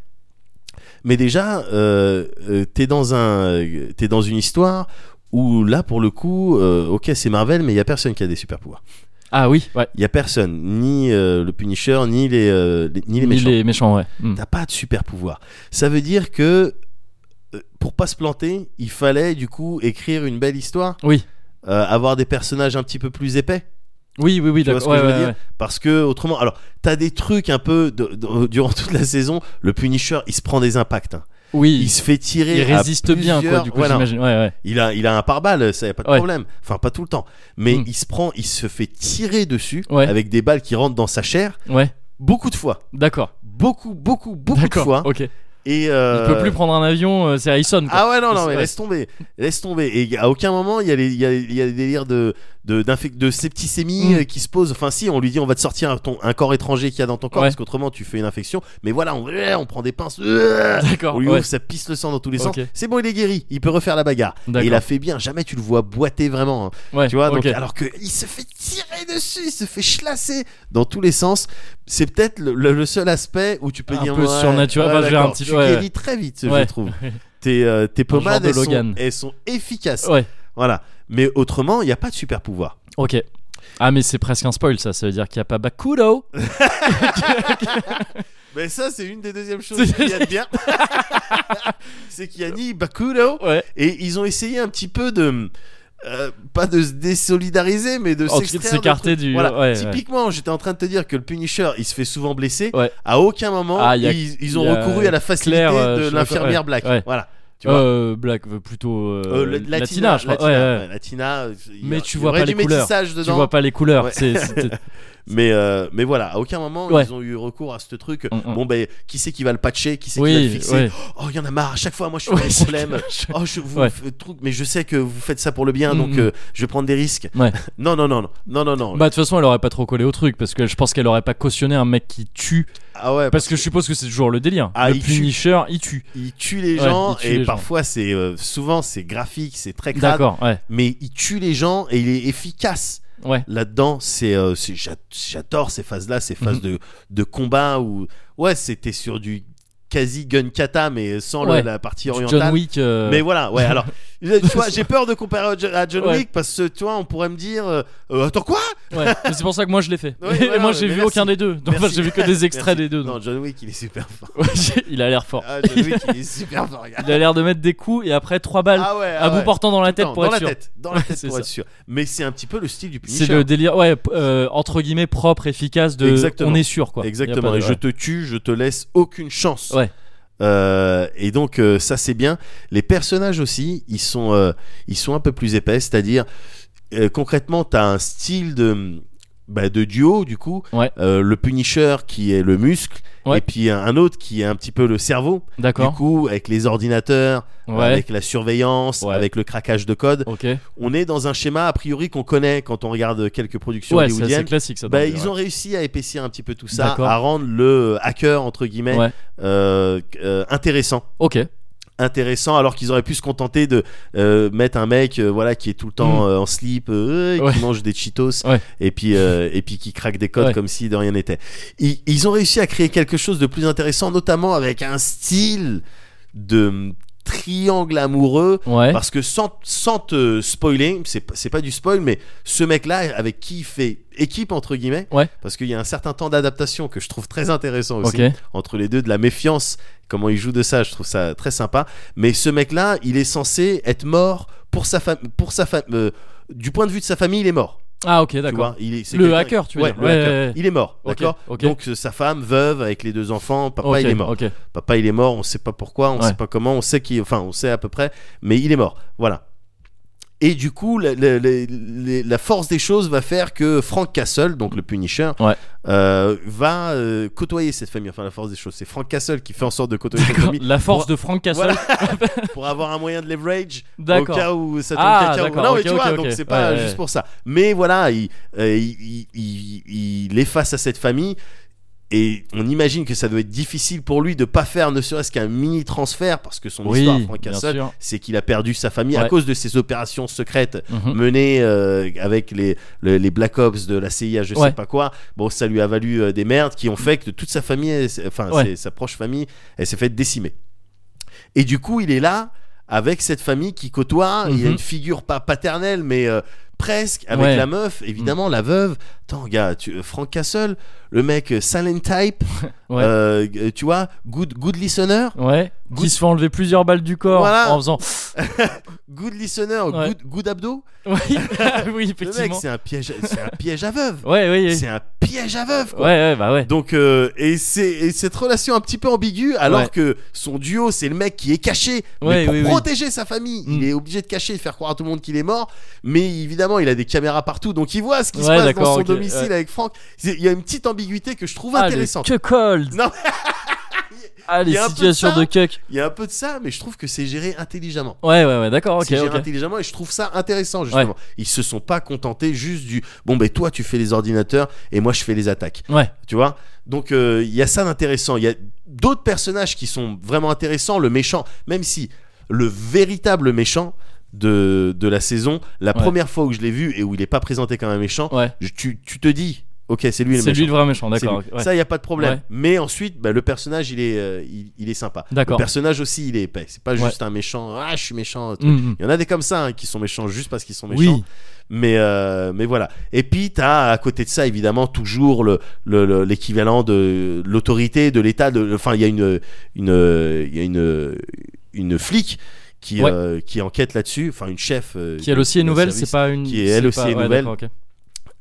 Speaker 2: Mais déjà, euh, euh, t'es dans un, euh, t'es dans une histoire où là pour le coup, euh, ok c'est Marvel, mais il y a personne qui a des super pouvoirs.
Speaker 1: Ah oui, ouais.
Speaker 2: Il y a personne, ni euh, le Punisher, ni les, euh, les- ni les
Speaker 1: Ni
Speaker 2: méchants.
Speaker 1: les méchants, ouais. Mm.
Speaker 2: T'as pas de super pouvoir. Ça veut dire que euh, pour pas se planter, il fallait du coup écrire une belle histoire,
Speaker 1: Oui.
Speaker 2: euh, avoir des personnages un petit peu plus épais.
Speaker 1: Oui, oui, oui,
Speaker 2: Tu vois
Speaker 1: d'accord.
Speaker 2: ce que je
Speaker 1: ouais, ouais,
Speaker 2: veux dire
Speaker 1: ouais.
Speaker 2: Parce que autrement, alors t'as des trucs un peu de- de- durant toute la saison. Le Punisher, il se prend des impacts. hein
Speaker 1: Oui,
Speaker 2: il se fait tirer.
Speaker 1: il
Speaker 2: à
Speaker 1: résiste bien, quoi,
Speaker 2: plusieurs-
Speaker 1: du coup,
Speaker 2: voilà.
Speaker 1: j'imagine. Ouais, ouais.
Speaker 2: Il a, il a un pare-balles, ça y a pas de
Speaker 1: Ouais.
Speaker 2: problème. Enfin, pas tout le temps, mais
Speaker 1: Mm.
Speaker 2: il se prend, il se fait tirer dessus
Speaker 1: Ouais.
Speaker 2: avec des balles qui rentrent dans sa chair
Speaker 1: Ouais,
Speaker 2: beaucoup de fois,
Speaker 1: d'accord.
Speaker 2: beaucoup, beaucoup, beaucoup de
Speaker 1: D'accord.
Speaker 2: fois.
Speaker 1: Ok.
Speaker 2: Et euh,
Speaker 1: Il peut plus prendre un avion, euh, c'est Harrison. Quoi.
Speaker 2: Ah ouais non non mais
Speaker 1: Ouais.
Speaker 2: laisse tomber laisse tomber et à aucun moment il y a les il y a, il y a les délires de de d'infec- de septicémie
Speaker 1: Mm.
Speaker 2: euh, qui se posent enfin si on lui dit on va te sortir un, ton- un corps étranger qu'il y a dans ton corps
Speaker 1: Ouais.
Speaker 2: parce qu'autrement tu fais une infection mais voilà on, on prend des pinces euh,
Speaker 1: D'accord.
Speaker 2: on lui
Speaker 1: ouais.
Speaker 2: ouvre, ça pisse le sang dans tous les
Speaker 1: Ok.
Speaker 2: sens. C'est bon, il est guéri, il peut refaire la bagarre. Et
Speaker 1: D'accord.
Speaker 2: il a fait bien, jamais tu le vois boiter vraiment. hein.
Speaker 1: Ouais,
Speaker 2: Tu vois, donc,
Speaker 1: ok.
Speaker 2: alors que il se fait tirer dessus, il se fait chlasser dans tous les sens. C'est peut-être le, le- le seul aspect où tu peux
Speaker 1: Un
Speaker 2: dire.
Speaker 1: peu
Speaker 2: ouais,
Speaker 1: surnaturel.
Speaker 2: ouais,
Speaker 1: Enfin, je veux dire,
Speaker 2: d'accord.
Speaker 1: un petit
Speaker 2: tu
Speaker 1: peu, ouais,
Speaker 2: guéris
Speaker 1: ouais.
Speaker 2: très vite, je
Speaker 1: Ouais. <laughs>
Speaker 2: trouve. Tes, euh, tes
Speaker 1: genre
Speaker 2: pommades,
Speaker 1: de
Speaker 2: elles sont,
Speaker 1: Logan.
Speaker 2: elles sont efficaces.
Speaker 1: Ouais.
Speaker 2: Voilà. Mais autrement, il n'y a pas de super pouvoir.
Speaker 1: Ok. Ah mais c'est presque un spoil ça, ça veut dire qu'il n'y a pas Bakudo
Speaker 2: Mais ça, c'est une des deuxièmes choses qu'il y a de
Speaker 1: <laughs>
Speaker 2: bien. c'est qu'il y a ni Bakudo,
Speaker 1: Ouais.
Speaker 2: Et ils ont essayé un petit peu de. euh, pas de se désolidariser, mais de
Speaker 1: En tout cas, de
Speaker 2: s'extraire
Speaker 1: s'écarter
Speaker 2: truc.
Speaker 1: du-
Speaker 2: Voilà.
Speaker 1: ouais, ouais.
Speaker 2: Typiquement, j'étais en train de te dire que le Punisher, il se fait souvent blesser.
Speaker 1: Ouais.
Speaker 2: À aucun moment,
Speaker 1: Ah, il y a-
Speaker 2: ils, ils ont
Speaker 1: il y a
Speaker 2: recouru à la facilité
Speaker 1: Claire, euh, je
Speaker 2: de
Speaker 1: sais pas
Speaker 2: l'infirmière
Speaker 1: quoi, ouais.
Speaker 2: Black.
Speaker 1: Ouais.
Speaker 2: Voilà. Tu vois.
Speaker 1: euh, Black euh, plutôt euh,
Speaker 2: Euh, le-
Speaker 1: Latina, je crois.
Speaker 2: Latina,
Speaker 1: Ouais, ouais.
Speaker 2: ouais, Latina, il y
Speaker 1: Mais
Speaker 2: a-
Speaker 1: tu
Speaker 2: il y
Speaker 1: vois
Speaker 2: aurait
Speaker 1: pas
Speaker 2: du
Speaker 1: les couleurs.
Speaker 2: métissage
Speaker 1: Tu
Speaker 2: dedans.
Speaker 1: vois pas les couleurs,
Speaker 2: Ouais.
Speaker 1: c'est
Speaker 2: <laughs>
Speaker 1: c'est-
Speaker 2: Mais, euh, mais voilà, à aucun moment
Speaker 1: Ouais.
Speaker 2: ils ont eu recours à ce truc.
Speaker 1: Mm, mm.
Speaker 2: Bon, ben, qui c'est qui va le patcher Qui c'est qui va le
Speaker 1: oui,
Speaker 2: fixer
Speaker 1: ouais.
Speaker 2: Oh, il y en a marre. À chaque fois, moi, je suis
Speaker 1: Ouais,
Speaker 2: dans
Speaker 1: c'est
Speaker 2: le problème.
Speaker 1: clair, je-
Speaker 2: Oh, je vous
Speaker 1: Ouais.
Speaker 2: f- truc, mais je sais que vous faites ça pour le bien, donc
Speaker 1: Mhm.
Speaker 2: euh, je vais prendre des risques.
Speaker 1: Ouais.
Speaker 2: <laughs> Non, non, non, non, non, non, non.
Speaker 1: Bah de toute façon elle aurait pas trop collé au truc parce que je pense qu'elle aurait pas cautionné un mec qui tue
Speaker 2: ah ouais,
Speaker 1: parce que je suppose que c'est toujours le délire.
Speaker 2: Ah,
Speaker 1: le
Speaker 2: il tue.
Speaker 1: Punisher il tue.
Speaker 2: il tue les
Speaker 1: Ouais,
Speaker 2: gens
Speaker 1: il tue
Speaker 2: et
Speaker 1: les gens.
Speaker 2: parfois c'est euh, souvent c'est graphique, c'est très crade,
Speaker 1: D'accord, ouais.
Speaker 2: mais il tue les gens et il est efficace.
Speaker 1: Ouais.
Speaker 2: Là-dedans, c'est euh, c'est- j'a- j'adore ces phases-là, ces phases
Speaker 1: Mm-hmm.
Speaker 2: de, de combat où ouais, c'était sur du quasi gun kata mais sans le-
Speaker 1: Ouais.
Speaker 2: la partie
Speaker 1: Du
Speaker 2: orientale.
Speaker 1: John Wick euh, <laughs>
Speaker 2: Mais voilà, ouais. Alors, Je- tu vois, j'ai peur de comparer à Jo- à John
Speaker 1: Ouais.
Speaker 2: Wick parce que tu vois, on pourrait me dire euh, Euh, attends quoi
Speaker 1: Ouais, mais c'est pour ça que moi je l'ai fait.
Speaker 2: Ouais,
Speaker 1: <laughs> et
Speaker 2: voilà,
Speaker 1: moi j'ai
Speaker 2: mais
Speaker 1: vu
Speaker 2: merci.
Speaker 1: aucun des deux. Donc
Speaker 2: Merci.
Speaker 1: enfin, j'ai vu que
Speaker 2: <laughs>
Speaker 1: des extraits des
Speaker 2: Merci.
Speaker 1: deux.
Speaker 2: Non,
Speaker 1: donc.
Speaker 2: John Wick, il est super fort.
Speaker 1: Ouais, j'ai- <laughs> il a l'air fort.
Speaker 2: Ah, John Wick, il est super
Speaker 1: <laughs>
Speaker 2: fort. regarde.
Speaker 1: Il a l'air de mettre des coups et après trois balles
Speaker 2: Ah ouais, ah
Speaker 1: à bout
Speaker 2: ouais.
Speaker 1: portant dans la tête
Speaker 2: Non,
Speaker 1: pour
Speaker 2: dans
Speaker 1: être
Speaker 2: la
Speaker 1: sûr.
Speaker 2: tête, dans
Speaker 1: <laughs>
Speaker 2: la
Speaker 1: Ouais,
Speaker 2: tête
Speaker 1: c'est
Speaker 2: pour
Speaker 1: ça.
Speaker 2: être sûr. Mais c'est un petit peu le style du Punisher.
Speaker 1: C'est le délire, ouais, p- euh, entre guillemets propre, efficace de.
Speaker 2: Exactement.
Speaker 1: On est sûr quoi. Y a
Speaker 2: Exactement.
Speaker 1: pas de-
Speaker 2: Et je te tue, je te laisse aucune chance.
Speaker 1: Ouais.
Speaker 2: Euh, et donc euh, ça c'est bien. Les personnages aussi, ils sont, euh, ils sont un peu plus épais. C'est-à-dire euh, concrètement, t'as un style de, bah, de duo du coup.
Speaker 1: Ouais.
Speaker 2: Euh, le Punisher qui est le muscle,
Speaker 1: Ouais.
Speaker 2: et puis un- un autre qui est un petit peu le cerveau. Du
Speaker 1: D'accord.
Speaker 2: coup, avec les ordinateurs,
Speaker 1: Ouais.
Speaker 2: avec la surveillance,
Speaker 1: Ouais.
Speaker 2: avec le craquage de code,
Speaker 1: Ok.
Speaker 2: on est dans un schéma a priori qu'on connaît quand on regarde quelques productions
Speaker 1: Ouais, c'est assez
Speaker 2: hollywoodiennes.
Speaker 1: classique ça. dans
Speaker 2: Bah,
Speaker 1: le-
Speaker 2: ils ont réussi à épaissir un petit peu tout ça,
Speaker 1: D'accord.
Speaker 2: à rendre le hacker entre guillemets
Speaker 1: Ouais.
Speaker 2: euh, euh, intéressant,
Speaker 1: Ok.
Speaker 2: intéressant, alors qu'ils auraient pu se contenter de euh, mettre un mec, euh, voilà, qui est tout le temps euh, en slip, euh,
Speaker 1: Mm. Ouais.
Speaker 2: qui mange des Cheetos,
Speaker 1: Ouais.
Speaker 2: et puis euh, et puis qui craque des codes
Speaker 1: Ouais.
Speaker 2: comme si de rien n'était. Ils, ils ont réussi à créer quelque chose de plus intéressant, notamment avec un style de mm, triangle amoureux
Speaker 1: Ouais.
Speaker 2: parce que sans, sans te spoiler, c'est p- c'est pas du spoil, mais ce mec-là, avec qui il fait équipe, entre guillemets,
Speaker 1: Ouais.
Speaker 2: parce qu'il y a un certain temps d'adaptation que je trouve très intéressant aussi,
Speaker 1: Ok.
Speaker 2: entre les deux, de la méfiance, comment il joue de ça, je trouve ça très sympa. Mais ce mec-là, il est censé être mort pour sa famille. Sa fa- euh, du point de vue de sa famille, il est mort.
Speaker 1: Ah ok,
Speaker 2: tu
Speaker 1: d'accord.
Speaker 2: vois, il est- c'est
Speaker 1: Le
Speaker 2: quelqu'un-
Speaker 1: hacker, tu veux
Speaker 2: Ouais,
Speaker 1: dire.
Speaker 2: le
Speaker 1: Ouais,
Speaker 2: hacker.
Speaker 1: ouais, ouais.
Speaker 2: Il est mort,
Speaker 1: Ok,
Speaker 2: d'accord
Speaker 1: ok.
Speaker 2: Donc euh, sa femme, veuve, avec les deux enfants, papa,
Speaker 1: Ok,
Speaker 2: il est mort <laughs>
Speaker 1: Ok.
Speaker 2: papa il est mort, on sait pas pourquoi, on
Speaker 1: Ouais.
Speaker 2: sait pas comment, on sait qui, enfin on sait à peu près, mais il est mort, voilà. Et du coup, la, la- la- la- la force des choses va faire que Frank Castle, donc le Punisher,
Speaker 1: Ouais.
Speaker 2: euh, va euh, côtoyer cette famille. Enfin, la force des choses, c'est Frank Castle qui fait en sorte de côtoyer cette
Speaker 1: D'accord.
Speaker 2: famille
Speaker 1: La force de Frank Castle.
Speaker 2: Voilà. pour avoir un moyen de leverage
Speaker 1: <laughs>
Speaker 2: au
Speaker 1: D'accord.
Speaker 2: cas où ça tombe
Speaker 1: Ah,
Speaker 2: quelqu'un.
Speaker 1: d'accord,
Speaker 2: Non, mais
Speaker 1: ok,
Speaker 2: tu vois,
Speaker 1: ok, ok.
Speaker 2: donc c'est pas
Speaker 1: Ouais, ouais.
Speaker 2: juste pour ça. Mais voilà, il, euh, il, il- il- il est face à cette famille. Et on imagine que ça doit être difficile pour lui de pas faire ne serait-ce qu'un mini transfert parce que son histoire,
Speaker 1: Oui.
Speaker 2: Frank
Speaker 1: Bien
Speaker 2: Castle,
Speaker 1: sûr.
Speaker 2: c'est qu'il a perdu sa famille à
Speaker 1: Ouais.
Speaker 2: cause de ses opérations secrètes
Speaker 1: Mhm.
Speaker 2: menées euh, avec les, le- les Black Ops de la CIA, je
Speaker 1: Ouais.
Speaker 2: sais pas quoi. Bon, ça lui a valu euh, des merdes qui ont fait que toute sa famille, elle s'est- enfin
Speaker 1: Ouais.
Speaker 2: ses- sa proche famille, elle s'est faite décimer. Et du coup, il est là avec cette famille qui côtoie. Il y a
Speaker 1: Mhm.
Speaker 2: une figure pas paternelle, mais euh, presque avec
Speaker 1: Ouais.
Speaker 2: la meuf, évidemment, la veuve. Attends, gars, tu, euh, Frank Castle, le mec euh, silent type,
Speaker 1: <laughs> Ouais.
Speaker 2: euh, euh, tu vois, good, good listener.
Speaker 1: Ouais.
Speaker 2: Good-
Speaker 1: Qui se fait enlever plusieurs balles du corps
Speaker 2: Voilà.
Speaker 1: en faisant.
Speaker 2: Good listener,
Speaker 1: Ouais.
Speaker 2: good, good abdo.
Speaker 1: <laughs> Oui. oui,
Speaker 2: Le mec,
Speaker 1: effectivement.
Speaker 2: c'est un piège, c'est un piège
Speaker 1: <laughs>
Speaker 2: à veuve.
Speaker 1: Ouais, oui. oui.
Speaker 2: C'est un piège à veuve.
Speaker 1: Ouais,
Speaker 2: Quoi.
Speaker 1: ouais, bah ouais.
Speaker 2: Donc euh, et c'est et cette relation un petit peu ambiguë alors
Speaker 1: Ouais.
Speaker 2: que son duo c'est le mec qui est caché
Speaker 1: Ouais,
Speaker 2: mais pour
Speaker 1: oui, oui.
Speaker 2: protéger sa famille
Speaker 1: Mm.
Speaker 2: il est obligé de cacher et de faire croire à tout le monde qu'il est mort mais évidemment il a des caméras partout donc il voit ce qui se
Speaker 1: Ouais,
Speaker 2: passe dans
Speaker 1: d'accord,
Speaker 2: son
Speaker 1: ok,
Speaker 2: domicile
Speaker 1: ouais.
Speaker 2: avec Franck C'est- il y a une petite ambiguïté que je trouve
Speaker 1: Ah, le
Speaker 2: intéressante
Speaker 1: cuckold.
Speaker 2: Non.
Speaker 1: <laughs> Ah,
Speaker 2: Il y
Speaker 1: les
Speaker 2: a un peu de
Speaker 1: situations
Speaker 2: ça.
Speaker 1: de cuck.
Speaker 2: il y a un peu de ça mais je trouve que c'est géré intelligemment
Speaker 1: Ouais, ouais, ouais, d'accord, ok,
Speaker 2: c'est géré
Speaker 1: ok.
Speaker 2: intelligemment et je trouve ça intéressant justement ils se sont pas contentés juste du bon ben toi tu fais les ordinateurs et moi je fais les attaques
Speaker 1: Ouais,
Speaker 2: tu vois donc euh, il y a ça d'intéressant il y a d'autres personnages qui sont vraiment intéressants le méchant même si le véritable méchant de, de la saison la
Speaker 1: Ouais.
Speaker 2: première fois où je l'ai vu et où il n'est pas présenté comme un méchant
Speaker 1: ouais.
Speaker 2: je- tu, tu te dis ok c'est lui le
Speaker 1: C'est
Speaker 2: méchant
Speaker 1: lui le vrai méchant,
Speaker 2: C'est
Speaker 1: d'accord.
Speaker 2: lui.
Speaker 1: ouais.
Speaker 2: ça il y a pas de problème
Speaker 1: Ouais.
Speaker 2: mais ensuite bah, le personnage il est euh, il, il est sympa le
Speaker 1: D'accord.
Speaker 2: personnage aussi il est épais c'est pas
Speaker 1: Ouais.
Speaker 2: juste un méchant ah je suis méchant truc.
Speaker 1: Mm, mm.
Speaker 2: il y en a des comme ça hein, qui sont méchants juste parce qu'ils sont méchants
Speaker 1: Oui,
Speaker 2: mais, euh, mais voilà. Et puis, tu as à côté de ça, évidemment, toujours le- le- le- l'équivalent de l'autorité, de l'État. de- Enfin, il y a une, une, il y a une, une flic qui,
Speaker 1: Ouais.
Speaker 2: euh, qui enquête là-dessus, enfin, une chef. euh,
Speaker 1: qui elle aussi est
Speaker 2: de
Speaker 1: nouvelle,
Speaker 2: service.
Speaker 1: c'est pas une.
Speaker 2: qui est elle
Speaker 1: c'est
Speaker 2: aussi
Speaker 1: pas-
Speaker 2: est
Speaker 1: ouais,
Speaker 2: nouvelle.
Speaker 1: d'accord, ok.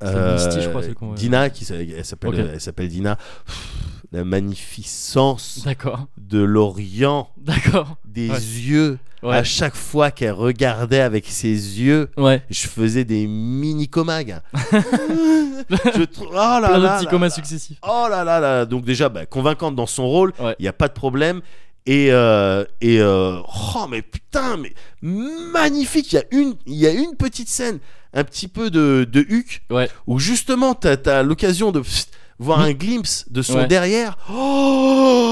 Speaker 2: Euh,
Speaker 1: C'est Misty, je crois, c'est qu'on-
Speaker 2: Dina, qui s- elle s'appelle
Speaker 1: Ok.
Speaker 2: elle s'appelle Dina. Pff, La magnificence
Speaker 1: D'accord, <laughs>
Speaker 2: de l'Orient,
Speaker 1: d'accord.
Speaker 2: des
Speaker 1: Ouais.
Speaker 2: yeux.
Speaker 1: Ouais,
Speaker 2: À chaque fois qu'elle regardait avec ses yeux,
Speaker 1: ouais.
Speaker 2: je faisais des
Speaker 1: <laughs>
Speaker 2: mini comagues. je trou- oh là
Speaker 1: Plein de
Speaker 2: là
Speaker 1: petits
Speaker 2: là
Speaker 1: comas
Speaker 2: là.
Speaker 1: successifs.
Speaker 2: Oh là là là. Donc déjà bah, convaincante dans son rôle, il
Speaker 1: Ouais.
Speaker 2: n'y a pas de problème. Et euh, et euh, oh mais putain mais magnifique. Il y a une il y a une petite scène un petit peu de de Huck
Speaker 1: Ouais.
Speaker 2: où justement t'as as, l'occasion de pfft, voir un glimpse de son
Speaker 1: Ouais.
Speaker 2: derrière. Oh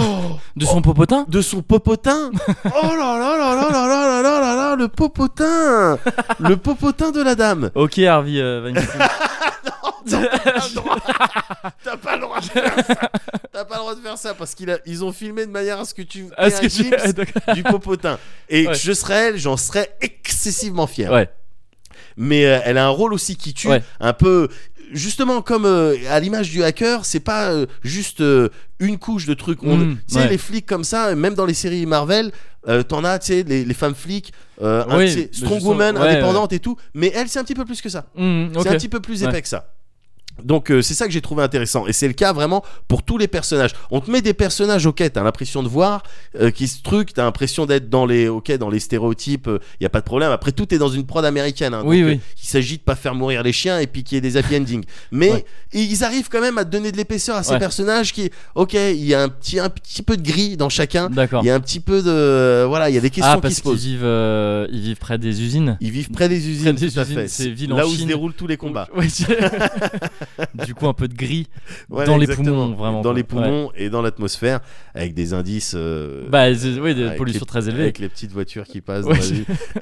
Speaker 1: De son popotin
Speaker 2: de
Speaker 1: <laughs>
Speaker 2: son popotin. Oh là là là là là là là là là là, le popotin, le popotin de la dame.
Speaker 1: Ok, Harvey euh, <laughs> Weinstein.
Speaker 2: T'as
Speaker 1: <laughs>
Speaker 2: le droit. T'as pas le droit de faire ça. T'as pas le droit de faire ça parce qu'ils ils ont filmé de manière à ce que tu
Speaker 1: Est-ce que
Speaker 2: aies un
Speaker 1: tu- <laughs>
Speaker 2: glimpse
Speaker 1: D'accord.
Speaker 2: du popotin. Et
Speaker 1: Ouais.
Speaker 2: je serais elle, j'en serais extrêmement excessivement fière.
Speaker 1: Ouais.
Speaker 2: Mais euh, elle a un rôle aussi qui tue,
Speaker 1: Ouais.
Speaker 2: un peu justement comme euh, à l'image du hacker, c'est pas euh, juste euh, une couche de trucs. On,
Speaker 1: Mm,
Speaker 2: tu sais,
Speaker 1: ouais.
Speaker 2: les flics comme ça, même dans les séries Marvel, euh, t'en as, tu sais, les, les femmes flics, euh, un,
Speaker 1: Oui,
Speaker 2: tu
Speaker 1: mais
Speaker 2: sais, strong
Speaker 1: justement,
Speaker 2: woman,
Speaker 1: ouais,
Speaker 2: indépendante et tout. Mais elle, c'est un petit peu plus que ça.
Speaker 1: Mmh, ok.
Speaker 2: C'est un petit peu plus épais
Speaker 1: Ouais.
Speaker 2: que ça. Donc euh, c'est ça que j'ai trouvé intéressant et c'est le cas vraiment pour tous les personnages. On te met des personnages ok, t'as l'impression de voir euh, qui se truc, t'as l'impression d'être dans les ok dans les stéréotypes, il y a pas de problème. Après tout est dans une prod américaine, hein,
Speaker 1: Oui,
Speaker 2: donc,
Speaker 1: oui.
Speaker 2: euh, il s'agit de pas faire mourir les chiens et puis qu'il y ait des
Speaker 1: <laughs>
Speaker 2: happy endings. Mais
Speaker 1: Ouais.
Speaker 2: ils arrivent quand même à te donner de l'épaisseur à ces
Speaker 1: Ouais.
Speaker 2: personnages qui ok, il y a un petit un petit peu de gris dans chacun,
Speaker 1: D'accord.
Speaker 2: hein. il y a un petit peu de voilà, il y a des questions
Speaker 1: Ah,
Speaker 2: qui
Speaker 1: parce
Speaker 2: se
Speaker 1: qu'ils
Speaker 2: posent.
Speaker 1: vivent, euh, ils vivent près des usines.
Speaker 2: Ils vivent près des usines,
Speaker 1: Près des
Speaker 2: tout à
Speaker 1: usines,
Speaker 2: fait.
Speaker 1: ces villes en
Speaker 2: là où se
Speaker 1: Chine.
Speaker 2: déroulent tous les combats.
Speaker 1: <laughs> Ouais, je-
Speaker 2: <laughs>
Speaker 1: du coup, un peu de gris
Speaker 2: Voilà,
Speaker 1: dans les
Speaker 2: exactement.
Speaker 1: poumons, vraiment. quoi.
Speaker 2: Dans les
Speaker 1: Ouais.
Speaker 2: poumons et dans l'atmosphère, avec des indices. euh,
Speaker 1: Bah, c'est- oui, des
Speaker 2: avec
Speaker 1: pollutions
Speaker 2: les-
Speaker 1: très élevées.
Speaker 2: Avec les petites voitures qui passent
Speaker 1: Ouais,
Speaker 2: dans la
Speaker 1: je-
Speaker 2: rue. <laughs>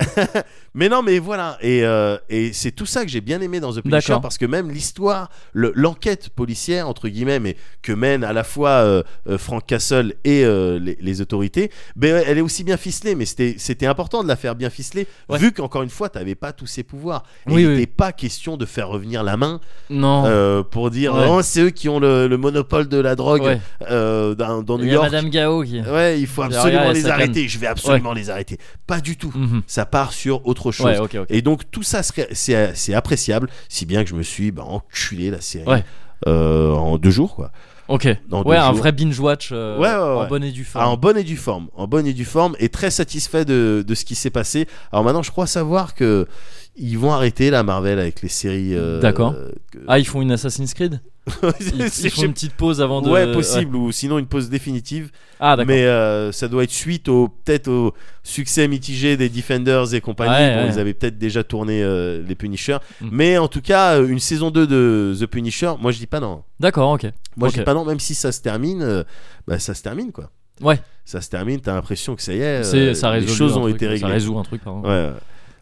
Speaker 2: mais non, mais voilà. Et, euh, et c'est tout ça que j'ai bien aimé dans The Punisher
Speaker 1: D'accord.
Speaker 2: parce que même l'histoire, le- l'enquête policière, entre guillemets, mais que mènent à la fois euh, euh, Frank Castle et euh, les, les autorités, ben, elle est aussi bien ficelée. Mais c'était c'était important de la faire bien ficelée
Speaker 1: Ouais.
Speaker 2: vu qu'encore une fois, tu n'avais pas tous ses pouvoirs. Et
Speaker 1: Oui,
Speaker 2: il
Speaker 1: oui.
Speaker 2: n'était pas question de faire revenir la main
Speaker 1: Non.
Speaker 2: euh, pour dire
Speaker 1: Ouais.
Speaker 2: oh, c'est eux qui ont le, le monopole de la drogue
Speaker 1: ouais.
Speaker 2: euh, dans, dans
Speaker 1: Il
Speaker 2: New
Speaker 1: y a
Speaker 2: York.
Speaker 1: Madame Gao qui.
Speaker 2: Ouais, il faut
Speaker 1: Derrière,
Speaker 2: absolument
Speaker 1: elle
Speaker 2: les
Speaker 1: s'acclame.
Speaker 2: arrêter. Je vais absolument les arrêter. Pas du tout.
Speaker 1: Mhm.
Speaker 2: Ça part sur autre Euh, chose.
Speaker 1: Ouais, ok, ok.
Speaker 2: Et donc tout ça, serait- c'est c'est appréciable, si bien que je me suis bah, enculé la série
Speaker 1: Ouais.
Speaker 2: euh, en deux jours, quoi.
Speaker 1: Ok.
Speaker 2: Dans deux
Speaker 1: Ouais, un
Speaker 2: jours.
Speaker 1: vrai binge watch euh,
Speaker 2: Ouais, ouais, ouais.
Speaker 1: en bonne et due forme.
Speaker 2: Ah, en bonne et due forme, en bonne et due forme, et très satisfait de, de ce qui s'est passé. Alors maintenant, je crois savoir que ils vont arrêter la Marvel avec les séries. euh,
Speaker 1: D'accord.
Speaker 2: que- <laughs>
Speaker 1: Ah, ils font une Assassin's Creed Ils, ils
Speaker 2: C'est-
Speaker 1: font une petite euh, pause avant de.
Speaker 2: Ouais, possible, ou sinon une pause définitive.
Speaker 1: Ah, d'accord.
Speaker 2: mais euh, ça doit être suite au peut-être au succès mitigé des Defenders et compagnie.
Speaker 1: Ouais,
Speaker 2: Bon,
Speaker 1: ouais.
Speaker 2: Ils avaient peut-être déjà tourné euh, les Punisher,
Speaker 1: Mm.
Speaker 2: mais en tout cas euh, une saison 2 de The Punisher, moi je dis pas non.
Speaker 1: D'accord, ok.
Speaker 2: Moi je
Speaker 1: Ok.
Speaker 2: dis pas non, même si ça se termine, euh, bah ça se termine quoi.
Speaker 1: Ouais.
Speaker 2: Ça se termine, t'as l'impression que ça y est,
Speaker 1: C'est-
Speaker 2: euh,
Speaker 1: ça résout
Speaker 2: les choses
Speaker 1: un
Speaker 2: ont
Speaker 1: truc,
Speaker 2: été
Speaker 1: Ça
Speaker 2: réglées.
Speaker 1: résout un truc, pardon.
Speaker 2: Ouais, ouais.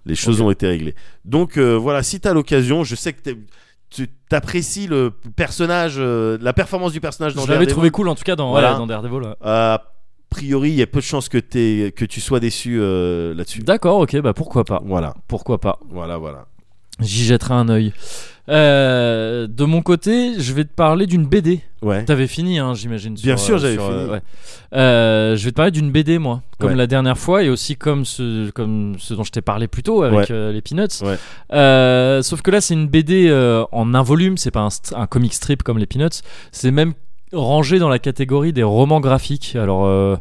Speaker 2: les choses
Speaker 1: Ok.
Speaker 2: ont été réglées. Donc euh, voilà, si t'as l'occasion, je sais que t'es- tu t'apprécies le personnage, euh, la performance du personnage dans
Speaker 1: Je l'avais
Speaker 2: Daredevil.
Speaker 1: trouvé cool en tout cas dans,
Speaker 2: Voilà.
Speaker 1: ouais, dans Daredevil. ouais.
Speaker 2: Euh, A priori, il y a peu de chances que, t'aies- que tu sois déçu euh, là-dessus.
Speaker 1: D'accord, ok, bah pourquoi pas.
Speaker 2: Voilà,
Speaker 1: Pourquoi pas.
Speaker 2: voilà, voilà.
Speaker 1: J'y jetterai un œil. Euh, de mon côté, je vais te parler d'une BD.
Speaker 2: Ouais.
Speaker 1: T'avais fini, hein, j'imagine.
Speaker 2: Bien sûr, j'avais fini.
Speaker 1: euh, ouais. Euh, je vais te parler d'une BD, moi, comme
Speaker 2: Ouais.
Speaker 1: la dernière fois et aussi comme ce, comme ce dont je t'ai parlé plus tôt avec
Speaker 2: Ouais.
Speaker 1: euh, les Peanuts.
Speaker 2: Ouais.
Speaker 1: Euh, sauf que là, c'est une BD euh, en un volume, c'est pas un, st- un comic strip comme les Peanuts, c'est même rangé dans la catégorie des romans graphiques. Alors. euh,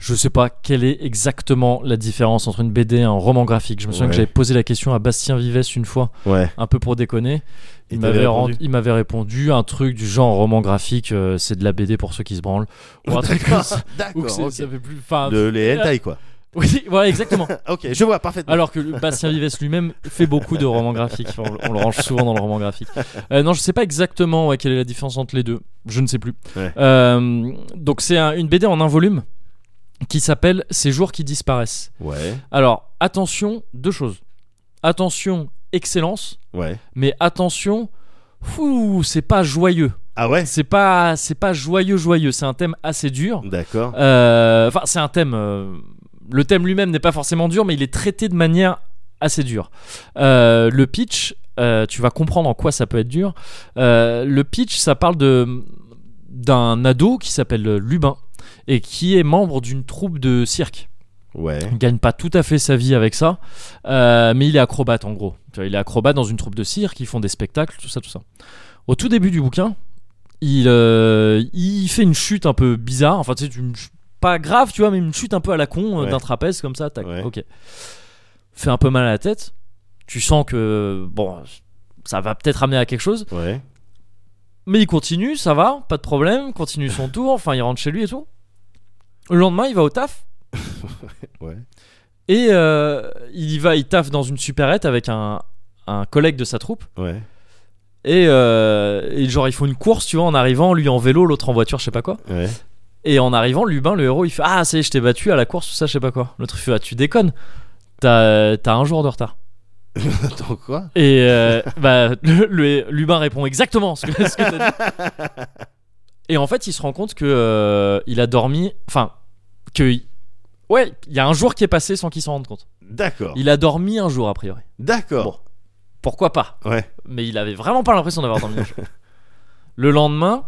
Speaker 1: je sais pas quelle est exactement la différence entre une BD et un roman graphique. Je me souviens
Speaker 2: Ouais.
Speaker 1: que j'avais posé la question à Bastien Vives une fois,
Speaker 2: Ouais.
Speaker 1: un peu pour déconner.
Speaker 2: Et
Speaker 1: Il
Speaker 2: t'avais
Speaker 1: m'avait,
Speaker 2: répondu
Speaker 1: rend- il m'avait répondu un truc du genre roman graphique, euh, c'est de la BD pour ceux qui se branlent. <laughs> Ou un truc comme ça. Ou que
Speaker 2: D'accord.
Speaker 1: c'est-
Speaker 2: ok.
Speaker 1: ça fait plus. Enfin,
Speaker 2: De les
Speaker 1: euh,
Speaker 2: hentai, quoi.
Speaker 1: <laughs> oui, voilà, exactement.
Speaker 2: ok, je vois, parfaitement.
Speaker 1: Alors que le Bastien Vives lui-même fait beaucoup de romans graphiques. Enfin, on, on le range souvent dans le roman graphique. Euh, non, je sais pas exactement ouais, quelle est la différence entre les deux. Je ne sais plus.
Speaker 2: Ouais.
Speaker 1: Euh, donc, c'est un- une BD en un volume qui s'appelle Ces jours qui disparaissent.
Speaker 2: Ouais,
Speaker 1: Alors, attention, deux choses. Attention, excellence,
Speaker 2: ouais.
Speaker 1: mais attention, fou, c'est pas joyeux.
Speaker 2: Ah ouais
Speaker 1: C'est pas, c'est pas joyeux, joyeux. C'est un thème assez dur.
Speaker 2: D'accord.
Speaker 1: Euh, Enfin, c'est un thème. euh, le thème lui-même n'est pas forcément dur, mais il est traité de manière assez dure. Euh, le pitch, euh, tu vas comprendre en quoi ça peut être dur. Euh, le pitch, ça parle de d'un ado qui s'appelle Lubin et qui est membre d'une troupe de cirque.
Speaker 2: Ouais,
Speaker 1: Il gagne pas tout à fait sa vie avec ça, euh, mais il est acrobate en gros. Tu vois, Il est acrobate dans une troupe de cirque, ils font des spectacles, tout ça, tout ça. Au tout début du bouquin, il, euh, il fait une chute un peu bizarre, enfin tu sais, une ch- pas grave, tu vois, mais une chute un peu à la con euh,
Speaker 2: Ouais.
Speaker 1: d'un trapèze comme ça, tac,
Speaker 2: Ouais.
Speaker 1: ok. Fait un peu mal à la tête, tu sens que, bon, ça va peut-être amener à quelque chose,
Speaker 2: ouais.
Speaker 1: mais il continue, ça va, pas de problème, continue son tour, enfin il rentre chez lui et tout. Le lendemain, il va au taf.
Speaker 2: Ouais.
Speaker 1: Et euh, il y va, il taffe dans une supérette avec un, un collègue de sa troupe.
Speaker 2: Ouais,
Speaker 1: Et, euh, et genre, ils font une course, tu vois, en arrivant, lui en vélo, l'autre en voiture, je sais pas quoi. <laughs>
Speaker 2: ouais.
Speaker 1: Et en arrivant, Lubin, le héros, il fait Ah, c'est je t'ai battu à la course, tout ça, je sais pas quoi. L'autre, il fait Ah, tu déconnes, t'as t'as un jour de retard.
Speaker 2: Attends, quoi
Speaker 1: Et euh, <laughs> bah, le, le- Lubin répond exactement ce que, ce que t'as dit.
Speaker 2: <laughs>
Speaker 1: Et en fait, il se rend compte que euh, il a dormi, enfin, que ouais, il y a un jour qui est passé sans qu'il s'en rende compte.
Speaker 2: D'accord.
Speaker 1: Il a dormi un jour, a priori.
Speaker 2: D'accord.
Speaker 1: Pourquoi pas
Speaker 2: Ouais.
Speaker 1: Mais il avait vraiment pas l'impression d'avoir dormi un
Speaker 2: <laughs>
Speaker 1: jour. Le lendemain,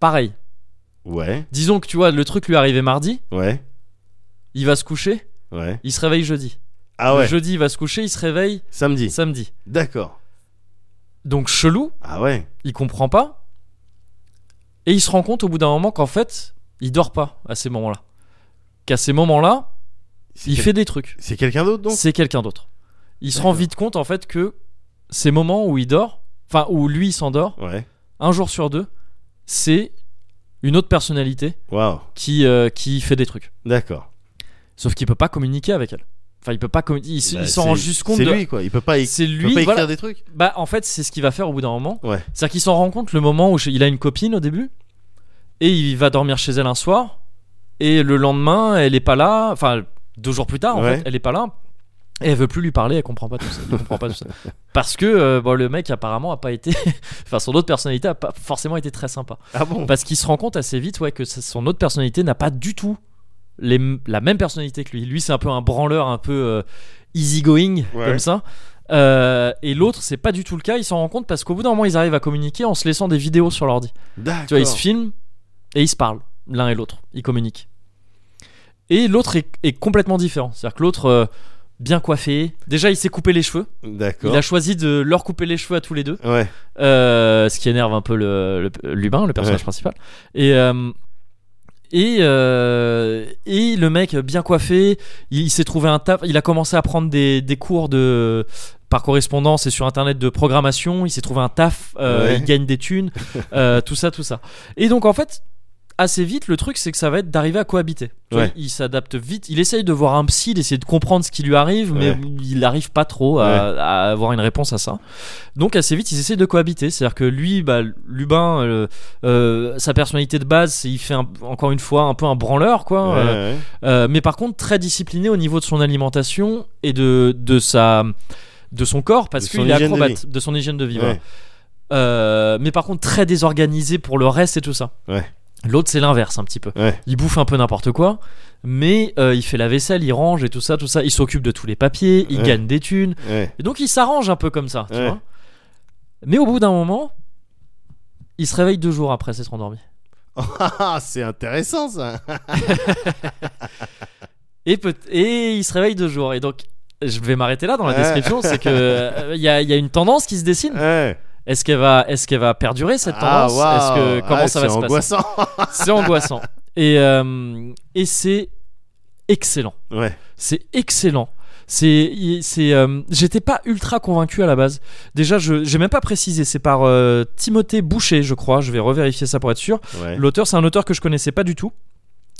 Speaker 1: pareil.
Speaker 2: Ouais.
Speaker 1: Disons que tu vois, le truc lui arrivait mardi,
Speaker 2: Ouais.
Speaker 1: il va se coucher,
Speaker 2: Ouais.
Speaker 1: il se réveille jeudi.
Speaker 2: Ah
Speaker 1: Le
Speaker 2: ouais.
Speaker 1: jeudi, il va se coucher, il se réveille
Speaker 2: Samedi.
Speaker 1: samedi.
Speaker 2: D'accord.
Speaker 1: Donc chelou,
Speaker 2: Ah ouais.
Speaker 1: il comprend pas. Et il se rend compte au bout d'un moment qu'en fait, il dort pas à ces moments-là. Qu'à ces moments-là,
Speaker 2: C'est
Speaker 1: il
Speaker 2: quel-
Speaker 1: fait des trucs.
Speaker 2: C'est quelqu'un d'autre donc.
Speaker 1: C'est quelqu'un d'autre. Il se rend
Speaker 2: D'accord.
Speaker 1: vite compte en fait que ces moments où il dort, enfin où lui il s'endort,
Speaker 2: Ouais.
Speaker 1: un jour sur deux, c'est une autre personnalité
Speaker 2: Waouh.
Speaker 1: qui, euh, qui fait des trucs.
Speaker 2: D'accord.
Speaker 1: Sauf qu'il peut pas communiquer avec elle. Enfin, il peut pas communiquer. Il, s-
Speaker 2: Bah,
Speaker 1: il s'en
Speaker 2: c'est-
Speaker 1: rend juste compte.
Speaker 2: C'est
Speaker 1: de-
Speaker 2: lui quoi. Il peut pas. éc-
Speaker 1: C'est
Speaker 2: il peut
Speaker 1: lui.
Speaker 2: pas écrire
Speaker 1: voilà.
Speaker 2: des trucs.
Speaker 1: Bah, en fait, c'est ce qu'il va faire au bout d'un moment.
Speaker 2: Ouais.
Speaker 1: C'est-à-dire qu'il s'en rend compte le moment où je- il a une copine au début et il va dormir chez elle un soir et le lendemain elle est pas là. Enfin, deux jours plus tard en
Speaker 2: Ouais.
Speaker 1: fait, elle est pas là et elle veut plus lui parler. Elle comprend pas tout ça. Elle comprend pas tout
Speaker 2: <laughs>
Speaker 1: ça. Parce que euh, bon, le mec apparemment a pas été, <laughs> enfin son autre personnalité a pas forcément été très sympa.
Speaker 2: Ah bon.
Speaker 1: Parce qu'il se rend compte assez vite ouais que sa- son autre personnalité n'a pas du tout les m- la même personnalité que lui. Lui c'est un peu un branleur, un peu euh, easygoing
Speaker 2: Ouais.
Speaker 1: comme ça. Euh, et l'autre, c'est pas du tout le cas. Ils s'en rendent compte parce qu'au bout d'un moment, ils arrivent à communiquer en se laissant des vidéos sur l'ordi.
Speaker 2: D'accord.
Speaker 1: Tu vois, ils se filment et ils se parlent, l'un et l'autre. Ils communiquent. Et l'autre est, est complètement différent. C'est-à-dire que l'autre, euh, bien coiffé, déjà il s'est coupé les cheveux. Il
Speaker 2: D'accord.
Speaker 1: a choisi de leur couper les cheveux à tous les deux,
Speaker 2: Ouais.
Speaker 1: Euh, ce qui énerve un peu le, le- Lubin, le personnage
Speaker 2: Ouais.
Speaker 1: principal. Et. euh, et, euh, et le mec bien coiffé, il, il s'est trouvé un taf, il a commencé à prendre des, des cours de par correspondance et sur internet de programmation, il s'est trouvé un taf, euh,
Speaker 2: Ouais.
Speaker 1: il gagne des
Speaker 2: <laughs>
Speaker 1: thunes, euh, tout ça, tout ça. Et donc en fait, assez vite, le truc c'est que ça va être d'arriver à cohabiter. Tu vois,
Speaker 2: Ouais.
Speaker 1: Il s'adapte vite, il essaye de voir un psy, d'essayer de comprendre ce qui lui arrive, mais
Speaker 2: Ouais.
Speaker 1: il n'arrive pas trop à, à avoir une réponse à ça. Donc assez vite, ils essayent de cohabiter, c'est-à-dire que lui, bah, Lubin, euh, euh, sa personnalité de base, c'est- il fait un- encore une fois un peu un branleur, quoi.
Speaker 2: Ouais,
Speaker 1: euh,
Speaker 2: ouais.
Speaker 1: euh, mais par contre, très discipliné au niveau de son alimentation et de, de sa de son corps parce
Speaker 2: De son
Speaker 1: qu'il est
Speaker 2: hygiène de
Speaker 1: acrobate de, son hygiène de vie. voilà.
Speaker 2: Ouais.
Speaker 1: Euh, mais par contre, très désorganisé pour le reste et tout ça.
Speaker 2: Ouais.
Speaker 1: L'autre, c'est l'inverse un petit peu.
Speaker 2: Ouais.
Speaker 1: Il bouffe un peu n'importe quoi, mais euh, il fait la vaisselle, il range et tout ça, tout ça. Il s'occupe de tous les papiers, il
Speaker 2: Ouais.
Speaker 1: gagne des thunes.
Speaker 2: Ouais.
Speaker 1: Et donc il s'arrange un peu comme ça, tu
Speaker 2: Ouais.
Speaker 1: vois. Mais au bout d'un moment, il se réveille deux jours après s'être endormi.
Speaker 2: <laughs> Ah, c'est intéressant ça.
Speaker 1: Et, peut- et il se réveille deux jours. Et donc, je vais m'arrêter là dans la
Speaker 2: Ouais.
Speaker 1: description. c'est que euh, il y, a, il y a une tendance qui se dessine.
Speaker 2: Ouais.
Speaker 1: Est-ce qu'elle va, est-ce qu'elle va perdurer cette
Speaker 2: Ah,
Speaker 1: tendance
Speaker 2: waouh.
Speaker 1: Est-ce que comment
Speaker 2: Ah,
Speaker 1: ça va
Speaker 2: c'est
Speaker 1: se
Speaker 2: angoissant.
Speaker 1: <laughs> passer C'est angoissant. Et euh, et c'est excellent.
Speaker 2: Ouais.
Speaker 1: C'est excellent. C'est il- c'est. euh, J'étais pas ultra convaincu à la base. Déjà, je j'ai même pas précisé. C'est par euh, Timothée Boucher, je crois. Je vais revérifier ça pour être sûr.
Speaker 2: Ouais.
Speaker 1: L'auteur, c'est un auteur que je connaissais pas du tout.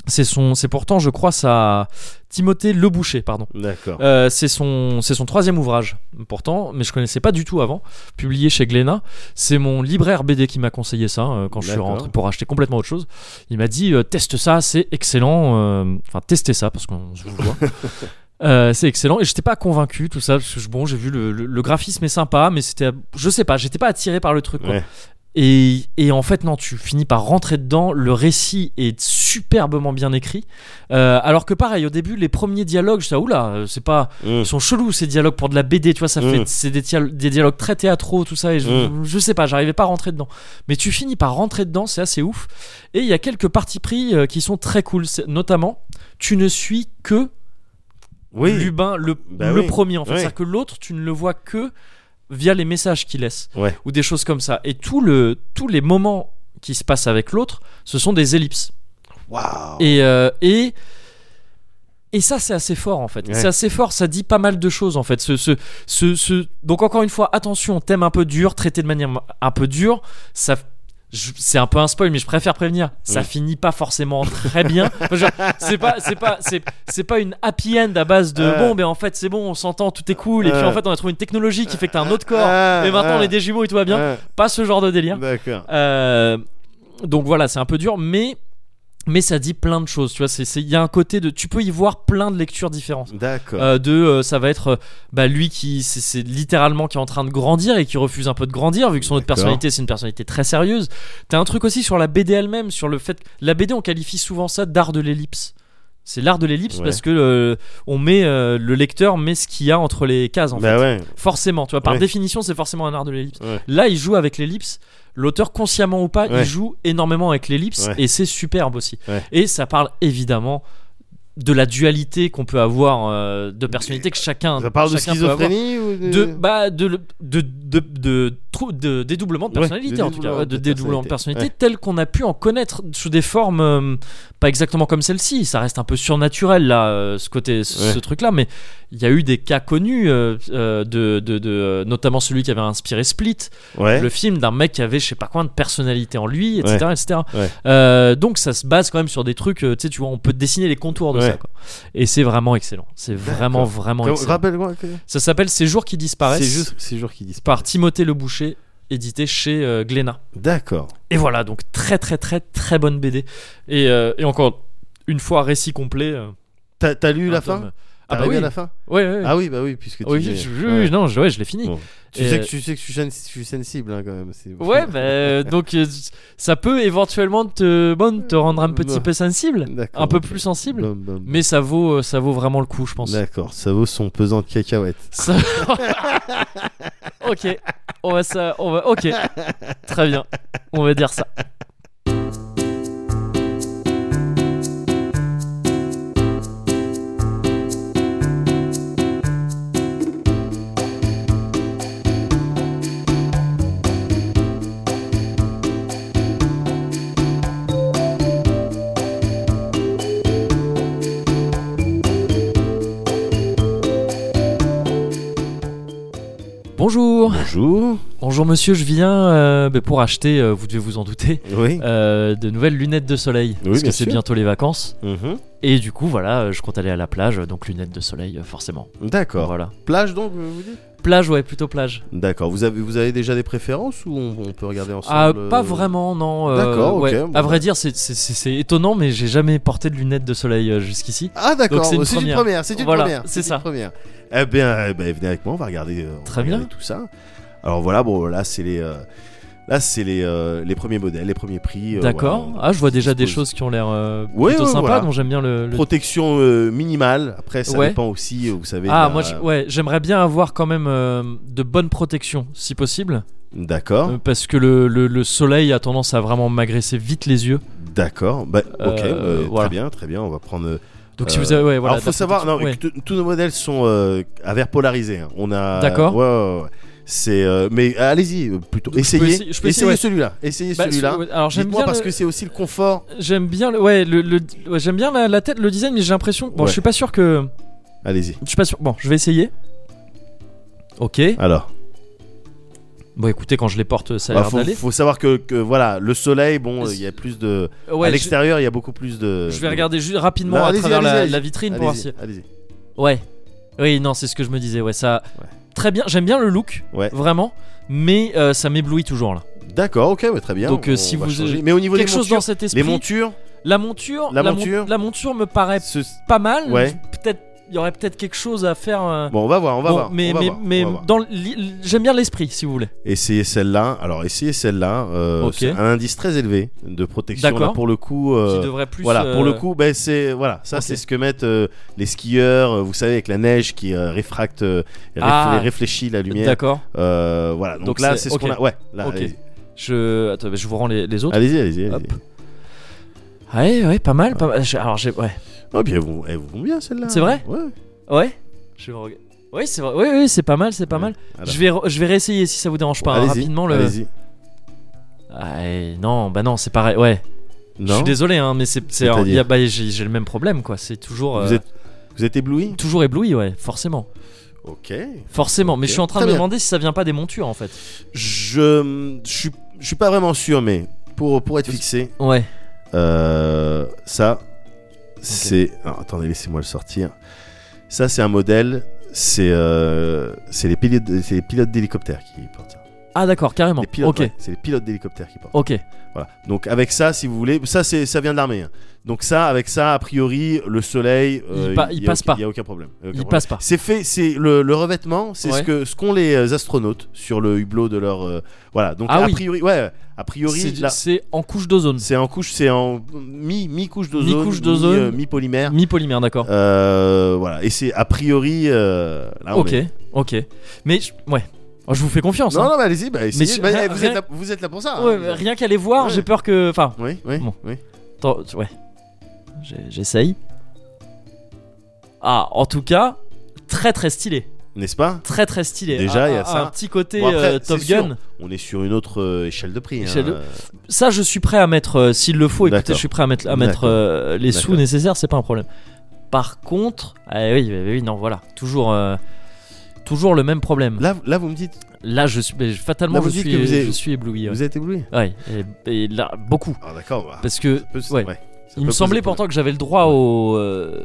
Speaker 1: C'est son, c'est pourtant, je crois, ça, Timothée Le Boucher, pardon.
Speaker 2: D'accord.
Speaker 1: Euh, c'est son, c'est son troisième ouvrage, pourtant, mais je connaissais pas du tout avant. Publié chez Glénat, c'est mon libraire BD qui m'a conseillé ça euh, quand je suis
Speaker 2: D'accord.
Speaker 1: rentré pour acheter complètement autre chose. Il m'a dit euh, teste ça, c'est excellent. euh, Enfin, testez ça parce qu'on se
Speaker 2: <laughs>
Speaker 1: vous voit. Euh, c'est excellent et j'étais pas convaincu tout ça parce que je- bon j'ai vu le, le- le graphisme est sympa mais c'était je sais pas j'étais pas attiré par le truc quoi.
Speaker 2: Ouais.
Speaker 1: Et, et en fait, non, tu finis par rentrer dedans. Le récit est superbement bien écrit. Euh, alors que pareil, au début, les premiers dialogues, je disais, oula, euh, c'est pas,
Speaker 2: Mm.
Speaker 1: ils sont chelous ces dialogues pour de la BD, tu vois, ça
Speaker 2: Mm.
Speaker 1: fait, c'est des, dial- des dialogues très théâtraux, tout ça, et je,
Speaker 2: Mm.
Speaker 1: je sais pas, j'arrivais pas à rentrer dedans. Mais tu finis par rentrer dedans, c'est assez ouf. Et il y a quelques parties pris euh, qui sont très cool, C'est- notamment, tu ne suis que
Speaker 2: Oui.
Speaker 1: Lubin, le,
Speaker 2: Bah
Speaker 1: le
Speaker 2: oui.
Speaker 1: premier en fait.
Speaker 2: Oui.
Speaker 1: C'est-à-dire que l'autre, tu ne le vois que via les messages qu'il laisse
Speaker 2: Ouais.
Speaker 1: ou des choses comme ça. Et tout le, tous les moments qui se passent avec l'autre, ce sont des ellipses.
Speaker 2: Waouh.
Speaker 1: Et, euh, et, et ça, c'est assez fort en fait.
Speaker 2: Ouais.
Speaker 1: C'est assez fort, ça dit pas mal de choses en fait. Ce, ce, ce, ce- Donc, encore une fois, attention, thème un peu dur, traité de manière un peu dure, ça. je- C'est un peu un spoil, mais je préfère prévenir. Ça
Speaker 2: Ouais.
Speaker 1: finit pas forcément très
Speaker 2: <laughs>
Speaker 1: bien. Enfin, je veux dire, c'est pas, c'est pas, c'est, c'est pas une happy end à base de
Speaker 2: Euh.
Speaker 1: bon, mais en fait c'est bon, on s'entend, tout est cool, et puis
Speaker 2: Euh.
Speaker 1: en fait on a trouvé une technologie qui fait que t'as un autre corps.
Speaker 2: Ah,
Speaker 1: Et maintenant
Speaker 2: ah,
Speaker 1: on est des jumeaux et tout va bien.
Speaker 2: ah,
Speaker 1: Pas ce genre de délire.
Speaker 2: D'accord.
Speaker 1: Euh, donc voilà, c'est un peu dur, mais mais ça dit plein de choses. Tu vois, c'est c'est- il y a un côté de tu peux y voir plein de lectures différentes.
Speaker 2: D'accord.
Speaker 1: Euh, de euh, ça va être euh, bah, lui qui c'est- c'est littéralement qui est en train de grandir et qui refuse un peu de grandir vu que son autre
Speaker 2: D'accord.
Speaker 1: personnalité c'est une personnalité très sérieuse t'as un truc aussi sur la BD elle-même sur le fait que la BD on qualifie souvent ça d'art de l'ellipse C'est l'art de l'ellipse
Speaker 2: Ouais.
Speaker 1: parce que euh, on met euh, le lecteur met ce qu'il y a entre les cases en
Speaker 2: bah
Speaker 1: fait.
Speaker 2: ouais.
Speaker 1: Forcément, tu vois, par
Speaker 2: Ouais.
Speaker 1: définition, c'est forcément un art de l'ellipse.
Speaker 2: Ouais.
Speaker 1: Là, il joue avec l'ellipse. L'auteur, consciemment ou pas,
Speaker 2: Ouais.
Speaker 1: il joue énormément avec l'ellipse
Speaker 2: Ouais.
Speaker 1: et c'est superbe aussi.
Speaker 2: Ouais.
Speaker 1: Et ça parle évidemment de la dualité qu'on peut avoir euh, de personnalité que chacun.
Speaker 2: Ça parle de
Speaker 1: chacun peut avoir.
Speaker 2: schizophrénie ou
Speaker 1: de bah de le- de de, de, trou- de dédoublement de
Speaker 2: Ouais,
Speaker 1: personnalité
Speaker 2: de
Speaker 1: en tout cas
Speaker 2: dédoublement
Speaker 1: ouais, de
Speaker 2: de
Speaker 1: dédoublement de
Speaker 2: personnalité,
Speaker 1: personnalité tel qu'on a pu en connaître sous des formes euh, pas exactement comme celle-ci ça reste un peu surnaturel là euh, ce côté ce,
Speaker 2: Ouais.
Speaker 1: truc là mais il y a eu des cas connus euh, euh, de, de, de- euh, notamment celui qui avait inspiré Split
Speaker 2: Ouais.
Speaker 1: le film d'un mec qui avait je sais pas quoi de personnalité en lui etc etc
Speaker 2: Ouais.
Speaker 1: Euh, donc ça se base quand même sur des trucs euh, tu sais tu vois on peut dessiner les contours de
Speaker 2: Ouais.
Speaker 1: ça quoi. et c'est vraiment excellent c'est vraiment vraiment
Speaker 2: Comment-
Speaker 1: excellent
Speaker 2: Rappelle-moi. que-
Speaker 1: ça s'appelle Ces jours qui disparaissent
Speaker 2: C'est juste ces jours qui disparaissent.
Speaker 1: par Timothée Le Boucher, édité chez euh, Glénat.
Speaker 2: D'accord.
Speaker 1: Et voilà, donc très très très très bonne BD. Et, euh, et encore une fois, récit complet. euh,
Speaker 2: T'as t'as lu
Speaker 1: un
Speaker 2: la
Speaker 1: tome.
Speaker 2: fin
Speaker 1: Ah
Speaker 2: T'as
Speaker 1: bah
Speaker 2: arrivé
Speaker 1: oui.
Speaker 2: à la fin
Speaker 1: Ouais, ouais, ouais.
Speaker 2: Ah oui, bah oui, puisque tu
Speaker 1: Oui,
Speaker 2: dis-
Speaker 1: je- je-
Speaker 2: Ouais.
Speaker 1: non, je- ouais, je l'ai fini.
Speaker 2: Bon. Tu,
Speaker 1: Et-
Speaker 2: sais que, tu sais que je suis, sen- je suis sensible hein, quand même. c'est- <laughs>
Speaker 1: Ouais, bah, euh, donc euh, ça peut éventuellement te, bon, te rendre un petit
Speaker 2: Non.
Speaker 1: peu sensible,
Speaker 2: D'accord.
Speaker 1: un peu plus sensible,
Speaker 2: Blum, blum.
Speaker 1: mais ça vaut, euh, ça vaut vraiment le coup, je pense.
Speaker 2: D'accord, ça vaut son pesant de cacahuètes. <laughs>
Speaker 1: Ça- ok, on va ça, on va, ok, très bien, on va dire ça. Bonjour,
Speaker 2: Bonjour.
Speaker 1: bonjour monsieur, je viens euh, ben, pour acheter, euh, vous devez vous en douter, <laughs>
Speaker 2: Oui.
Speaker 1: euh, de nouvelles lunettes de soleil, parce
Speaker 2: bien
Speaker 1: que c'est
Speaker 2: sûr.
Speaker 1: bientôt les vacances.
Speaker 2: Mhm.
Speaker 1: Et du coup, voilà, euh, je compte aller à la plage, donc lunettes de soleil, euh, forcément.
Speaker 2: D'accord.
Speaker 1: Voilà.
Speaker 2: Plage donc, vous vous dites
Speaker 1: Plage, ouais, plutôt plage.
Speaker 2: D'accord. Vous avez, vous avez déjà des préférences ou on, on peut regarder ensemble
Speaker 1: Ah,
Speaker 2: euh,
Speaker 1: pas vraiment, non. euh,
Speaker 2: D'accord, ok,
Speaker 1: ouais.
Speaker 2: bon,
Speaker 1: à vrai
Speaker 2: bah.
Speaker 1: dire, c'est- c'est c'est- c'est étonnant, mais j'ai jamais porté de lunettes de soleil euh, jusqu'ici.
Speaker 2: Ah d'accord,
Speaker 1: Donc c'est une
Speaker 2: c'est une
Speaker 1: première.
Speaker 2: première, c'est une
Speaker 1: Voilà,
Speaker 2: première.
Speaker 1: c'est
Speaker 2: une
Speaker 1: ça.
Speaker 2: première. Eh bien, eh ben, venez avec moi, on va regarder, euh, on
Speaker 1: Très
Speaker 2: va regarder
Speaker 1: bien.
Speaker 2: tout ça. Alors voilà, bon là c'est les euh, là c'est les, euh, les premiers modèles, les premiers prix. euh,
Speaker 1: D'accord.
Speaker 2: voilà.
Speaker 1: ah, je vois déjà des
Speaker 2: dispose.
Speaker 1: choses qui ont l'air euh,
Speaker 2: Ouais,
Speaker 1: plutôt
Speaker 2: ouais,
Speaker 1: sympas,
Speaker 2: voilà.
Speaker 1: dont j'aime bien le. le-
Speaker 2: Protection euh, minimale, après ça
Speaker 1: Ouais.
Speaker 2: dépend aussi, euh, vous savez. de
Speaker 1: Ah,
Speaker 2: la-
Speaker 1: moi, j'- ouais, j'aimerais bien avoir quand même euh, de bonnes protections, si possible,
Speaker 2: D'accord.
Speaker 1: euh, parce que le, le- le soleil a tendance à vraiment m'agresser vite les yeux.
Speaker 2: D'accord. Bah, ok.
Speaker 1: euh,
Speaker 2: euh,
Speaker 1: voilà.
Speaker 2: Très bien, très bien. On va prendre. euh,
Speaker 1: Donc si
Speaker 2: Euh,
Speaker 1: vous avez, ouais, voilà. de
Speaker 2: Alors, faut
Speaker 1: la
Speaker 2: savoir, non,
Speaker 1: protection, ouais.
Speaker 2: tous- tous nos modèles sont euh, à verre polarisé. hein. On a.
Speaker 1: D'accord.
Speaker 2: Ouais, ouais, ouais. C'est. euh, mais euh, allez-y euh, plutôt.
Speaker 1: Donc, je
Speaker 2: essayez.
Speaker 1: peux essayer- je peux
Speaker 2: essayez
Speaker 1: essayer, ouais.
Speaker 2: celui-là. Essayez
Speaker 1: Bah,
Speaker 2: celui-là.
Speaker 1: ouais, Alors j'aime
Speaker 2: Dites-moi
Speaker 1: bien.
Speaker 2: parce
Speaker 1: le-
Speaker 2: que c'est aussi le confort.
Speaker 1: J'aime bien le, ouais, le, le- ouais, j'aime bien la, la tête, le design, mais j'ai l'impression. Bon,
Speaker 2: Ouais.
Speaker 1: je suis pas sûr que.
Speaker 2: Allez-y.
Speaker 1: Je suis pas sûr. Bon, je vais essayer. Ok.
Speaker 2: Alors,
Speaker 1: Bon, écoutez, quand je les porte, ça a
Speaker 2: bah,
Speaker 1: l'air
Speaker 2: faut,
Speaker 1: d'aller.
Speaker 2: faut savoir que, que, voilà, le soleil, bon, euh, il y a plus de. à
Speaker 1: Ouais, je,
Speaker 2: l'extérieur, il y a beaucoup plus de.
Speaker 1: je vais
Speaker 2: de-
Speaker 1: regarder juste rapidement
Speaker 2: Non,
Speaker 1: à
Speaker 2: allez-y,
Speaker 1: travers la,
Speaker 2: allez-y,
Speaker 1: la vitrine pour voir
Speaker 2: Allez-y.
Speaker 1: si.
Speaker 2: allez-y.
Speaker 1: Ouais. Oui, non, c'est ce que je me disais. Ouais, ça.
Speaker 2: Ouais.
Speaker 1: Très bien. J'aime bien le look,
Speaker 2: Ouais.
Speaker 1: vraiment, mais euh, ça m'éblouit toujours là.
Speaker 2: D'accord. Ok. bah, très bien.
Speaker 1: Donc, euh,
Speaker 2: on
Speaker 1: si
Speaker 2: va
Speaker 1: vous-
Speaker 2: changer. Mais au niveau
Speaker 1: Quelque
Speaker 2: des
Speaker 1: chose
Speaker 2: montures,
Speaker 1: dans cet esprit.
Speaker 2: les montures.
Speaker 1: la monture.
Speaker 2: La
Speaker 1: mon-
Speaker 2: monture.
Speaker 1: la monture me paraît
Speaker 2: ce-
Speaker 1: pas mal.
Speaker 2: Ouais.
Speaker 1: Peut-être. Il y aurait peut-être quelque chose à faire. euh,
Speaker 2: Bon, on va voir. On va
Speaker 1: Bon,
Speaker 2: voir.
Speaker 1: mais
Speaker 2: on va
Speaker 1: mais,
Speaker 2: voir, on
Speaker 1: mais
Speaker 2: va voir.
Speaker 1: dans l'i- j'aime bien l'esprit si vous voulez.
Speaker 2: Essayez celle-là. Alors, essayez celle-là. euh,
Speaker 1: Ok.
Speaker 2: c'est Un indice très élevé de protection.
Speaker 1: D'accord.
Speaker 2: Là, pour le coup.
Speaker 1: Qui
Speaker 2: euh,
Speaker 1: devrait plus
Speaker 2: Voilà, pour
Speaker 1: euh,
Speaker 2: le coup, ben, c'est voilà, ça
Speaker 1: ok.
Speaker 2: c'est ce que mettent euh, les skieurs, euh, vous savez, avec la neige qui euh, réfracte, euh, réf-
Speaker 1: Ah.
Speaker 2: réfléchit la lumière.
Speaker 1: D'accord.
Speaker 2: Euh, voilà, donc,
Speaker 1: Donc
Speaker 2: là
Speaker 1: c'est-
Speaker 2: c'est ce qu'on
Speaker 1: ok.
Speaker 2: a. Ouais, là,
Speaker 1: Ok.
Speaker 2: allez-y.
Speaker 1: Je attends, je vous rends les, les autres.
Speaker 2: allez-y, allez-y.
Speaker 1: Hop.
Speaker 2: allez-y.
Speaker 1: Ouais, ouais, pas mal, pas mal. J'ai- Alors j'ai ouais.
Speaker 2: Oh, puis elles vont, elles vont bien celle-là.
Speaker 1: C'est vrai
Speaker 2: Ouais.
Speaker 1: Ouais. Je vais reg- Ouais, c'est vrai. Oui, oui, c'est pas mal, c'est pas
Speaker 2: Ouais.
Speaker 1: mal.
Speaker 2: Alors.
Speaker 1: Je vais re- je vais réessayer si ça vous dérange pas hein,
Speaker 2: allez-y,
Speaker 1: rapidement le
Speaker 2: Allez-y.
Speaker 1: Ah, eh, non, bah non, c'est pareil. Ouais. Je suis désolé hein, mais c'est c'est
Speaker 2: C'est-à-dire
Speaker 1: il y a- bah, j'ai j'ai le même problème quoi, c'est toujours
Speaker 2: Vous
Speaker 1: euh,
Speaker 2: êtes, vous êtes ébloui
Speaker 1: toujours ébloui, ouais, forcément.
Speaker 2: Ok.
Speaker 1: Forcément, mais
Speaker 2: Ok.
Speaker 1: je suis en train
Speaker 2: Très
Speaker 1: de me
Speaker 2: bien.
Speaker 1: demander si ça vient pas des montures en fait.
Speaker 2: Je, je suis, je suis pas vraiment sûr, mais pour pour être fixé,
Speaker 1: Ouais.
Speaker 2: Euh, ça, c'est. alors, attendez, laissez-moi le sortir. Ça, c'est un modèle. C'est euh, c'est les pilotes, c'est les pilotes d'hélicoptères qui portent ça.
Speaker 1: Ah d'accord, carrément.
Speaker 2: Les pilotes,
Speaker 1: ok, Oh.
Speaker 2: ouais, c'est les pilotes d'hélicoptères qui portent.
Speaker 1: ok.
Speaker 2: Voilà. Donc avec ça, si vous voulez, ça c'est ça vient de l'armée. hein. Donc ça, avec ça, a priori, le soleil,
Speaker 1: Il pa-
Speaker 2: y-
Speaker 1: il
Speaker 2: y a
Speaker 1: passe
Speaker 2: aucun-
Speaker 1: pas.
Speaker 2: Il y a aucun problème. y a aucun
Speaker 1: Il
Speaker 2: problème.
Speaker 1: passe pas.
Speaker 2: C'est fait, c'est le, le revêtement, c'est
Speaker 1: Ouais.
Speaker 2: ce que ce qu'ont les euh, astronautes sur le hublot de leur euh, voilà. Donc
Speaker 1: Ah
Speaker 2: a
Speaker 1: oui.
Speaker 2: priori, ouais, a priori,
Speaker 1: C'est
Speaker 2: là,
Speaker 1: c'est en couche d'ozone.
Speaker 2: c'est en couche, c'est en mi mi couche d'ozone,
Speaker 1: Mm. Mi-couche d'ozone.
Speaker 2: euh, mi polymère.
Speaker 1: Mi-polymère, d'accord.
Speaker 2: Euh, voilà, et c'est a priori. euh, là, on
Speaker 1: ok,
Speaker 2: est-
Speaker 1: ok. Mais je- ouais, Oh, je vous fais confiance.
Speaker 2: Non,
Speaker 1: hein.
Speaker 2: non, mais allez-y, bah, essayez.
Speaker 1: je-
Speaker 2: Bah,
Speaker 1: rien-
Speaker 2: vous, êtes
Speaker 1: rien-
Speaker 2: là, vous êtes là pour ça.
Speaker 1: Ouais,
Speaker 2: hein.
Speaker 1: mais rien qu'à les voir,
Speaker 2: Ouais.
Speaker 1: j'ai peur que. Enfin,
Speaker 2: Oui, oui,
Speaker 1: Bon.
Speaker 2: oui.
Speaker 1: attends, tu- ouais. J'ai- J'essaye. Ah, en tout cas, très très stylé.
Speaker 2: N'est-ce pas
Speaker 1: Très très stylé.
Speaker 2: Déjà,
Speaker 1: Un-
Speaker 2: il y a
Speaker 1: un-
Speaker 2: ça.
Speaker 1: Un petit côté
Speaker 2: Bon, après,
Speaker 1: euh, Top
Speaker 2: c'est
Speaker 1: Gun.
Speaker 2: sûr, On est sur une autre euh, échelle de prix. hein.
Speaker 1: Échelle de- Ça, je suis prêt à mettre, euh, s'il le faut, écoutez,
Speaker 2: D'accord.
Speaker 1: je suis prêt à mettre, à
Speaker 2: D'accord.
Speaker 1: mettre euh, les sous
Speaker 2: D'accord.
Speaker 1: nécessaires, c'est pas un problème. Par contre, ah oui, oui, oui, non, voilà, toujours, euh, toujours le même problème. Là,
Speaker 2: Là, là, vous me dites,
Speaker 1: je suis, mais fatalement,
Speaker 2: Là, vous
Speaker 1: je,
Speaker 2: dites
Speaker 1: suis,
Speaker 2: que vous avez-
Speaker 1: je suis ébloui. Ouais,
Speaker 2: vous êtes ébloui.
Speaker 1: Ouais, et, et là, beaucoup.
Speaker 2: Ah, d'accord. bah,
Speaker 1: Parce que,
Speaker 2: ça peut se-
Speaker 1: ouais.
Speaker 2: ouais, ça
Speaker 1: il
Speaker 2: peut
Speaker 1: me
Speaker 2: poser
Speaker 1: semblait
Speaker 2: problème.
Speaker 1: pourtant que j'avais le droit au, euh,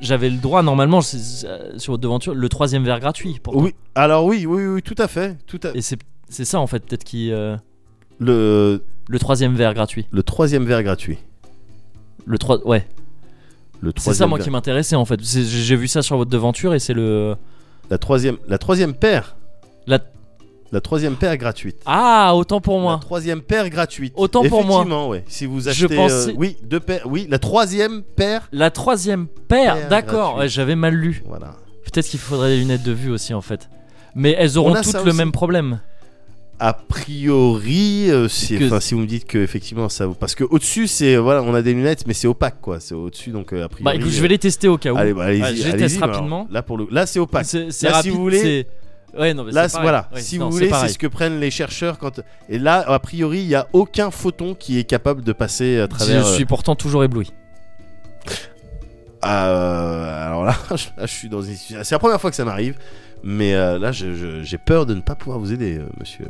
Speaker 1: j'avais le droit normalement c'est- euh, sur votre devanture le troisième verre gratuit. pourtant.
Speaker 2: Oui, alors oui, oui, oui, tout à fait, tout à.
Speaker 1: Et c'est, c'est ça en fait peut-être qui, euh,
Speaker 2: Le
Speaker 1: le troisième verre gratuit.
Speaker 2: le troisième verre gratuit.
Speaker 1: Le trois, ouais.
Speaker 2: Le
Speaker 1: C'est
Speaker 2: troisième.
Speaker 1: ça moi
Speaker 2: verre-
Speaker 1: qui m'intéressait en fait. C'est- J'ai j'ai vu ça sur votre devanture et c'est le.
Speaker 2: La troisième, la troisième paire.
Speaker 1: La-
Speaker 2: La troisième paire gratuite.
Speaker 1: Ah autant pour
Speaker 2: La
Speaker 1: moi.
Speaker 2: troisième paire gratuite.
Speaker 1: Autant pour moi.
Speaker 2: Effectivement, ouais. Si vous
Speaker 1: Je
Speaker 2: achetez,
Speaker 1: pensais-
Speaker 2: euh, oui, deux paires, oui, la troisième paire.
Speaker 1: La troisième paire,
Speaker 2: Paire
Speaker 1: d'accord.
Speaker 2: gratuite.
Speaker 1: Ouais, J'avais mal lu.
Speaker 2: Voilà.
Speaker 1: Peut-être qu'il faudrait des lunettes de vue aussi en fait. Mais elles auront
Speaker 2: On a
Speaker 1: toutes
Speaker 2: ça
Speaker 1: le
Speaker 2: aussi.
Speaker 1: même problème.
Speaker 2: A priori, euh, c'est-
Speaker 1: Que-
Speaker 2: enfin, si vous me dites que effectivement ça, vaut- parce que au dessus c'est euh, voilà, on a des lunettes, mais c'est opaque quoi. C'est au dessus donc euh, a priori.
Speaker 1: Bah écoute, je vais les tester au cas où.
Speaker 2: Allez, bah, allez-y,
Speaker 1: Ouais, je les
Speaker 2: allez-y,
Speaker 1: teste
Speaker 2: mais alors,
Speaker 1: rapidement.
Speaker 2: Là pour le, là c'est opaque.
Speaker 1: C'est c'est
Speaker 2: Là, si
Speaker 1: rapide.
Speaker 2: vous voulez-
Speaker 1: c'est- Ouais, non, mais
Speaker 2: Là,
Speaker 1: c'est pareil.
Speaker 2: voilà,
Speaker 1: Ouais,
Speaker 2: si
Speaker 1: non,
Speaker 2: vous
Speaker 1: c'est
Speaker 2: voulez, c'est
Speaker 1: pareil.
Speaker 2: ce que prennent les chercheurs quand. Et là, a priori, il n'y a aucun photon qui est capable de passer à travers.
Speaker 1: Je
Speaker 2: euh,
Speaker 1: suis pourtant toujours ébloui.
Speaker 2: euh, alors là, <laughs> je, là, je suis dans une situation- C'est la première fois que ça m'arrive, mais euh, là, je- je- j'ai peur de ne pas pouvoir vous aider, euh, monsieur.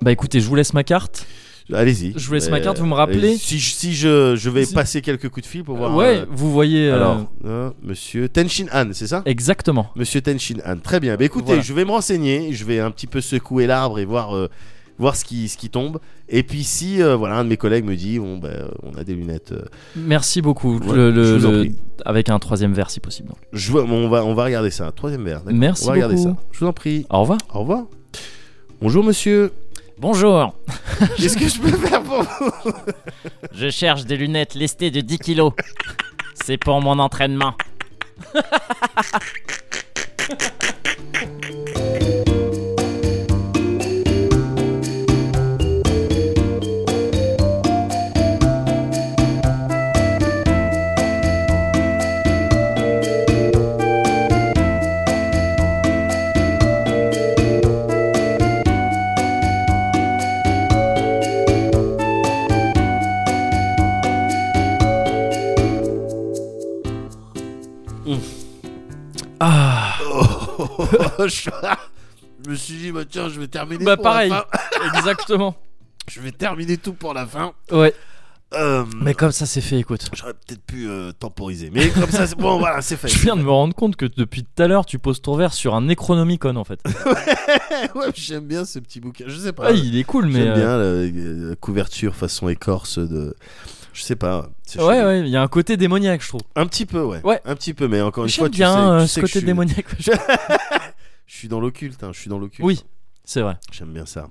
Speaker 1: Bah écoutez, je vous laisse ma carte.
Speaker 2: Allez-y.
Speaker 1: Je vous laisse ma
Speaker 2: Euh,
Speaker 1: carte, vous me rappelez
Speaker 2: et Si, je- si je, je vais
Speaker 1: Si-
Speaker 2: passer quelques coups de fil pour voir.
Speaker 1: ouais,
Speaker 2: euh,
Speaker 1: vous voyez. euh,
Speaker 2: alors, euh, monsieur Tenshin Han, c'est ça
Speaker 1: Exactement.
Speaker 2: Monsieur Tenshin Han. Très bien. Bah, écoutez,
Speaker 1: Voilà.
Speaker 2: je vais me renseigner, je vais un petit peu secouer l'arbre et voir, euh, voir ce, qui, ce qui tombe. Et puis si euh, voilà, un de mes collègues me dit bon, bah, on a des lunettes, euh,
Speaker 1: Merci beaucoup.
Speaker 2: Ouais,
Speaker 1: Le- le-
Speaker 2: je vous en
Speaker 1: le-
Speaker 2: prie.
Speaker 1: Avec un troisième verre si possible. donc.
Speaker 2: je, vois- on, va, on va regarder ça. Troisième verre. d'accord.
Speaker 1: Merci
Speaker 2: On va regarder ça.
Speaker 1: beaucoup.
Speaker 2: Je vous en prie.
Speaker 1: Au revoir.
Speaker 2: Au revoir.
Speaker 1: <laughs>
Speaker 2: Bonjour monsieur.
Speaker 1: Bonjour.
Speaker 2: Qu'est-ce que je peux faire <laughs> pour vous
Speaker 6: Je cherche des lunettes lestées de 10 kilos. C'est pour mon entraînement.
Speaker 1: Ah,
Speaker 2: Oh, je, je me suis dit bah, tiens, je vais terminer.
Speaker 1: bah
Speaker 2: pour la
Speaker 1: pareil.
Speaker 2: fin.
Speaker 1: Exactement.
Speaker 2: Je vais terminer tout pour la fin.
Speaker 1: Ouais.
Speaker 2: Euh,
Speaker 1: Mais comme ça, c'est fait, écoute.
Speaker 2: J'aurais peut-être pu euh, temporiser, mais comme ça, c'est- bon voilà, c'est
Speaker 1: <laughs>
Speaker 2: fait.
Speaker 1: Je viens de me rendre compte que depuis tout à l'heure, tu poses ton verre sur un Necronomicon en fait.
Speaker 2: <laughs> Ouais, j'aime bien ce petit bouquin. Je sais pas.
Speaker 1: Ouais, il est cool, mais.
Speaker 2: J'aime
Speaker 1: euh,
Speaker 2: bien la, la couverture façon écorce de. Je sais pas. c'est
Speaker 1: Ouais,
Speaker 2: chelou.
Speaker 1: ouais, il y a un côté démoniaque, je trouve.
Speaker 2: Un petit peu, ouais.
Speaker 1: Ouais.
Speaker 2: Un petit peu, mais encore une
Speaker 1: J'aime
Speaker 2: fois, tu
Speaker 1: bien
Speaker 2: sais,
Speaker 1: euh,
Speaker 2: tu
Speaker 1: ce
Speaker 2: sais que
Speaker 1: côté
Speaker 2: je suis-
Speaker 1: démoniaque.
Speaker 2: Je suis dans l'occulte, hein, je suis dans l'occulte.
Speaker 1: Oui, c'est vrai.
Speaker 2: J'aime bien ça.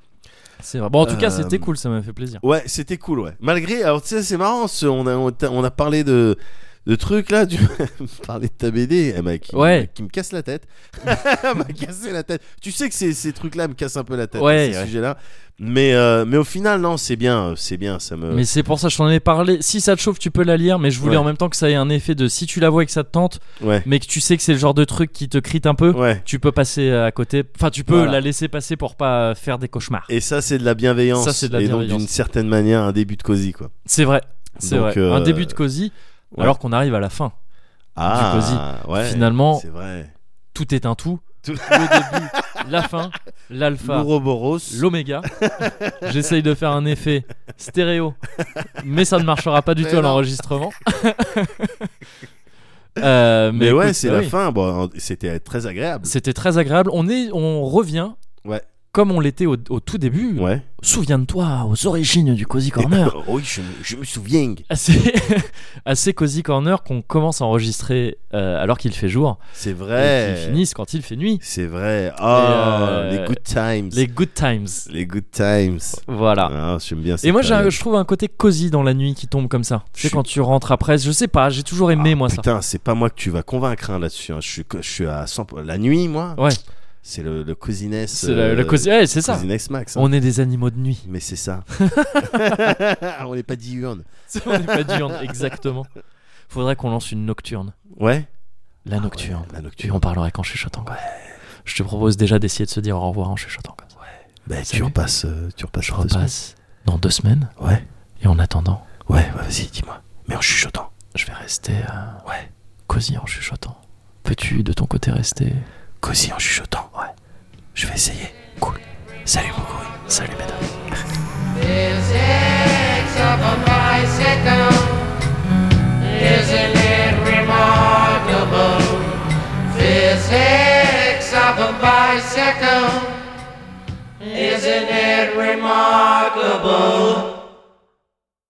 Speaker 1: C'est vrai. Bon, en tout cas,
Speaker 2: Euh,
Speaker 1: c'était cool, ça m'a fait plaisir.
Speaker 2: Ouais, c'était cool, ouais. Malgré, alors tu sais, c'est marrant, ce- on, a, on, t'a- on a parlé de, de trucs là, tu <laughs> parlais de ta BD, elle m'a- qui,
Speaker 1: Ouais.
Speaker 2: qui me casse la tête. <laughs> elle m'a cassé la tête. Tu sais que ces, ces trucs-là me cassent un peu la tête,
Speaker 1: Ouais,
Speaker 2: ces
Speaker 1: ouais.
Speaker 2: sujets-là. Mais, euh, mais au final, non, c'est bien, euh, c'est bien, ça me.
Speaker 1: Mais c'est pour ça, je t'en ai parlé. Si ça te chauffe, tu peux la lire, mais je voulais
Speaker 2: Ouais.
Speaker 1: en même temps que ça ait un effet de si tu la vois et que ça te tente,
Speaker 2: Ouais,
Speaker 1: mais que tu sais que c'est le genre de truc qui te crite un peu,
Speaker 2: ouais.
Speaker 1: tu peux passer euh, à côté. Enfin, tu peux
Speaker 2: Voilà.
Speaker 1: la laisser passer pour pas faire des cauchemars.
Speaker 2: Et ça, c'est de la bienveillance.
Speaker 1: Ça, c'est de la
Speaker 2: Et donc,
Speaker 1: bienveillance.
Speaker 2: d'une certaine manière, un début de cosy, quoi.
Speaker 1: C'est vrai, c'est
Speaker 2: Donc,
Speaker 1: vrai.
Speaker 2: euh,
Speaker 1: Un début de cosy,
Speaker 2: ouais.
Speaker 1: alors qu'on arrive à la fin.
Speaker 2: Ah, ouais.
Speaker 1: Finalement,
Speaker 2: C'est vrai.
Speaker 1: tout est un tout.
Speaker 2: Tout-
Speaker 1: Le début, la fin, l'alpha,
Speaker 2: L'ouroboros. <laughs>
Speaker 1: l'oméga. J'essaye de faire un effet stéréo, mais ça ne marchera pas du
Speaker 2: Mais
Speaker 1: tout à
Speaker 2: non. <laughs>
Speaker 1: l'enregistrement. Euh,
Speaker 2: Mais, ouais,
Speaker 1: écoute,
Speaker 2: c'est
Speaker 1: bah
Speaker 2: la
Speaker 1: oui.
Speaker 2: fin. Bon, c'était très agréable.
Speaker 1: C'était très agréable. On est, on revient.
Speaker 2: Ouais.
Speaker 1: comme on l'était au, au tout début,
Speaker 2: Ouais.
Speaker 1: souviens-toi aux origines du Cozy Corner. <laughs>
Speaker 2: oui, je, me- je me souviens.
Speaker 1: assez, <laughs> assez Cozy Corner qu'on commence à enregistrer euh, alors qu'il fait jour
Speaker 2: C'est
Speaker 1: et
Speaker 2: vrai.
Speaker 1: qu'ils finissent quand il fait nuit.
Speaker 2: C'est vrai. Oh,
Speaker 1: euh,
Speaker 2: les good times.
Speaker 1: Les good times.
Speaker 2: Les good times.
Speaker 1: Voilà.
Speaker 2: Ah, j'aime bien.
Speaker 1: Et
Speaker 2: cette
Speaker 1: moi, j'ai un-
Speaker 2: période.
Speaker 1: je trouve un côté cosy dans la nuit qui tombe comme ça. Tu sais,
Speaker 2: Je-
Speaker 1: quand tu rentres après, je sais pas, j'ai toujours aimé,
Speaker 2: Ah,
Speaker 1: moi, ça.
Speaker 2: Putain, c'est pas moi que tu vas convaincre hein, là-dessus. hein. Je, suis, je suis à 100 La nuit, moi,
Speaker 1: Ouais,
Speaker 2: c'est le, le cosiness.
Speaker 1: c'est le- le cosy. Ouais, c'est ça.
Speaker 2: Cosiness max. hein.
Speaker 1: On est des animaux de
Speaker 2: <laughs>
Speaker 1: nuit.
Speaker 2: Mais
Speaker 1: <laughs>
Speaker 2: c'est ça. On n'est pas diurne.
Speaker 1: On n'est pas diurne, exactement. Faudrait qu'on lance une nocturne.
Speaker 2: Ah Ouais.
Speaker 1: La nocturne.
Speaker 2: La
Speaker 1: Tu
Speaker 2: nocturne.
Speaker 1: en parlerait quand chuchotant. quoi. Je te propose déjà d'essayer de se dire au revoir en chuchotant. quoi.
Speaker 2: Bah, tu
Speaker 1: Salut.
Speaker 2: repasses. euh, tu repasses.
Speaker 1: Je
Speaker 2: dans deux semaines.
Speaker 1: repasse dans deux semaines.
Speaker 2: Ouais.
Speaker 1: Et en attendant,
Speaker 2: Ouais, ouais, vas-y, dis-moi. Mais en chuchotant.
Speaker 1: je vais rester euh, cosy en chuchotant. Peux-tu de ton côté rester
Speaker 2: Cosy en chuchotant. Ouais. Je vais essayer. Cool. Salut, mon gorille. Salut, mesdames.
Speaker 7: Physics of a bicycle. Isn't it remarkable? Physics of a bicycle. Isn't it remarkable?